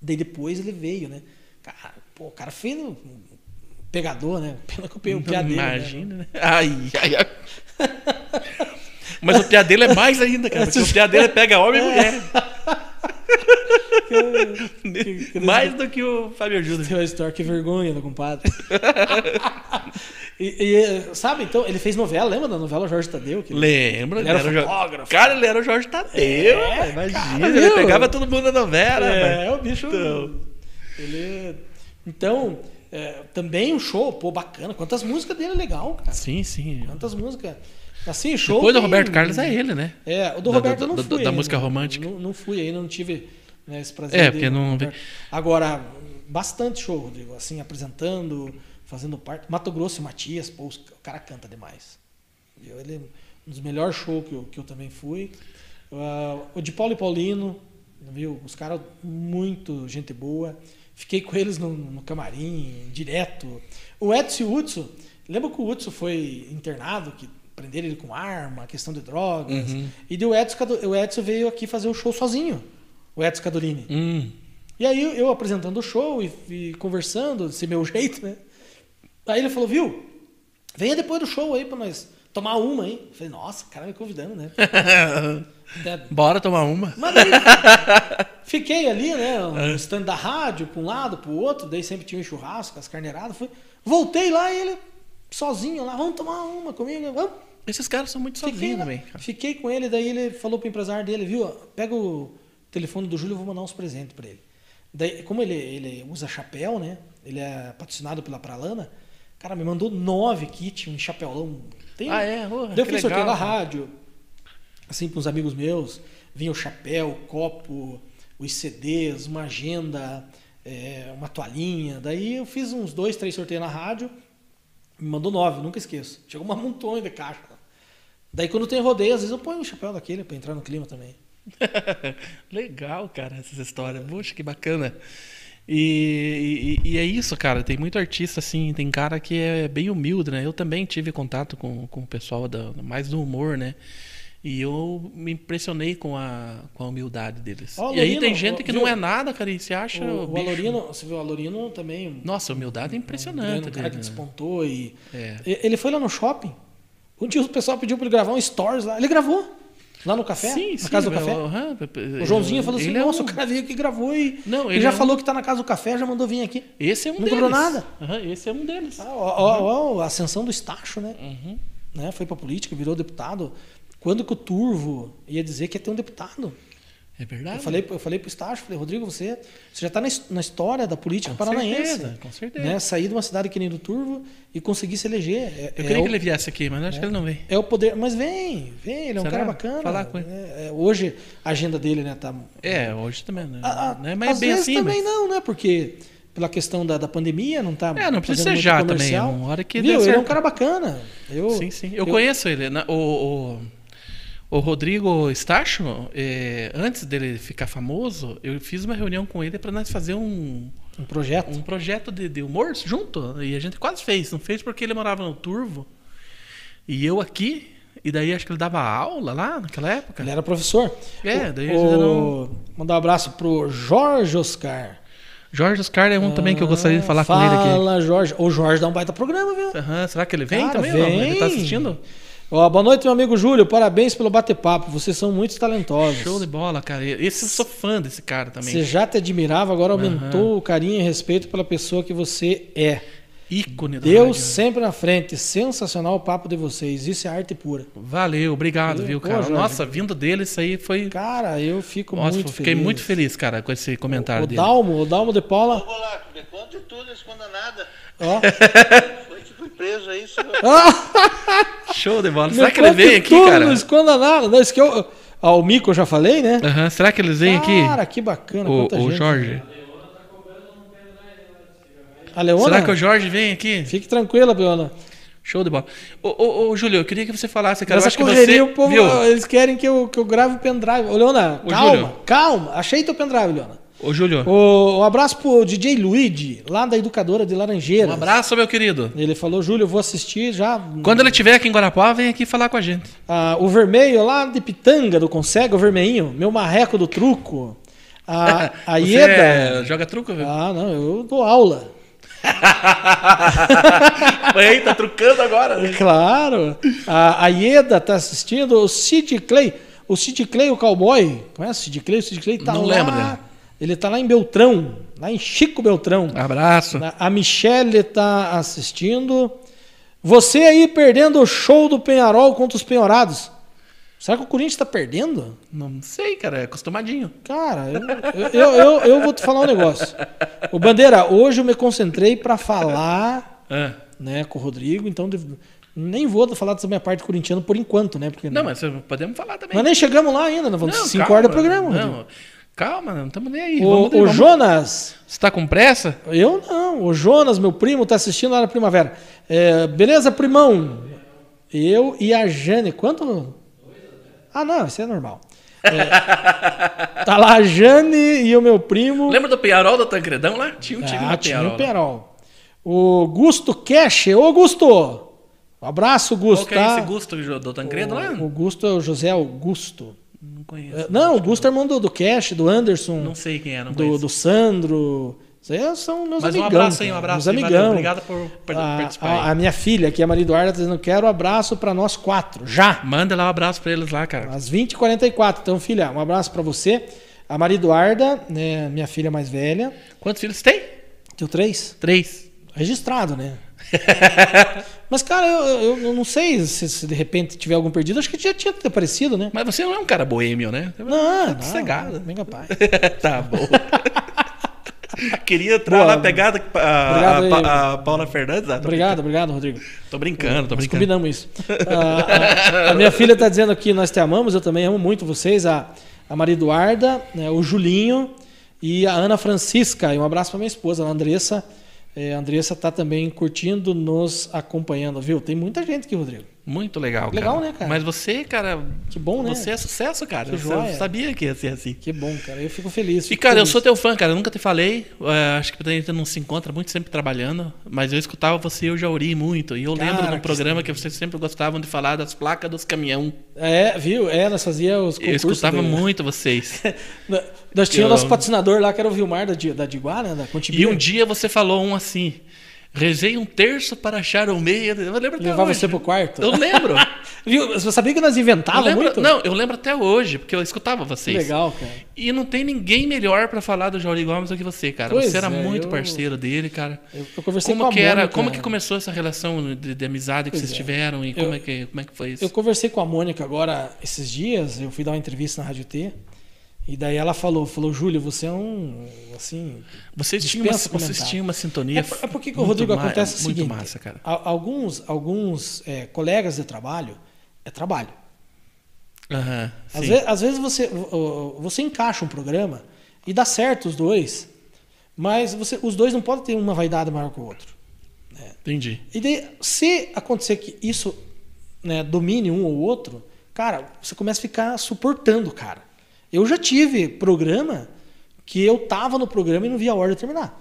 S2: Daí depois ele veio, né? Cara, pô, o cara fez um um pegador, né? Pena que o pe- o piadeiro. né?
S1: Imagina, né? (laughs) Ai, ai, ai. Mas o piadeiro é mais ainda, cara. Porque o piadeiro pega homem e mulher.
S2: É.
S1: (laughs)
S2: Que- que-
S1: Mais do que o Fábio Júnior.
S2: Tem uma história que vergonha do compadre. (laughs) e, e, sabe, então, ele fez novela, lembra da novela Jorge Tadeu? Que ele-
S1: Lembra?
S2: Ele era
S1: o Jo-
S2: fotógrafo.
S1: Cara, ele era o Jorge Tadeu.
S2: É,
S1: velho. imagina,
S2: cara,
S1: ele
S2: viu?
S1: pegava todo mundo na novela.
S2: É,
S1: velho.
S2: o bicho.
S1: Então.
S2: Ele. é, Então, é, também um show, pô, bacana. Quantas músicas dele é legal, cara.
S1: Sim, sim.
S2: Quantas músicas. Assim, show.
S1: Depois do
S2: tem-
S1: Roberto Carlos é ele, né?
S2: É, o do
S1: Da-
S2: Roberto
S1: da-
S2: eu não
S1: da-
S2: fui.
S1: da
S2: ainda.
S1: música romântica.
S2: Não, não fui ainda, não tive né, esse prazer.
S1: É,
S2: de-
S1: porque não-
S2: Agora, bastante show, Rodrigo. Assim, apresentando, fazendo parte. Mato Grosso e Matias, pô, os- o cara canta demais. Eu, ele é um dos melhores shows que eu, que eu também fui. Ah, o de Paulo e Paulino, viu? Os caras muito gente boa. Fiquei com eles no, no camarim, direto. O Edson e o Hudson, lembra que o Hudson foi internado, que prenderam ele com arma, questão de drogas.
S1: Uhum.
S2: E daí o Edson, Cado- o Edson veio aqui fazer o show sozinho, o Edson Cadorini.
S1: Hum.
S2: E aí eu apresentando o show e, e conversando, desse meu (laughs) jeito, né? Aí ele falou, viu? Venha depois do show aí pra nós tomar uma, hein? Eu falei, nossa, o cara me convidando, né? Até-
S1: (laughs) Bora tomar uma.
S2: Mas daí, fiquei ali, né? No stand da rádio, pra um lado, pro outro, daí sempre tinha um churrasco, as carneiradas. Fui. Voltei lá e ele, sozinho lá, vamos tomar uma comigo, vamos.
S1: Esses caras são muito
S2: Fiquei,
S1: sozinhos também. cara.
S2: fiquei com ele, daí ele falou pro empresário dele, viu? Pega o telefone do Júlio, eu vou mandar uns presentes para ele. Daí, como ele, ele usa chapéu, né? Ele é patrocinado pela Pralana. Cara, me mandou nove kits, um chapéulão. Tem,
S1: Ah, é? Porra,
S2: daí eu
S1: que
S2: fiz sorteio na
S1: legal, cara.
S2: rádio, assim, para uns amigos meus. Vinha o chapéu, o copo, os CDs, uma agenda, é, uma toalhinha. Daí eu fiz uns dois, três sorteios na rádio. Me mandou nove, nunca esqueço. Chegou uma (laughs) montão de caixa. Daí quando tem rodeio, às vezes eu ponho um chapéu daquele pra entrar no clima também.
S1: (laughs) Legal, cara, essas histórias. Poxa, que bacana. E, e- e é isso, cara. Tem muito artista, assim, tem cara que é bem humilde, né? Eu também tive contato com, com o pessoal da, mais do humor, né? E eu me impressionei com a, com a humildade deles.
S2: Ó,
S1: e aí
S2: Lorino,
S1: tem gente
S2: ó,
S1: que
S2: viu?
S1: não é nada, cara, e se acha.
S2: O, o
S1: bicho.
S2: Alorino, você viu o Alorino também? um-
S1: Nossa, a humildade é impressionante.
S2: um cara que
S1: dele, né?
S2: despontou e...
S1: É.
S2: E- Ele foi lá no shopping. Um dia o pessoal pediu pra ele gravar um stories lá. Ele gravou. Lá no café,
S1: Sim,
S2: na
S1: sim,
S2: casa do
S1: meu,
S2: café.
S1: aham, p- p-
S2: O Joãozinho falou assim,
S1: ele é
S2: nossa,
S1: um-
S2: o cara veio aqui e gravou e...
S1: Não,
S2: ele
S1: ele
S2: já
S1: é um-
S2: falou que tá na casa do café, já mandou vir aqui.
S1: Esse é um
S2: Não
S1: deles.
S2: cobrou nada.
S1: Aham, esse é um deles.
S2: Ah, ó, ó, ó, a ascensão do estacho, né?
S1: Uhum.
S2: né? Foi pra política, virou deputado. Quando que o Turvo ia dizer que ia ter um deputado?
S1: É verdade.
S2: Eu falei, eu falei pro estágio, falei, Rodrigo, você, você já está na, his- na história da política
S1: Com
S2: paranaense.
S1: certeza, com certeza.
S2: Né? Sair de uma cidade que nem do Turvo e conseguir se eleger. É,
S1: Eu
S2: é
S1: queria
S2: o,
S1: que ele viesse aqui, mas acho que ele não veio.
S2: é o poder. Mas vem, vem, ele é um
S1: Será?
S2: cara bacana.
S1: Falar com ele.
S2: né? É, hoje a agenda dele, né, tá.
S1: É, hoje também, né?
S2: A- a-
S1: né? Mas
S2: Ah, às
S1: é bem
S2: vezes
S1: assim.
S2: também
S1: mas-
S2: não, né? Porque pela questão da, da pandemia, não tá.
S1: É, não precisa
S2: fazendo
S1: ser
S2: muito
S1: já também,
S2: comercial.
S1: uma hora que
S2: Viu?
S1: der
S2: Ele é um
S1: certo.
S2: cara bacana. Eu,
S1: Sim, sim. Eu, conheço ele. na- O, o, o Rodrigo Estacho, eh, antes dele ficar famoso, eu fiz uma reunião com ele para nós fazer um,
S2: Um projeto.
S1: um projeto de, de humor junto. né? E a gente quase fez. Não fez porque ele morava no Turvo e eu aqui. E daí acho que ele dava aula lá naquela época.
S2: Ele era professor.
S1: É, daí
S2: o,
S1: eles eram-
S2: Mandar um abraço pro Jorge Oscar.
S1: Jorge Oscar é um também que eu gostaria de falar
S2: Fala,
S1: com ele aqui.
S2: Fala, Jorge. O Jorge dá um baita programa, viu?
S1: Aham, será que ele vem
S2: Cara,
S1: também ou não? Ele tá assistindo?
S2: Ó, boa noite, meu amigo Júlio. Parabéns pelo bate-papo. Vocês são muito talentosos.
S1: Show de bola, cara. Esse eu sou fã desse cara também.
S2: Você já te admirava, agora aumentou o carinho e respeito pela pessoa que você é.
S1: ícone da
S2: Deus
S1: rádio.
S2: sempre na frente. Sensacional o papo de vocês. Isso é arte pura.
S1: Valeu, obrigado,
S2: Valeu.
S1: viu,
S2: Pô,
S1: cara.
S2: Jorge.
S1: Nossa, vindo dele, isso aí foi.
S2: Cara, eu fico
S1: Nossa,
S2: muito
S1: fiquei
S2: feliz.
S1: muito feliz, cara, com esse comentário
S2: O
S1: dele.
S2: Dalmo, o Dalmo de Paula.
S3: Ô, lá, de conta tudo, não esconda nada.
S1: (laughs)
S2: Ó.
S3: Foi que fui preso aí, senhor.
S1: Show de bola.
S2: Não
S1: Será que ele
S2: conte
S1: veio aqui,
S2: tudo,
S1: cara?
S2: Não esconda nada. Não, isso que eu, ó, o Mico eu já falei, né?
S1: Aham, Será que eles vêm
S2: Cara,
S1: aqui?
S2: que bacana.
S1: O,
S2: quanta
S1: o
S2: gente. né?
S1: Jorge.
S2: A Leona?
S1: Será que o Jorge vem aqui?
S2: Fique tranquila, Leona.
S1: Show de bola. Ô, ô, ô, Júlio, eu queria que você falasse, cara. Eu
S2: Nessa
S1: acho que
S2: correria,
S1: você.
S2: o povo,
S1: Viu?
S2: eles querem que eu, que eu grave o pendrive. Ô, Leona,
S1: Ô,
S2: calma,
S1: Júlio.
S2: calma. Achei teu pendrive, Leona.
S1: Ô, Júlio.
S2: Ô, um abraço pro DJ Luigi, lá da Educadora de Laranjeiras.
S1: Um abraço, meu querido.
S2: Ele falou, Júlio, eu vou assistir já.
S1: Quando ele estiver aqui em Guarapó, vem aqui falar com a gente.
S2: Ah, o Vermelho, lá de Pitanga, do Consegue, o Vermeinho. Meu marreco do truco. A,
S1: (laughs)
S2: a
S1: Você
S2: Ieda.
S1: é- joga truco, viu?
S2: Ah, não, eu dou aula.
S1: (laughs)
S2: Ah.
S1: Eita, trucando agora. né?
S2: Claro. A, a Ieda tá assistindo. O Sid Clay. O Sid Clay, o cowboy. Conhece o Sid Clay? O Sid Clay tá
S1: Não
S2: lá.
S1: lembro dele.
S2: Ele tá lá em Beltrão. Lá em Chico Beltrão.
S1: Abraço.
S2: Na- A Michelle tá assistindo. Você aí perdendo o show do Penharol contra os Penhorados. Será que o Corinthians tá perdendo?
S1: Não sei, cara, é acostumadinho.
S2: Cara, eu, eu, eu, eu vou te falar um negócio. O Bandeira, hoje eu me concentrei pra falar
S1: Ah.
S2: né, com o Rodrigo, então dev- nem vou falar dessa minha parte corintiana por enquanto, né? Porque
S1: Não, mas podemos falar também.
S2: nós nem chegamos lá ainda, nós vamos
S1: Não,
S2: cinco
S1: calma,
S2: horas do programa. Rodrigo.
S1: Não, calma, não estamos nem aí.
S2: O,
S1: Vamos-
S2: o
S1: vamos-
S2: Jonas,
S1: Você tá com pressa?
S2: eu não, o Jonas, meu primo, tá assistindo lá na primavera. É, beleza, primão? Eu e a Jane, quanto? Ah, não, isso é normal. Tá lá a Jane e o meu primo.
S1: Lembra do Penharol do Tancredão lá? Tinha um time
S2: Ah,
S1: do
S2: tinha
S1: Penharol.
S2: o Perol. O Gusto Cash. Ô, Gusto! Um abraço,
S1: Qual
S2: Gusto.
S1: que é esse
S2: tá?
S1: Gusto do- do Tancredo lá?
S2: O Gusto é o José Augusto.
S1: Não
S2: É,
S1: conheço.
S2: Não, o Gusto é irmão do, do Cash, do Anderson,
S1: Não sei quem é, não
S2: do,
S1: conheço.
S2: do Sandro. Isso aí são meus
S1: Mas um
S2: amigão.
S1: abraço aí, um
S2: cara,
S1: abraço aí.
S2: Meus
S1: valeu.
S2: amigão.
S1: Obrigado por per-
S2: A-
S1: participar
S2: Ah, a, a
S1: aí.
S2: minha filha, que é a Maria Eduarda, tá dizendo: quero abraço para nós quatro, já!
S1: Manda lá um abraço pra eles lá, cara.
S2: Às 20h44. Então, filha, um abraço para você. A Maria Eduarda, né, minha filha mais velha.
S1: Quantos filhos tem?
S2: Teu três?
S1: Três. (laughs)
S2: Registrado, né? Mas, cara, eu, eu- eu não sei se, se de repente tiver algum perdido. Acho que já tinha aparecido, né?
S1: Mas você não é um cara boêmio, né? Você é
S2: Não, não.
S1: sossegado.
S2: Bem capaz. (laughs)
S1: tá bom. (laughs) Queria entrar
S2: Boa.
S1: lá, pegada a,
S2: Obrigado aí.
S1: a- a Paula Fernandes. Ah, tô
S2: Obrigado, obrigado, Rodrigo.
S1: brincando. Tô brincando, tô
S2: Nós
S1: brincando.
S2: combinamos isso. Ah, a, a minha filha tá dizendo aqui, nós te amamos, eu também amo muito vocês, a, a Maria Eduarda, né, o Julinho e a Ana Francisca. E um abraço pra minha esposa, a Andressa. Eh, a Andressa tá também curtindo, nos acompanhando, viu? Tem muita gente aqui, Rodrigo.
S1: Muito legal, cara.
S2: Legal, né, cara?
S1: Mas você, cara.
S2: Que bom, né?
S1: Você é sucesso, cara.
S2: Que
S1: Você
S2: joia.
S1: sabia que ia ser assim.
S2: Que bom, cara. Eu fico feliz.
S1: E,
S2: fico
S1: cara, eu
S2: feliz.
S1: sou teu fã, cara. Eu nunca te falei. eh, acho que a gente não se encontra muito, sempre trabalhando. Mas eu escutava você e eu já ori muito. E eu lembro
S2: Cara,
S1: de um
S2: Ah, que
S1: programa que vocês sempre gostavam de falar das placas dos caminhão.
S2: É, viu? É, nós fazíamos os
S1: Eu
S2: concursos.
S1: escutava
S2: de-
S1: muito vocês.
S2: Na- (laughs) Nós tínhamos
S1: Eu-
S2: nosso patrocinador lá, que era o Vilmar da, Di- da Diguá, né? Da
S1: E
S2: Contibir.
S1: um dia você falou um assim. Rezei um terço para achar o meia. Eu lembro até
S2: Levar
S1: hoje.
S2: você pro quarto.
S1: Eu
S2: (laughs)
S1: lembro.
S2: Viu? Você sabia que nós
S1: eu
S2: inventávamos
S1: lembro
S2: muito?
S1: Não, eu lembro até hoje, porque eu escutava
S2: Que
S1: vocês.
S2: legal, cara.
S1: E não tem ninguém melhor pra falar do Jauri Gomes do que você, cara.
S2: Pois
S1: você era
S2: é,
S1: muito
S2: eu-
S1: parceiro dele, cara.
S2: Eu, eu conversei
S1: Como
S2: com a
S1: que era,
S2: Mônica.
S1: como que começou essa relação de, de amizade que
S2: Pois
S1: vocês
S2: é.
S1: tiveram e
S2: Eu-
S1: como é que como é que foi isso?
S2: Eu conversei com a Mônica agora esses dias, eu fui dar uma entrevista na Rádio T. E daí ela falou, falou, Júlio, você é um assim,
S1: vocês tinham uma,
S2: dispensa
S1: vocês
S2: comentário.
S1: tinham uma sintonia.
S2: É, por- é porque que o
S1: muito
S2: Rodrigo
S1: ma-
S2: acontece o
S1: muito
S2: seguinte,
S1: massa, cara.
S2: a- alguns alguns é, colegas de trabalho é trabalho.
S1: Aham,
S2: Às
S1: sim.
S2: ve- às vezes, você, o- o- você encaixa um programa e dá certo os dois, mas você- os dois não podem ter uma vaidade maior que o outro.
S1: Entendi.
S2: E daí, se acontecer que isso né, domine um ou outro, cara, você começa a ficar suportando, cara. Eu já tive programa que eu tava no programa e não via a hora de terminar.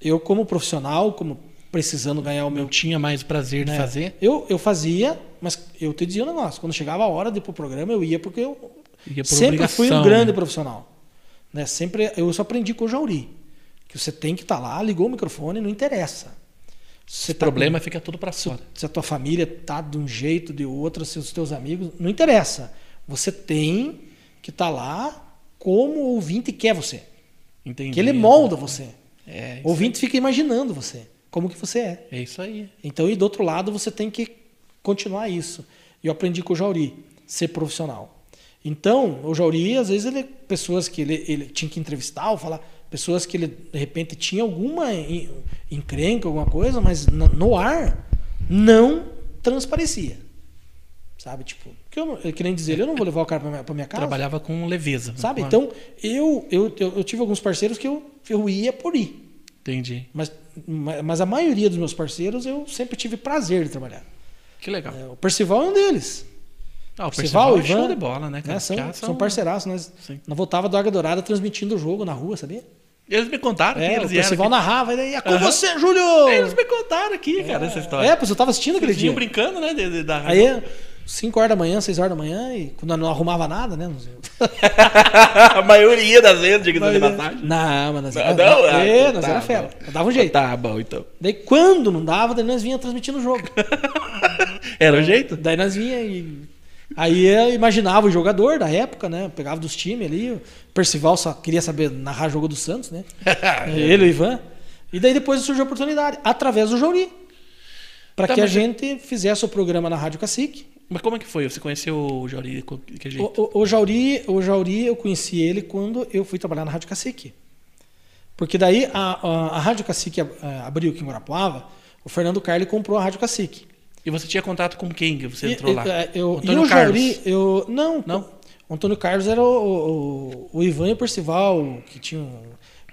S2: Eu, como profissional, como precisando ganhar o meu
S1: Eu tinha mais prazer de
S2: né?
S1: fazer.
S2: Eu, eu fazia, mas eu te dizia um negócio. Quando chegava a hora de ir pro programa, eu ia porque eu
S1: Ia É por
S2: sempre fui um
S1: obrigação,
S2: grande
S1: né?
S2: profissional. Né? Sempre eu só aprendi com o Jauri. Que você tem que estar lá, ligou o microfone, não interessa. tá Se
S1: O problema fica tudo pra fora.
S2: se a tua família tá de um jeito, de outro, se os teus amigos, não interessa. Você tem que estar lá como o ouvinte quer você.
S1: Entendi.
S2: Que ele molda você.
S1: É,
S2: O ouvinte fica imaginando você, como que você é.
S1: é isso aí.
S2: Então, e do outro lado, você tem que continuar isso. Eu aprendi com o Jauri, ser profissional. Então, o Jauri, às vezes, ele pessoas que ele, ele tinha que entrevistar ou falar, pessoas que ele, de repente, tinha alguma en- encrenca, alguma coisa, mas no, no ar não transparecia. Sabe? Tipo, que eu, não- eu queria dizer, eu não vou levar o cara pra minha, pra minha casa.
S1: Trabalhava com leveza. né?
S2: Sabe?
S1: Com a-
S2: Então, eu, eu, eu, eu tive alguns parceiros que eu, eu ia por ir.
S1: Entendi.
S2: Mas, mas a maioria dos meus parceiros eu sempre tive prazer de trabalhar.
S1: Que legal.
S2: É, O Percival é um deles.
S1: Ah, o
S2: Percival,
S1: Percival é
S2: Ivan,
S1: show de bola, né, cara?
S2: né? São,
S1: Já
S2: são parceiraços. Nós,
S1: Sim.
S2: nós voltava do Águia Dourada transmitindo o jogo na rua, sabia?
S1: Eles me contaram que
S2: É,
S1: eles
S2: o
S1: vieram.
S2: Percival narrava. E daí, é com
S1: Aham.
S2: você, Júlio!
S1: Eles me contaram aqui, cara, essa história.
S2: É, pois eu tava assistindo aquele
S1: Eles
S2: dia.
S1: vinham brincando, né? de- de- da...
S2: Aí, 5 horas da manhã, 6 horas da manhã, e quando eu não arrumava nada, né?
S1: a maioria das vezes, diga-se de passagem.
S2: (laughs) Não, mas nós
S1: Não,
S2: era,
S1: não, ah,
S2: é, nós
S1: tá,
S2: era
S1: tá.
S2: fera. Eu dava um jeito.
S1: Tá bom, então.
S2: Daí quando não dava, daí nós vinha transmitindo o jogo.
S1: Era o
S2: É.
S1: jeito?
S2: Daí nós vinha e. Aí eu imaginava o jogador da época, né? Pegava dos times ali. O Percival só queria saber narrar jogo do Santos, né? Ele, o Ivan. E daí depois surgiu a oportunidade, através do Jauri. Para
S1: Tá,
S2: que a
S1: mas-
S2: gente fizesse o programa na Rádio Cacique.
S1: Mas como é que foi? Você conheceu o Jauri co- de que jeito?
S2: O, o, o, Jauri, o Jauri, eu conheci ele quando eu fui trabalhar na Rádio Cacique. Porque daí a, a, a Rádio Cacique ab- eh, abriu aqui em Guarapuava, o Fernando Carli comprou a Rádio Cacique.
S1: E você tinha contato com quem que você
S2: E-
S1: entrou
S2: e-
S1: lá?
S2: é, Eu, e
S1: Antônio
S2: o
S1: Carlos.
S2: Jauri, eu. Não,
S1: Não?
S2: O Antônio Carlos era o, o- o Ivan e o Percival, que tinham.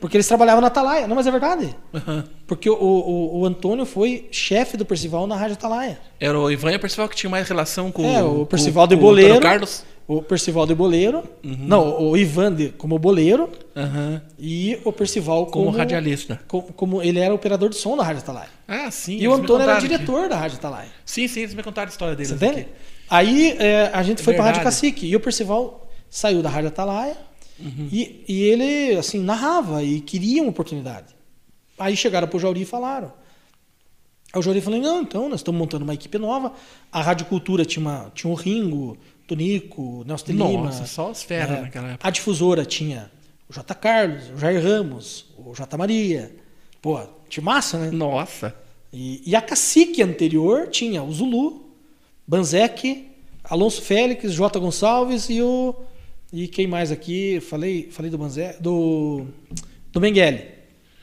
S2: Porque eles trabalhavam na Atalaia. Não, mas é verdade.
S1: Aham.
S2: Porque o, o, o Antônio foi chefe do Percival na Rádio Atalaia.
S1: Era o Ivan e o Percival que tinha mais relação com
S2: é, o
S1: com-
S2: Percival de
S1: com o Antônio
S2: Boleiro.
S1: Carlos.
S2: O, o Percival de Boleiro.
S1: Uhum.
S2: Não, o Ivan de- como boleiro
S1: Aham.
S2: e o Percival como,
S1: Como radialista.
S2: co- Como, ele era operador de som da Rádio Talai.
S1: Ah, sim.
S2: E
S1: eles
S2: o
S1: me
S2: Antônio era
S1: contaram que-
S2: diretor da Rádio Talai.
S1: Sim, sim, eles me contaram a história deles.
S2: Você entende?
S1: aqui.
S2: Aí é, a gente foi para pra Rádio
S1: Verdade.
S2: Cacique. E o Percival saiu da Rádio Atalaia.
S1: Uhum.
S2: E, e ele, assim, narrava e queria uma oportunidade. Aí chegaram pro Jauri e falaram. Aí o Jauri falou, não, então, nós estamos montando uma equipe nova. A Rádio Cultura tinha, uma, tinha o Ringo, Tonico, Nelson de Lima.
S1: Nossa, só as feras
S2: É.
S1: naquela época.
S2: A difusora tinha o J. Carlos, o Jair Ramos, o J. Maria. Pô, tinha massa, né?
S1: Nossa.
S2: E, e a cacique anterior tinha o Zulu, Banzec, Alonso Félix, J. Gonçalves e o. E quem mais aqui? Falei, falei do Banzec. Do. Do Mengele.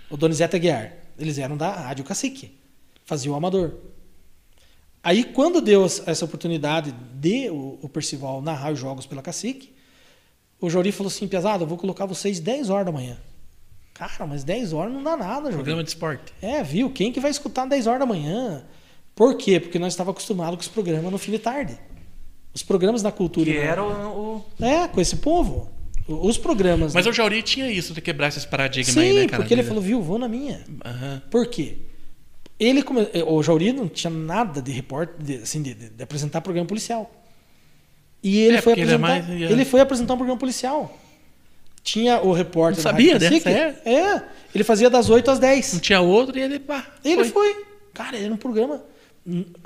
S2: O Donizete Aguiar. Eles eram da Rádio Cacique. Faziam o amador. Aí, quando deu as- essa oportunidade de o, o Percival narrar os jogos pela Cacique, o Jauri falou assim: Pesado, eu vou colocar vocês 10 horas da manhã. Cara, mas 10 horas não dá nada, Jauri.
S1: Programa de esporte.
S2: É, viu? Quem que vai escutar 10 horas da manhã? Por quê? Porque nós estávamos acostumados com os programas no fim de tarde. Os programas na cultura.
S1: Que
S2: né?
S1: era o. o-
S2: É, com esse povo. O- Os programas.
S1: Mas
S2: né?
S1: o Jauri tinha isso de quebrar esses paradigmas
S2: Sim,
S1: aí, né, cara?
S2: porque ele falou, viu, vou na minha.
S1: Aham.
S2: Por quê? Ele come... eh, O Jauri não tinha nada de repórter, de, assim, de, de- de apresentar programa policial. E ele,
S1: É,
S2: foi,
S1: porque ele é
S2: apresentar, ele,
S1: mais-
S2: foi apresentar um programa policial. Tinha o repórter.
S1: Não
S2: da Rádio
S1: sabia dessa,
S2: Cacique. É, ele fazia das 8 às 10.
S1: Não tinha outro e ele. Pá,
S2: Ele foi. Cara, ele era um programa.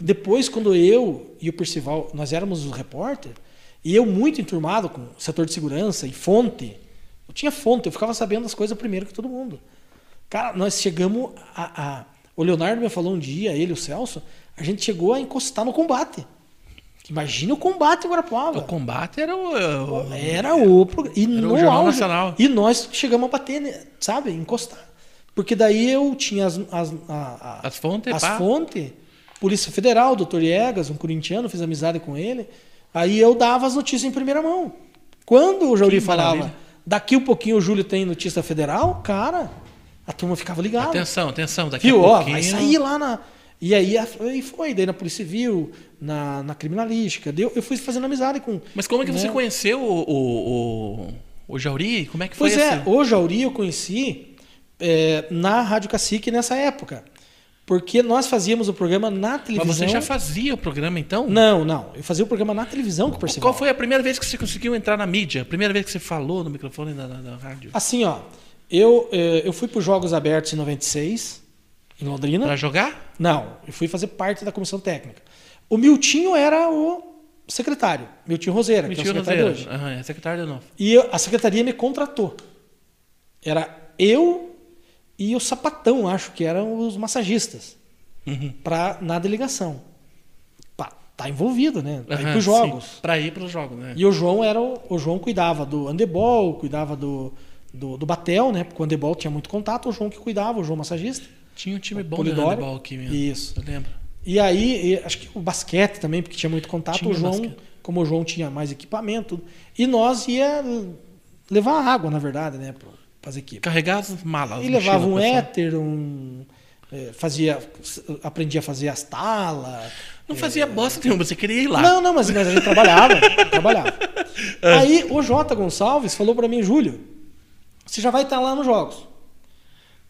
S2: Depois, quando eu e o Percival, nós éramos os repórter, e eu muito enturmado com o setor de segurança e fonte. Eu tinha fonte, eu ficava sabendo as coisas primeiro que todo mundo. Cara, nós chegamos a. a- o Leonardo me falou um dia, ele, o Celso, a gente chegou a encostar no combate. Imagina o combate em Guarapuava.
S1: O combate era o. o-
S2: Era o programa. E no
S1: Jornal
S2: auge.
S1: Nacional.
S2: E nós chegamos a bater, né? sabe? Encostar. Porque daí eu tinha as, as, a- a-
S1: As fontes,
S2: as
S1: pá.
S2: fontes, Polícia Federal, Dr. Iegas, um corintiano, fiz amizade com ele. Aí eu dava as notícias em primeira mão. Quando o Jauri
S1: Que
S2: falava,
S1: maravilha.
S2: daqui um pouquinho o Júlio tem notícia federal, cara, a turma ficava ligada.
S1: Atenção, atenção, daqui
S2: Viu?
S1: a
S2: Ó,
S1: pouquinho.
S2: vai sair lá na. E aí a- e foi, daí na Polícia Civil, na, na criminalística. deu- Eu fui fazendo amizade com.
S1: Mas como é que você
S2: né?
S1: conheceu o, o, o, o Jauri? Como é que foi
S2: Pois é,
S1: esse-
S2: o Jauri eu conheci é, na Rádio Cacique nessa época. Porque nós fazíamos o programa na
S1: Mas
S2: televisão.
S1: você já fazia o programa então?
S2: Não, não. Eu fazia o programa na televisão com o Percival.
S1: Qual foi a primeira vez que você conseguiu entrar na mídia? A primeira vez que você falou no microfone da, da- da rádio?
S2: Assim, ó. Eu, eh, eu fui para os Jogos Abertos em 96, em Londrina.
S1: Pra jogar?
S2: Não, eu fui fazer parte da comissão técnica. O Miltinho era o secretário. Miltinho Roseira, que é o
S1: Mentira, não
S2: secretário
S1: era.
S2: hoje.
S1: Aham, é secretário de novo.
S2: E eu- a secretaria me contratou. Era eu e o Sapatão, acho que eram os massagistas,
S1: Uhum.
S2: pra, na delegação. Pá, tá envolvido, né? Tá
S1: Aham,
S2: para os jogos.
S1: Sim, pra ir pros jogos, né?
S2: E o João era o, o João cuidava do handebol, cuidava do, do, do batel, né? Porque o handebol tinha muito contato, o João que cuidava, o João massagista.
S1: Tinha um time
S2: o
S1: bom de
S2: Polidoro.
S1: handebol aqui mesmo.
S2: Isso.
S1: Eu lembro.
S2: E aí, e acho que o basquete também, porque tinha muito contato,
S1: Tinha
S2: o João,
S1: basquete.
S2: como o João tinha mais equipamento, e nós ia levar água, na verdade, né, para as equipes.
S1: Carregar as malas.
S2: E
S1: mochila,
S2: levava um
S1: pessoal.
S2: éter, um eh, fazia aprendia a fazer as talas.
S1: Não fazia bosta nenhuma, você queria ir lá.
S2: Não, não, mas, mas a gente trabalhava,
S1: (laughs)
S2: trabalhava.
S1: É.
S2: Aí o Jota Gonçalves falou pra mim, Júlio, você já vai estar lá nos jogos.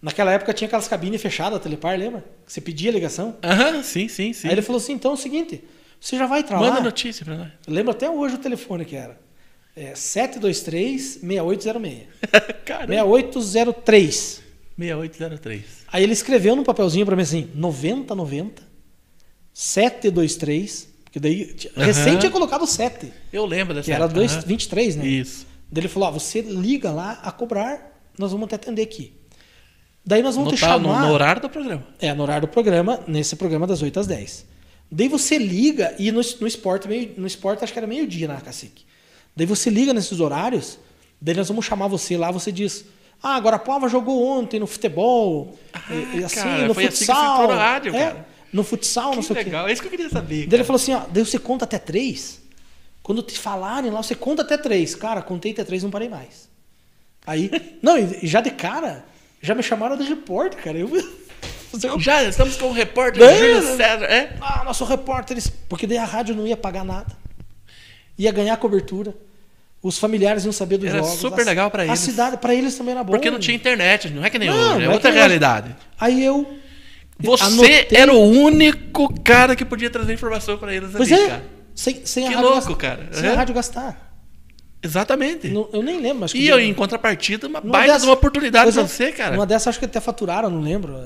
S2: Naquela época tinha aquelas cabines fechadas, telepar, lembra? Que você pedia ligação.
S1: Aham, sim, sim, sim.
S2: Aí ele falou assim, então é o seguinte, você já vai estar
S1: Manda
S2: lá.
S1: notícia pra nós. (laughs)
S2: Eu lembro até hoje o telefone que era. É
S1: (laughs) É
S2: 723-6806.
S1: Caramba.
S2: 6803.
S1: 6803.
S2: Aí ele escreveu num papelzinho pra mim assim, 9090 723, porque daí recém
S1: Aham.
S2: tinha colocado 7.
S1: Eu lembro dessa
S2: Que era
S1: época,
S2: dois,
S1: aham.
S2: 23, né?
S1: Isso.
S2: Daí ele falou: ó, você liga lá a cobrar, nós vamos te atender aqui. Daí nós
S1: No,
S2: vamos te
S1: tal- no-
S2: chamar.
S1: no horário do programa.
S2: É, no horário do programa, nesse programa das 8 às 10. Daí você liga, e no, no esporte, meio, no esporte acho que era meio-dia na cacique. Daí você liga nesses horários, daí nós vamos chamar você lá, você diz. Ah, agora a Pova jogou ontem no futebol, e- e assim,
S1: Ah, cara,
S2: no
S1: foi assim que você
S2: futsal.
S1: entrou no rádio,
S2: é,
S1: cara.
S2: No futsal, não
S1: Que
S2: sei o quê.
S1: legal, é isso que eu queria saber.
S2: Daí ele
S1: cara.
S2: falou assim, ó, daí você conta até três. Quando te falarem lá, você conta até três. Cara, contei até três, não parei mais.
S1: (laughs)
S2: Aí, não, e e já de cara, já me chamaram de repórter, cara. Eu, (laughs) eu
S1: Já estamos com o repórter
S2: Não,
S1: Júlio
S2: não.
S1: César. É?
S2: ah, nosso repórter, eles- porque daí a rádio não ia pagar nada. ia ganhar cobertura. Os familiares iam saber dos
S1: Era
S2: jogos.
S1: super
S2: a-
S1: legal pra
S2: A
S1: eles.
S2: cidade, para eles também era bom.
S1: Porque não tinha internet, não é que nem
S2: Não,
S1: hoje,
S2: não
S1: é
S2: é
S1: outra
S2: que nem-
S1: realidade.
S2: Aí eu.
S1: Você é
S2: anotei-
S1: era o único cara que podia trazer informação pra eles
S2: Pois
S1: ali,
S2: é,
S1: cara.
S2: sem, sem a
S1: Que
S2: rádio
S1: louco,
S2: gastar-
S1: cara.
S2: Sem
S1: É.
S2: a rádio gastar.
S1: Exatamente.
S2: Não- eu nem lembro, acho que.
S1: E eu, em contrapartida, uma
S2: Numa
S1: baita
S2: dessa-
S1: de uma oportunidade
S2: Pois
S1: pra
S2: é,
S1: você, cara.
S2: Uma dessas acho que até faturaram, não lembro.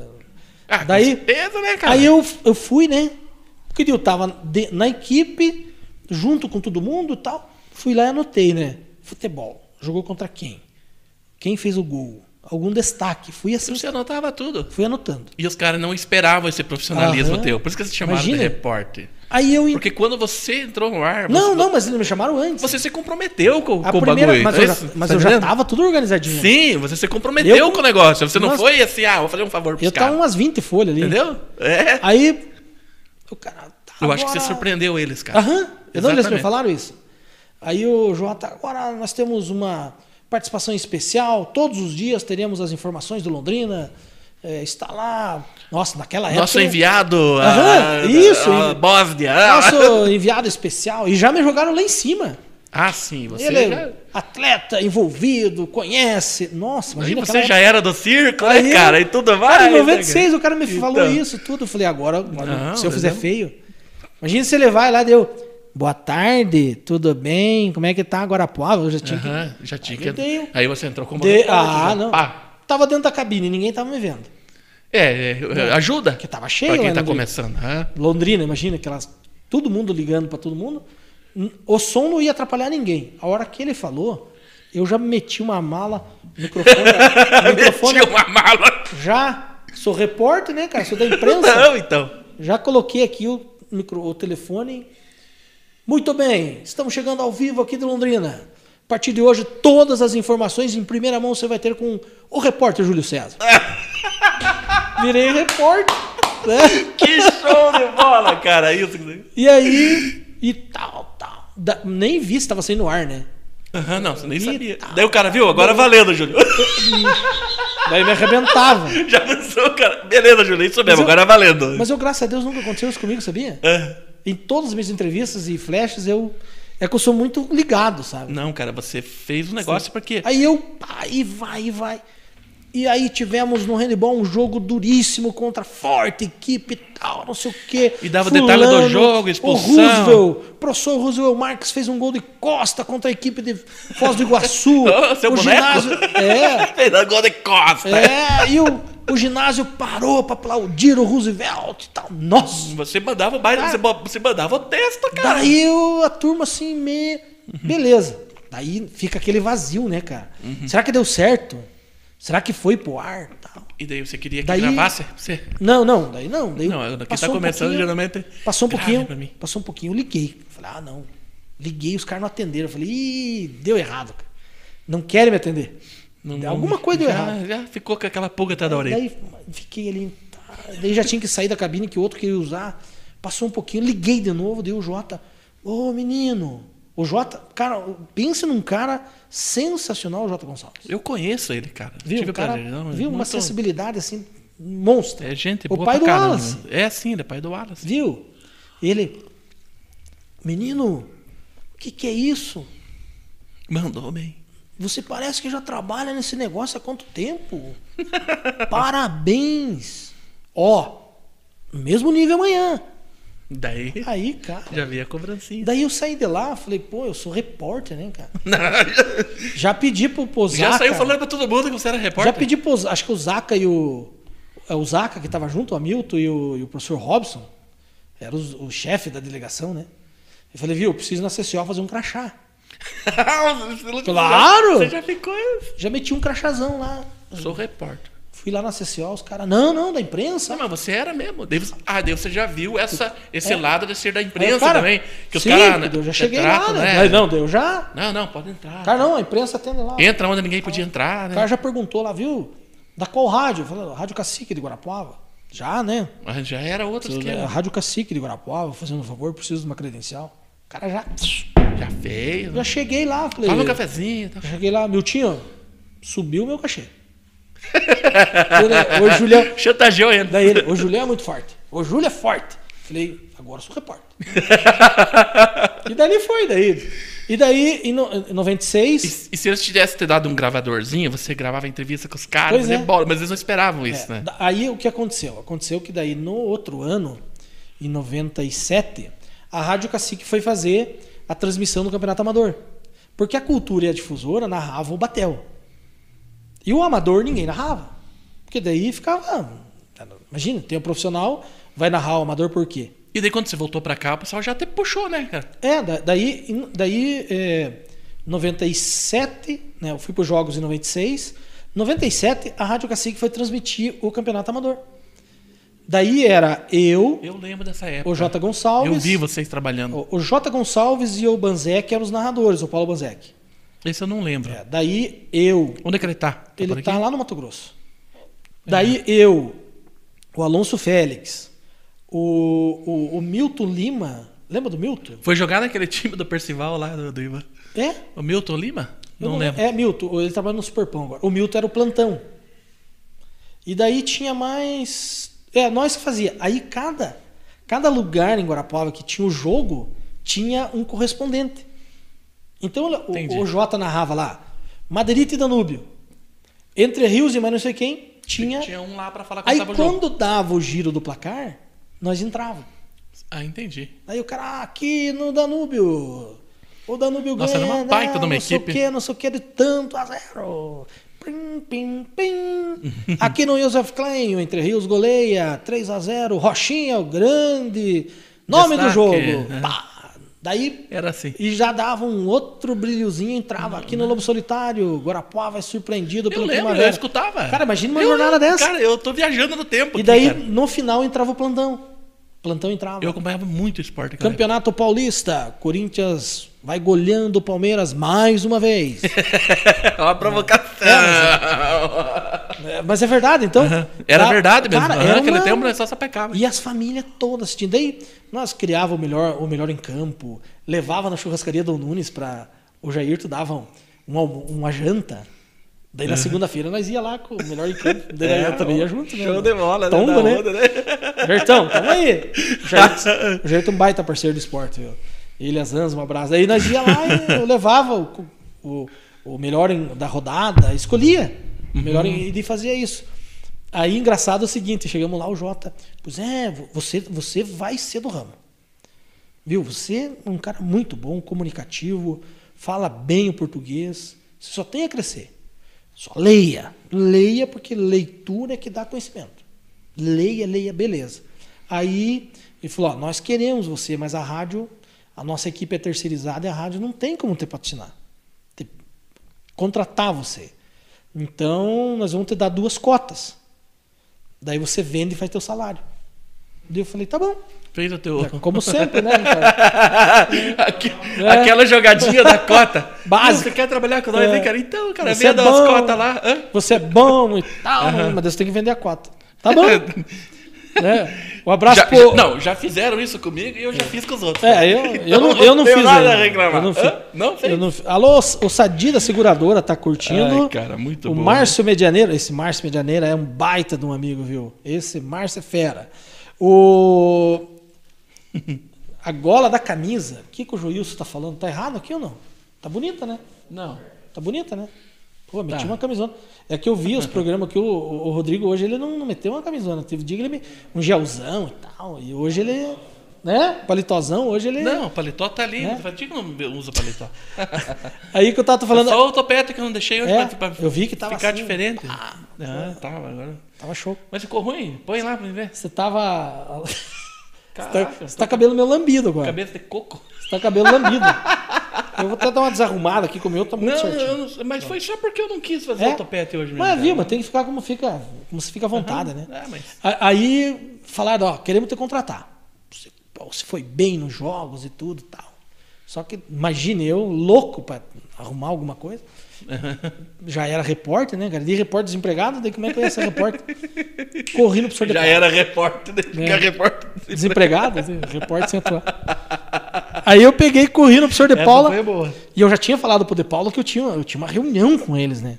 S1: Ah, com
S2: Daí-
S1: certeza, né, cara?
S2: Aí eu, eu fui, né? Porque eu tava de- na equipe, junto com todo mundo e tal. Fui lá e anotei, né? Futebol. Jogou contra quem? Quem fez o gol? Algum destaque? Fui assim,
S1: Você anotava tudo.
S2: fui anotando.
S1: E os caras não esperavam esse profissionalismo
S2: Aham.
S1: teu. Por isso que eles te chamaram de
S2: Imagina.
S1: repórter.
S2: Aí eu. en-
S1: Porque quando você entrou no ar,
S2: não,
S1: você,
S2: não, mas eles me chamaram antes.
S1: você se comprometeu com,
S2: A
S1: com
S2: primeira,
S1: o bagulho.
S2: mas
S1: é
S2: eu, já,
S1: isso?
S2: mas
S1: Tá
S2: eu já
S1: entendendo?
S2: tava tudo organizadinho.
S1: Sim, você se comprometeu
S2: Eu-
S1: com o negócio. Você não
S2: Nossa.
S1: foi assim, ah, vou fazer um favor pros
S2: eu tava
S1: caras.
S2: umas 20 folhas ali.
S1: Entendeu? É.
S2: Aí. O cara. tá,
S1: Eu acho que você
S2: agora-
S1: surpreendeu eles, cara.
S2: Aham. Eu Não, eles me
S1: Exatamente.
S2: falaram isso. Aí o Jota, agora nós temos uma participação especial. Todos os dias teremos as informações do Londrina. É, está lá. Nossa, naquela época.
S1: Nosso enviado.
S2: É Aham,
S1: a,
S2: isso,
S1: A,
S2: envi-
S1: Bósnia.
S2: Nosso enviado especial. E já me jogaram lá em cima.
S1: Ah, (laughs) sim. Você
S2: Ele
S1: já.
S2: é atleta, envolvido, conhece. Nossa,
S1: Aí
S2: imagina
S1: você
S2: aquela
S1: já era do circo,
S2: Aí
S1: né,
S2: eu-
S1: cara? E tudo mais.
S2: Cara, em
S1: né,
S2: 96 o cara me falou
S1: Então.
S2: isso tudo. Eu falei, agora, mano,
S1: Não,
S2: se eu fizer
S1: entendeu?
S2: feio. Imagina se ele vai lá e deu. Boa tarde, tudo bem? Como é que tá agora Eu já tinha que-
S1: Aham, já tinha
S2: Aí
S1: que...
S2: eu dei-
S1: Aí você entrou como...
S2: De-
S1: repórter,
S2: Ah,
S1: já.
S2: não.
S1: Pá.
S2: Tava dentro da cabine, ninguém tava me vendo.
S1: É, é, é, ajuda.
S2: Porque tava cheio
S1: Pra quem
S2: lá
S1: tá
S2: no-
S1: começando. aham.
S2: Londrina, imagina, aquelas. Todo mundo ligando pra todo mundo. N- O som não ia atrapalhar ninguém. A hora que ele falou, eu já meti uma mala,
S1: (laughs)
S2: microfone, microfone
S1: Tinha uma mala.
S2: já. Sou repórter, né, cara? Sou da imprensa.
S1: Não, então.
S2: Já coloquei aqui o, micro- o telefone. Muito bem, estamos chegando ao vivo aqui de Londrina. A partir de hoje, todas as informações em primeira mão você vai ter com o repórter Júlio César. Virei repórter, né?
S1: Que show de bola, cara. Isso. que-
S2: E aí, e tal, tal. Da- nem vi se estava saindo no ar, né?
S1: Aham, não, você nem sabia. Daí o cara, viu? Agora valendo, Júlio. (laughs)
S2: Daí me arrebentava.
S1: Já pensou, cara? Beleza, Júlio, isso mesmo.
S2: eu-
S1: Agora valendo.
S2: Mas eu, graças a Deus, nunca aconteceu isso comigo, sabia?
S1: Ah,
S2: Em todas as minhas entrevistas e flashes, eu. É que eu sou muito ligado, sabe?
S1: Não, cara, você fez um negócio porque...
S2: Aí eu, pá, e vai, e vai. E aí tivemos no handball um jogo duríssimo contra forte equipe e tal, não sei o quê.
S1: E dava detalhe do jogo, expulsão.
S2: O Roosevelt, o professor Roosevelt Marques fez um gol de costa contra a equipe de Foz do
S1: (laughs) (laughs)
S2: Iguaçu.
S1: Ô, seu boneco?
S2: o ginásio, é,
S1: (laughs) Fez a gol de costa.
S2: é, e o, o ginásio parou pra aplaudir o Roosevelt e tal. Nossa,
S1: Você mandava o baile, você, bo- você mandava o texto, cara. Uhum.
S2: Daí eu- a turma assim, me... beleza. Daí fica aquele vazio, né, cara?
S1: Uhum.
S2: Será que deu certo? Será que foi pro ar? Tal.
S1: E daí você queria que
S2: Daí-
S1: gravasse? Você...
S2: Não, não, daí não. Daí
S1: Não, aqui
S2: passou
S1: tá começando,
S2: pouquinho-
S1: geralmente.
S2: Passou um
S1: grave
S2: pouquinho,
S1: pra mim.
S2: passou um pouquinho, eu liguei. Falei, ah, não. Liguei, os caras não atenderam. Eu falei, ih, deu errado, cara. Não querem me atender.
S1: Não-
S2: Alguma coisa deu
S1: já, né?
S2: errado. É,
S1: Já ficou com aquela pulga atrás da orelha.
S2: Daí fiquei ali. tá. Daí já tinha que sair da cabine que o outro queria usar. Passou um pouquinho, liguei de novo, dei o Jota. Ô, menino! O Jota, cara, pense num cara sensacional, o Jota Gonçalves.
S1: Eu conheço ele, cara.
S2: Viu?
S1: Tive
S2: O cara,
S1: prazer, não,
S2: viu? Uma
S1: muito-
S2: sensibilidade assim, monstra.
S1: É gente
S2: o
S1: boa
S2: pai
S1: pra
S2: do
S1: caramba.
S2: Wallace.
S1: É assim, ele é pai do Wallace.
S2: Viu? Ele. Menino, o que, que é isso?
S1: Mandou bem.
S2: Você parece que já trabalha nesse negócio há quanto tempo? (laughs) Parabéns! Ó, mesmo nível amanhã. (laughs)
S1: Daí
S2: Aí, cara.
S1: já vi a cobrancinha.
S2: Daí eu saí de lá, falei, pô, eu sou repórter,
S1: (laughs)
S2: né, cara? Já pedi pro Pozaca.
S1: já saiu falando pra todo mundo que você era repórter.
S2: Já
S1: (laughs)
S2: pedi pro. Acho que o Zaca e o. É o Zaca que tava junto, o Hamilton e o, e o professor Robson. Era os- o, chefe da delegação, né? Eu falei, viu, eu preciso na CCO fazer um crachá. Claro!
S1: Você já ficou. eu
S2: Já meti um crachazão lá.
S1: Sou repórter.
S2: Fui lá na CCO, os caras, não, não, da imprensa.
S1: Não, mas você era mesmo. Daí você- Ah, daí você já viu essa, esse lado de ser da imprensa
S2: Aí, É. cara,
S1: também. Que os
S2: sim,
S1: caras. né,
S2: eu já cheguei lá,
S1: tratam,
S2: né?
S1: né?
S2: Mas não, eu já.
S1: Não, não, pode entrar.
S2: Cara, não, a imprensa atende lá.
S1: Entra onde ninguém podia entrar,
S2: O
S1: né?
S2: cara já perguntou lá, viu? Da qual rádio? Eu falei, Rádio Cacique de Guarapuava. Já, né?
S1: Mas Já era outro
S2: É,
S1: esquema.
S2: Rádio Cacique de Guarapuava, fazendo um favor, preciso de uma credencial. O cara já.
S1: Já fez.
S2: é. Já cheguei lá, falei.
S1: Fala Hum. um cafezinho. Tá.
S2: Eu Cheguei lá, Miltinho, subiu o meu cachê. (laughs) Eu, né, Ô, Julião.
S1: Ah, (laughs) Chantageou ainda.
S2: Daí ele, ô Julião é muito forte. Ô Júlio é forte. Falei, agora eu
S1: (laughs)
S2: sou repórter. e dali foi, daí. E daí, em no- em 96.
S1: E, e se eles tivessem te dado um gravadorzinho, você gravava entrevista com os caras,
S2: Pois
S1: ia
S2: é.
S1: embora, mas eles não esperavam
S2: é,
S1: isso, né?
S2: da- Aí o que aconteceu? Aconteceu que daí no outro ano, em 97, a Rádio Cacique foi fazer a transmissão do Campeonato Amador. Porque a cultura e a difusora narravam o Batel. E o amador ninguém narrava. Porque daí ficava. ah, Imagina, tem um profissional, vai narrar o amador por quê?
S1: E daí quando você voltou pra cá, o pessoal já até puxou, né, cara?
S2: É, da- daí, em- daí é, 97, né, eu fui para os Jogos em 96. 97, a Rádio Cacique foi transmitir o Campeonato Amador. Daí era eu,
S1: Eu lembro dessa época.
S2: o Jota Gonçalves.
S1: Eu vi vocês trabalhando.
S2: o- O Jota Gonçalves e o Banzec eram os narradores, o Paulo Banzec.
S1: Esse eu não lembro.
S2: É, daí eu,
S1: Onde é que ele tá? Tá por
S2: ele
S1: aqui? É.
S2: tá lá no Mato Grosso. Daí eu, o Alonso Félix, o, o, o Milton Lima. Lembra do Milton?
S1: Foi jogar naquele time do Percival lá do, do Ivan.
S2: É?
S1: O Milton Lima?
S2: Eu
S1: Não, lembro.
S2: É, Milton, ele trabalha no Superpão agora. O Milton era o plantão. E daí tinha mais. É, nós que fazia. Aí cada, cada lugar em Guarapuava que tinha o jogo tinha um correspondente. Então o-
S1: Entendi.
S2: o, Jota narrava lá, Madeirita e Danúbio. Entre Rios e mais não sei quem, tinha.
S1: Tinha um lá pra falar
S2: é. Aí
S1: quando tava o jogo.
S2: quando dava o giro do placar, nós entrava.
S1: Ah, entendi.
S2: Aí o cara, ah, aqui no Danúbio. O Danúbio
S1: Nossa,
S2: ganha.
S1: era uma baita de uma
S2: não
S1: equipe.
S2: Sei o quê, não sei o que, de tanto a zero. Pim, pim, pim.
S1: (laughs)
S2: aqui no Joseph Klein, o Entre Rios goleia 3 a 0 Rochinha, o grande. Nome do
S1: Destaque,
S2: jogo.
S1: né?
S2: Pá. Daí.
S1: Era assim.
S2: E já dava um outro brilhozinho, entrava aqui no Lobo Solitário. Guarapuava é surpreendido
S1: Eu
S2: pelo
S1: lembro, eu
S2: primavera.
S1: escutava.
S2: Cara, imagina uma
S1: Eu
S2: jornada
S1: lembro,
S2: dessa.
S1: Cara, eu tô viajando no tempo.
S2: e
S1: aqui,
S2: daí,
S1: um cara.
S2: no final, entrava o plantão. Plantão entrava.
S1: Eu acompanhava muito esporte, cara.
S2: Campeonato Paulista, Corinthians vai goleando o Palmeiras mais
S1: (laughs)
S2: uma vez.
S1: Uma provocação. (laughs)
S2: É, Mas é verdade, então.
S1: Era
S2: Tá-
S1: verdade mesmo.
S2: cara,
S1: Aham,
S2: era
S1: Naquele
S2: uma-
S1: tempo né, só sapecava.
S2: E as famílias todas assistindo. Daí nós criávamos o melhor, o melhor em campo, levava na churrascaria do Nunes para o Jair, tu dava um, um almo- uma janta. Daí na segunda-feira nós ia lá com o melhor em campo. Daí
S1: É,
S2: eu também ia junto, né?
S1: show de bola, né?
S2: Tomba,
S1: Da
S2: né?
S1: onda, né?
S2: Bertão, tamo aí. O Jair, o Jair é um baita parceiro do esporte, viu? Ele, as Anzas, um abraço. Daí nós ia lá e eu levava o, o, o melhor em- da rodada, escolhia. O melhor em- e fazia isso. Aí, engraçado é o seguinte, chegamos lá, o Jota, pois é, vo- você, você vai ser do ramo. Viu? Você é um cara muito bom, comunicativo, fala bem o português, você só tem a crescer. Só leia. Leia, porque leitura é que dá conhecimento. Leia, leia, beleza. Aí ele falou: ó, nós queremos você, mas a rádio, a nossa equipe é terceirizada e a rádio não tem como te patrocinar, te contratar você. Então nós vamos te dar duas cotas. Daí você vende e faz teu salário. Daí eu falei: tá bom.
S1: (laughs) Fez o (laughs)
S2: (laughs)
S1: teu.
S2: Como sempre, né? Ricardo?
S1: Aque-
S2: É.
S1: Aquela jogadinha da cota.
S2: Básica.
S1: Não, Você quer trabalhar com nós,
S2: É.
S1: hein, cara? Então, cara,
S2: Você é
S1: vem dar umas
S2: bom.
S1: cotas lá. hã?
S2: Você é bom e tal, mas você tem que vender a cota. Tá
S1: (laughs)
S2: bom. né? Um abraço
S1: Já-
S2: pro.
S1: já- não, já fizeram isso comigo e eu já fiz com os outros.
S2: É, eu, eu não,
S1: Então,
S2: eu não
S1: tenho
S2: fiz.
S1: nada
S2: ainda.
S1: a reclamar.
S2: Eu não fiz.
S1: Hã? Não fez?
S2: Eu não fi- Alô, o Sadi da seguradora tá curtindo.
S1: Ai, cara, muito
S2: o
S1: bom.
S2: Márcio Medianeira, esse Márcio Medianeira é um baita de um amigo, viu? Esse Márcio é fera. O
S1: (laughs)
S2: a gola da camisa. O que, que o Joilson tá falando? Tá errado aqui ou não? Tá bonita, né?
S1: Não.
S2: Tá bonita, né? Pô, meti
S1: Tá.
S2: uma camisona. É que eu vi
S1: (laughs)
S2: os programas que o, o Rodrigo hoje ele não, não meteu uma camisona. Teve dia que ele me, um gelzão e tal. E hoje ele. Né? Palitozão, hoje ele.
S1: Não, o paletó tá ali.
S2: Né?
S1: Faz dia que eu não uso
S2: (laughs)
S1: paletó.
S2: Aí que eu tava falando.
S1: Só o topete que eu não deixei hoje
S2: É,
S1: pra, pra
S2: eu vi que tava
S1: ficar
S2: assim, é.
S1: diferente.
S2: pá.
S1: Ah, tava agora.
S2: Tava show.
S1: Mas ficou ruim? Põe lá pra mim ver.
S2: Você
S1: Ah,
S2: tava. Você tá,
S1: Caraca,
S2: você tá cabelo meio lambido agora.
S1: cabeça de coco.
S2: Você tá cabelo lambido. eu vou até dar uma desarrumada aqui, que o meu tá muito
S1: Não,
S2: certinho.
S1: eu não- mas foi só porque eu não quis fazer
S2: É?
S1: o topete hoje mesmo.
S2: Mas
S1: cara.
S2: viu, mas tem que ficar como fica, como se fica à vontade, né?
S1: Ah, mas-
S2: A- Aí falaram, ó, queremos te contratar. Você, pô, você foi bem nos jogos e tudo e tal. Só que imagine eu, louco pra arrumar alguma
S1: (laughs)
S2: coisa. Já era repórter, né, cara? De repórter desempregado, daí como é que eu ia ser repórter? Correndo pro senhor
S1: Já era repórter, né?
S2: É.
S1: Ficar repórter.
S2: Desempregado, assim, repórter sem atuar. Aí eu peguei e corri no professor De
S1: Essa
S2: Paula.
S1: É, foi boa.
S2: E eu já tinha falado pro De Paula que eu tinha, eu tinha uma reunião com
S1: Uhum.
S2: eles, né?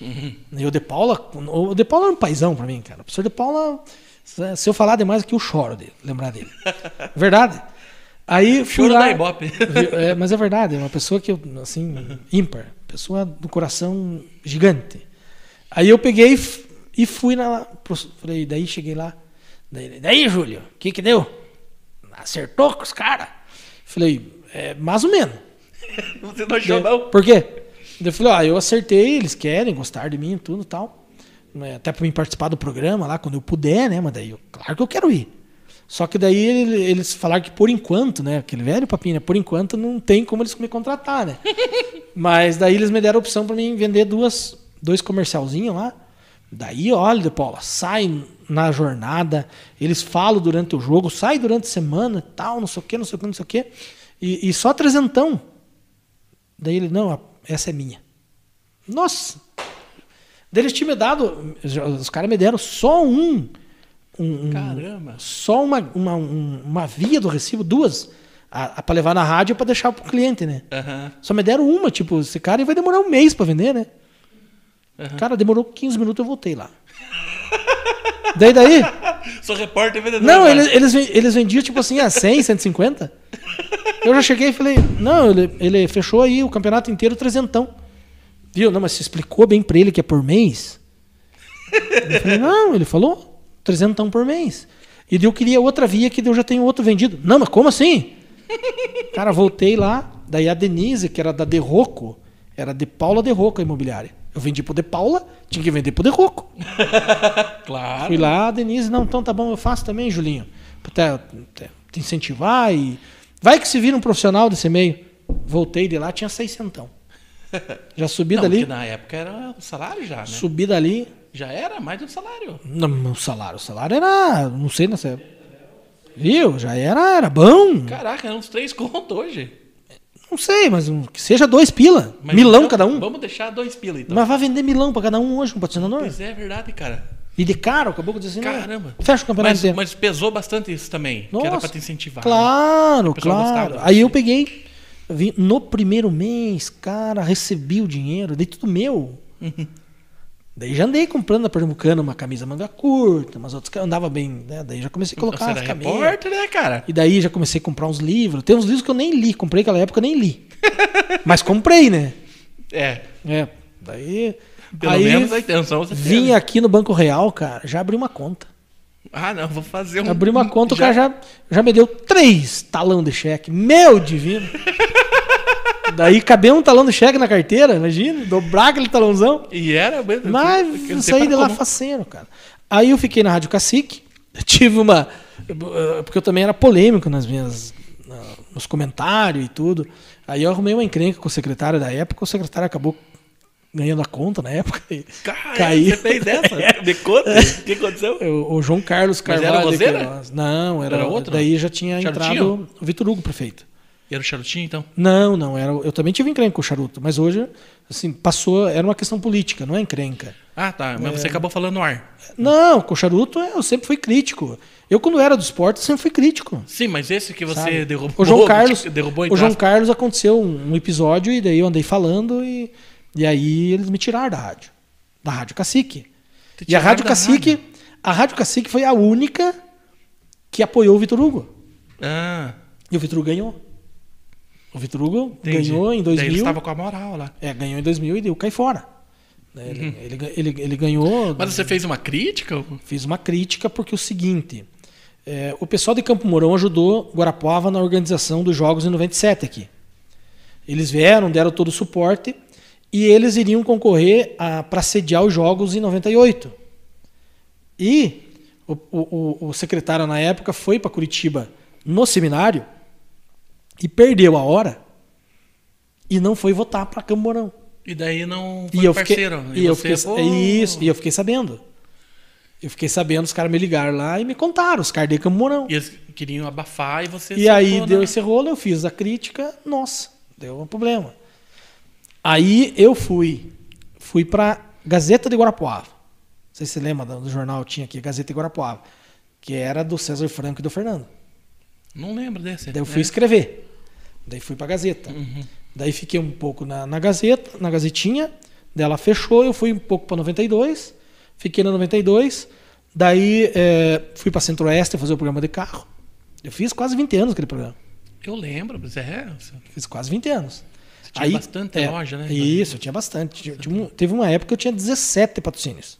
S2: E o De Paula, o De Paula era um paizão pra mim, cara. O professor De Paula Se eu falar demais aqui, eu choro de
S1: (laughs)
S2: lembrar dele. Verdade? Aí fui
S1: Choro
S2: lá,
S1: da Ibope. (laughs) Uhum.
S2: É, mas é verdade, é uma pessoa que, eu, assim, ímpar. Pessoa do coração gigante. Aí eu peguei e f- e fui na lá. pro- Falei, daí cheguei lá. Daí, ele, daí Júlio, o que que deu? Acertou com os caras? Falei, é, mais ou menos.
S1: Você não achou, não?
S2: Por quê? Daí Eu falei, ó, eu acertei, eles querem gostar de mim e tudo e tal. Né, Até pra mim participar do programa lá, quando eu puder, né? Mas daí, eu- claro que eu quero ir. Só que daí ele- eles falaram que por enquanto, né? Aquele velho papinho, né? Por enquanto não tem como eles me contratar,
S1: (laughs)
S2: né? Mas daí eles me deram a opção pra mim vender duas, dois comercialzinhos lá. Daí, olha, De Paula, sai na jornada, eles falam durante o jogo, sai durante a semana e tal, não sei o que, não sei o que, não sei o que. E, e só trezentão. Daí ele, não, a- essa é minha. Nossa! Daí eles tinham me dado, os caras me deram só um. um- um-
S1: Caramba.
S2: Só uma, uma, um- uma via do recibo, duas. A, a pra levar na rádio e pra deixar pro cliente, né?
S1: Aham.
S2: Só me deram uma, tipo, esse cara e vai demorar um mês pra vender, né? Cara, demorou 15 minutos eu voltei lá. (laughs) daí daí?
S1: Sou repórter e vendedor. né?
S2: Não,
S1: agora.
S2: eles, eles, ven- eles vendiam tipo assim a 100, 150. Eu já cheguei e falei, não, ele, ele fechou aí o campeonato inteiro trezentão. Viu? Não, mas você explicou bem pra ele que é por mês? Eu falei, não, ele falou trezentão por mês. E daí eu queria outra via que daí eu já tenho outro vendido. Não, mas como assim? Cara, voltei lá, daí a Denise, que era da De Rocco, era de Paula De Rocco a imobiliária. Eu vendi pro De Paula, tinha que vender pro De Rocco.
S1: Claro.
S2: Fui lá, a Denise, não, então tá bom, eu faço também, Julinho. Pra te, te- te incentivar e. Vai que se vira um profissional desse meio. Voltei de lá,
S1: (laughs)
S2: tinha 600. Já subi
S1: Não,
S2: dali.
S1: porque na época era o salário já, né?
S2: Subi dali.
S1: Já era mais do salário.
S2: Não, mas o salário. O salário era. Não sei nessa época. Viu? Já era, era bom.
S1: Caraca, eram uns três contos hoje.
S2: Não sei, mas um- que seja dois pila.
S1: Mas
S2: milão
S1: então,
S2: cada um.
S1: Vamos deixar dois pila, então.
S2: Mas vai vender milão pra cada um hoje, um patrocinador?
S1: Pois é, é verdade, cara.
S2: E de caro, acabou dizendo assim, não,
S1: Caramba.
S2: Fecha o campeonato
S1: Mas,
S2: inteiro.
S1: mas pesou bastante isso também. que era pra te incentivar. né?
S2: Claro,
S1: pessoal
S2: claro.
S1: gostava.
S2: Aí eu peguei, vim- no primeiro mês, cara, recebi o dinheiro, dei tudo meu.
S1: Uhum.
S2: Daí já andei comprando na Pernambucana uma camisa manga curta, umas outras que eu andava bem, né? Daí já comecei a
S1: Você
S2: colocar
S1: era
S2: as camisas.
S1: repórter, né, cara?
S2: E daí já comecei a comprar uns livros. Tem uns livros que eu nem li, comprei naquela época, eu
S1: (laughs)
S2: nem li. Mas comprei, né?
S1: É.
S2: É, daí.
S1: Pelo
S2: aí
S1: menos a intenção você teve.
S2: vim aqui no Banco Real, cara, já abri uma conta.
S1: Ah, não, vou fazer um.
S2: Hum, Abri uma conta, o cara já, já me deu três talão de cheque. Meu divino! Daí cabia um talão de cheque na carteira, imagina, dobrar aquele talãozão.
S1: E era mesmo.
S2: Mas eu saí de lá faceiro, cara. Aí eu fiquei na Rádio Cacique, (laughs) tive uma. eh, Porque eu também era polêmico nas minhas. na- nos comentários e tudo. Aí eu arrumei uma encrenca com o secretário da época, o secretário acabou ganhando a conta na época. e
S1: Cara, é,
S2: caiu.
S1: você fez
S2: (laughs)
S1: essa? Me
S2: É.
S1: conta, o que aconteceu?
S2: Eu- o João Carlos
S1: Mas era
S2: Carvalho. de
S1: você, né?
S2: Queiroz. Não, era,
S1: Era outro?
S2: outro. Daí já tinha
S1: Charutinho?
S2: entrado o Vitor Hugo, prefeito.
S1: Era o charutinho, então?
S2: Não, não, era, eu também tive encrenca com o charuto, mas hoje, assim, passou, era uma questão política, não é encrenca.
S1: Ah, tá.
S2: É.
S1: Mas você acabou falando no ar.
S2: Não, com o charuto eu sempre fui crítico. Eu, quando era do esporte, sempre fui crítico.
S1: Sim, mas esse que você
S2: sabe?
S1: derrubou. (laughs)
S2: O João Carlos,
S1: Derrubou
S2: o
S1: entre
S2: João
S1: aspas.
S2: Carlos aconteceu um, um episódio e daí eu andei falando e, e aí eles me tiraram da rádio, da rádio Cacique.
S1: Te
S2: E a
S1: tiraram
S2: rádio
S1: da
S2: Cacique,
S1: rádio.
S2: a rádio Cacique foi a única que apoiou o Vitor Hugo.
S1: Ah,
S2: E o Vitor Hugo ganhou. O Vitor Hugo
S1: entendi.
S2: ganhou em
S1: Daí Ele
S2: 2000.
S1: estava com a moral lá.
S2: É, ganhou em 2000 e deu cai fora. Né, Ele, ele, ga- ele- ele ganhou.
S1: Uhum. Mas você fez uma crítica?
S2: Fiz uma crítica porque o seguinte, é, o pessoal de Campo Mourão ajudou Guarapuava na organização dos Jogos em 97 aqui. Eles vieram, deram todo o suporte e eles iriam concorrer para sediar os Jogos em 98. E o, o- o- o secretário na época foi para Curitiba no seminário e perdeu a hora e não foi votar para Campo Mourão.
S1: E daí não foi um
S2: E eu fiquei,
S1: parceiro.
S2: e eu
S1: você,
S2: fiquei,
S1: pô,
S2: é isso, e eu fiquei sabendo. Eu fiquei sabendo, os caras me ligaram lá e me contaram, os caras de Camurão.
S1: E eles queriam abafar e você.
S2: E, aí
S1: soltou,
S2: deu
S1: né?
S2: esse rolo, eu fiz a crítica, nossa, deu um problema. Aí eu fui, fui pra Gazeta de Guarapuava. Não sei se você lembra do do jornal, tinha aqui, Gazeta de Guarapuava, que era do César Franco e do Fernando.
S1: Não lembro desse.
S2: Daí eu
S1: né? Uhum.
S2: fui escrever. Daí fui pra Gazeta. Daí fiquei um pouco na, na Gazeta, na Gazetinha. Daí ela fechou, eu fui um pouco pra 92. Fiquei na 92. Daí é, fui para Centro-Oeste fazer o programa de carro. Eu fiz quase 20 anos aquele programa.
S1: Eu lembro, mas é. você
S2: Fiz quase 20 anos. é,
S1: tinha bastante loja, né?
S2: Isso, eu tinha bastante. Tinha- tinha um- teve uma época que eu tinha 17 patrocínios.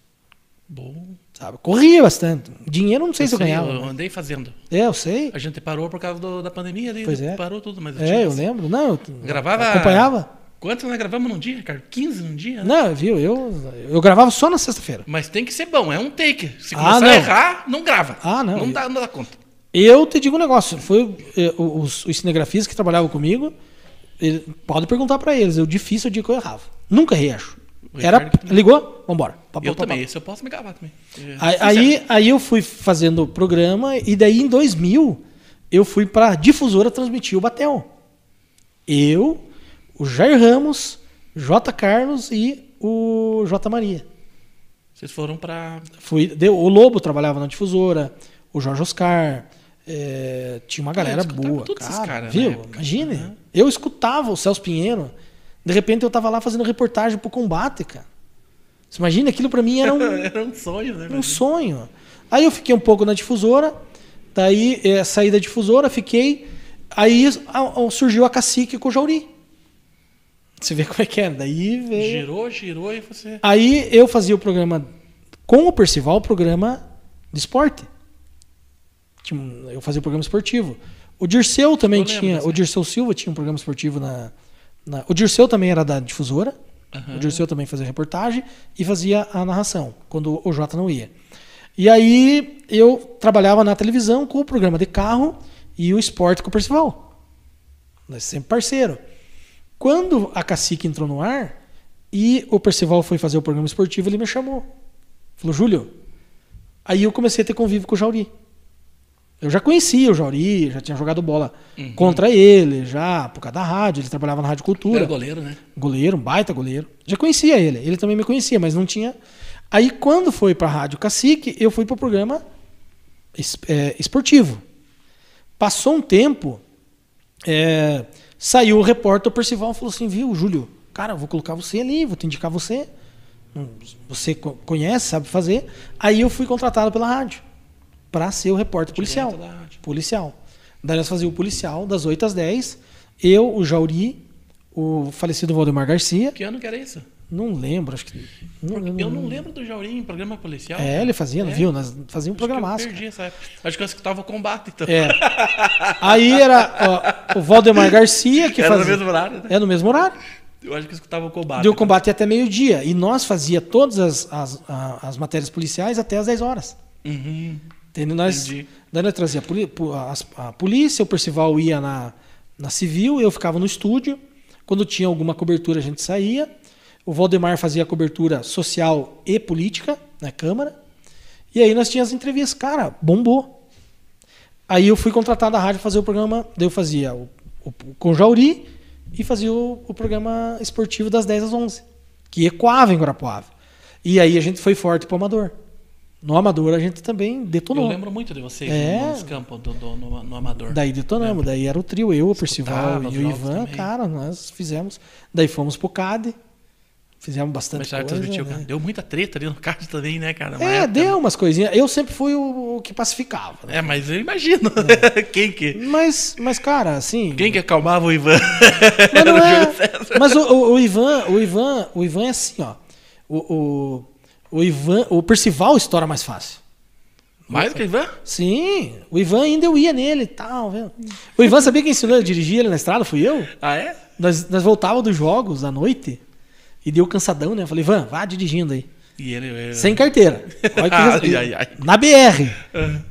S1: Bom.
S2: Sabe? Corria bastante. Dinheiro não sei se eu
S1: sei,
S2: ganhava.
S1: Eu
S2: né?
S1: andei fazendo.
S2: É, eu sei.
S1: A gente parou por causa do- da pandemia ali.
S2: Pois é.
S1: Parou tudo, mas tinha-
S2: É, eu lembro. Não, eu
S1: Gravava-
S2: Acompanhava?
S1: Quantos nós gravamos num dia, Ricardo? 15 num dia? né?
S2: Não, viu? Eu, eu gravava só na sexta-feira.
S1: Mas tem que ser bom, é um take. Se
S2: Ah,
S1: começar
S2: não.
S1: a errar, não grava.
S2: Ah, não. Tá
S1: Não dá, não dá conta.
S2: Eu te digo um negócio. Foi eh, os, os cinegrafistas que trabalhavam comigo. Ele, pode perguntar pra eles. Eu difícil o dia que eu errava. Nunca errei, acho.
S1: O
S2: Era,
S1: Ricardo também.
S2: ligou? Vambora. Pá, pá,
S1: Eu
S2: pá, pá.
S1: também, esse eu posso me gravar também. É,
S2: tá Aí,
S1: sincero.
S2: aí, aí eu fui fazendo o programa e daí em 2000 eu fui pra difusora transmitir o Batel. Eu, o Jair Ramos, J. Carlos e o J. Maria.
S1: Vocês foram
S2: (laughs)
S1: pra.
S2: Fui, deu, o Lobo trabalhava na difusora, o Jorge Oscar. é, tinha uma galera
S1: escutava
S2: boa.
S1: todos esses
S2: cara,
S1: caras na
S2: viu?
S1: época.
S2: Imagine. Eu escutava o Celso Pinheiro. De repente eu tava lá fazendo reportagem pro combate, cara. Você imagina? Aquilo pra mim era
S1: (laughs)
S2: um,
S1: Era um sonho, né?
S2: um sonho. Aí eu fiquei um pouco na difusora, daí eh, saí da difusora, fiquei. Aí a- a- surgiu a cacique com o Jauri. Você vê como é que é. Daí veio.
S1: Girou, girou e você.
S2: Aí eu fazia o programa com o Percival, o programa de esporte. Tinha um- Eu fazia o programa esportivo. O Dirceu também
S1: Eu lembro
S2: tinha.
S1: dessa
S2: O Dirceu Silva tinha um programa esportivo na. na- o Dirceu também era da difusora.
S1: Aham.
S2: O Dirceu também fazia reportagem e fazia a narração, quando o Jota não ia. E aí eu trabalhava na televisão com o programa de carro e o esporte com o Percival. Nós sempre parceiro. Quando a Cacique entrou no ar e o Percival foi fazer o programa esportivo, ele me chamou. Falou, Júlio. Aí eu comecei a ter convívio com o Jauri. Eu já conhecia o Jauri, já tinha jogado bola contra ele, já por causa da rádio, ele trabalhava na Rádio Cultura.
S1: Era goleiro, né?
S2: Goleiro, um baita goleiro. Já conhecia ele, ele também me conhecia, mas não tinha. Aí quando foi pra Rádio Cacique, eu fui pro programa es- é, esportivo. Passou um tempo, é, saiu o repórter o Percival e falou assim: viu, Júlio, cara, eu vou colocar você ali, vou te indicar você. Hum, Você co- conhece, sabe fazer. Aí eu fui contratado pela rádio pra ser o repórter policial.
S1: da rádio.
S2: Policial. Daí nós fazíamos o policial das 8 às 10. Eu, o Jauri, o falecido Valdemar Garcia.
S1: Que ano que era isso?
S2: Não lembro, acho que. Não, lembro.
S1: Eu não lembro do Jaurim em programa policial.
S2: Hum. É, ele fazia, não
S1: É.
S2: viu? Nós fazíamos um
S1: Acho que
S2: programaço.
S1: eu perdi essa época. Acho que eu escutava o combate, então.
S2: É. Aí era ó, o Valdemar Garcia que
S1: Era no
S2: fazia.
S1: mesmo horário, Ah, tá. né?
S2: É no mesmo horário.
S1: Eu acho que eu escutava o combate.
S2: Deu combate até meio-dia. E nós fazia todas as, as, a- as matérias policiais até às 10 horas.
S1: Uhum.
S2: Entendeu? Nós,
S1: Entendi.
S2: daí nós trazia a, poli- po- as- a polícia, o Percival ia na, na civil, eu ficava no estúdio. Quando tinha alguma cobertura, a gente saía. O Valdemar fazia a cobertura social e política na Câmara. E aí nós tínhamos as entrevistas. Cara, bombou. Aí eu fui contratado à rádio fazer o programa. Daí eu fazia o, o, com o Jauri e fazia o, o programa esportivo das 10 às 11, que ecoava em Guarapuava. E aí a gente foi forte pro Amador. No Amador a gente também detonou.
S1: Eu lembro muito de vocês
S2: É.
S1: nos campos do, do- no, no Amador.
S2: Daí detonamos, daí era o trio, eu, o
S1: Escutava
S2: Percival e
S1: os
S2: o
S1: jogos
S2: Ivan,
S1: também.
S2: cara, nós fizemos. Daí fomos pro CAD, fizemos bastante
S1: Começaram a
S2: coisa.
S1: transmitir o
S2: né?
S1: cara. Deu muita treta ali no card também, né, cara? Uma
S2: É,
S1: época,
S2: deu umas coisinhas. Eu sempre fui o, o que pacificava. né?
S1: É, mas eu imagino. (laughs)
S2: É.
S1: Quem que.
S2: Mas, mas, cara, assim.
S1: Quem que acalmava o Ivan?
S2: Mas,
S1: (laughs) Era o
S2: não é-
S1: Júlio César.
S2: mas o, o- o Ivan, o Ivan, o Ivan é assim, ó. O, o, o Ivan, o Percival estoura mais fácil.
S1: Mais que o Ivan?
S2: Sim, o Ivan ainda eu ia nele e tal, viu? O Ivan sabia quem ensinou ele a dirigir ele na estrada? Fui eu?
S1: Ah, é?
S2: Nós, nós voltávamos dos jogos à noite e deu cansadão, né? Eu falei, Ivan, vá dirigindo aí.
S1: E ele. ele-
S2: Sem carteira. Olha que res-
S1: (laughs) Ai, ai, É. ai.
S2: Na BR.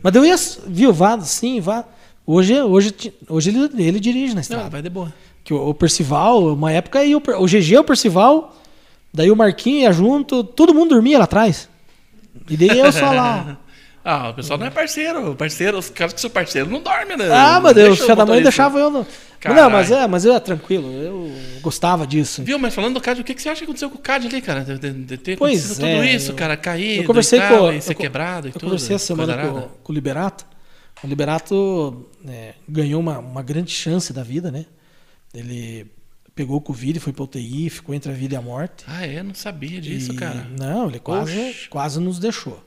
S2: Mas eu ia, viu, vá, sim, vá. Hoje, hoje, ti- hoje ele, ele dirige na
S1: Não,
S2: estrada.
S1: vai de boa.
S2: Que o, o Percival, uma época aí, o, Per- o GG, o Percival, daí o Marquinho ia junto, todo mundo dormia lá atrás. E daí eu
S1: (laughs)
S2: só lá.
S1: Ah, o pessoal não é parceiro. Parceiro, os caras que são parceiros não dormem, né?
S2: Ah, meu Deus,
S1: Deixa o
S2: filha da mãe
S1: motorista.
S2: deixava eu. No... Mas Não,
S1: Caralho.
S2: mas é, mas eu era tranquilo, eu gostava disso.
S1: Viu, mas falando do CAD, o que, que você acha que aconteceu com o CAD ali, cara? De, de- de ter
S2: Pois
S1: acontecido
S2: é,
S1: tudo isso,
S2: eu-
S1: cara, cair,
S2: Eu conversei
S1: e
S2: com,
S1: tal,
S2: eu
S1: e ser
S2: co-
S1: quebrado e
S2: eu
S1: tudo.
S2: conversei a semana
S1: coisa
S2: com,
S1: arada.
S2: com o Liberato. O Liberato né, ganhou uma, uma grande chance da vida, né? Ele pegou o Covid, foi pra UTI, ficou entre a vida e a morte.
S1: Ah, é? Não sabia disso,
S2: E-
S1: cara.
S2: Não, ele quase,
S1: Oxe.
S2: quase nos deixou.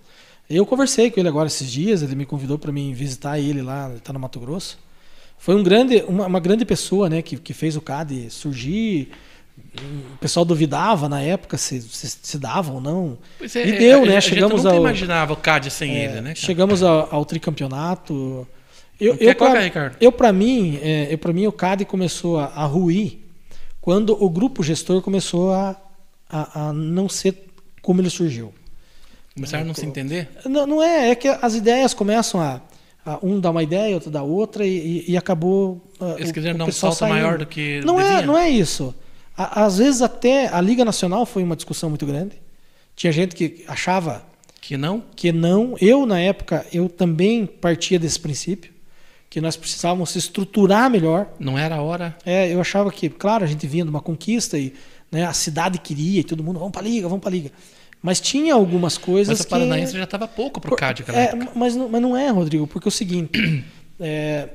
S2: Eu conversei com ele agora esses dias, ele me convidou para mim visitar ele lá, ele tá no Mato Grosso. Foi um grande, uma, uma grande pessoa, né, que, que fez o CAD surgir. O pessoal duvidava na época se, se, se dava ou não.
S1: Pois é,
S2: e deu,
S1: a-
S2: né?
S1: a gente
S2: chegamos
S1: nunca
S2: ao,
S1: imaginava o CAD sem
S2: é,
S1: ele, né? cara?
S2: Chegamos ao, ao tricampeonato. Eu,
S1: Quer
S2: eu,
S1: colocar,
S2: pra,
S1: Ricardo?
S2: eu pra mim, é, eu para mim o CAD começou a, a ruir quando o grupo gestor começou a, a, a não ser como ele surgiu.
S1: Começaram a não se entender?
S2: Não, não é, é que as ideias começam a, a um dá uma ideia, outro dá outra e, e- e acabou. ah,
S1: Eles
S2: o-
S1: quiseram
S2: o
S1: dar um
S2: pessoal
S1: salto maior
S2: saindo.
S1: do que
S2: Não
S1: deviam.
S2: é, não é isso. A- Às vezes até a Liga Nacional foi uma discussão muito grande. Tinha gente que achava
S1: Que não?
S2: que não. Eu, na época, eu também partia desse princípio, que nós precisávamos se estruturar melhor.
S1: Não era a hora.
S2: É, eu achava que, claro, a gente vinha de uma conquista e né, a cidade queria e todo mundo, vamos para a Liga, vamos para a Liga. Mas tinha algumas coisas
S1: Mas o
S2: que...
S1: Paranaense já estava pouco pro CAD,
S2: Por-
S1: cara.
S2: é, mas, não- mas não é, Rodrigo, porque é o seguinte: (clears throat) é,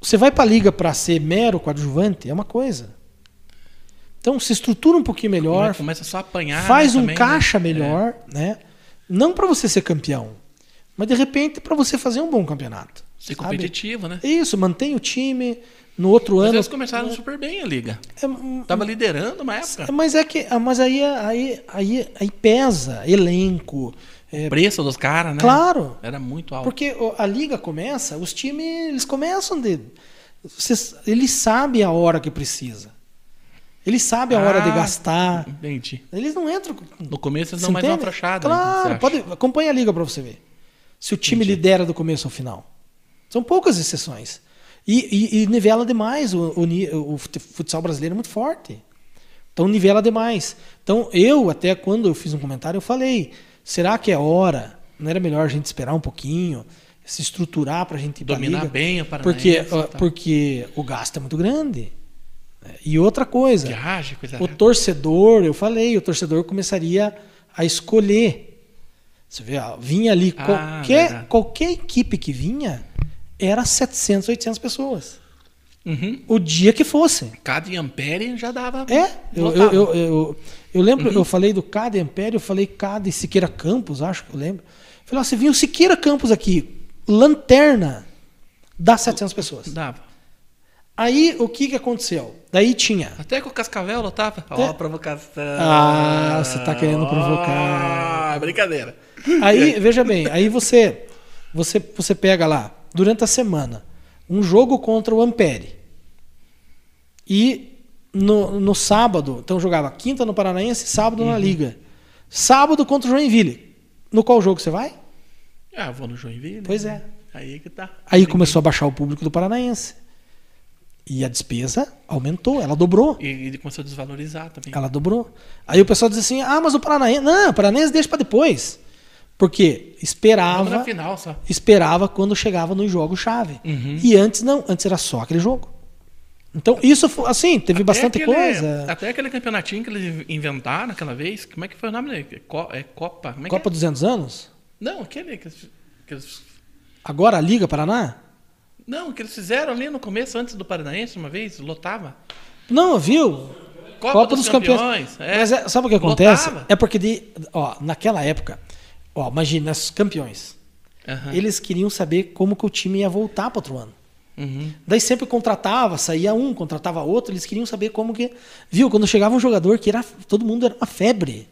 S2: você vai para a liga para ser mero coadjuvante, é uma coisa. Então se estrutura um pouquinho melhor,
S1: Começa só a apanhar.
S2: faz
S1: né,
S2: um
S1: também, né?
S2: caixa
S1: É.
S2: melhor, né? Não para você ser campeão, mas de repente para você fazer um bom campeonato.
S1: Ser
S2: sabe?
S1: competitivo, né?
S2: Isso, mantém o time. No outro
S1: Mas é
S2: ano.
S1: eles começaram super bem a liga.
S2: É-
S1: Tava liderando uma época.
S2: mas é que, ah, mas aí, aí, aí, aí pesa elenco. é,
S1: O preço dos caras, né?
S2: Claro.
S1: Era muito alto.
S2: Porque o- a liga começa, os times eles começam de. Cês- Eles sabem a hora que precisa. Eles sabem a hora de
S1: Ah.
S2: gastar.
S1: Entendi.
S2: Eles não entram. com-
S1: No começo eles
S2: Você
S1: dão mais uma
S2: entende?
S1: afrouxada. né, você
S2: Claro,
S1: acha?
S2: pode, acompanha a liga para você ver. Se o time lidera do começo ao final. São poucas exceções. E, e- e nivela demais. O, o ni- o fute- futsal brasileiro é muito forte. Então nivela demais. Então eu, até quando eu fiz um comentário, eu falei: será que é hora? Não era melhor a gente esperar um pouquinho? Se estruturar para a gente ir pra
S1: Dominar né?
S2: liga?
S1: bem o Paranaense.
S2: Porque,
S1: e
S2: ó,
S1: tal.
S2: porque o gasto é muito grande. né? E outra coisa.
S1: Viagem, coisa
S2: O torcedor, eu falei, o torcedor começaria a escolher. Você vê, ó, vinha ali
S1: Ah,
S2: qualquer,
S1: verdade.
S2: qualquer equipe que vinha era 700, 800 pessoas.
S1: Uhum.
S2: O dia que fosse.
S1: Cada e Ampere já dava.
S2: É, eu, eu,
S1: lotava. Uhum.
S2: eu, eu- eu lembro, eu falei do Cade Império, eu falei Cade Siqueira Campos, acho que eu lembro. Eu falei, ó, se vinha o Siqueira Campos aqui, lanterna, dá 700 pessoas.
S1: Dava.
S2: Aí o que, que aconteceu? Daí tinha
S1: Até com o Cascavel lotava. Ó,
S2: Até-
S1: a provocação.
S2: É? Ah, você tá querendo provocar.
S1: Ah, brincadeira.
S2: Aí, veja bem, aí você, você você pega lá, durante a semana, um jogo contra o Ampere. E no, no sábado, então jogava quinta no Paranaense, sábado na Liga. Sábado contra o Joinville. No qual jogo você vai?
S1: Ah, vou no Joinville.
S2: Pois é.
S1: Aí que tá.
S2: Aí começou a baixar o público do Paranaense. E a despesa aumentou, ela dobrou.
S1: E ele começou a desvalorizar também.
S2: Ela dobrou. Aí o pessoal diz assim: ah, mas o Paranaense. Não, o Paranaense deixa pra depois. Porque
S1: Tava
S2: esperava.
S1: na final só.
S2: esperava quando chegava nos jogos chave.
S1: Uhum.
S2: E antes não, antes era só aquele jogo. Então isso foi assim, teve
S1: Até
S2: bastante
S1: aquele- Ah,
S2: coisa.
S1: Até aquele campeonatinho que eles inventaram aquela vez. Como é que foi o nome dele? Co- é Copa? Como é que
S2: Copa
S1: é?
S2: 200 anos?
S1: Não, aquele que eles, que eles-
S2: Agora a Liga Paraná?
S1: Não, que eles fizeram ali no começo, antes do Paranaense, uma vez, lotava.
S2: Não, viu?
S1: Copa dos Campeões, é.
S2: Mas é- sabe o que acontece?
S1: Lotava.
S2: É porque de, ó, naquela época, ó, imagina os campeões.
S1: Aham.
S2: Eles queriam saber como que o time ia voltar para outro ano.
S1: Uhum.
S2: Daí sempre contratava, saía um, contratava outro, eles queriam saber como que. Viu? Quando chegava um jogador que era. Todo mundo era uma febre.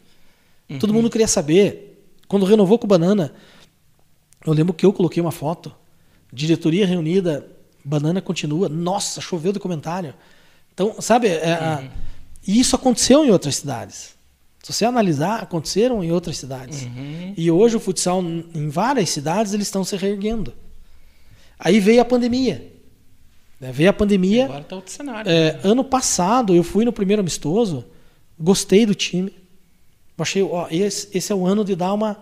S2: Todo mundo queria saber. Quando renovou com o Banana, eu lembro que eu coloquei uma foto. Diretoria reunida, Banana continua. Nossa, choveu de comentário. Então, sabe? é, a- E isso aconteceu em outras cidades. Se você analisar, aconteceram em outras cidades. E hoje o futsal, n- em várias cidades, eles estão se reerguendo. Aí veio a pandemia. né? Veio a pandemia.
S1: Agora tá outro cenário.
S2: É, ano passado eu fui no primeiro amistoso, gostei do time. Achei, ó, esse, esse é o ano de dar uma.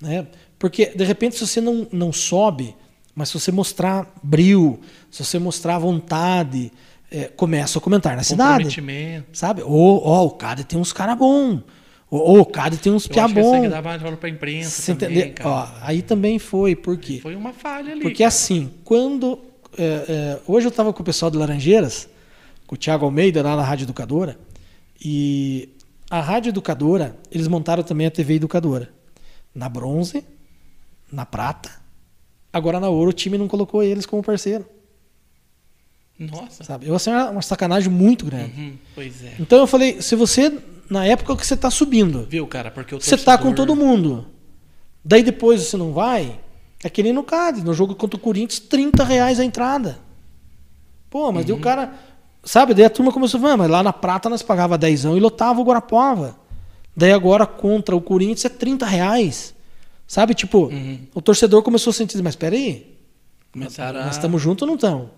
S2: Né? Porque, de repente, se você não, não sobe, mas se você mostrar brilho, se você mostrar vontade, é, começa a comentar na cidade.
S1: Comprometimento.
S2: Sabe? Ô, ó, o Cade tem uns cara bom. Ô, ô, o Cade tem uns
S1: Eu
S2: piá
S1: acho que isso aí que
S2: é bom.
S1: dá mais valor pra imprensa
S2: Você
S1: também,
S2: entendeu?
S1: cara.
S2: Ó, aí também foi, por quê?
S1: Foi uma falha ali.
S2: Porque assim, quando. é, é, hoje eu estava com o pessoal de Laranjeiras, com o Thiago Almeida lá na Rádio Educadora, e a Rádio Educadora, eles montaram também a TV Educadora, na Bronze, na prata. Agora na ouro o time não colocou eles como parceiro.
S1: Nossa.
S2: Sabe? Eu achei uma uma sacanagem muito grande.
S1: Uhum, pois é.
S2: Então eu falei, se você, na época que você está subindo,
S1: Viu, cara? Porque o
S2: você está tá com
S1: torcedor-
S2: todo mundo. Daí depois você não vai, é que nem no Cádiz, no jogo contra o Corinthians, 30 reais a entrada. Pô, mas
S1: Uhum.
S2: daí o cara. Sabe, daí a turma começou, "Vã, mas lá na Prata nós pagava 10 e lotava o Guarapova. Daí agora contra o Corinthians é 30 reais. Sabe, tipo,
S1: Uhum.
S2: o torcedor começou a sentir, mas peraí,
S1: Começaram a-
S2: nós estamos juntos ou não estamos?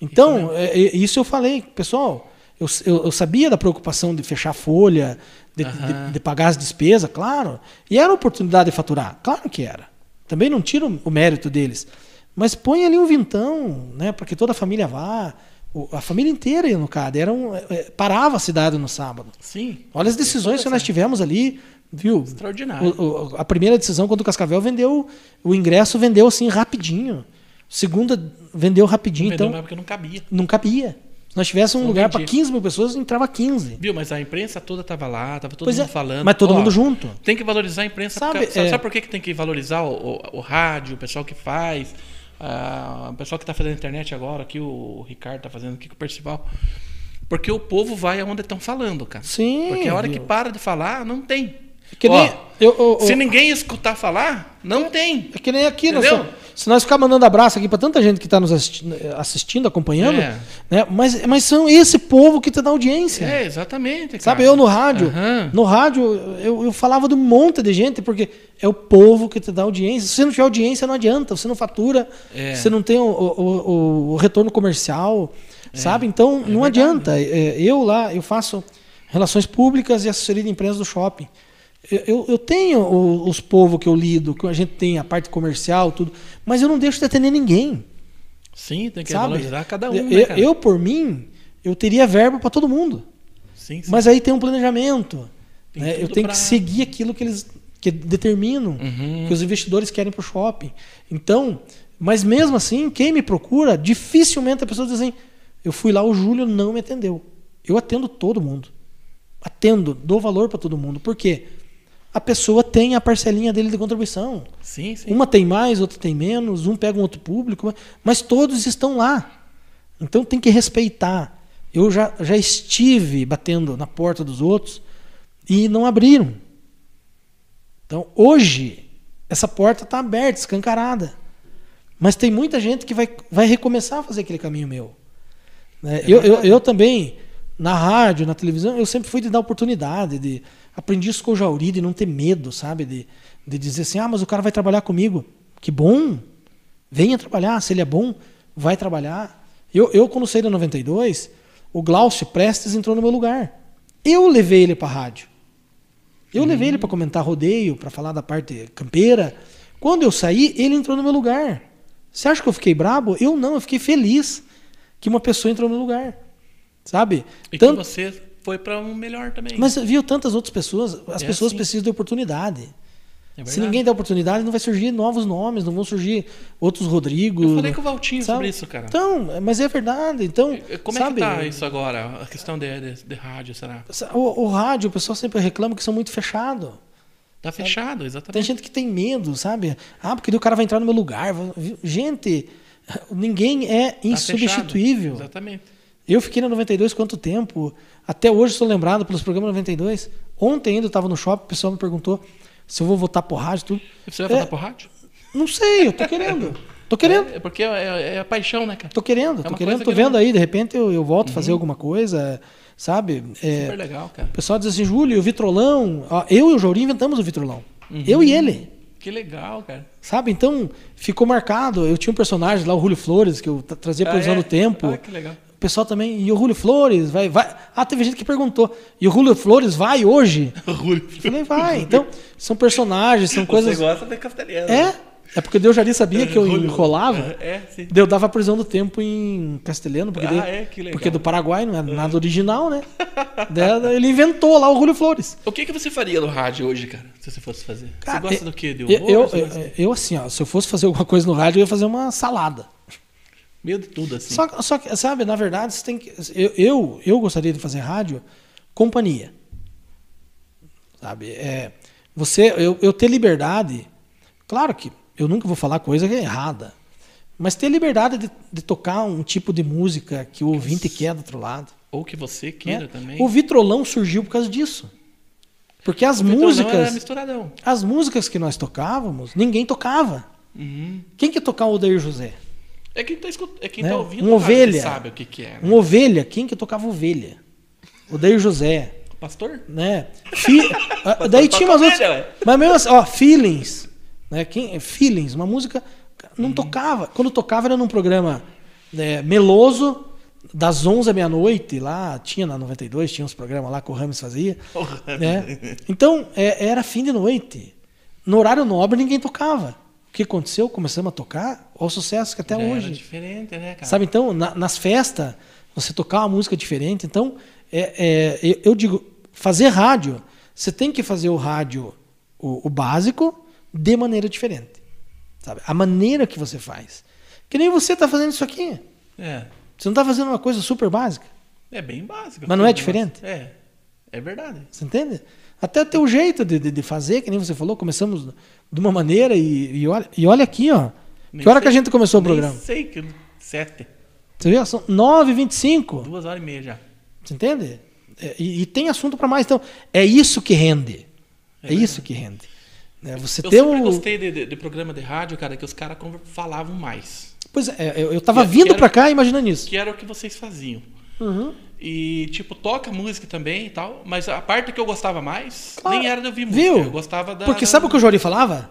S2: Então, é- é- isso, eu falei, pessoal. Eu, eu- eu sabia da preocupação de fechar a folha, de, de-
S1: Aham.
S2: de pagar as despesas, claro. E era oportunidade de faturar, claro que era. Também não tiro o mérito deles. Mas põe ali um vintão, né? Para que toda a família vá. O- a família inteira ia no CAD. Era um- é- é- parava a cidade no sábado.
S1: Sim.
S2: Olha as decisões que nós tivemos ali, viu?
S1: Extraordinário.
S2: O- o- a primeira decisão quando o Cascavel vendeu, o ingresso vendeu assim rapidinho. Segunda vendeu rapidinho,
S1: Vendeu
S2: então
S1: mais porque não cabia.
S2: não cabia. Se nós tivesse um
S1: Não
S2: lugar para
S1: vendia.
S2: 15 mil pessoas, entrava 15.
S1: Viu? Mas a imprensa toda tava lá, tava todo
S2: Pois
S1: mundo
S2: é,
S1: falando.
S2: mas todo
S1: Ó,
S2: mundo junto.
S1: Tem que valorizar a imprensa.
S2: Sabe,
S1: Sabe, sabe,
S2: é.
S1: sabe por que, que tem que valorizar o, o- o rádio, o pessoal que faz, ah, o pessoal que tá fazendo internet agora, que o Ricardo tá fazendo aqui com o Percival? Porque o povo vai aonde estão falando, cara.
S2: Sim,
S1: Porque a hora
S2: viu?
S1: que para de falar, não tem.
S2: Que
S1: Ó,
S2: nem, eu- eu- eu-
S1: Se ninguém escutar falar, não tem.
S2: é que nem aqui, nós
S1: Entendeu?
S2: só- se nós ficar mandando abraço aqui para tanta gente que está nos assisti- assistindo, acompanhando,
S1: É.
S2: né? Mas, mas são esse povo que está na audiência.
S1: É, exatamente. cara.
S2: Sabe, eu no rádio,
S1: Aham.
S2: no rádio eu, eu falava de um monte de gente, porque é o povo que te dá audiência. Se você não tiver audiência, não adianta, você não fatura,
S1: É.
S2: você não tem o, o- o- o retorno comercial,
S1: É.
S2: sabe? Então, não adianta. É, Eu lá, eu faço relações públicas e assessoria de empresas do shopping. Eu, eu- eu tenho o- os povos que eu lido, que a gente tem a parte comercial, tudo, mas eu não deixo de atender ninguém.
S1: Sim, tem que
S2: sabe?
S1: valorizar cada um. né,
S2: eu,
S1: cara?
S2: eu, por mim, eu teria verba para todo mundo.
S1: Sim, sim.
S2: Mas aí tem um planejamento.
S1: Tem
S2: né?
S1: tudo
S2: Eu tenho
S1: pra-
S2: que seguir aquilo que eles que determinam,
S1: Uhum.
S2: que os investidores querem para o shopping. Então, mas mesmo assim, quem me procura, dificilmente a pessoa diz assim: eu fui lá, o Júlio não me atendeu. Eu atendo todo mundo. Atendo, dou valor para todo mundo. Por quê? A pessoa tem a parcelinha dele de contribuição.
S1: Sim, sim.
S2: Uma tem mais, outra tem menos, um pega um outro público, mas todos estão lá. Então tem que respeitar. Eu já, já estive batendo na porta dos outros e não abriram. Então hoje essa porta está aberta, escancarada. Mas tem muita gente que vai, vai recomeçar a fazer aquele caminho meu. né? eu, eu, eu também, na rádio, na televisão, eu sempre fui de dar oportunidade, de aprendi isso com o Jauri, de não ter medo, sabe? De, de dizer assim, ah, mas o cara vai trabalhar comigo. Que bom! Venha trabalhar, se ele é bom, vai trabalhar. Eu, eu quando saí da 92, o Glaucio Prestes entrou no meu lugar. Eu levei ele para rádio. Eu levei
S1: Uhum.
S2: ele para comentar rodeio, para falar da parte campeira. Quando eu saí, ele entrou no meu lugar. Você acha que eu fiquei brabo? Eu não, eu fiquei feliz que uma pessoa entrou no meu lugar. Sabe?
S1: E
S2: Tanto-
S1: que você foi pra um melhor também.
S2: Mas viu tantas outras pessoas, as
S1: É
S2: pessoas
S1: assim.
S2: precisam de oportunidade.
S1: É
S2: Se
S1: verdade.
S2: ninguém der oportunidade, não vai surgir novos nomes, não vão surgir outros Rodrigo.
S1: Eu falei com o Valtinho
S2: sabe?
S1: sobre isso, cara.
S2: Então, mas é verdade. Então,
S1: Como
S2: sabe,
S1: é que tá isso agora? A questão de, de, de rádio, será?
S2: O, o rádio, o pessoal sempre reclama que são muito fechado.
S1: Tá fechado,
S2: Tem
S1: exatamente.
S2: gente que tem medo, sabe? Ah, porque daí o cara vai entrar no meu lugar. Gente, ninguém é
S1: Tá
S2: insubstituível.
S1: fechado, Exatamente.
S2: Eu fiquei na 92 quanto tempo? Até hoje sou lembrado pelos programas 92. Ontem ainda eu estava no shopping, o pessoal me perguntou se eu vou votar por rádio e tudo.
S1: E Você vai
S2: É.
S1: voltar pro rádio?
S2: Não sei, eu tô querendo. Tô querendo.
S1: É porque é, é a paixão, né, cara?
S2: Tô querendo,
S1: É
S2: tô
S1: uma coisa
S2: querendo, tô
S1: que não- Uhum.
S2: vendo aí, de repente eu, eu volto fazer alguma coisa, sabe? É,
S1: Super legal, cara.
S2: o pessoal diz assim, Júlio, o vitrolão. Ó, eu e o Jaurinho inventamos o vitrolão.
S1: Uhum.
S2: Eu e ele.
S1: Que legal, cara.
S2: Sabe? Então, ficou marcado. Eu tinha um personagem lá, o Rúlio Flores, que eu tra- trazia para
S1: Ah,
S2: usando
S1: é?
S2: Tá o tempo.
S1: Ah, que (laughs) legal.
S2: O pessoal também. E o Rúlio Flores, vai, vai. Ah, teve gente que perguntou. E o Rúlio Flores vai hoje? Eu falei, vai. Então, são personagens, são coisas.
S1: gosta de castelhano.
S2: É? É porque Deus já ali sabia que eu enrolava.
S1: É, sim.
S2: Daí Eu dava a prisão do tempo em castelhano, porque,
S1: Ah,
S2: daí-
S1: é? Que legal.
S2: porque do Paraguai não é nada original, né? Daí ele inventou lá o Rúlio Flores.
S1: O que, que você faria no rádio hoje, cara? Se você fosse fazer.
S2: Cara,
S1: você gosta
S2: eu-
S1: do quê? De
S2: eu-
S1: humor?
S2: eu,
S1: Você gosta-
S2: eu, eu, assim, ó, se eu fosse fazer alguma coisa no rádio, eu ia fazer uma salada.
S1: Meio de tudo, assim.
S2: Só, só que, sabe, na verdade, você tem que. Eu, eu, eu gostaria de fazer rádio companhia. Sabe? É, você, eu, eu ter liberdade. Claro que Eu nunca vou falar coisa errada. Mas ter liberdade de, de tocar um tipo de música que o ouvinte quer do outro lado.
S1: Ou que você queira
S2: né?
S1: também.
S2: O Vitrolão surgiu por causa disso. Porque as
S1: Vitrolão Era
S2: músicas,
S1: é misturadão.
S2: as músicas que nós tocávamos, ninguém tocava.
S1: Uhum.
S2: Quem que tocava o Odeir José?
S1: É quem tá, escut... é quem
S2: Né?
S1: tá ouvindo
S2: Um
S1: sabe-
S2: ovelha.
S1: sabe o que, que é. né?
S2: Um ovelha, quem que tocava ovelha? Odeio José,
S1: Pastor?
S2: né?
S1: (laughs)
S2: Fi... Ah, Daí tinha umas outras.
S1: ovelha, ué.
S2: Mas mesmo assim, ó, Feelings. Né? Quem... Feelings, uma música. Não tocava. Quando tocava era num programa né, meloso, das 11 à meia-noite, lá tinha na 92, tinha uns programas lá que o
S1: (laughs)
S2: Rames fazia. né? Então, é, era fim de noite. No horário nobre ninguém tocava. O que aconteceu? Começamos a tocar, olha o sucesso que até
S1: Já
S2: hoje.
S1: Era diferente, né, cara?
S2: Sabe, então, na- nas festas, você tocar uma música diferente. Então, é, é, eu, eu digo, fazer rádio, você tem que fazer o rádio, o, o básico, de maneira diferente. Sabe? A maneira que você faz. Que nem você está fazendo isso aqui.
S1: É.
S2: Você não está fazendo uma coisa super básica.
S1: É bem básico.
S2: Mas não é
S1: aquele
S2: diferente?
S1: negócio. É. É verdade.
S2: Você entende? Até ter o jeito de, de- de fazer, que nem você falou, começamos de uma maneira e, e olha, e olha aqui, ó.
S1: Nem
S2: que hora que a
S1: sei-
S2: gente começou o
S1: nem
S2: programa?
S1: sei que... Sete.
S2: Você viu? São 9h25.
S1: Duas horas e meia já.
S2: Você entende? É, E, e tem assunto para mais. Então, é isso que rende. É, isso que rende. É, você
S1: Eu
S2: ter
S1: sempre
S2: o.
S1: gostei de, de- de programa de rádio, cara, que os caras conver- falavam mais.
S2: Pois é, eu, eu tava
S1: Que-
S2: vindo
S1: que era-
S2: para cá imaginando isso.
S1: Que era o que vocês faziam.
S2: Uhum.
S1: E, tipo, toca música também e tal. Mas a parte que eu gostava mais
S2: Claro.
S1: nem era de ouvir música.
S2: Viu?
S1: Eu gostava da.
S2: Porque sabe o que o Jori falava?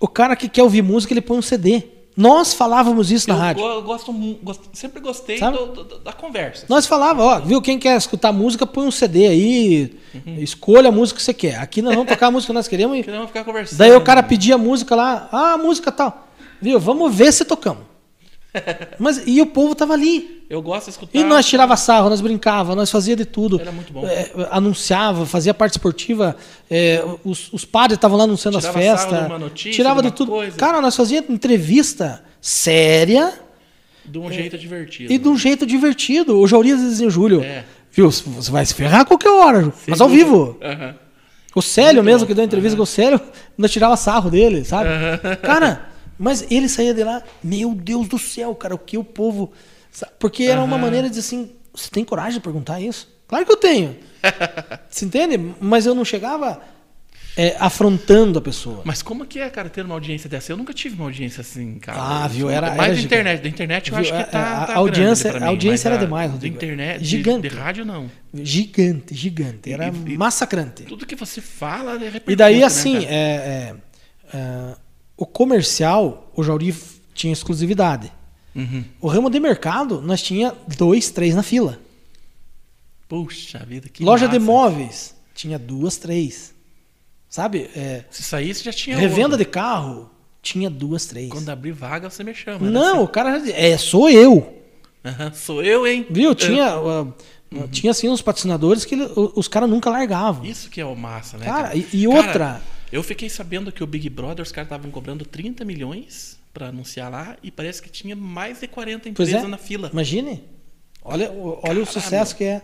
S2: O cara que quer ouvir música, ele põe um CD. Nós falávamos isso na
S1: eu
S2: rádio.
S1: go- eu gosto, mu- gosto- sempre gostei
S2: Sabe?
S1: do- do- da conversa.
S2: Nós falava, ó, viu? Quem quer escutar música, põe um CD aí.
S1: Uhum.
S2: Escolha a música que você quer. Aqui nós vamos tocar a música que nós queremos.
S1: (laughs) Porque
S2: E...
S1: nós vamos ficar conversando.
S2: Daí o cara pedia a música lá, ah, a música tal. Viu? Vamos ver
S1: (laughs)
S2: se tocamos. Mas, e o povo tava ali.
S1: Eu gosto de escutar.
S2: E nós tirava sarro, nós brincava, nós fazia de tudo.
S1: Era muito bom.
S2: É, anunciava, fazia parte esportiva. é, os, os padres estavam lá anunciando
S1: Tirava
S2: as
S1: sarro de
S2: festas.
S1: uma notícia,
S2: tirava
S1: de
S2: de
S1: uma
S2: tudo.
S1: coisa.
S2: Cara, nós fazíamos entrevista séria
S1: De um jeito divertido.
S2: É. e de um jeito divertido. O Jaurias dizia, Júlio,
S1: É.
S2: viu, você vai se ferrar a qualquer hora, Ju, mas
S1: um
S2: ao vivo.
S1: Aham.
S2: O Célio
S1: Muito
S2: mesmo,
S1: bom.
S2: que deu entrevista com o Célio, ainda tirava sarro dele, sabe? Cara, mas ele saía de lá, meu Deus do céu, cara, o que o povo. sa- Porque era uma maneira de assim, você tem coragem de perguntar isso? Claro que
S1: (laughs)
S2: eu tenho. Você entende? Mas eu não chegava é, afrontando a pessoa.
S1: Mas como que é, cara, ter uma audiência dessa? Eu nunca tive uma audiência assim, cara.
S2: Ah, viu, era-
S1: Mais
S2: era
S1: da
S2: gigante.
S1: internet. Da internet eu
S2: Viu,
S1: acho
S2: a-
S1: que tá.
S2: a-
S1: tá
S2: a audiência-
S1: grande pra
S2: a audiência
S1: mas
S2: era demais,
S1: De
S2: Rodrigo.
S1: internet. de- De,
S2: Gigante.
S1: rádio, não.
S2: Gigante, gigante. Era
S1: E- e-
S2: massacrante.
S1: Tudo que você fala é repercute,
S2: E daí,
S1: né,
S2: assim,
S1: cara?
S2: é, é, é, o comercial, o Jauri f- tinha exclusividade.
S1: Uhum.
S2: O ramo de mercado, nós tinha dois, três na fila.
S1: Puxa vida, que
S2: Loja de
S1: massa.
S2: móveis, tinha duas, três. Sabe? É,
S1: Se saísse, já tinha.
S2: revenda
S1: outra.
S2: de carro, tinha duas, três.
S1: Quando abrir vaga, você me chama. né?
S2: Não, o cara já dizia, é, sou eu.
S1: Aham, Sou eu, hein? Eu-
S2: Viu?
S1: Uhum.
S2: Tinha, uh, tinha assim uns patrocinadores que ele- o- os caras nunca largavam.
S1: Isso que é o massa, né?
S2: Cara, e- e
S1: Cara,
S2: outra-
S1: eu fiquei sabendo que o Big Brother, os caras estavam cobrando 30 milhões pra anunciar lá e parece que tinha mais de 40
S2: Pois
S1: empresas
S2: é,
S1: na fila.
S2: imagine. Olha, o- olha o sucesso que é.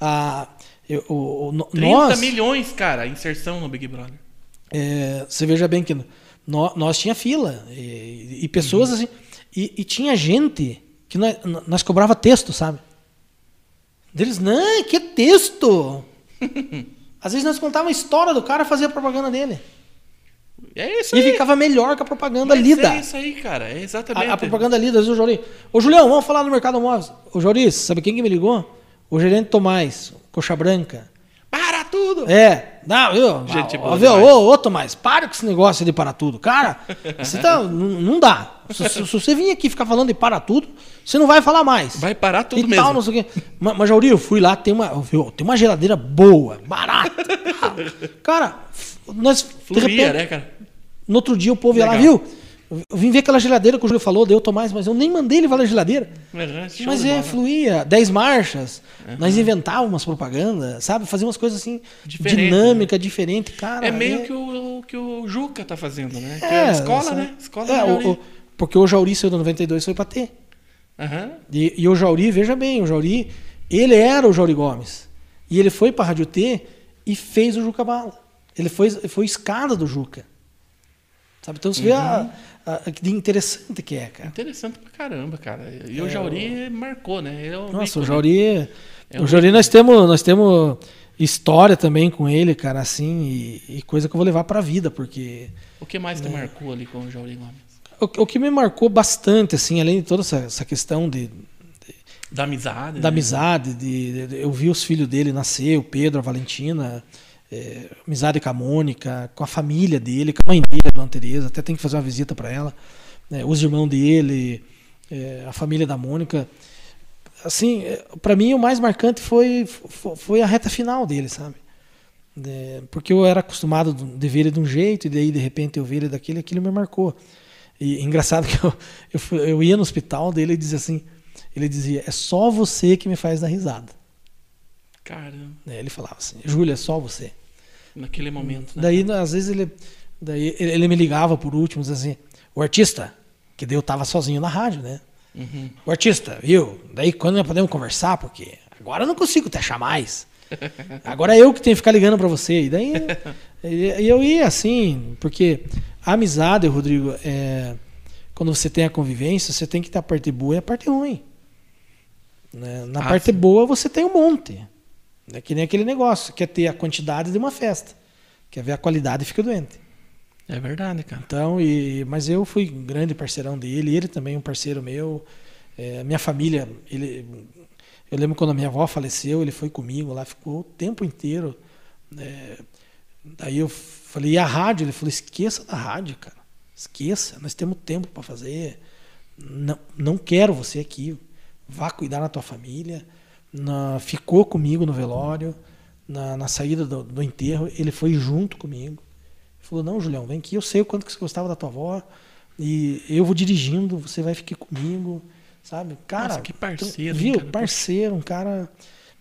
S2: Ah, eu- o, o- no-
S1: 30
S2: nós,
S1: milhões, cara, inserção no Big Brother.
S2: É, você veja bem que no- nó- nós tinha fila e, e pessoas
S1: Uhum.
S2: assim e, e tinha gente que nós, nó- nós cobrava texto, sabe? Deles não, que
S1: (laughs)
S2: texto. Às vezes nós contava a história do cara, fazia a propaganda dele
S1: É isso
S2: e
S1: aí.
S2: ficava melhor que a propaganda
S1: Mas
S2: lida.
S1: É isso aí, cara. É exatamente.
S2: A, a propaganda ali, do Jorim. Ô, Julião, vamos falar do mercado móveis. Ô, Jorim, sabe quem que me ligou? O gerente Tomás, Coxa Branca.
S1: Para tudo!
S2: É, não, viu?
S1: Gente
S2: Ó,
S1: boa
S2: viu?
S1: demais.
S2: Ô, ô, Tomás, para com esse negócio de para tudo. Cara, (laughs) você tá, n- não dá. Se, se- se você vir aqui ficar falando de para tudo, você não vai falar mais.
S1: Vai parar tudo
S2: e
S1: mesmo.
S2: Tal, não sei o quê. Mas, mas Jauri, eu fui lá, tem uma, viu, tem uma geladeira boa,
S1: (laughs)
S2: barata. cara, f- nós, de
S1: Fluía,
S2: repente,
S1: né, cara?
S2: no outro dia o povo ia lá,
S1: Legal.
S2: viu? Eu vim ver aquela geladeira que o Júlio falou, deu Tomás, mas eu nem mandei ele falar de geladeira.
S1: Aham, né, show
S2: Mas
S1: de
S2: é,
S1: bola.
S2: fluía, 10 marchas. Nós inventávamos umas propagandas, sabe? Fazia umas coisas assim,
S1: Diferente,
S2: dinâmica, diferente, cara.
S1: É meio que o, que o Juca tá fazendo, né? Que
S2: é,
S1: é escola,
S2: sabe?
S1: né? Escola
S2: É,
S1: do
S2: o-
S1: Jauri.
S2: o- porque o Jauri saiu do 92 foi pra ter.
S1: Aham.
S2: E, e o Jauri, veja bem, o Jauri, ele era o Jauri Gomes. E ele foi pra Rádio T e fez o Juca Bala. Ele foi, foi escada do Juca. Sabe? Então você vê a,
S1: Uhum.
S2: a, a- que interessante que é, cara.
S1: Interessante pra caramba, cara. E o Jauri marcou, né? Ele é um
S2: É, Nossa,
S1: ícone.
S2: o Jauri.
S1: É um
S2: o Jauri nós temos, nós temos história também com ele, cara, assim, e, e coisa que eu vou levar pra vida, porque.
S1: O que mais te
S2: Né.
S1: marcou ali com o Jauri Gomes?
S2: O, o que me marcou bastante, assim, além de toda essa, essa questão de,
S1: Da amizade.
S2: da
S1: né?
S2: amizade, de, de- de- eu vi os filhos dele nascer, o Pedro, a Valentina, é, amizade com a Mônica, com a família dele, com a mãe dele, a Dona Tereza, até tem que fazer uma visita para ela, né, os irmãos dele, é, a família da Mônica. Assim, para mim o mais marcante foi, fo- foi a reta final dele, sabe? É, porque eu era acostumado de- de ver ele de um jeito, e daí de repente eu ver ele daquele, aquilo me marcou. E é engraçado (laughs) que eu, eu, fui- eu ia no hospital dele e dizia assim: ele dizia, é só você que me faz dar risada.
S1: Caramba,
S2: né? Ele falava assim: Júlia, é só você.
S1: naquele momento, né?
S2: Daí, às vezes, ele, daí, ele ele me ligava por último, dizia assim: o artista, que daí eu tava sozinho na rádio, né?
S1: Uhum.
S2: O artista, viu? Daí quando nós podemos conversar, porque agora eu não consigo te achar
S1: (laughs)
S2: mais. Agora é eu que tenho que ficar ligando pra você. E daí e- e eu ia assim, porque a amizade, Rodrigo, é, quando você tem a convivência, você tem que ter a parte boa e a parte ruim. né? Na
S1: Ah,
S2: parte
S1: sim.
S2: boa você tem um monte. É que nem aquele negócio, quer ter a quantidade de uma festa. Quer ver a qualidade e fica doente.
S1: É verdade, cara.
S2: Então, e, mas eu fui um grande parceirão dele, ele também um parceiro meu. É, a minha família, ele, eu lembro quando a minha avó faleceu, ele foi comigo lá, ficou o tempo inteiro. né? daí eu falei, e a rádio? Ele falou, esqueça da rádio, cara. Esqueça, nós temos tempo para fazer. Não, não quero você aqui. Vá cuidar da tua família. Na- ficou comigo no velório, na, na saída do- do enterro, ele foi junto comigo. Ele falou, não, Julião, vem aqui, eu sei o quanto que você gostava da tua avó, e eu vou dirigindo, você vai ficar comigo, sabe? Cara,
S1: Nossa, que parceiro,
S2: viu?
S1: hein, cara?
S2: Parceiro, um cara,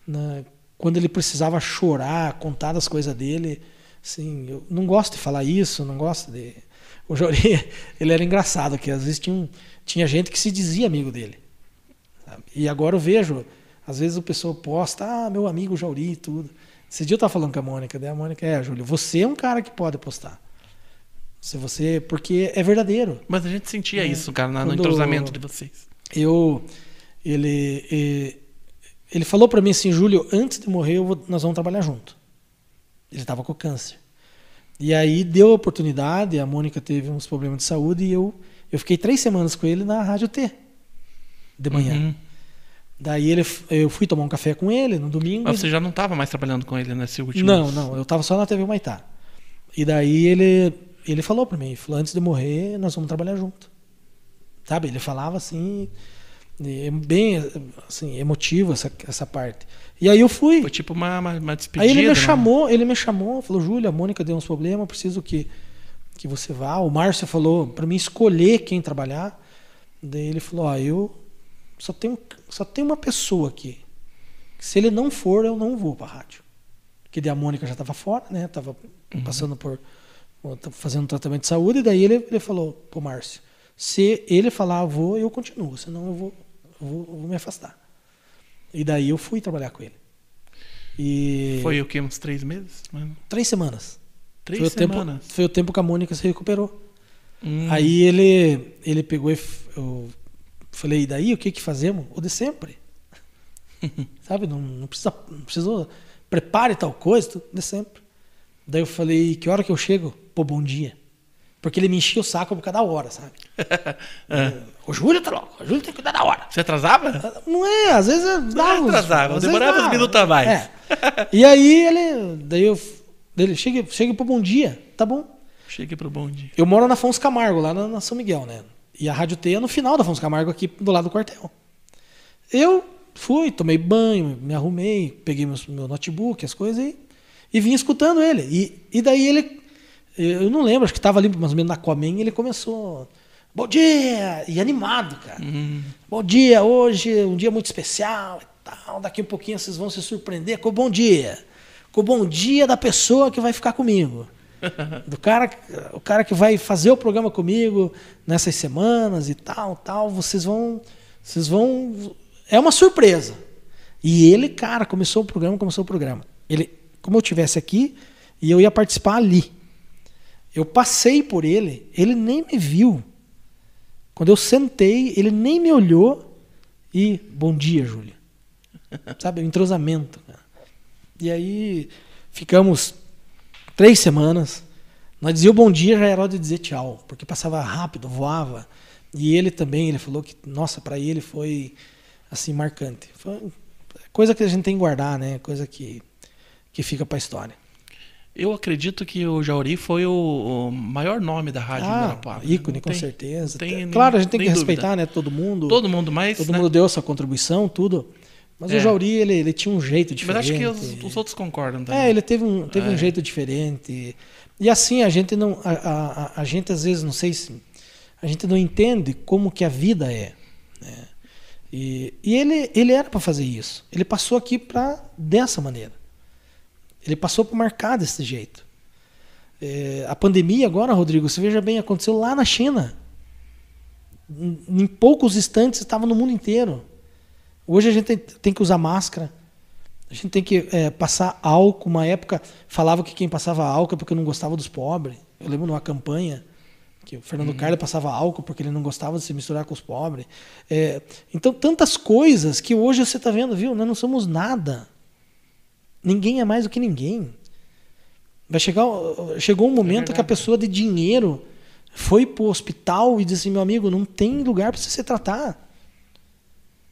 S2: né, quando ele precisava chorar, contar as coisas dele, assim, eu não gosto de falar isso, não gosto de... (laughs) O Jori, ele era engraçado, que às vezes tinha, um- tinha gente que se dizia amigo dele. Sabe? E agora eu vejo, às vezes o pessoal posta, ah, meu amigo Jauri e tudo. Esse dia eu tava falando com a Mônica, daí a Mônica, é, Júlio, você é um cara que pode postar. Se você. Porque é verdadeiro.
S1: Mas a gente sentia isso, cara, na- no
S2: É. Quando-
S1: entrosamento de vocês.
S2: Eu. Ele. e- Ele falou pra mim assim, Júlio, antes de morrer, eu vou- nós vamos trabalhar junto. Ele tava com câncer. E aí deu a oportunidade, a Mônica teve uns problemas de saúde e eu, eu fiquei três semanas com ele na Rádio T. De manhã.
S1: Uhum.
S2: Daí ele, eu fui tomar um café com ele no domingo.
S1: Mas
S2: e-
S1: você já não tava mais trabalhando com ele nesse último.
S2: Não, não, eu tava só na TV Maitá. E daí ele, ele falou pra mim, falou, antes de morrer, nós vamos trabalhar junto. Sabe? Ele falava assim, e é bem assim, emotivo essa, essa parte. E aí eu fui.
S1: Foi tipo uma, uma, uma despedida.
S2: Aí ele me
S1: né?
S2: chamou, ele me chamou, falou, Júlia, a Mônica deu uns problemas, preciso que, que você vá. O Márcio falou pra mim escolher quem trabalhar. Daí ele falou, ó, eu só tenho, só tenho uma pessoa aqui. Se ele não for, eu não vou pra rádio. Porque daí a Mônica já tava fora, né? Tava
S1: Uhum.
S2: passando por. fazendo um tratamento de saúde, e daí ele, ele falou pro Márcio, se ele falar eu vou, eu continuo, senão eu vou, eu vou, eu vou me afastar. E daí eu fui trabalhar com ele. E
S1: Foi o quê? Uns três meses? Mano?
S2: três semanas.
S1: Três
S2: foi, o tempo,
S1: semanas.
S2: foi o tempo que a Mônica se recuperou.
S1: Hum.
S2: Aí ele, ele pegou e f- eu falei, e daí o que que fazemos? O de
S1: (laughs)
S2: sempre. Sabe, não, não precisa, não precisou, prepare tal coisa, tudo de sempre. Daí eu falei, que hora que eu chego? Pô, bom dia. Porque ele me enchia o saco por cada hora,
S1: (laughs)
S2: sabe?
S1: Ah.
S2: O Júlio tá louco, o Júlio tem que cuidar da hora.
S1: Você atrasava?
S2: Não é, às vezes eu dava. uns-
S1: atrasava,
S2: às
S1: demorava
S2: vezes
S1: uns
S2: dava.
S1: minutos a mais.
S2: É. E aí ele, daí eu, daí ele chega, chega pro bom dia, tá bom.
S1: Cheguei pro bom dia.
S2: Eu moro na Afonso Camargo, lá na, na São Miguel, né? E a Rádio T é no final da Afonso Camargo, aqui do lado do quartel. Eu fui, tomei banho, me arrumei, peguei meus- meu notebook, as coisas e, e vim escutando ele. E, e daí ele, eu não lembro, acho que estava ali mais ou menos na Comen, ele começou, bom dia, e animado, cara.
S1: Hum.
S2: Bom dia, hoje é um dia muito especial e tal, daqui um pouquinho vocês vão se surpreender com o bom dia. Com o bom dia da pessoa que vai ficar comigo. Do cara, o cara que vai fazer o programa comigo nessas semanas e tal, tal, vocês vão, vocês vão, é uma surpresa. E ele, cara, começou o programa, começou o programa. Ele, como eu tivesse aqui e eu ia participar ali. Eu passei por ele, ele nem me viu. Quando eu sentei, ele nem me olhou e bom dia, Júlia. Sabe, o entrosamento. cara. E aí ficamos três semanas. Nós dizia o bom dia, já era hora de dizer tchau, porque passava rápido, voava. E ele também, ele falou que, nossa, para ele foi assim marcante. Foi coisa que a gente tem que guardar, né? Coisa que que fica para história.
S1: Eu acredito que o Jauri foi o, o maior nome da rádio em
S2: Ah,
S1: Guarapuava.
S2: ícone,
S1: Não
S2: com
S1: tem-
S2: certeza.
S1: tem nem-
S2: claro, a gente tem que
S1: nem dúvida.
S2: respeitar, né? Todo mundo.
S1: Todo mundo, mas.
S2: Todo
S1: né,
S2: mundo deu sua contribuição, tudo. Mas
S1: É.
S2: o Jauri, ele, ele tinha um jeito
S1: Mas
S2: diferente.
S1: acho que os, os outros concordam também.
S2: É, ele teve um, teve
S1: tá É.
S2: um jeito diferente. E assim, a gente não. A, a- a- a gente às vezes, não sei se. A gente não entende como que a vida é. né? E, e ele, ele era para fazer isso. Ele passou aqui pra, dessa maneira. Ele passou para marcar desse jeito. É, a pandemia agora, Rodrigo, você veja bem, aconteceu lá na China. Em, em poucos instantes estava no mundo inteiro. Hoje a gente tem, tem que usar máscara. A gente tem que é, passar álcool. Uma época falava que quem passava álcool é porque não gostava dos pobres. Eu lembro numa campanha que o Fernando Carlos passava álcool porque ele não gostava de se misturar com os pobres. É, então, tantas coisas que hoje você está vendo, viu? Nós não somos nada. Ninguém é mais do que ninguém. Vai chegar, o- chegou um momento que a
S1: verdade.
S2: pessoa de dinheiro foi pro hospital e disse: meu amigo, não tem lugar para você se tratar.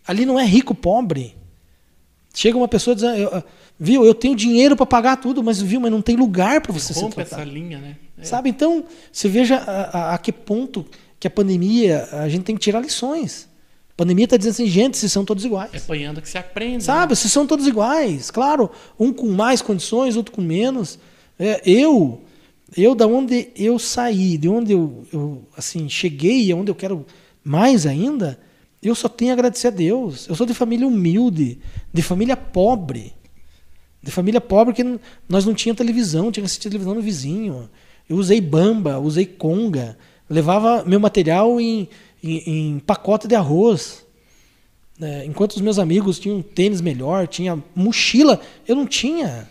S2: Ali não é rico pobre. Chega uma pessoa dizendo, "Eu- eu- viu, eu tenho dinheiro para pagar tudo, mas viu, mas não tem lugar para você se
S1: Rompe
S2: tratar.
S1: essa linha, né? É.
S2: um Sabe? Então, você veja a, a- a que ponto que a pandemia, a gente tem que tirar lições. A pandemia está dizendo assim, gente, vocês são todos
S1: É
S2: iguais.
S1: apanhando que se aprende. né?
S2: Sabe? Vocês são todos iguais. Claro, um com mais condições, outro com menos. É, eu, eu da onde eu saí, de onde eu, eu assim, cheguei e onde eu quero mais ainda, eu só tenho a agradecer a Deus. Eu sou de família humilde, de família pobre. De família pobre que n- nós não tinha televisão, tinha que assistir televisão no vizinho. Eu usei bamba, usei conga, levava meu material em, em, em pacote de arroz. né? enquanto os meus amigos tinham um tênis melhor, tinha mochila, eu não tinha.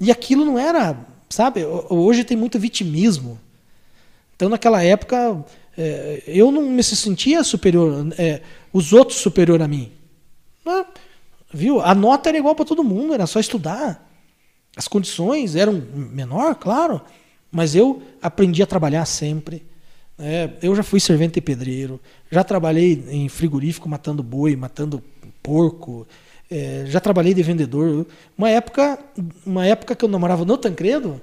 S2: E aquilo não era, sabe? Ho- Hoje tem muito vitimismo. Então, naquela época, eh, eu não me sentia superior, eh, os outros superior a mim. Não, é? viu? A nota era igual para todo mundo, era só estudar. As condições eram menor, claro, mas eu aprendi a trabalhar sempre. É, eu já fui servente e pedreiro, já trabalhei em frigorífico matando boi, matando porco, é, já trabalhei de vendedor. Uma época, uma época que eu namorava no Tancredo,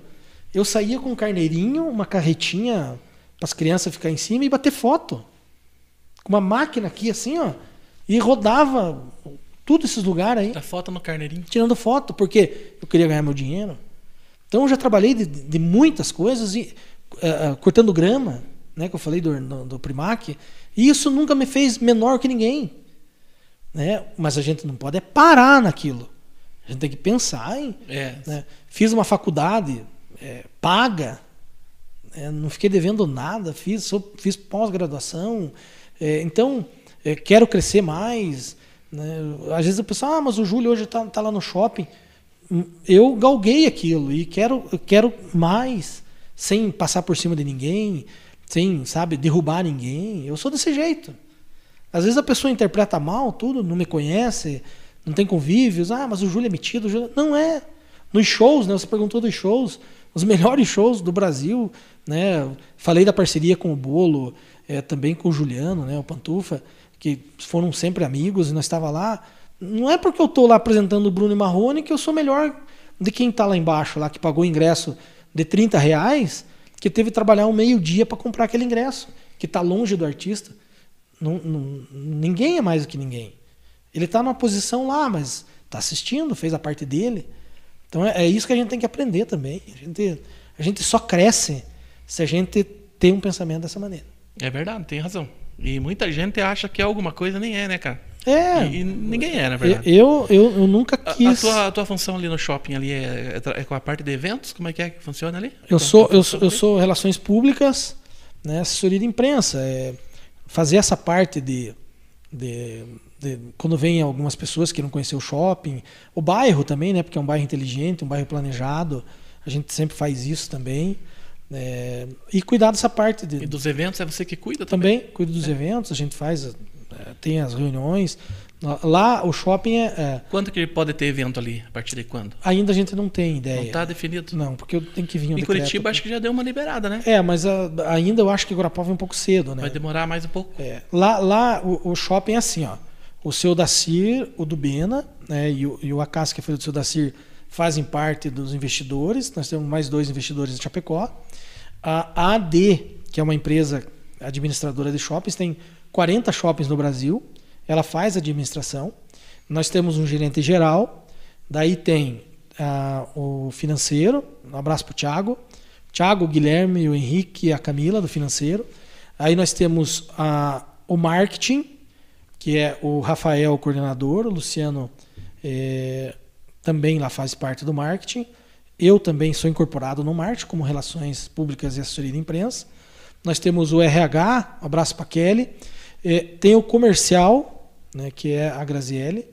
S2: eu saía com um carneirinho, uma carretinha para as crianças ficar em cima e bater foto com uma máquina aqui assim, ó, e rodava tudo esses lugares aí,
S1: A foto no carneirinho.
S2: tirando foto, porque eu queria ganhar meu dinheiro. Então eu já trabalhei de, de muitas coisas, e, eh, eh, cortando grama, né, que eu falei do, do, do Primac, e isso nunca me fez menor que ninguém. Né? Mas a gente não pode é parar naquilo. A gente tem que pensar em
S1: É.
S2: né? Fiz uma faculdade é, paga, é, não fiquei devendo nada, fiz, sou- fiz pós-graduação, é, então é, quero crescer mais. né? Às vezes o pessoal, ah, mas o Júlio hoje está lá no shopping. Hum, Eu galguei aquilo e quero, eu quero mais, sem passar por cima de ninguém, sem, sabe, derrubar ninguém. Eu sou desse jeito. Às vezes a pessoa interpreta mal tudo, não me conhece, não tem convívios. Ah, mas o Júlio é metido. o Júlio- Não é. Nos shows, né? Você perguntou dos shows, os (laughs) melhores shows do Brasil, né? Falei da parceria com o Bolo, eh, também com o Juliano, né? O Pantufa, que foram sempre amigos e nós estava lá. Não é porque eu estou lá apresentando o Bruno e Marrone que eu sou melhor de quem está lá embaixo, lá que pagou o ingresso de 30 reais, que teve que trabalhar um meio-dia para comprar aquele ingresso, que está longe do artista. Não- não- ninguém é mais do que ninguém. Ele está numa posição lá, mas está assistindo, fez a parte dele. Então é, é isso que a gente tem que aprender também. A gente, a gente só cresce se a gente tem um pensamento dessa maneira.
S1: É verdade, tem razão. E muita gente acha que é alguma coisa, nem é, né, cara?
S2: É.
S1: E, e ninguém é, na verdade.
S2: eu, eu, eu nunca
S1: A- a,
S2: quis.
S1: tua, a tua função ali no shopping ali é, é tra- é com a parte de eventos? Como é que é que funciona ali?
S2: Eu
S1: Tua-
S2: sou,
S1: tua função
S2: eu, sou- eu
S1: ali?
S2: sou relações públicas, né, assessoria de imprensa. é, fazer essa parte de, de- de- Quando vem algumas pessoas que não conhecem o shopping, o bairro também, né? Porque é um bairro inteligente, um bairro planejado. A gente sempre faz isso também. É, e cuidar dessa parte de,
S1: E dos eventos é você que cuida também.
S2: também cuido dos eventos, a gente faz, eh, tem as reuniões. Lá o shopping é, é,
S1: Quando que pode ter evento ali? A partir de quando?
S2: ainda a gente não tem ideia.
S1: Não está definido.
S2: É. Não, porque eu tenho que vir um
S1: Em
S2: decreto.
S1: Curitiba acho que já deu uma liberada, né?
S2: É, mas ah, ainda eu acho que Guarapava é um pouco cedo, né?
S1: Vai demorar mais um pouco.
S2: É, lá lá o, o shopping é assim, ó. O seu Dacir, o do Bena, né, e o, e o Acas, que é filho do seu Dacir, fazem parte dos investidores. Nós temos mais dois investidores em Chapecó. A AD, que é uma empresa administradora de shoppings, tem 40 shoppings no Brasil. Ela faz administração. Nós temos um gerente geral. Daí tem ah, o financeiro. Um abraço para o Thiago. Thiago, o Guilherme, o Henrique e a Camila, do financeiro. Aí nós temos a- o marketing, que é o Rafael, o coordenador, o Luciano eh, também lá faz parte do marketing. Eu também sou incorporado no marketing, como relações públicas e assessoria de imprensa. Nós temos o RH, um abraço para Kelly. Eh, tem o comercial, né, que é a Graziele.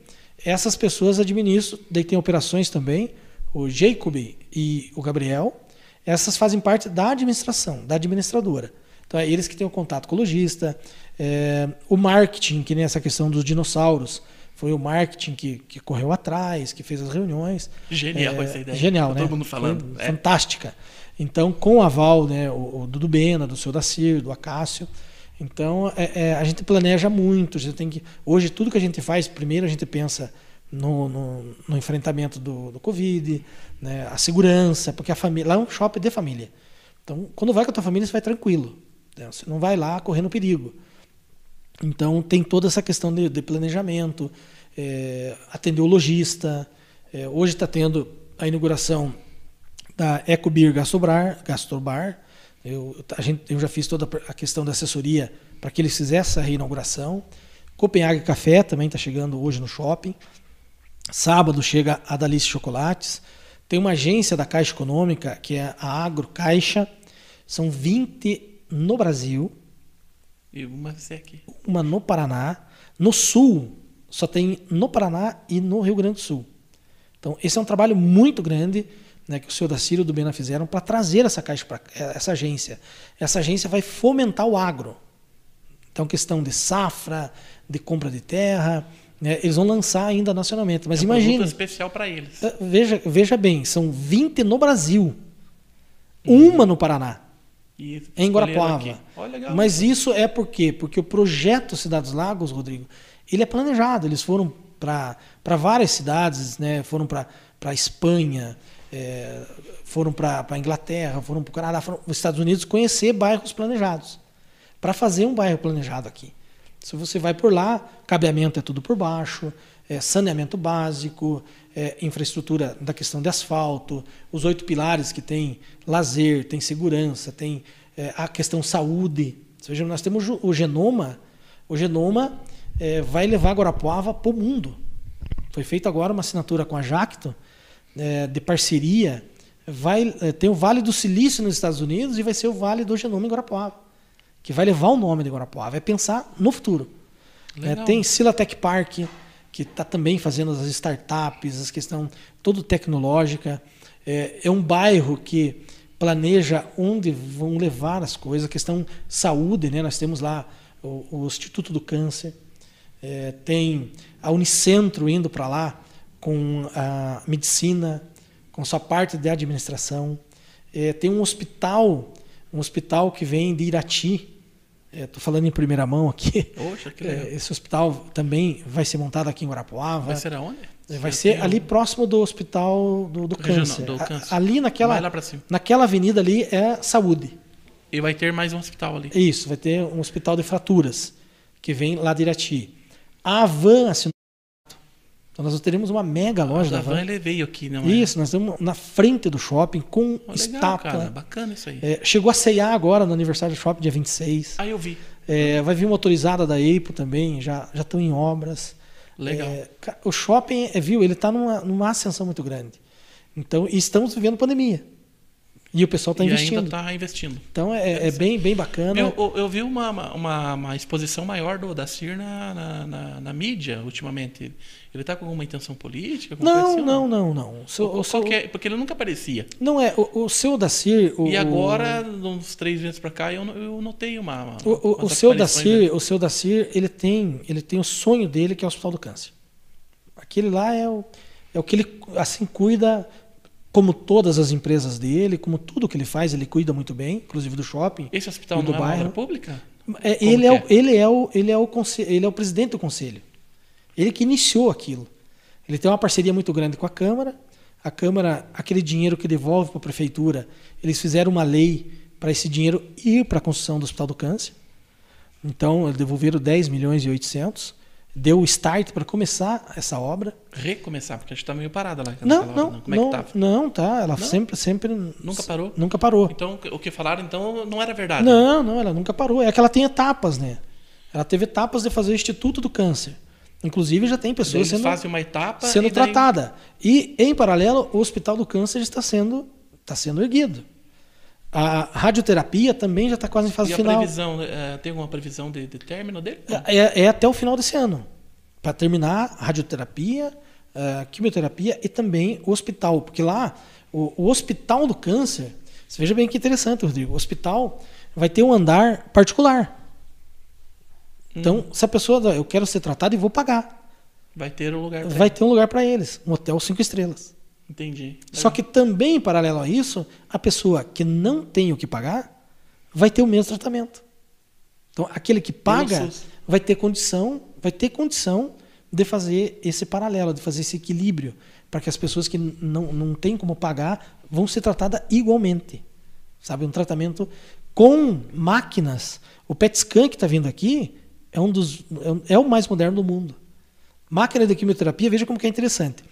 S2: Essas pessoas administram, daí tem operações também, o Jacob e o Gabriel. Essas fazem parte da administração, da administradora. Então, é eles que têm o contato com o lojista. eh, o marketing, que nem essa questão dos dinossauros, foi o marketing que, que correu atrás, que fez as reuniões.
S1: Genial essa ideia.
S2: Genial,
S1: Tá
S2: né?
S1: todo mundo falando.
S2: Foi
S1: É.
S2: Fantástica. Então, com o aval, né, o, o do Bena, do seu Dacir, do Acácio. Então, é- é, a gente planeja muito. A gente tem que, hoje, tudo que a gente faz, primeiro a gente pensa no, no- no enfrentamento do, do Covid, né, a segurança, porque a família, lá é um shopping de família. Então, quando vai com a tua família, você vai tranquilo. né? Você não vai lá correndo perigo. Então tem toda essa questão de, de planejamento, é, atender o lojista. é, hoje está tendo a inauguração da Ecobir Gastrobar. Gastrobar. Eu, a gente, eu já fiz toda a questão da assessoria para que eles fizessem essa reinauguração. Copenhague Café também está chegando hoje no shopping. Sábado chega a Dalice Chocolates. Tem uma agência da Caixa Econômica, que é a Agro Caixa. São 20 no Brasil
S1: E uma você aqui.
S2: uma no Paraná. No Sul, só tem no Paraná e no Rio Grande do Sul. Então, esse é um trabalho muito grande né, que o senhor Dacírio e o do Bena fizeram para trazer essa caixa, pra, é, essa agência. Essa agência vai fomentar o agro. Então, questão de safra, de compra de terra, né, eles vão lançar ainda nacionalmente. Mas
S1: É um produto
S2: imagine.
S1: especial para eles.
S2: Eh, Veja, veja bem, são 20 no Brasil, uma no Paraná
S1: E
S2: em
S1: escolheram aqui.
S2: Guarapuava.
S1: Olha, legal.
S2: Mas isso é por quê? Porque o projeto Cidades Lagos, Rodrigo, ele é planejado. Eles foram para várias cidades, né? foram para a Espanha, eh, foram para a Inglaterra, foram para o Canadá, foram para os Estados Unidos conhecer bairros planejados. Para fazer um bairro planejado aqui. Se você vai por lá, cabeamento é tudo por baixo, é saneamento básico, é infraestrutura da questão de asfalto, os oito pilares que tem lazer, tem segurança, tem é, a questão saúde. Ou seja, nós temos o genoma, o genoma é, vai levar Guarapuava para o mundo. Foi feita agora uma assinatura com a Jacto é, de parceria. Vai, é, tem o Vale do Silício nos Estados Unidos e vai ser o Vale do Genoma em Guarapuava que vai levar o nome de Guarapuava, é pensar no futuro. Né?
S1: Legal.
S2: Tem Silatec Park, que está também fazendo as startups, as questão todo tecnológica. É, é um bairro que planeja onde vão levar as coisas, a questão saúde, né? nós temos lá o, o Instituto do Câncer, É, tem a Unicentro indo para lá com a medicina, com sua parte de administração. É, tem um hospital, um hospital que vem de Irati. Estou falando em primeira mão aqui. (laughs)
S1: Poxa, que legal.
S2: É, esse hospital também vai ser montado aqui em Guarapuava. É,
S1: Vai ser aonde?
S2: Vai
S1: Eu
S2: ser
S1: tenho- um-
S2: ali próximo do hospital do, do
S1: Regional-
S2: câncer.
S1: do
S2: A-
S1: câncer.
S2: ali
S1: Vai lá
S2: naquela,
S1: pra cima.
S2: naquela avenida ali é saúde.
S1: E vai ter mais um hospital ali.
S2: É Isso, vai ter um hospital de fraturas que vem lá de Irati. A Avan assinou. Então nós teremos uma mega loja
S1: Mas
S2: da
S1: a van
S2: Avan.
S1: ele veio aqui, não é?
S2: Isso, nós estamos na frente do shopping com
S1: Ó, legal,
S2: estátua.
S1: cara. Bacana isso aí.
S2: É, chegou a ceiar agora no aniversário do shopping, dia 26.
S1: Aí eu vi.
S2: É, vai vir uma autorizada da EIPO também, já já estão em obras.
S1: Legal.
S2: É, ca- o tá shopping, é, viu, ele está numa, numa ascensão muito grande. Então, e estamos vivendo pandemia. E o pessoal está
S1: e
S2: investindo.
S1: ainda tá investindo.
S2: Então é, é bem, bem bacana.
S1: Eu, eu- eu vi uma, uma- uma, uma exposição maior do Odacir na, na, na- na mídia ultimamente. Ele tá com alguma intenção política? alguma coisa
S2: Não,
S1: assim, ou
S2: não, não, não. O seu, o
S1: Qual
S2: seu-
S1: que é? Porque ele nunca aparecia.
S2: Não é, o, o seu Dacir. O,
S1: E agora, uns três meses pra cá, eu, no- eu notei uma. uma
S2: O, o, o
S1: umas
S2: seu
S1: aparições né?
S2: Dacir, o seu Dacir, ele tem, ele tem o sonho dele que é o Hospital do Câncer. Aquele lá é o, é o que ele assim cuida, como todas as empresas dele, como tudo que ele faz, ele cuida muito bem, inclusive do shopping.
S1: dele. Esse hospital
S2: e
S1: não
S2: do
S1: é uma obra
S2: bairro.
S1: pública?
S2: É,
S1: Como
S2: ele,
S1: que
S2: é o,
S1: é?
S2: ele é o ele é o conse- ele é o presidente do conselho. Ele que iniciou aquilo. Ele tem uma parceria muito grande com a Câmara. A Câmara, aquele dinheiro que devolve para a prefeitura, eles fizeram uma lei para esse dinheiro ir para a construção do Hospital do Câncer. Então, eles devolveram 10 milhões e 800. Deu o start para começar essa obra.
S1: Recomeçar, porque a gente tá meio parada lá. naquela
S2: Não,
S1: hora,
S2: não,
S1: né?
S2: não,
S1: Como é que tava?
S2: não, tá. Ela sempre, sempre.
S1: Nunca parou?
S2: Nunca parou.
S1: Então, o que- o que falaram, então, não era verdade.
S2: Não, não, ela nunca parou. É que ela tem etapas, né? Ela teve etapas de fazer o Instituto do Câncer. Inclusive, já tem
S1: Daí
S2: pessoas
S1: Eles
S2: sendo,
S1: fazem uma etapa.
S2: sendo
S1: e daí-
S2: tratada. E, em paralelo, o Hospital do Câncer está sendo, está sendo erguido. A radioterapia também já está quase em fase
S1: E a
S2: final.
S1: previsão, eh, tem alguma previsão de, de término dele?
S2: É, é até o final desse ano. Para terminar a radioterapia, a quimioterapia e também o hospital. Porque lá, o, o hospital do câncer, você veja bem que interessante, Rodrigo. O hospital vai ter um andar particular. Então, se a pessoa, eu quero ser tratado e vou pagar,
S1: Vai ter o lugar. pra
S2: vai
S1: ele.
S2: ter um lugar para eles, um hotel cinco estrelas.
S1: Entendi.
S2: Só que também, em paralelo a isso, a pessoa que não tem o que pagar vai ter o mesmo tratamento. Então, aquele que paga
S1: SUS.
S2: vai ter condição, vai ter condição de fazer esse paralelo, de fazer esse equilíbrio, para que as pessoas que n- não, não têm como pagar vão ser tratadas igualmente. Sabe, um tratamento com máquinas. O PET scan que está vindo aqui é um dos é um- é o mais moderno do mundo. Máquina de quimioterapia, veja como que é interessante.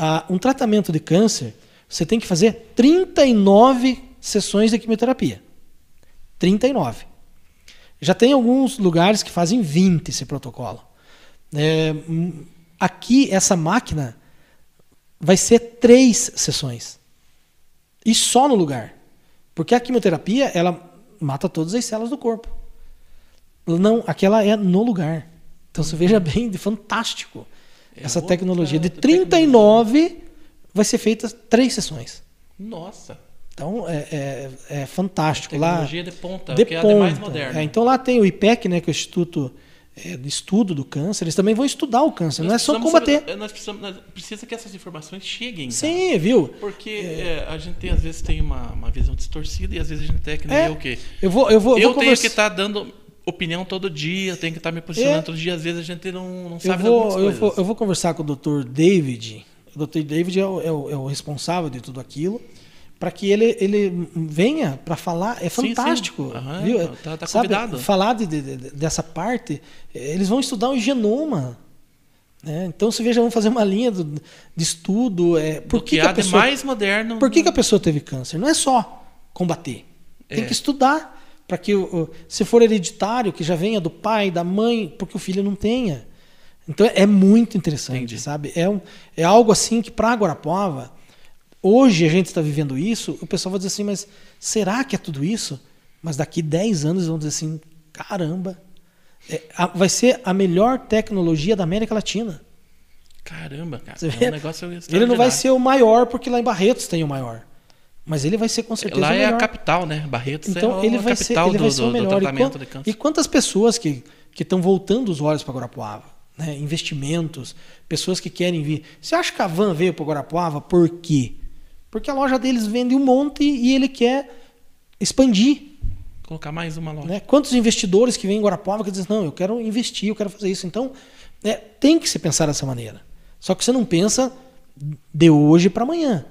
S2: Ah, um tratamento de câncer, você tem que fazer 39 sessões de quimioterapia. 39. Já tem alguns lugares que fazem 20 esse protocolo. É, hum, aqui, essa máquina vai ser três sessões. E só no lugar. Porque a quimioterapia, ela mata todas as células do corpo. Não, aquela é no lugar. Então você veja bem, de fantástico.
S1: É
S2: essa
S1: outra
S2: tecnologia de
S1: tecnologia.
S2: 39 vai ser feita três sessões.
S1: Nossa.
S2: Então é, é- é fantástico. Lá,
S1: Tecnologia de ponta,
S2: de
S1: que é a
S2: ponta.
S1: de mais moderna.
S2: É, então lá tem o IPEC, né, que é o Instituto eh, de Estudo do Câncer. Eles também vão estudar o câncer, não é
S1: Nós
S2: só
S1: precisamos
S2: combater.
S1: saber- nós precisamos, nós- precisa que essas informações cheguem. tá?
S2: Sim, viu?
S1: Porque eh, a gente tem, às vezes tem uma, uma visão distorcida e às vezes a gente tem que nem
S2: É.
S1: eu que.
S2: Eu vou, eu vou,
S1: Eu,
S2: eu
S1: tenho
S2: vou conversa-
S1: que tá- estar dando opinião todo dia, eu tenho que estar me posicionando
S2: É.
S1: todo dia, às vezes a gente não, não
S2: eu
S1: sabe de algumas
S2: vou, eu,
S1: coisas.
S2: vou, eu vou conversar com o Dr. David. O Dr. David é o, é o- é o responsável de tudo aquilo. Para que ele, ele venha para falar, é
S1: Sim, sim.
S2: fantástico.
S1: Aham,
S2: viu?
S1: tá- tá
S2: Sabe,
S1: convidado.
S2: Falar de- de- de- dessa parte, eh, eles vão estudar o genoma. né? Então, se veja, vão fazer uma linha do- de estudo. É, por
S1: Do
S2: que, que
S1: há
S2: a
S1: de
S2: pessoa
S1: mais moderno.
S2: Por que, que a pessoa teve câncer? Não é só combater. Tem
S1: É.
S2: que estudar para que, o- o- se for hereditário, que já venha do pai, da mãe, porque o filho não tenha. Então é muito interessante,
S1: Entendi.
S2: sabe? É, um- é algo assim que para Guarapuava, hoje a gente está vivendo isso, o pessoal vai dizer assim, mas será que é tudo isso? Mas daqui 10 anos vão dizer assim, caramba, é, a- vai ser a melhor tecnologia da América Latina.
S1: Caramba, cara.
S2: Você
S1: É
S2: vê?
S1: um negócio
S2: Ele não vai
S1: extraordinário.
S2: ser o maior, porque lá em Barretos tem o maior. Mas ele vai ser com certeza
S1: Lá
S2: o
S1: é
S2: melhor.
S1: a capital, né? Barretos
S2: então
S1: é
S2: ele
S1: a
S2: vai ser,
S1: capital
S2: ele
S1: do,
S2: vai ser o
S1: do- do
S2: melhor. E
S1: tratamento
S2: quan-
S1: de
S2: e,
S1: câncer.
S2: quantas pessoas que que estão voltando os olhos para Guarapuava, né? Investimentos, pessoas que querem vir. Você acha que a Van veio para Guarapuava por quê? Porque a loja deles vende um monte e ele quer expandir.
S1: Colocar mais uma loja.
S2: Né? Quantos investidores que vêm em Guarapuava que dizem, não, eu quero investir, eu quero fazer isso. Então, né, tem que se pensar dessa maneira. Só que você não pensa de hoje para amanhã.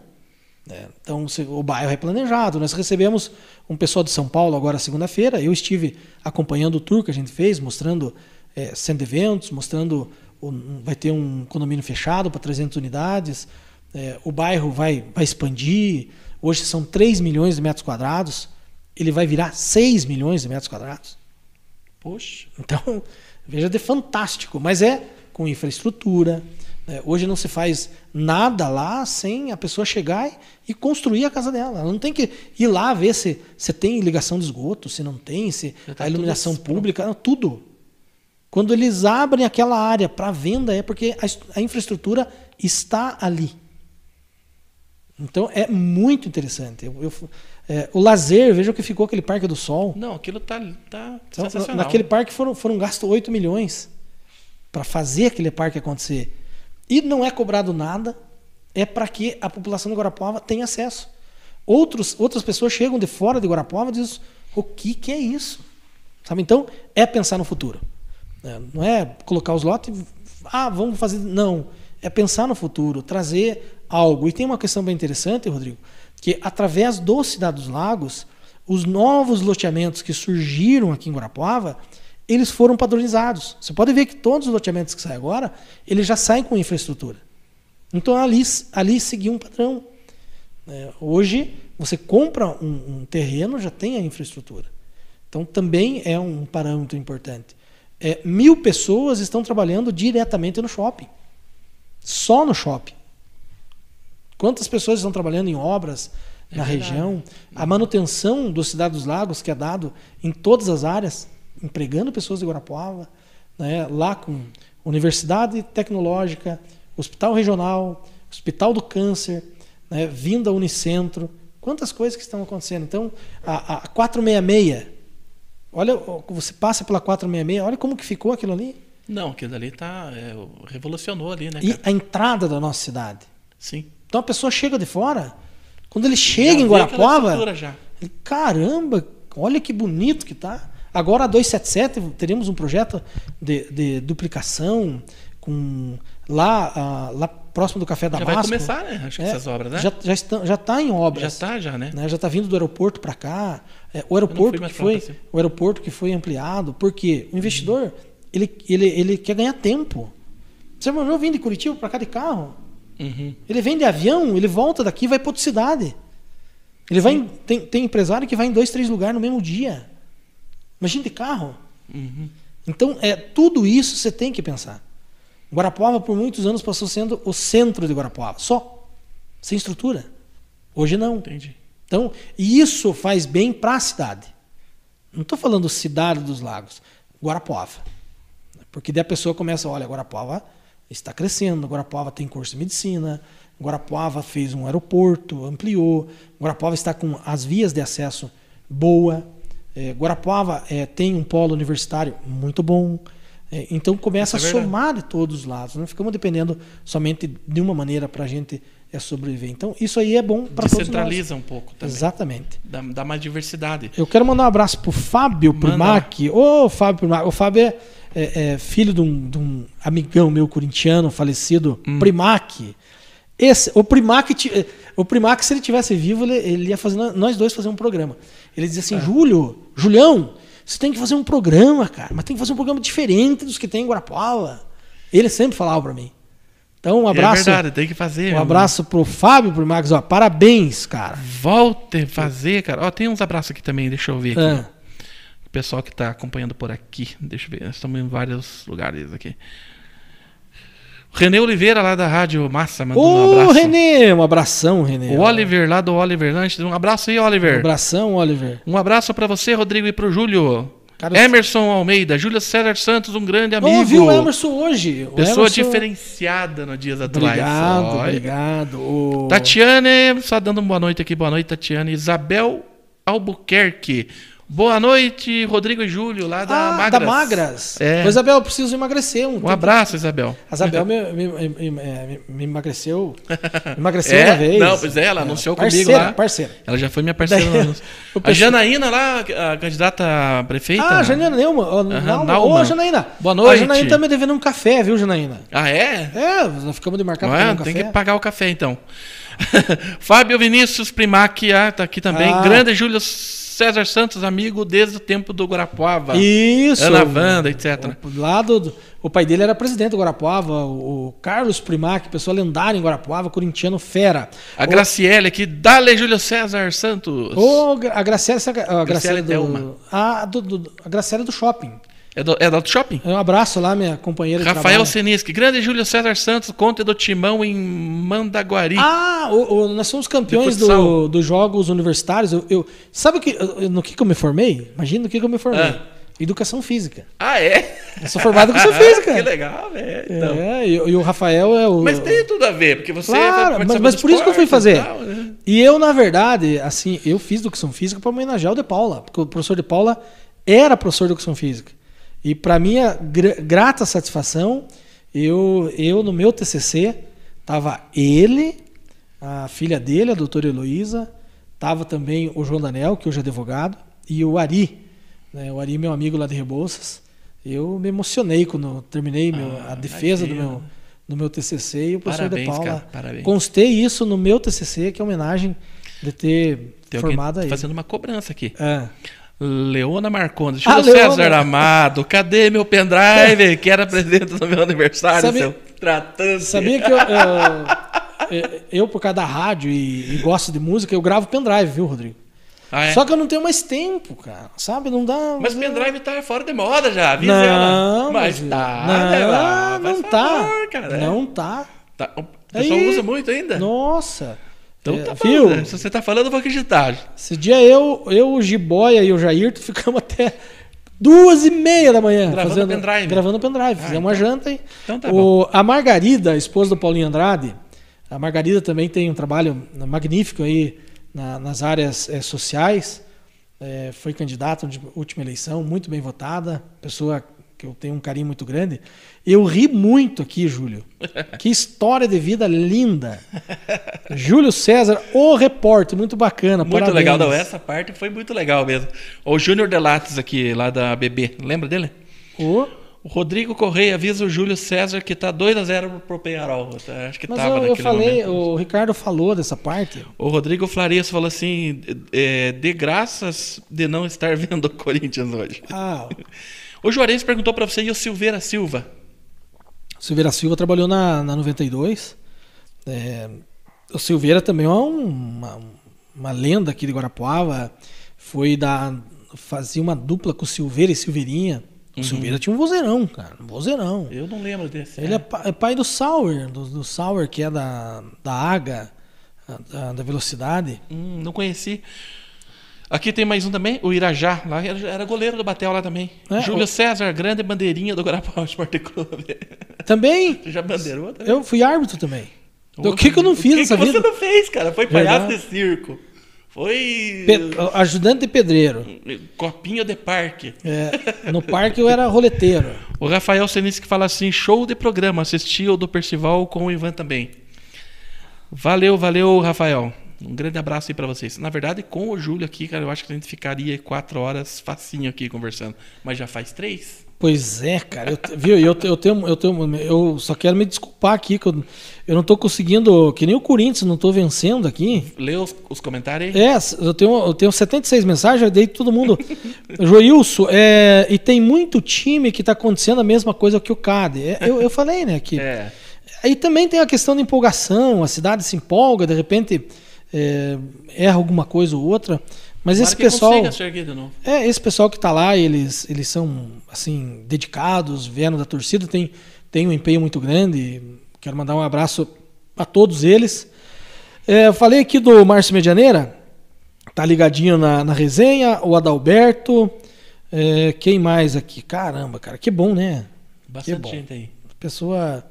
S2: né? Então, se- o bairro é planejado. Nós recebemos um pessoal de São Paulo agora segunda-feira. Eu estive acompanhando o tour que a gente fez, mostrando eh, centro de eventos, mostrando. o- um- vai ter um condomínio fechado para 300 unidades. eh, o bairro vai, vai expandir. Hoje são 3 milhões de metros quadrados. Ele vai virar 6 milhões de metros quadrados.
S1: Poxa.
S2: (laughs) Então, veja, de fantástico. Mas é com infraestrutura, É, hoje não se faz nada lá sem a pessoa chegar e, e construir a casa dela. Ela não tem que ir lá ver se, se tem ligação de esgoto, se não tem, se
S1: Já tá
S2: a iluminação
S1: tudo
S2: pública, não, tudo. Quando eles abrem aquela área para venda é porque a, est- a infraestrutura está ali. Então é muito interessante. Eu- eu fu- é, o lazer, veja o que ficou aquele Parque do Sol.
S1: Não, aquilo tá, tá
S2: Então,
S1: sensacional.
S2: naquele parque foram, foram gastos 8 milhões para fazer aquele parque acontecer. E não é cobrado nada, é para que a população de Guarapuava tenha acesso. Outros, outras pessoas chegam de fora de Guarapuava e dizem: o que, que é isso? Sabe? Então, é pensar no futuro. É, não é colocar os lotes e. Ah, vamos fazer. Não. É pensar no futuro, trazer algo. E tem uma questão bem interessante, Rodrigo, que através do Cidade dos Lagos, os novos loteamentos que surgiram aqui em Guarapuava, eles foram padronizados. Você pode ver que todos os loteamentos que saem agora, eles já saem com infraestrutura. Então ali, ali seguiu um padrão. É, hoje você compra um, um terreno, já tem a infraestrutura. Então também é um parâmetro importante. É, mil pessoas estão trabalhando diretamente no shopping. Só no shopping. Quantas pessoas estão trabalhando em obras
S1: É
S2: na
S1: verdade.
S2: região? A manutenção do Cidade dos Lagos, que é dado em todas as áreas, empregando pessoas de Guarapuava, né, lá com Universidade Tecnológica, Hospital Regional, Hospital do Câncer, né, Vinda Unicentro. Quantas coisas que estão acontecendo. Então, a, a 466, olha, o- você passa pela 466, olha como que ficou aquilo ali.
S1: Não, aquilo ali tá. é, o- revolucionou ali, né,
S2: E
S1: cara?
S2: a entrada da nossa cidade.
S1: Sim.
S2: Então a pessoa chega de fora, quando ele chega
S1: Já
S2: em
S1: vi aquela
S2: é Guarapuava,
S1: estrutura Já.
S2: Ele, Caramba, olha que bonito que tá. Agora a 277 teremos um projeto de, de duplicação com lá, ah, lá próximo do Café da É,
S1: Já vai começar, né? Acho que essas obras, né?
S2: Já já está já tá em
S1: Já
S2: obras.
S1: tá, já, né?
S2: né? Já está vindo do aeroporto para cá. É, o
S1: Eu não fui
S2: aeroporto
S1: mais
S2: que
S1: pra lá, tá Uhum.
S2: foi
S1: pra cima.
S2: o aeroporto que foi ampliado, porque o investidor ele, ele, ele quer ganhar tempo. Você não vim de Curitiba para cá de carro?
S1: Uhum.
S2: Ele vem de avião, ele volta daqui e vai para outra cidade. Ele vai em- tem, tem empresário que vai em dois, três lugares no mesmo dia. Imagina de carro.
S1: Uhum.
S2: Então, é, tudo isso você tem que pensar. Guarapuava, por muitos anos, passou sendo o centro de Guarapuava. Só. Sem estrutura. Hoje não.
S1: Entendi.
S2: Então, e isso faz bem para a cidade. Não estou falando cidade dos lagos, Guarapuava. Porque daí a pessoa começa, olha, Guarapuava está crescendo, Guarapuava tem curso de medicina, Guarapuava fez um aeroporto, ampliou, Guarapuava está com as vias de acesso boa, eh, Guarapuava eh, tem um polo universitário muito bom. Eh, então começa
S1: Isso é
S2: a
S1: verdade.
S2: somar de todos os lados, não ficamos dependendo somente de uma maneira para a gente eh, sobreviver. Então isso aí é bom para todos nós.
S1: Descentraliza um pouco também.
S2: Exatamente.
S1: Dá, dá mais diversidade.
S2: Eu quero mandar um abraço pro Fábio
S1: Manda.
S2: Primac. Ô, Fábio Primac. O Fábio é, é- é filho de um, de um amigão meu corintiano, falecido,
S1: Hum.
S2: Primac. Esse, o Primac, ti- eh, o Primac, se ele tivesse vivo, ele, ele ia fazer nós dois fazer um programa. Ele dizia assim,
S1: É.
S2: Júlio, Julião, você tem que fazer um programa, cara, mas tem que fazer um programa diferente dos que tem em Guarapuava. Ele sempre falava pra mim. Então, um
S1: É
S2: abraço,
S1: verdade, tem que fazer.
S2: um
S1: mano.
S2: abraço pro Fábio Primac, ó, parabéns, cara.
S1: Volte a fazer, cara. Ó, tem uns abraços aqui também, deixa eu ver aqui.
S2: Ah.
S1: O pessoal que tá acompanhando por aqui. Deixa eu ver. Nós estamos em vários lugares aqui. O Renê Oliveira, lá da Rádio Massa, mandou um
S2: Ô,
S1: abraço.
S2: Renê, um abração, Renê.
S1: O Oliver, lá do Oliver Lanches. Um abraço aí,
S2: Um
S1: Oliver.
S2: abração, Oliver.
S1: Um abraço pra você, Rodrigo, e pro Júlio.
S2: Cara,
S1: Emerson Almeida, Júlia César Santos, um grande amigo.
S2: Não viu o Emerson hoje. O
S1: Pessoa
S2: Emerson-
S1: diferenciada no Dias Atuais.
S2: Obrigado,
S1: Olha.
S2: obrigado. Ô,
S1: Tá Tatiane, só dando uma boa noite aqui, boa noite, Tatiane. Isabel Albuquerque. Boa noite, Rodrigo e Júlio, lá da
S2: ah,
S1: Magras.
S2: da Magras.
S1: É.
S2: Ô, Isabel, eu preciso emagrecer. Um,
S1: Um abraço, Isabel.
S2: A Isabel me, me- me- me- me emagreceu. Me
S1: (laughs)
S2: emagreceu
S1: É?
S2: uma vez.
S1: Não, pois é, ela anunciou
S2: parceira,
S1: comigo lá.
S2: Parceira,
S1: Ela já foi minha parceira.
S2: (laughs) Daí,
S1: no-
S2: o
S1: A
S2: pessoal-
S1: Janaína lá, a candidata a prefeita.
S2: Ah, Janaína Neumann. Ô, Nauma.
S1: Nauma.
S2: Ô, Janaína.
S1: Boa noite.
S2: A Janaína tá me devendo um café, viu, Janaína?
S1: Ah, é?
S2: É, nós ficamos de marcar
S1: Não
S2: pra
S1: é?
S2: tomar um
S1: Tem
S2: café.
S1: que pagar o café, então. (laughs) Fábio Vinícius Primac, ah, tá aqui também.
S2: Ah.
S1: Grande Júlio César Santos, amigo desde o tempo do Guarapuava.
S2: Isso.
S1: Ana Wanda, etc.
S2: O, lá do- do- o pai dele era presidente do Guarapuava, o, o Carlos Primac, pessoa lendária em Guarapuava, corintiano fera.
S1: A Graciele aqui, dale Júlio César Santos.
S2: O, o Gra- a Graciela, a Graciela do,
S1: Delma.
S2: a, do, do- a Graciela do shopping.
S1: É do, é do Auto Shopping?
S2: Um abraço lá, minha companheira
S1: Rafael
S2: de trabalho.
S1: Seniski. Grande Júlio César Santos, conta do Timão em Mandaguari.
S2: Ah, o- o- nós somos campeões
S1: De futsal.
S2: do- dos jogos universitários. Eu, eu- sabe o que, eu- no que, que eu me formei? Imagina no que, que eu me formei.
S1: Ah.
S2: Educação física.
S1: Ah, é?
S2: Eu sou formado
S1: (laughs)
S2: em educação física.
S1: que legal, velho. Então.
S2: É, e, e o Rafael é o.
S1: Mas tem tudo a ver, porque você.
S2: Claro,
S1: vai
S2: mas,
S1: participar
S2: mas
S1: do
S2: por isso que eu fui
S1: esporte e
S2: fazer.
S1: tal, né?
S2: E eu, na verdade, assim, eu fiz educação física para homenagear o De Paula, porque o professor De Paula era professor de educação física. E para minha gra- grata satisfação, eu, eu no meu TCC tava ele, a filha dele, a doutora Heloísa, tava também o João Daniel, que hoje é advogado, e o Ari, né? O Ari, meu amigo lá de Rebouças. Eu me emocionei quando eu terminei meu-
S1: Ah,
S2: a defesa do
S1: imagino.
S2: meu, do meu TCC e o professor
S1: Parabéns,
S2: De Paula
S1: cara, parabéns.
S2: constei isso no meu TCC, que é homenagem de ter
S1: Tem alguém
S2: formado aí.
S1: fazendo uma cobrança aqui.
S2: É.
S1: Leona Marcondes.
S2: Ah,
S1: Júlio César
S2: Leona.
S1: Amado, cadê meu pendrive que era presente no meu aniversário,
S2: Sabia-
S1: seu tratante?
S2: Sabia que eu, eu, eu, por causa da rádio e, e gosto de música, eu gravo pendrive, viu, Rodrigo?
S1: Ah, é?
S2: Só que eu não tenho mais tempo, cara. Sabe? Não dá.
S1: Mas pendrive tá fora de moda já, avisa ela.
S2: Não,
S1: Mas
S2: mas-
S1: tá,
S2: não,
S1: né, Vá?
S2: não
S1: Faz
S2: tá.
S1: favor, cara. é.
S2: Não tá.
S1: Tá, O pessoal
S2: Aí.
S1: usa muito ainda?
S2: Nossa.
S1: Então
S2: É,
S1: tá bom,
S2: viu?
S1: né? Se você tá falando, eu vou acreditar.
S2: Esse dia eu, eu, o Jiboia e o Jair ficamos até duas e meia da manhã.
S1: Gravando pendrive. Ah,
S2: Gravando pendrive. Fizemos uma janta, hein?
S1: Então tá
S2: O- A Margarida, a esposa do Paulinho Andrade, a Margarida também tem um trabalho magnífico aí na- nas áreas eh, sociais. Eh, foi candidata na última eleição, muito bem votada. Pessoa que eu tenho um carinho muito grande. Eu ri muito
S1: (laughs)
S2: aqui, Júlio. Que história de vida linda. Júlio César, o repórter, muito bacana.
S1: Muito
S2: parabéns.
S1: legal, não. Essa parte foi muito legal mesmo. O Júnior Delates aqui, lá da BB, lembra dele?
S2: O-
S1: O Rodrigo Correia avisa o Júlio César que tá 2x0 pro Penharol. Tá, Acho que
S2: Mas
S1: tava
S2: eu, eu
S1: naquele
S2: falei,
S1: momento. né?
S2: o Ricardo falou dessa parte.
S1: O Rodrigo Flares falou assim: é, de graças de não estar (laughs) vendo o Corinthians hoje.
S2: Ah,
S1: O Juarez perguntou pra você e o Silveira Silva.
S2: o Silveira Silva trabalhou na, na 92. É, o Silveira também é um- uma, uma lenda aqui de Guarapuava. Foi da. Fazia uma dupla com o Silveira e Silveirinha.
S1: Uhum.
S2: O Silveira tinha um vozeirão, cara. Um vozeirão.
S1: Eu não lembro desse.
S2: Ele é, pa- é pai do Sauer, do, do Sauer, que é da, da AGA, da, da velocidade.
S1: Hum, não conheci. Aqui tem mais um também, o Irajá. Lá era, era goleiro do Batel lá também.
S2: É,
S1: Júlio
S2: o-
S1: César, grande bandeirinha do Guarapau Esporte Clube. (laughs)
S2: Também,
S1: Você já bandeirou também?
S2: eu fui árbitro também.
S1: Ô,
S2: O que, que eu não fiz
S1: O que,
S2: nessa
S1: que você
S2: vida?
S1: não fez, cara? Foi palhaço
S2: Verdade.
S1: de circo. Foi.
S2: Pe- Ajudante de pedreiro.
S1: Copinha de parque.
S2: É, no parque eu era roleteiro.
S1: O Rafael Senis que fala assim: show de programa, assisti o do Percival com o Ivan também. Valeu, valeu, Rafael. Um grande abraço aí pra vocês. Na verdade, com o Júlio aqui, cara, eu acho que a gente ficaria quatro horas facinho aqui conversando. Mas já faz três?
S2: Pois é, cara. Eu, te- viu? Eu, te- eu, tenho, eu, tenho, eu só quero me desculpar aqui, que eu, eu não tô conseguindo, que nem o Corinthians, não tô vencendo aqui.
S1: Lê os, os comentários aí.
S2: É, eu tenho, eu tenho 76 mensagens, eu dei todo mundo. Joilson, é, e tem muito time que tá acontecendo a mesma coisa que o CAD. É, eu, eu falei, né,
S1: (laughs)
S2: que
S1: É.
S2: Aí também tem a questão da empolgação, a cidade se empolga, de repente é, erra alguma coisa ou outra. Mas
S1: Tomara
S2: esse
S1: que
S2: pessoal.
S1: consiga se erguer de novo.
S2: É, esse pessoal que tá lá, eles, eles são, assim, dedicados, vieram da torcida, tem, tem um empenho muito grande. Quero mandar um abraço a todos eles. É, eu falei aqui do Márcio Medianeira, tá ligadinho na, na resenha, o Adalberto. é, quem mais aqui? Caramba, cara, que bom, né?
S1: Bastante
S2: Que bom.
S1: gente aí.
S2: Pessoa,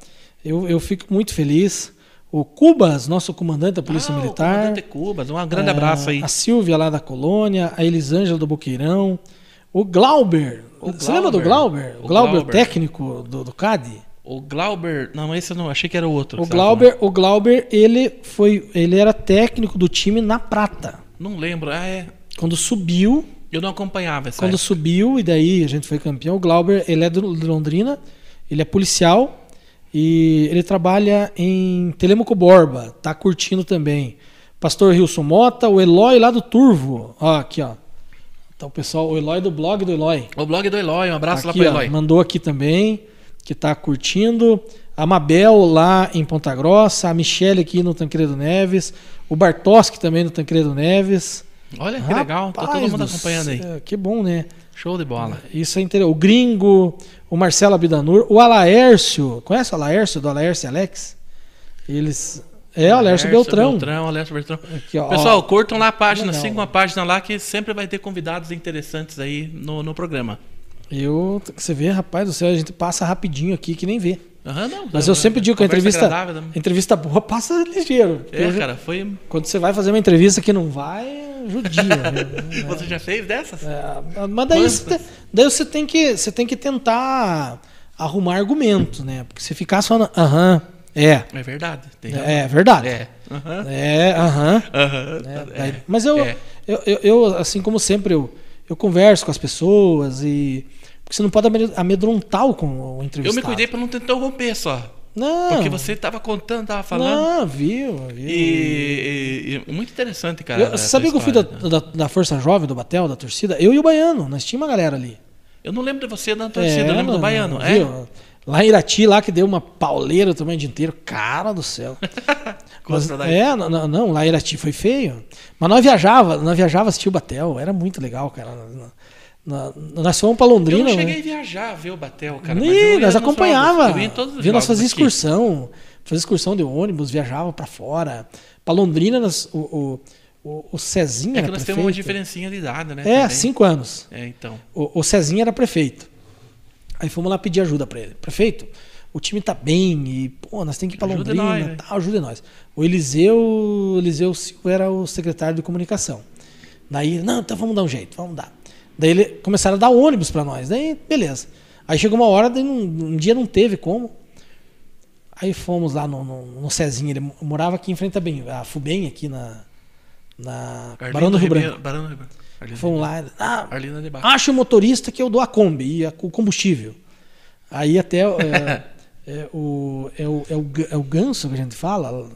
S2: eu, eu fico muito feliz. O Cubas, nosso comandante da Polícia
S1: Ah, o
S2: Militar.
S1: comandante Cubas, um grande
S2: Ah,
S1: abraço aí.
S2: A Silvia lá da Colônia, a Elisângela do Boqueirão, o Glauber.
S1: O
S2: Você lembra do
S1: Glauber?
S2: Glauber?
S1: O
S2: O Glauber,
S1: Glauber.
S2: técnico do, do CAD?
S1: O Glauber. Não, esse eu não, achei que era outro.
S2: O
S1: que você tava falando.
S2: Glauber, o Glauber, ele foi, ele era técnico do time na Prata.
S1: Não lembro. Ah, é.
S2: Quando subiu,
S1: Eu não acompanhava essa.
S2: quando
S1: época.
S2: subiu e daí a gente foi campeão, o Glauber, ele é do- de Londrina, ele é policial e ele trabalha em Telemaco Borba, tá curtindo também. Pastor Wilson Mota, o Eloy lá do Turvo, ó, aqui ó. Então, pessoal, o Eloy do blog do Eloy.
S1: O blog do Eloy, um abraço
S2: Aqui,
S1: lá pro
S2: ó,
S1: Eloy.
S2: mandou aqui também, que tá curtindo. A Mabel lá em Ponta Grossa, a Michele aqui no Tancredo Neves, o Bartoski também no Tancredo Neves.
S1: Olha que legal, tá todo
S2: Rapaz
S1: mundo
S2: do
S1: acompanhando aí.
S2: céu, Que bom, né?
S1: Show de bola.
S2: Isso é interessante. O Gringo, o Marcelo Abidanur, o Alaércio. Conhece o Alaércio, do Alaércio e Alex? Eles. É, o Alaércio Beltrão.
S1: Beltrão, Alércio Beltrão.
S2: Aqui, ó.
S1: Pessoal, curtam lá a página,
S2: Legal.
S1: sigam a página lá que sempre vai ter convidados interessantes aí no, no programa.
S2: Eu, você vê, rapaz do céu, a gente passa rapidinho aqui que nem vê.
S1: Aham, não,
S2: Mas
S1: é
S2: eu
S1: uma
S2: sempre digo que a
S1: conversa
S2: entrevista,
S1: agradável, né?
S2: entrevista boa passa ligeiro.
S1: É, cara, foi.
S2: Quando você vai fazer uma entrevista que não vai, judia. né?
S1: Você já fez dessas?
S2: É, mas daí,
S1: Quantas?
S2: você, te- daí você tem que você tem que tentar arrumar argumento, né? Porque se ficar só na, aham, é,
S1: É verdade. Tem razão.
S2: é, é verdade.
S1: É. Aham.
S2: É, aham.
S1: Aham.
S2: né?
S1: tá-
S2: Daí-
S1: é.
S2: Mas eu,
S1: É.
S2: eu, eu, eu, assim como sempre, eu, eu converso com as pessoas e porque você não pode amed- amedrontar o, com- o
S1: Eu
S2: entrevistado.
S1: me cuidei pra não tentar romper só.
S2: Não.
S1: Porque você tava contando, tava falando.
S2: Não, viu, viu.
S1: E, e- e muito interessante, cara. né?
S2: Eu, você sabia que eu fui da, da, da Força Jovem, do Batel, da torcida? Eu e o Baiano, nós tínhamos uma galera ali.
S1: Eu não lembro de você na torcida, eu lembro
S2: mano,
S1: do baiano. É?
S2: É, viu? Lá em Irati, lá que deu uma pauleira também o dia inteiro. Cara do céu. Mas,
S1: Conta daí.
S2: é, não, não, não, lá em Irati foi feio. Mas nós viajava, nós viajava assistir o Batel, era muito legal, cara. Na- na- nós fomos pra
S1: Eu
S2: Londrina.
S1: não cheguei
S2: né?
S1: a viajar, ver o Batel, cara. mas eu
S2: Ih,
S1: ia
S2: nós
S1: nos
S2: acompanhava.
S1: jogos, eu ia em todos os
S2: Viu, nós
S1: jogos
S2: fazia
S1: aqui.
S2: excursão, fazia excursão de ônibus, viajava pra fora. Pra Londrina, nós- o, o, o, o
S1: É
S2: Cezinha
S1: que
S2: era
S1: nós
S2: prefeito.
S1: temos uma diferencinha de idade, né?
S2: né, É,
S1: também.
S2: cinco anos.
S1: É, então.
S2: O, o Cezinha era prefeito. Aí fomos lá pedir ajuda pra ele. Prefeito, o time tá bem e, pô, nós temos que ir pra
S1: Ajuda
S2: Londrina,
S1: nós, né?
S2: tal, ajuda nós. O Eliseu, Eliseu Silva era o secretário de comunicação. Daí, não, então vamos dar um jeito, vamos dar. Daí ele, começaram a dar ônibus pra nós. Daí, beleza. Aí chegou uma hora, daí não- um dia não teve como. Aí fomos lá no, no, no Cezinha, ele mo- morava aqui em frente a, Bem, a Fubem, aqui na, na
S1: Arlindo
S2: Barão do Rio
S1: Ribeiro-
S2: Branco.
S1: Barão do Rio Branco. Arlindo
S2: Fomos lá, ah,
S1: Arlina de Barra.
S2: acha o motorista que eu dou a Kombi e a- o combustível. Aí até
S1: (laughs)
S2: é, é o, é, o, é, o, Ga- é o Ganso que a gente fala, o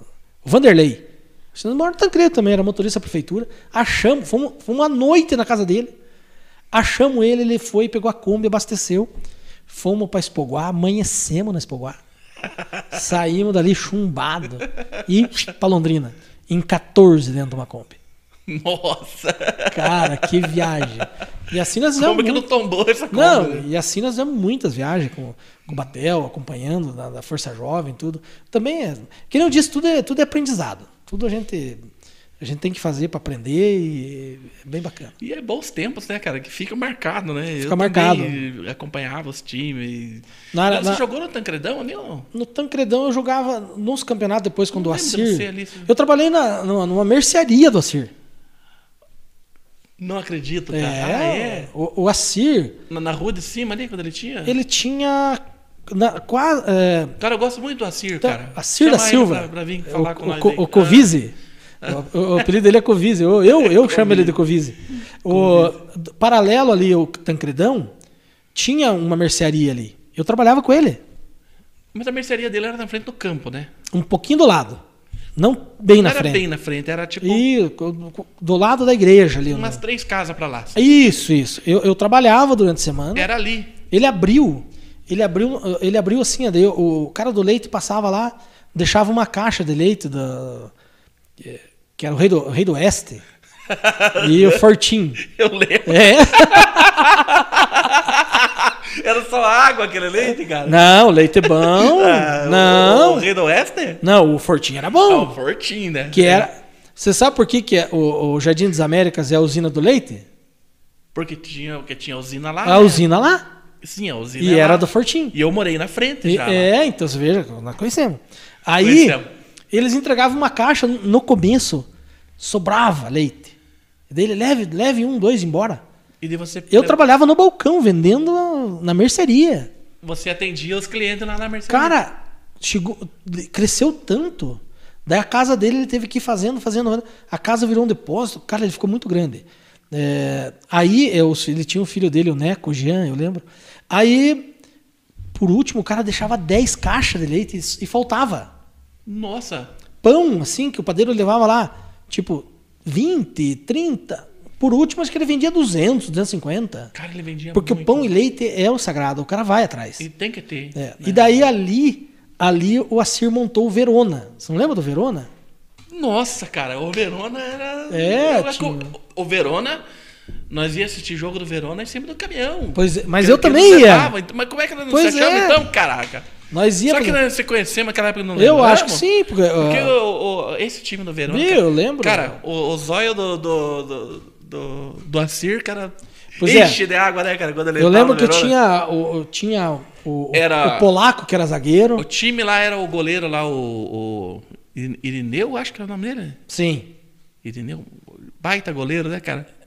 S2: Vanderlei. Você não mora no Tancredo também, era motorista da prefeitura. Achamos, fomos, fomos à noite na casa dele. Achamos ele, ele foi, pegou a Kombi, abasteceu. Fomos para Espoguá, amanhecemos na
S1: (laughs)
S2: Espoguá. Saímos dali chumbado e (laughs) para Londrina. Em 14 dentro de uma Kombi.
S1: Nossa!
S2: Cara, que viagem. E assim nós fizemos
S1: Como que
S2: muito-
S1: não tombou essa
S2: não,
S1: Kombi, né?
S2: e assim nós fizemos muitas viagens com, com o Batel, acompanhando da, da Força Jovem, tudo. Também, é, que nem eu disse, tudo é, tudo é aprendizado. Tudo a gente, a gente tem que fazer para aprender e é bem bacana.
S1: E é bons tempos, né, cara? Que fica marcado, né? Fica
S2: marcado.
S1: acompanhava os times.
S2: Na área-
S1: Você
S2: na-
S1: jogou no Tancredão ali ou não?
S2: No Tancredão eu jogava nos campeonatos depois quando o
S1: Não lembro de
S2: Acir.
S1: você ali, sim.
S2: eu trabalhei na, numa, numa mercearia do Acir.
S1: Não acredito, cara.
S2: É,
S1: Ah, é?
S2: O, o Acir,
S1: Na, na rua de cima ali, quando ele tinha?
S2: ele tinha. Na, quase, é,
S1: Cara, eu gosto muito do Acir,
S2: Então,
S1: cara.
S2: a Cira
S1: Chama ele
S2: Silva. É,
S1: Pra, pra vir falar
S2: o,
S1: com
S2: o,
S1: nós.
S2: co-
S1: aí. tá? (laughs)
S2: o Covise. O, o- o apelido dele é Covise. Eu, eu, eu chamo ele de Covise. O, d- paralelo ali, o Tancredão, tinha uma mercearia ali. Eu trabalhava com ele.
S1: Ah, mas a mercearia dele era na frente do campo, né?
S2: Um pouquinho do lado. Não bem
S1: Não
S2: na
S1: era
S2: frente.
S1: bem na frente, era tipo
S2: E co- co- do lado da igreja ali.
S1: umas
S2: né?
S1: três casas pra lá. assim.
S2: Isso, isso. Eu, eu trabalhava durante a semana.
S1: Era ali. (laughs)
S2: Ele abriu, ele abriu, ele abriu assim, daí o o cara do leite passava lá, deixava uma caixa de leite da que era o rei do, o rei do
S1: (laughs)
S2: oeste. e o Fortim.
S1: Eu lembro. (laughs)
S2: É.
S1: Era só água aquele leite, cara.
S2: Não, o leite é bom.
S1: Ah, o- O,
S2: não.
S1: Rei do Oeste?
S2: Não, o Fortim era
S1: Ah, o
S2: bom.
S1: Fortim, né?
S2: Que era Você sabe por que, que é o, o Jardim das Américas é a usina do leite?
S1: Porque tinha, porque tinha a usina lá.
S2: a
S1: né?
S2: usina lá.
S1: Sim, a usina é
S2: E
S1: lá.
S2: era do Fortim.
S1: E eu morei na frente
S2: E-
S1: já. lá.
S2: É, então você veja, nós conhecemos. Aí
S1: Conhecemos.
S2: eles entregavam uma caixa, no começo sobrava leite. Daí ele leve, leve um, dois embora.
S1: E daí você,
S2: Eu trabalhava no balcão, vendendo na- na mercearia.
S1: você atendia os clientes lá na mercearia.
S2: Cara, chegou, cresceu tanto. Daí a casa dele ele teve que ir fazendo, fazendo. fazendo. A casa virou um depósito. Cara, ele ficou muito grande. É, aí eu, ele tinha um filho dele, o Neco, o Jean, eu lembro. Aí, por último, o cara deixava 10 caixas de leite e, e faltava.
S1: Nossa.
S2: Pão, assim, que o padeiro levava lá, tipo, 20, 30. Por último, acho que ele vendia 200, 250.
S1: Cara, ele vendia
S2: Porque o
S1: muito. né?
S2: pão e leite é o sagrado, o cara vai atrás.
S1: E tem que ter.
S2: É,
S1: né?
S2: E daí ali, ali o Assir montou o Verona. Você não lembra do Verona?
S1: Nossa, cara, o Verona era. um
S2: É,
S1: era
S2: tinha.
S1: co- O Verona Nós ia assistir jogo do Verona em cima do caminhão.
S2: Pois é, mas
S1: Que-
S2: eu
S1: que
S2: também
S1: nos
S2: ia.
S1: levava, então, Mas como é que nós não
S2: Pois
S1: se achamos
S2: é.
S1: então, caraca?
S2: Nós ia.
S1: Será que
S2: pra-
S1: nós se conhecemos naquela época e não
S2: Eu acho que
S1: lembramos?
S2: sim, porque.
S1: Porque
S2: ah,
S1: o- o- esse time do Verona.
S2: Viu,
S1: cara-
S2: eu lembro.
S1: Cara, o, o zóio do, do, do, do, do Acir, cara.
S2: Pois é.
S1: enche de água, né, cara? Quando ele
S2: eu
S1: tava
S2: lembro
S1: no
S2: que eu
S1: Verona.
S2: tinha. O, eu tinha o, o-
S1: Era-
S2: o polaco, que era
S1: O
S2: zagueiro.
S1: time lá era o goleiro lá, o, o I- Irineu, acho que era o nome dele.
S2: Sim.
S1: Irineu, baita goleiro, né, cara?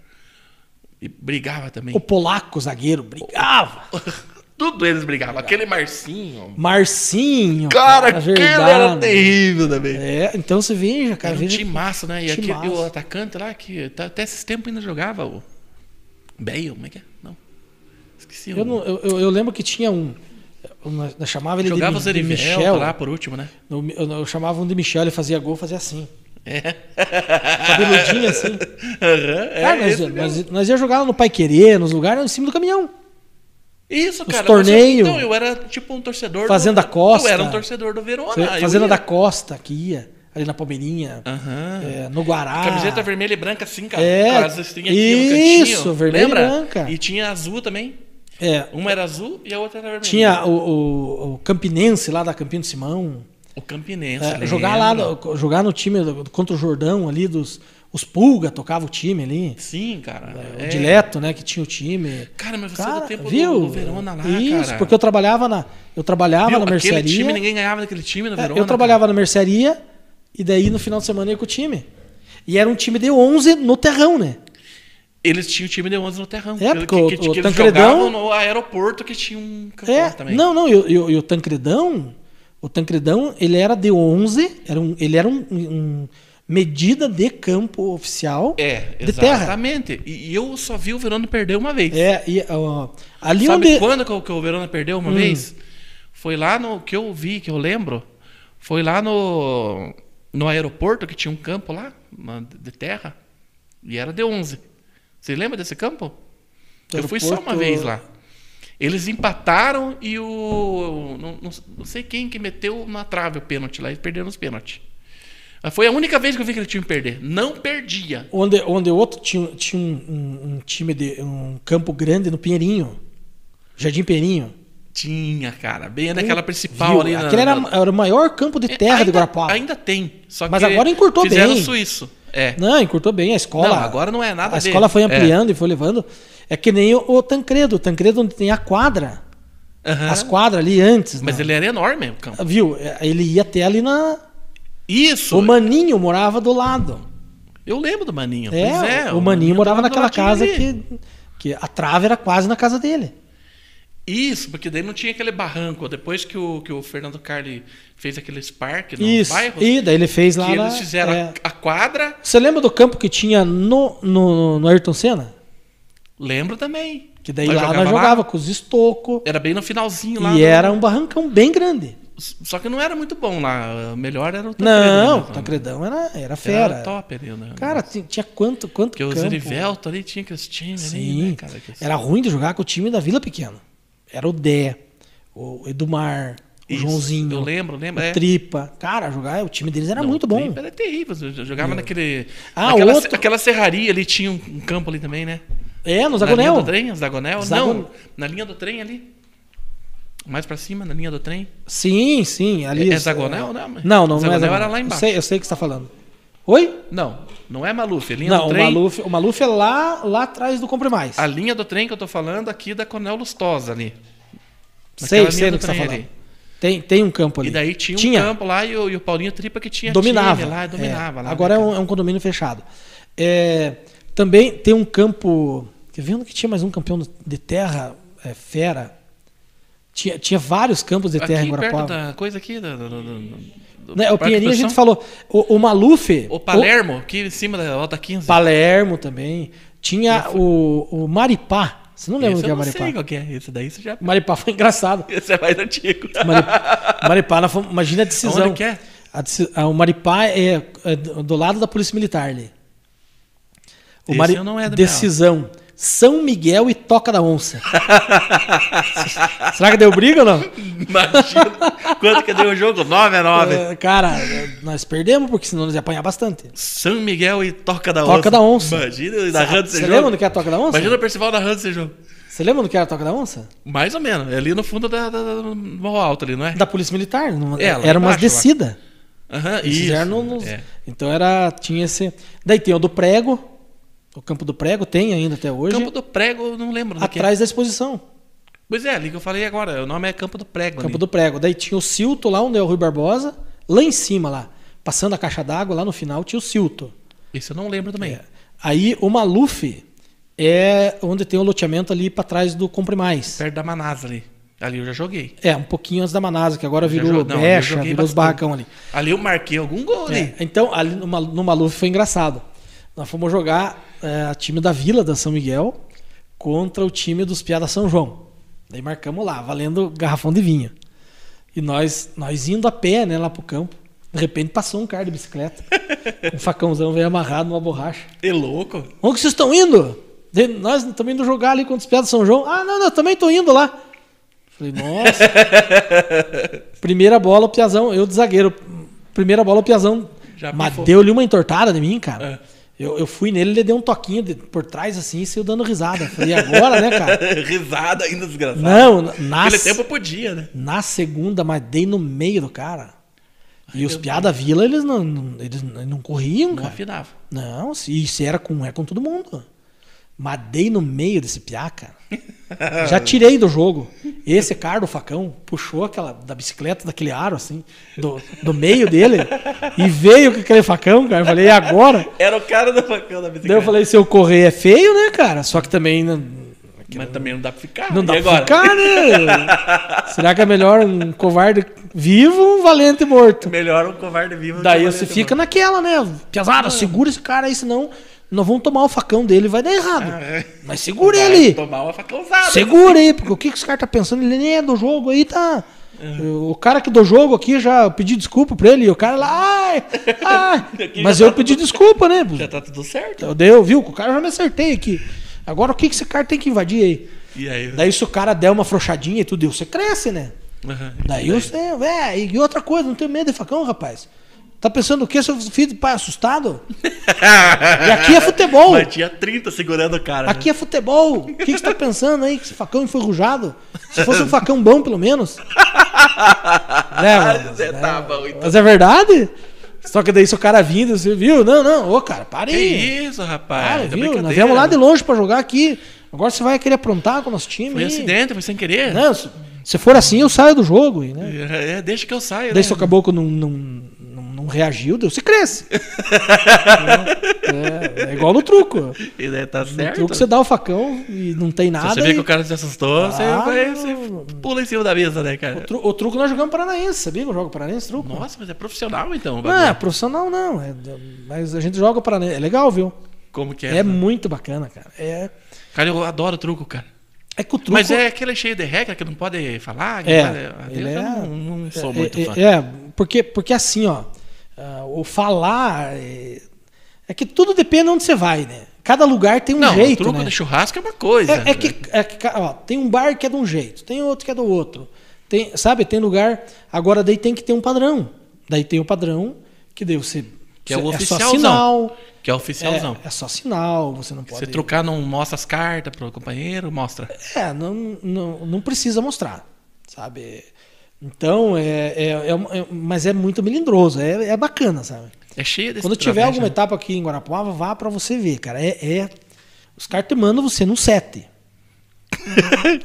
S1: E brigava também.
S2: O polaco, zagueiro, brigava.
S1: (laughs) Tudo eles brigavam. Aquele Marcinho.
S2: Marcinho.
S1: Cara,
S2: é
S1: aquele era terrível também.
S2: É, então você veja, cara.
S1: Era um
S2: Veja,
S1: time massa, né? E, aquele,
S2: Timaço.
S1: e o atacante lá, que tá- até esses tempos ainda jogava o. Bale, como é que é? Não. Esqueci.
S2: eu,
S1: o-
S2: não- eu- eu- eu lembro que tinha um. Eu, eu chamava ele de
S1: jogava
S2: Mi-
S1: o
S2: de,
S1: Zerivel
S2: Michel.
S1: lá por último, né?
S2: Eu, eu- eu chamava um de Michel, ele fazia gol, fazia assim.
S1: É.
S2: Cabeludinho Ah, assim.
S1: (laughs) Aham, é
S2: Cara, nós,
S1: esse mesmo.
S2: nós, nós ia jogar lá no Pai Querer, nos lugares, em cima do caminhão.
S1: Isso, cara.
S2: torneios.
S1: Você, não, eu era tipo um torcedor.
S2: Fazenda
S1: do,
S2: Costa.
S1: Eu era um torcedor do Verona. eu
S2: Fazenda
S1: ia.
S2: da Costa, que ia, ali na Palmeirinha,
S1: Aham.
S2: é, no Guará.
S1: Camiseta vermelha e branca, assim, cara.
S2: É,
S1: Com as listinhas aqui no
S2: isso,
S1: cantinho,
S2: vermelha e
S1: lembra?
S2: branca.
S1: E tinha azul também.
S2: É,
S1: Uma era azul e a outra era vermelha.
S2: tinha o, o- o Campinense lá da Campinho do Simão.
S1: o Campinense.
S2: É,
S1: lembra?
S2: jogar lá, no- jogar no time do- contra o Jordão ali, dos, os Pulga tocava o time ali.
S1: Sim, cara.
S2: É, O Dileto, né, que tinha o time.
S1: É. Cara, mas você é
S2: Cara,
S1: do tempo do-
S2: viu?
S1: Do, Verona lá,
S2: Isso,
S1: cara.
S2: porque eu trabalhava na, eu trabalhava
S1: Viu?
S2: na
S1: Aquele
S2: mercearia.
S1: time, ninguém ganhava daquele time no
S2: É,
S1: Verona.
S2: eu trabalhava na mercearia e daí no final de semana eu ia com o time. E era um time de 11 no terrão, né?
S1: cara. Eles tinham o time de 11 no terrão.
S2: É,
S1: que,
S2: porque o-
S1: que,
S2: o
S1: que eles
S2: Tancredão-
S1: jogavam no aeroporto que tinha um campo
S2: É,
S1: também.
S2: não, não, e o- e o e o Tancredão, o Tancredão, ele era de 11, era um, ele era um, um- medida de campo oficial
S1: É,
S2: de terra.
S1: exatamente. E, e eu só vi o Verona perder uma vez.
S2: É, e ó, ali
S1: Sabe
S2: onde
S1: quando que o, que o Verona perdeu
S2: Hum.
S1: uma vez? Foi lá no. que eu vi, que eu lembro. Foi lá no. no aeroporto que tinha um campo lá, na- de terra. E era de 11. Você lembra desse campo? Eu fui só uma
S2: Aeroporto-
S1: vez lá. Eles empataram e o. Não, não- não sei quem que meteu na trave o pênalti lá. Eles perderam os pênaltis. Mas Foi a única vez que eu vi que ele time perder. Não perdia.
S2: onde onde o outro tinha, tinha um, um- um time de um campo grande no Pinheirinho. Jardim Pinheirinho.
S1: Tinha, cara. Bem naquela principal
S2: Viu?
S1: ali. na-
S2: Aquele era,
S1: na-
S2: era o maior campo de
S1: É,
S2: terra de
S1: ainda-
S2: Guarapuava.
S1: Ainda tem. Só
S2: Mas
S1: que
S2: agora encurtou
S1: fizeram
S2: bem.
S1: suíço. É.
S2: Não, encurtou bem a escola.
S1: Não, agora não é nada
S2: A
S1: a ver.
S2: escola foi
S1: É.
S2: ampliando e foi levando. É que nem o, o Tancredo. O Tancredo onde tem a quadra.
S1: Aham.
S2: As quadras ali antes.
S1: É. Mas
S2: né?
S1: ele era enorme, o campo.
S2: Viu? É, Ele ia até ali na.
S1: Isso!
S2: O Maninho morava do lado.
S1: Eu lembro do Maninho.
S2: É,
S1: pois é.
S2: o Maninho morava
S1: tava do
S2: naquela
S1: ladinho
S2: casa
S1: ali.
S2: que, que a trave era quase na casa dele.
S1: Isso, porque daí não tinha aquele barranco. Depois que o, que o Fernando Carli fez aqueles parques no
S2: Isso.
S1: é um bairro, que
S2: E daí ele fez lá. na-
S1: eles fizeram a-
S2: é.
S1: a quadra.
S2: Você lembra do campo que tinha no, no, no Ayrton Senna?
S1: Lembro também.
S2: Que daí lá nós jogava com os estocos.
S1: Era bem no finalzinho lá.
S2: E
S1: do-
S2: era um barrancão bem grande.
S1: Só que não era muito bom lá. O melhor era o
S2: Não, o
S1: mesmo.
S2: Tancredão era, era
S1: Tá então. Era
S2: fera.
S1: o top ali, né?
S2: Cara, ti- tinha quanto, quanto
S1: Porque o
S2: campo.
S1: Zerivelto ali tinha aqueles times ali,
S2: Sim,
S1: né, cara? Aqueles-
S2: era ruim de jogar com o time da Vila Pequena. Era o Dé, o Edumar, o
S1: Isso,
S2: Joãozinho,
S1: Eu lembro, lembro.
S2: o
S1: é.
S2: Tripa. Cara, jogar, o time deles era
S1: Não,
S2: muito
S1: o
S2: bom.
S1: Tripa Era terrível. Eu jogava naquele.
S2: Ah,
S1: naquela,
S2: outro-
S1: aquela serraria ali tinha um, um campo ali também, né?
S2: É,
S1: Na linha
S2: no
S1: do
S2: Zagonel.
S1: trem, os Zagonel?
S2: Zagon-
S1: Não, na linha do trem ali. Mais pra cima, na linha do trem.
S2: Sim, sim, ali.
S1: É- é Zagonel, né?
S2: Não, não, não é
S1: Zagonel
S2: Zagonel.
S1: era lá embaixo.
S2: Eu sei, eu sei o que você tá falando. Oi?
S1: Não, não é Maluf. A linha
S2: não,
S1: do
S2: o
S1: trem. Ah,
S2: Maluf, o Maluf é lá, lá atrás do Compre Mais.
S1: A linha do trem que eu tô falando aqui é da Coronel Lustosa ali.
S2: sei,
S1: naquela
S2: sei
S1: linha
S2: do
S1: do
S2: que você tá
S1: trem
S2: falando.
S1: ali.
S2: Tem, tem um campo ali.
S1: E daí tinha, um campo lá e o, e o Paulinho Tripa que tinha
S2: dominava.
S1: time lá, e dominava
S2: É.
S1: lá.
S2: Agora é
S1: né,
S2: um, é um condomínio fechado. É, também tem um campo. Quer ver onde que tinha mais um campeão de terra é, fera? Tinha, tinha vários campos de terra
S1: aqui
S2: em
S1: perto
S2: Guarapava.
S1: da coisa aqui da, da- da- da- do
S2: Né, o
S1: Parque
S2: Pinheirinho a
S1: Exposição.
S2: gente falou. O, o Maluf.
S1: o Palermo aqui em cima da Alta
S2: o
S1: 15
S2: Palermo também. Tinha o, o Maripá. Você não lembra o
S1: Esse
S2: que é
S1: eu
S2: o
S1: não
S2: Maripá?
S1: sei qual que é esse daí você já (laughs)
S2: O Maripá foi engraçado.
S1: esse é mais antigo
S2: Maripá, Maripá nós fomos- imagina a decisão.
S1: Aonde que é?
S2: A deci- ah, o Maripá é, é do do lado da Polícia Militar ali. O
S1: Esse
S2: Mari-
S1: eu não é da minha
S2: decisão. São Miguel e Toca da Onça. Será que deu briga ou não?
S1: (laughs) Imagina. Quanto que deu o jogo? 9 a 9.
S2: Eh, Cara, eh, nós perdemos, porque senão nós ia apanhar bastante.
S1: São Miguel e Toca da Onça.
S2: Toca da Onça.
S1: Imagina ele narrando esse
S2: Você
S1: jogo.
S2: lembra do que era a Toca da Onça?
S1: Imagina o Percival narrando esse jogo.
S2: Você lembra do que era a Toca da Onça?
S1: Mais ou menos. É ali no fundo da, da, da, do Morro Alto ali, não é?
S2: Da Polícia Militar. numa-
S1: É, lá
S2: era umas
S1: embaixo,
S2: descidas.
S1: Aham,
S2: Eles
S1: isso.
S2: fizeram no- nos-
S1: É.
S2: Então era. Tinha esse. Daí tem o do prego. O campo do prego tem ainda até hoje.
S1: Campo do Prego, eu não lembro do que é.
S2: atrás da exposição.
S1: Pois é, ali que eu falei agora. O nome é Campo do Prego.
S2: Campo
S1: ali.
S2: do prego. Daí tinha o Silto lá, onde é o Rui Barbosa. Lá em cima, lá. Passando a caixa d'água, lá no final tinha o Silto.
S1: Isso eu não lembro também.
S2: É. Aí o Maluf é onde tem o loteamento ali pra trás do Compre Mais.
S1: Perto da Manasa ali. Ali eu já joguei.
S2: É, um pouquinho antes da Manasa, que agora
S1: Já
S2: virou
S1: jo- não, eu
S2: Becha,
S1: joguei
S2: virou os
S1: bastante.
S2: barracão ali.
S1: Ali eu marquei algum gol ali.
S2: É, então, ali no, Mal- no Maluf foi engraçado. Nós fomos jogar é, a time da Vila da São Miguel contra o time dos Piá da São João. Daí marcamos lá, valendo garrafão de vinho. E nós, nós indo a pé, né, lá pro campo. De repente passou um cara de bicicleta. (laughs) um facãozão veio amarrado numa borracha.
S1: É louco.
S2: Onde que vocês estão indo? Daí Nós estamos indo jogar ali contra os Piá da São João. Ah, não, não, eu também tô indo lá.
S1: (laughs)
S2: Falei, nossa. Primeira bola, o Piazão, eu de zagueiro. Primeira bola, o Piazão.
S1: Já
S2: Mas
S1: pifou.
S2: deu-lhe uma entortada de mim, cara.
S1: É.
S2: Eu, eu fui nele, ele deu um toquinho de- por trás assim e saiu dando risada. Falei, e agora, né,
S1: (laughs)
S2: cara?
S1: Risada ainda desgraçada.
S2: Não, na,
S1: Naquele tempo podia, né?
S2: na segunda, mas dei no meio do cara. E os piá da vila, eles não, não- eles não corriam,
S1: Não
S2: cara.
S1: afinava.
S2: Não, se, e se era com, é com todo mundo. Madei no meio desse piá,
S1: (laughs)
S2: cara. Já tirei do jogo. Esse cara do facão puxou aquela da bicicleta, daquele aro, assim, do, do meio dele, e veio com aquele facão, cara. Eu falei, e agora?
S1: Era o cara da facão da
S2: Daí
S1: bicicleta.
S2: eu falei, se eu correr é feio, né, cara? Só que também não,
S1: Mas também não dá pra ficar.
S2: não
S1: E
S2: dá pra
S1: agora?
S2: ficar, né? Será que é melhor um covarde vivo ou um valente morto?
S1: Melhor um covarde vivo. do
S2: Daí
S1: que um
S2: você
S1: valente
S2: fica
S1: morto.
S2: naquela, né? Piazada, segura esse cara aí, senão nós vamos tomar o facão dele, vai dar errado. Mas segura
S1: Ah, é. Vai
S2: ele!
S1: Tomar uma facãozada.
S2: Segura aí, porque o que, que esse cara tá pensando? Ele nem é do jogo aí, tá.
S1: Uhum.
S2: O cara que é do jogo aqui já eu pedi desculpa pra ele, e o cara lá. Ai, ai.
S1: (laughs) Aqui
S2: Mas
S1: já
S2: eu
S1: tá
S2: pedi desculpa, né?
S1: Já tá tudo certo.
S2: Eu deu, viu? O cara já me acertei aqui. Agora o que, que esse cara tem que invadir aí?
S1: E aí?
S2: Daí se o cara der uma frouxadinha e tudo, você cresce, né?
S1: Aham.
S2: Daí você, é, e outra coisa, não tenho medo de facão, rapaz. Tá pensando o quê, seu filho de pai assustado?
S1: (laughs)
S2: E aqui é futebol.
S1: Mas né? tinha 30 segurando o cara. né?
S2: Aqui é futebol. O que que você tá pensando aí? Que esse facão enferrujado? Se fosse um facão bom,
S1: (laughs)
S2: pelo menos. né, mano?
S1: Zé, tá bom, então.
S2: Mas é verdade? Só que daí se o cara vindo, você viu? Não, não, ô cara, para
S1: Que
S2: aí.
S1: isso, rapaz.
S2: Para,
S1: Tá
S2: Ah, viu? Nós
S1: brincadeira.
S2: viemos lá de longe pra jogar aqui. Agora você vai querer aprontar com o nosso time.
S1: Foi um
S2: aí.
S1: acidente, foi sem querer.
S2: Não, se, se for assim, eu saio do jogo. Né?
S1: É, deixa que eu saio. né?
S2: Daí se o caboclo não, não, não, não reagiu, Deus
S1: (laughs)
S2: se cresce. é, é igual no truco. No
S1: E daí tá certo.
S2: truco você dá o facão e não tem
S1: Se
S2: nada.
S1: você vê
S2: e-
S1: que o cara se assustou, você,
S2: Ah,
S1: vai,
S2: não.
S1: você pula em cima da mesa, né,
S2: o,
S1: cara?
S2: tru- o truco nós jogamos paranaense, sabia que eu jogo paranaense truco?
S1: Nossa, mas é profissional então. o
S2: Não, é
S1: bagulho.
S2: profissional não. é- mas a gente joga paranaense. É legal, viu?
S1: Como que é?
S2: É,
S1: essa?
S2: muito bacana, cara. É,
S1: Cara, eu adoro truco, cara.
S2: é que o truco.
S1: Mas é aquele cheio de regra que não pode falar. que
S2: É,
S1: não pode-
S2: ele
S1: eu
S2: é-
S1: não, não sou
S2: é,
S1: muito
S2: é,
S1: fã.
S2: é, porque, porque assim, ó. ah, o falar. É, é que tudo depende de onde você vai, né? Cada lugar tem um
S1: não,
S2: jeito.
S1: o truco
S2: né?
S1: de churrasco é uma coisa.
S2: É, é que, é que, ca- ó, tem um bar que é de um jeito, tem outro que é do outro. Tem, sabe, tem lugar. Agora daí tem que ter um padrão. Daí tem o padrão que daí você.
S1: Que é o
S2: só
S1: oficialzão.
S2: sinal.
S1: Que é oficialzão.
S2: É, é só sinal, você não
S1: Você
S2: pode.
S1: trocar, não mostra as cartas pro companheiro, mostra.
S2: É, não, não, não precisa mostrar, sabe? Então, é, é- é um- é- mas é muito melindroso, é, é bacana, sabe?
S1: É cheio desse
S2: Quando tiver
S1: travessa,
S2: alguma
S1: né?
S2: etapa aqui em Guarapuava, vá pra você ver, cara. É, é- os caras te mandam você
S1: (laughs)
S2: num set.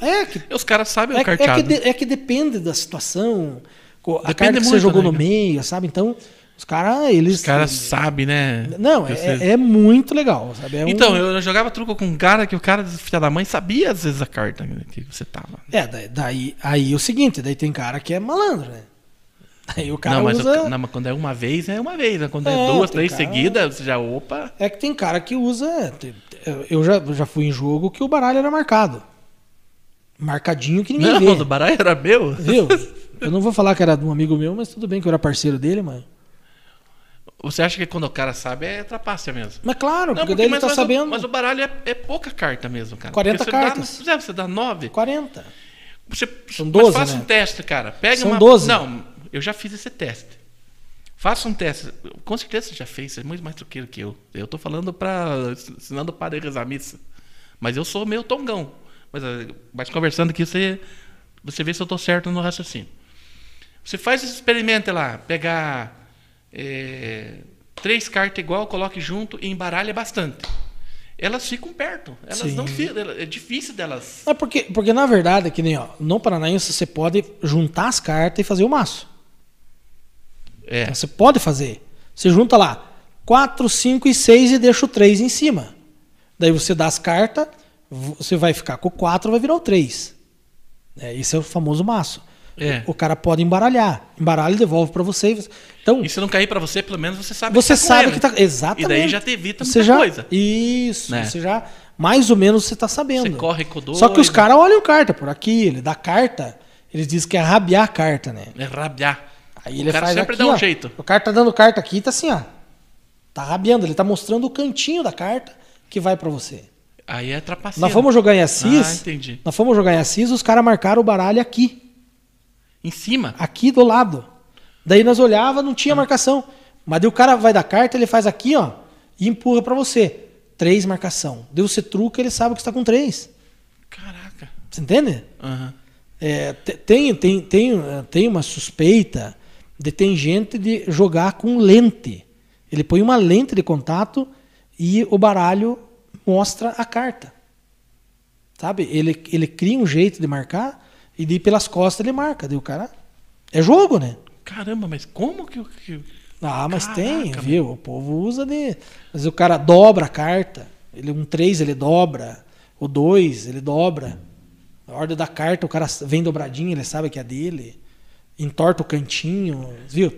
S2: é, que
S1: Os caras sabem
S2: É,
S1: o
S2: é
S1: carteado.
S2: que de- é que depende da situação. co- A
S1: Depende
S2: carta que você
S1: muito,
S2: jogou
S1: né,
S2: no
S1: cara?
S2: meio, sabe? Então, os caras, eles.
S1: Os caras sabem, né?
S2: Não,
S1: Que
S2: é,
S1: você-
S2: é muito legal, sabe? É um-
S1: Então, eu eu jogava truco com um cara que o cara, filha da mãe, sabia às vezes a carta que você tava.
S2: É, da- daí aí é o seguinte, daí tem cara que é malandro, né? Aí o cara
S1: não, mas, o-
S2: usa.
S1: não, mas quando é uma vez, é uma vez. né? Quando
S2: É,
S1: é duas,
S2: tem
S1: três
S2: cara-
S1: seguidas, você já opa.
S2: É que tem cara que usa. tem- eu- Eu já, já fui em jogo que o baralho era marcado. Marcadinho que ninguém
S1: Não,
S2: vê.
S1: o do baralho era meu.
S2: Viu? Eu não vou falar que era de um amigo meu, mas tudo bem que eu era parceiro dele, mano.
S1: Você acha que quando o cara sabe é trapaça mesmo?
S2: Mas claro, porque daí
S1: porque-
S2: ele tá
S1: mas o-
S2: sabendo.
S1: mas o baralho é, é pouca carta mesmo, cara.
S2: 40
S1: Porque você dá-
S2: cartas.
S1: é, você dá 9.
S2: 40.
S1: Você,
S2: São
S1: mas
S2: 12,
S1: faça
S2: né?
S1: um teste, cara. Pega
S2: São
S1: uma.
S2: 12.
S1: Não, eu já fiz esse teste. Faça um teste. Com certeza você já fez, você é muito mais truqueiro que eu. Eu tô falando pra. ensinando o padre a rezar a missa. Mas eu sou meio tongão. Mas, eh, mas conversando aqui, você, você vê se eu tô certo no raciocínio. Você faz esse experimento lá, pegar eh, três cartas igual, coloque junto e embaralha bastante. Elas ficam perto. Elas
S2: Sim.
S1: não ficam. É difícil delas.
S2: É porque, porque na verdade, que nem ó, no Paranaense você pode juntar as cartas e fazer o maço.
S1: É.
S2: Você pode fazer. Você junta lá 4, 5 e 6 e deixa o 3 em cima. Daí você dá as cartas, você vai ficar com o 4, vai virar o 3. É, esse é o famoso maço.
S1: É.
S2: O cara pode embaralhar. Embaralha e devolve pra você. e você- Então,
S1: E se não cair pra você, pelo menos você sabe
S2: você
S1: tá com
S2: sabe
S1: ele.
S2: que tá. Exatamente.
S1: E daí já te evita
S2: você
S1: muita
S2: já,
S1: coisa.
S2: Isso.
S1: Né?
S2: Você já. Mais ou menos você tá sabendo.
S1: Você corre com o doido.
S2: Só que os caras olham carta por aqui, ele dá carta, eles dizem que é rabiar a carta, né?
S1: É rabiar.
S2: Aí
S1: o
S2: ele
S1: cara
S2: faz
S1: sempre
S2: aqui,
S1: dá um
S2: ó.
S1: jeito.
S2: O cara tá dando carta aqui e tá assim, ó. Tá rabiando, ele tá mostrando o cantinho da carta que vai pra você.
S1: Aí é trapaceiro.
S2: Nós fomos jogar em
S1: Ah,
S2: Assis.
S1: entendi.
S2: nós fomos jogar em Assis, os caras marcaram o baralho aqui,
S1: Em cima.
S2: aqui do lado. Daí nós olhava, não tinha marcação. Mas daí o cara vai dar carta, ele faz aqui, ó, e empurra pra você. Três marcação. Daí você truca, ele sabe que está com três.
S1: Caraca.
S2: Você entende?
S1: Aham.
S2: É, te- tem, tem, tem, eh, tem uma suspeita de tem gente de jogar com lente. Ele põe uma lente de contato e o baralho mostra a carta. Sabe? Ele, ele cria um jeito de marcar e daí pelas costas ele marca. Daí o cara. É jogo, né?
S1: Caramba, mas como que. o- que...
S2: Ah, mas tem,
S1: Caraca,
S2: viu? O povo usa de. Mas o cara dobra a carta. Ele, um 3 ele dobra. O 2 ele dobra. A ordem da carta, o cara vem dobradinho, ele sabe que é dele. Entorta o cantinho, viu?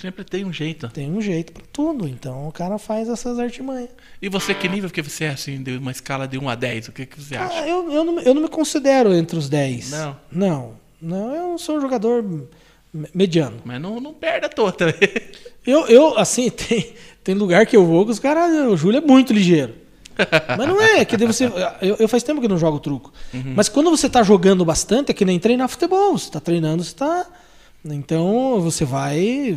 S1: Sempre tem um jeito.
S2: Tem um jeito pra tudo. Então o cara faz essas artimanhas.
S1: E você, que nível que você é assim, de uma escala de 1 a 10? O que, que você acha?
S2: Ah, eu, eu, não, eu não me considero entre os 10.
S1: Não.
S2: Não. Não, eu sou um jogador me- mediano.
S1: Mas não, não perde a né? toa também.
S2: Eu, eu assim, (laughs) tem, tem lugar que eu vou que os caras. O Júlio é muito ligeiro. Mas não é, que daí você. Eu, eu faz tempo que eu não jogo truco. Mas quando você tá jogando bastante, é que nem treinar futebol. Você tá treinando, você tá. Então você vai.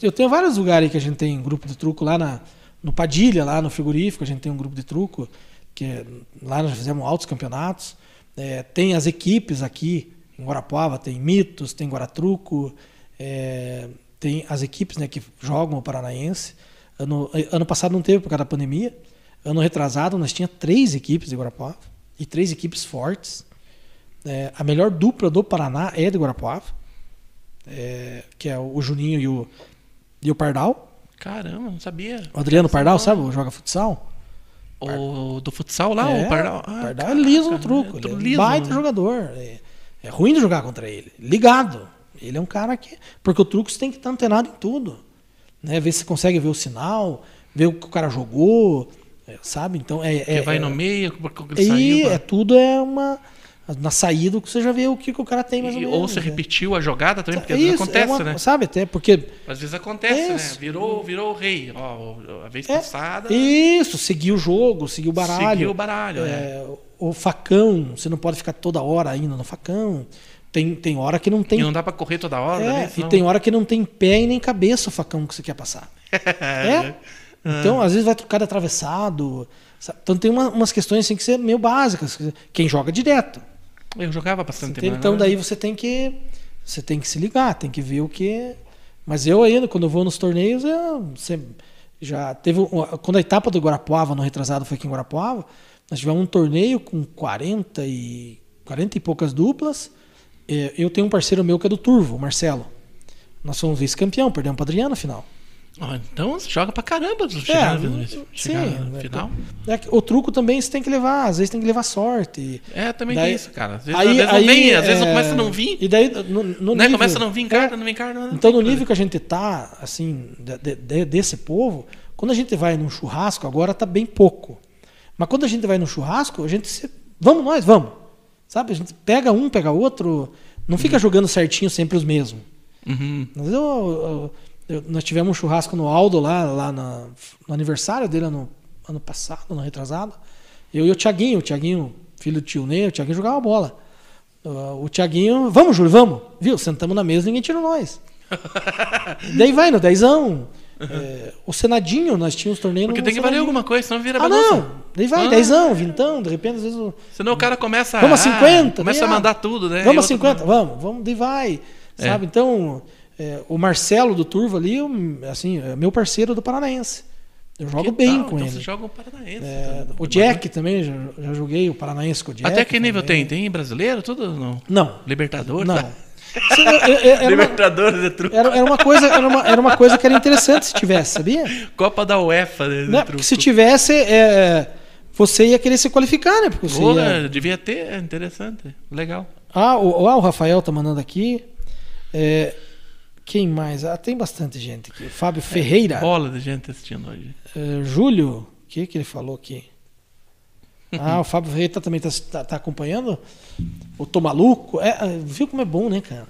S2: Eu tenho vários lugares que a gente tem grupo de truco lá na, no Padilha, lá no frigorífico, a gente tem um grupo de truco, que é- lá nós fizemos altos campeonatos. É, tem as equipes aqui, em Guarapuava tem Mitos, tem Guaratruco, é, tem as equipes né, que jogam o Paranaense. Ano, ano passado não teve por causa da pandemia. Ano retrasado nós tinha três equipes de Guarapuava e três equipes fortes. É, a melhor dupla do Paraná é de Guarapuava, é, que é o Juninho e o, e o Pardal.
S1: (laughs) Caramba, não sabia.
S2: O Adriano Pardal, sabe? o Joga futsal.
S1: O do futsal lá,
S2: é,
S1: o Pardal.
S2: o
S1: Ah,
S2: Pardal é
S1: caraca,
S2: liso no truco.
S1: é
S2: Ele é
S1: tudo
S2: um
S1: liso,
S2: baita
S1: né?
S2: jogador. É, é ruim de jogar contra ele. Ligado. Ele é um cara que. Porque o truco você tem que estar antenado em tudo. Né? Ver se você consegue ver o sinal, ver o que o cara jogou, é, sabe? Então é.
S1: Que
S2: é-
S1: vai
S2: é-
S1: no meio, porque ele
S2: E
S1: saiu.
S2: é tudo é uma. Na saída que você já vê o que, que o cara tem mais ou
S1: E-
S2: menos.
S1: ou você
S2: né?
S1: repetiu a jogada também, porque
S2: Isso,
S1: às vezes acontece,
S2: é uma-
S1: né?
S2: Sabe, até porque.
S1: Às vezes acontece,
S2: Isso.
S1: né? Virou, virou o rei. Ó, a vez
S2: É,
S1: passada,
S2: isso, seguir o jogo, seguir o baralho.
S1: seguiu o baralho. É.
S2: É, o facão, você não pode ficar toda hora indo no facão. Tem, tem hora que não tem.
S1: E não dá pra correr toda hora,
S2: É,
S1: né?
S2: e
S1: Senão-
S2: tem
S1: (laughs)
S2: hora que não tem pé e nem cabeça o facão que você quer passar.
S1: né?
S2: é. Então,
S1: Ah.
S2: às vezes vai trocar de atravessado. sabe? Então tem uma- umas questões assim que são meio básicas. Quem joga direto.
S1: Eu jogava bastante. né?
S2: Entende?
S1: mas
S2: Então
S1: agora-
S2: daí você tem que. Você tem que se ligar, tem que ver o que. Mas eu ainda, quando eu vou nos torneios, eu sempre- já teve. um- Quando a etapa do Guarapuava no retrasado foi aqui em Guarapuava, nós tivemos um torneio com 40 e, 40 e poucas duplas. É, Eu tenho um parceiro meu que é do Turvo, o Marcelo. Nós somos vice-campeão, perdemos para Adriano na final.
S1: Ó, então você joga pra caramba do chegar, no- chegar
S2: É, sim,
S1: no
S2: né?
S1: né, final.
S2: É que o truco também você tem que levar, às vezes tem que levar sorte.
S1: É, também
S2: Daí-
S1: tem isso, cara. Às vezes, às vezes não vem, às vezes não
S2: é,
S1: começa a não vir.
S2: E daí, no, no
S1: né?
S2: nível-
S1: Começa a não vir carta,
S2: É.
S1: não vem carta. não-
S2: Então, no
S1: tem
S2: nível que a gente tá, assim, de- de- de- desse povo, quando a gente vai num churrasco, agora tá bem pouco. Mas quando a gente vai num churrasco, a gente se... Vamos nós, vamos. Sabe? A gente pega um,
S1: Uhum.
S2: pega outro. Não fica jogando certinho sempre os mesmos.
S1: coisa. Uhum.
S2: Às vezes eu, eu- eu- nós tivemos um churrasco no Aldo lá, lá na- no aniversário dele ano, ano passado, ano retrasado. Eu e o Tiaguinho, o Tiaguinho, filho do tio Ney, o Tiaguinho jogava bola. Ah, O Tiaguinho, vamos, Júlio, vamos. Viu? Sentamos na mesa, ninguém
S1: (laughs)
S2: tirou nós. Daí vai no dezão. É, o Senadinho, nós tínhamos torneio
S1: Porque
S2: no
S1: tem que valer
S2: Senadinho.
S1: alguma coisa, senão vira
S2: Ah,
S1: bagunça.
S2: não. Daí vai,
S1: Ah.
S2: dezão, vintão, de repente, às vezes. o-
S1: Senão o cara começa
S2: Vamos a
S1: ah,
S2: 50,
S1: Começa a
S2: daí, ah,
S1: mandar tudo, né?
S2: Vamos a
S1: E outro-
S2: 50, vamos, vamos, daí vai.
S1: É.
S2: Sabe? Então, é, o Marcelo do Turvo ali, um, assim, é meu parceiro do Paranaense. Eu jogo
S1: Que
S2: bem
S1: tal?
S2: com
S1: então
S2: ele.
S1: Você joga um paranaense.
S2: É,
S1: então.
S2: o Jack também, já, já joguei o Paranaense com o Jack.
S1: Até que nível tá?
S2: também.
S1: tem? Tem brasileiro? Tudo? Não.
S2: Não,
S1: Libertadores?
S2: não.
S1: Ah,
S2: Isso era- era- era uma-
S1: Libertadores é truco.
S2: Era, era uma coisa, era, uma, era uma coisa que era interessante se tivesse,
S1: (laughs)
S2: sabia?
S1: Copa da UEFA. Né,
S2: Né? Porque se tivesse, é, você ia querer se qualificar, né? Porque você
S1: Ou,
S2: ia-
S1: né, devia ter, é interessante. Legal.
S2: Ah, o, ah, o Rafael tá mandando aqui. É, quem mais? Ah, tem bastante gente aqui.
S1: É.
S2: Fábio Ferreira.
S1: Bola de gente assistindo hoje.
S2: É, Júlio, o que, que ele falou aqui? Ah, o Fábio Ferreira também tá, tá- tá acompanhando? O Tô Maluco? É, ah, viu como é bom, né, cara?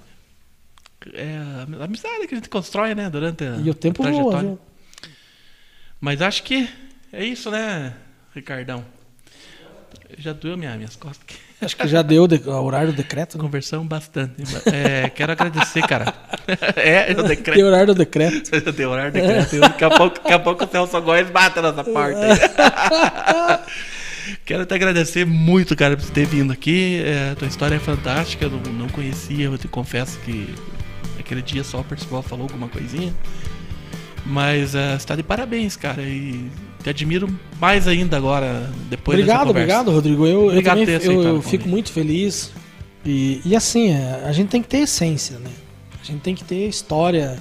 S1: É a amizade que a gente constrói, né? Durante a
S2: E o tempo
S1: a
S2: voa,
S1: trajetória.
S2: viu?
S1: Mas acho que é isso, né, Ricardão? Já doeu minha, minhas costas. aqui.
S2: Acho que já deu de- o horário do decreto, né?
S1: Conversamos bastante. É, quero agradecer,
S2: (laughs)
S1: cara. É, eu (laughs) decreto.
S2: Deu horário do decreto.
S1: (laughs) Eu dei horário de crédito. Daqui a pouco, daqui a pouco o Celso Góes bate nessa porta. aí. (laughs) Quero te agradecer muito, cara, por você ter vindo aqui. É, tua história é fantástica. Eu não, não conhecia, eu te confesso que aquele dia só o Percival falou alguma coisinha. Mas é, você tá de parabéns, cara. E te admiro mais ainda agora, depois dessa
S2: Obrigado,
S1: conversa.
S2: obrigado, Rodrigo. Eu, eu
S1: Obrigado
S2: também
S1: por ter
S2: eu- eu
S1: aceitado o
S2: fico
S1: convite.
S2: muito feliz. E, e assim, é, a gente tem que ter essência, né? A gente tem que ter história,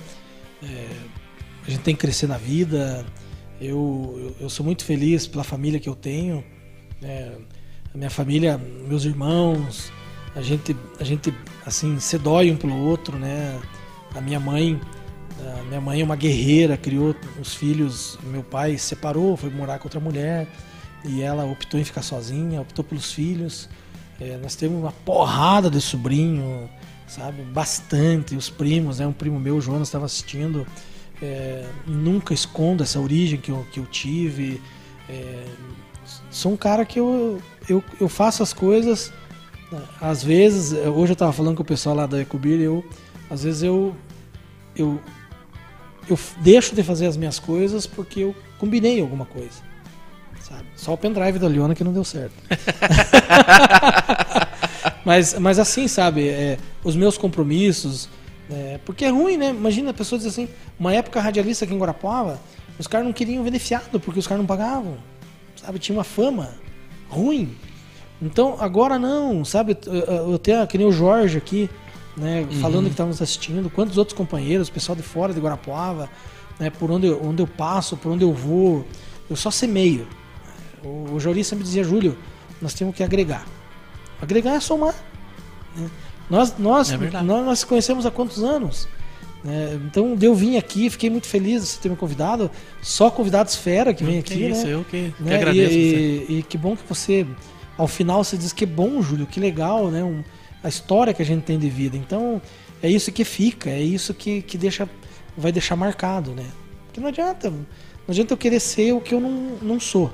S2: é, a gente tem que crescer na vida. Eu, eu, eu sou muito feliz pela família que eu tenho. né? a minha família, meus irmãos, a gente, a gente assim, se dói um pelo outro, né? A minha mãe, a minha mãe é uma guerreira, criou os filhos. Meu pai se separou, foi morar com outra mulher e ela optou em ficar sozinha, optou pelos filhos. É, nós temos uma porrada de sobrinho, sabe? Bastante. Os primos, né? Um primo meu, o Jonas, estava assistindo. É, nunca escondo essa origem que eu, que eu tive. É, sou um cara que eu, eu, eu faço as coisas. né? Às vezes, eh, hoje eu estava falando com o pessoal lá da Ecobir, eu, às vezes eu, eu, eu f- deixo de fazer as minhas coisas porque eu combinei alguma coisa. Sabe? Só o pendrive da Leona que não deu certo. (laughs) mas, mas assim, sabe? é, os meus compromissos. é, porque é ruim, né? Imagina a pessoa diz assim: uma época radialista aqui em Guarapuava, os caras não queriam vender fiado porque os caras não pagavam. Sabe? Tinha uma fama ruim. Então agora não, sabe? Eu- Eu eu tenho que nem o Jorge aqui, né?
S1: Uhum.
S2: Falando que estávamos assistindo, quantos outros companheiros, pessoal de fora de Guarapuava, né? Por onde eu, onde eu passo, por onde eu vou, eu só semeio. O, o Jauri sempre dizia, Júlio, nós temos que agregar. Agregar é somar. né? Nós, nós,
S1: É verdade.
S2: nós, nós conhecemos há quantos anos? né? Então eu vim aqui, fiquei muito feliz de você ter me convidado. Só convidados fera que vem
S1: Que
S2: aqui,
S1: Hum, isso,
S2: né?
S1: eu que, que
S2: né?
S1: agradeço. você.
S2: e, e que bom que você, ao final, você diz que bom, Júlio, que legal, né? Um- a história que a gente tem de vida. Então, é isso que fica, é isso que, que deixa, vai deixar marcado, né? Porque não adianta, não adianta eu querer ser o que eu não, não sou.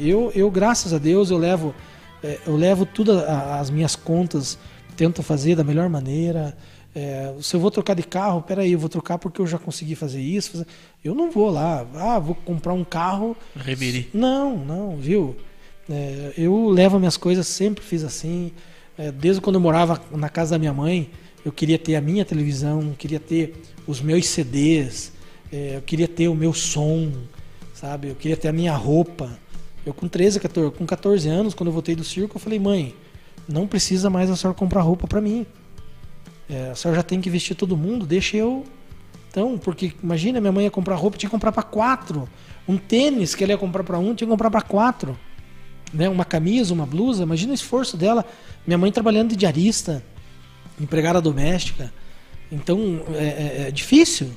S2: Eu, eu, graças a Deus, eu levo, eh, eu levo tudo a- a- as minhas contas, tento fazer da melhor maneira. Eh, se eu vou trocar de carro, peraí, eu vou trocar porque eu já consegui fazer isso. fazer- Eu não vou lá, ah, vou comprar um carro
S1: Reviri.
S2: não, não, viu? É, eu levo minhas coisas, sempre fiz assim. É, desde quando eu morava na casa da minha mãe, eu queria ter a minha televisão, queria ter os meus CDs, é, eu queria ter o meu som, sabe? Eu queria ter a minha roupa. Eu com 13, 14, com 14 anos, quando eu voltei do circo, eu falei, mãe, não precisa mais a senhora comprar roupa pra mim. É, a senhora já tem que vestir todo mundo, deixa eu. Então, porque imagina, minha mãe ia comprar roupa, tinha que comprar pra quatro. Um tênis que ela ia comprar pra um, tinha que comprar pra quatro. Né? Uma camisa, uma blusa, imagina o esforço dela. Minha mãe trabalhando de diarista, empregada doméstica. Então, é, é- é difícil.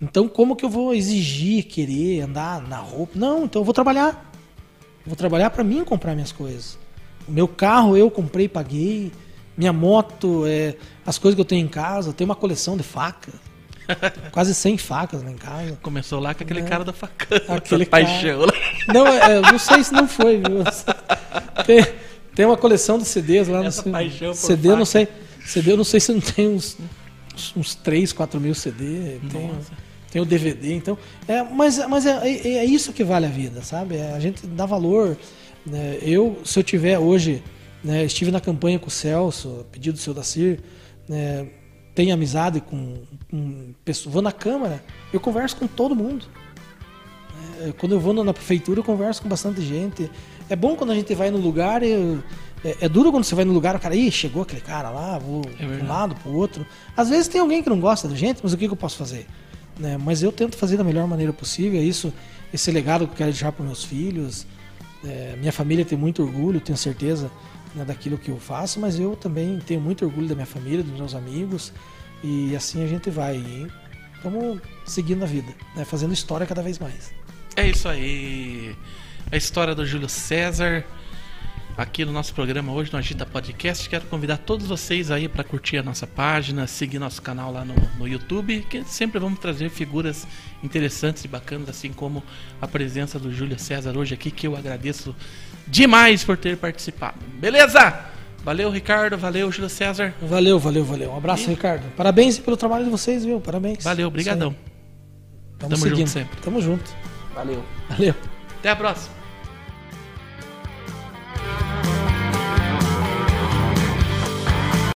S2: Então, como que eu vou exigir, querer andar na roupa? Não, então eu vou trabalhar. Vou trabalhar pra mim comprar minhas coisas. O meu carro eu comprei, e paguei. Minha moto, é, as coisas que eu tenho em casa. Eu tenho uma coleção de faca. quase 100 facas lá em casa.
S1: Começou lá com aquele cara da facão.
S2: Né? Aquele
S1: da (laughs) paixão. lá.
S2: Não, é, eu não sei se não foi, viu? Tem, tem uma coleção de CDs lá no
S1: Essa paixão por
S2: CD, eu não
S1: faca.
S2: sei. CD, eu não sei se não tem uns, uns 3, 4 mil CD. Tem, um, tem o DVD, então. É, mas mas é, é- é isso que vale a vida, sabe? É, a gente dá valor. né? Eu, se eu tiver hoje, né, estive na campanha com o Celso, a pedido do seu Dacir, né, tenho amizade com, com pessoas. Vou na Câmara, eu converso com todo mundo. É, quando eu vou na na prefeitura, eu converso com bastante gente. É bom quando a gente vai no lugar. eu- é, é duro quando você vai no lugar, o cara, ih, chegou aquele cara lá, vou
S1: É
S2: para um
S1: verdade.
S2: lado, pro outro. Às vezes tem alguém que não gosta da gente, mas o que, que eu posso fazer? Né? Mas eu tento fazer da melhor maneira possível, é isso, esse legado que eu quero deixar para meus filhos. É, minha família tem muito orgulho, tenho certeza né, daquilo que eu faço, mas eu também tenho muito orgulho da minha família, dos meus amigos, e assim a gente vai. E Estamos seguindo a vida, né, fazendo história cada vez mais.
S1: É isso aí. A história do Júlio César. Aqui no nosso programa hoje no Agita Podcast. Quero convidar todos vocês aí para curtir a nossa página, seguir nosso canal lá no, no YouTube, que sempre vamos trazer figuras interessantes e bacanas, assim como a presença do Júlio César hoje aqui, que eu agradeço demais por ter participado. Beleza? Valeu, Ricardo. Valeu, Júlio César.
S2: Valeu, valeu, valeu. Um abraço, Ricardo. Parabéns pelo trabalho de vocês, viu? Parabéns.
S1: Valeu, brigadão.
S2: Isso aí. Tamo,
S1: Tamo junto
S2: seguindo.
S1: sempre.
S2: Tamo junto.
S1: Valeu.
S2: Valeu.
S1: Até a próxima.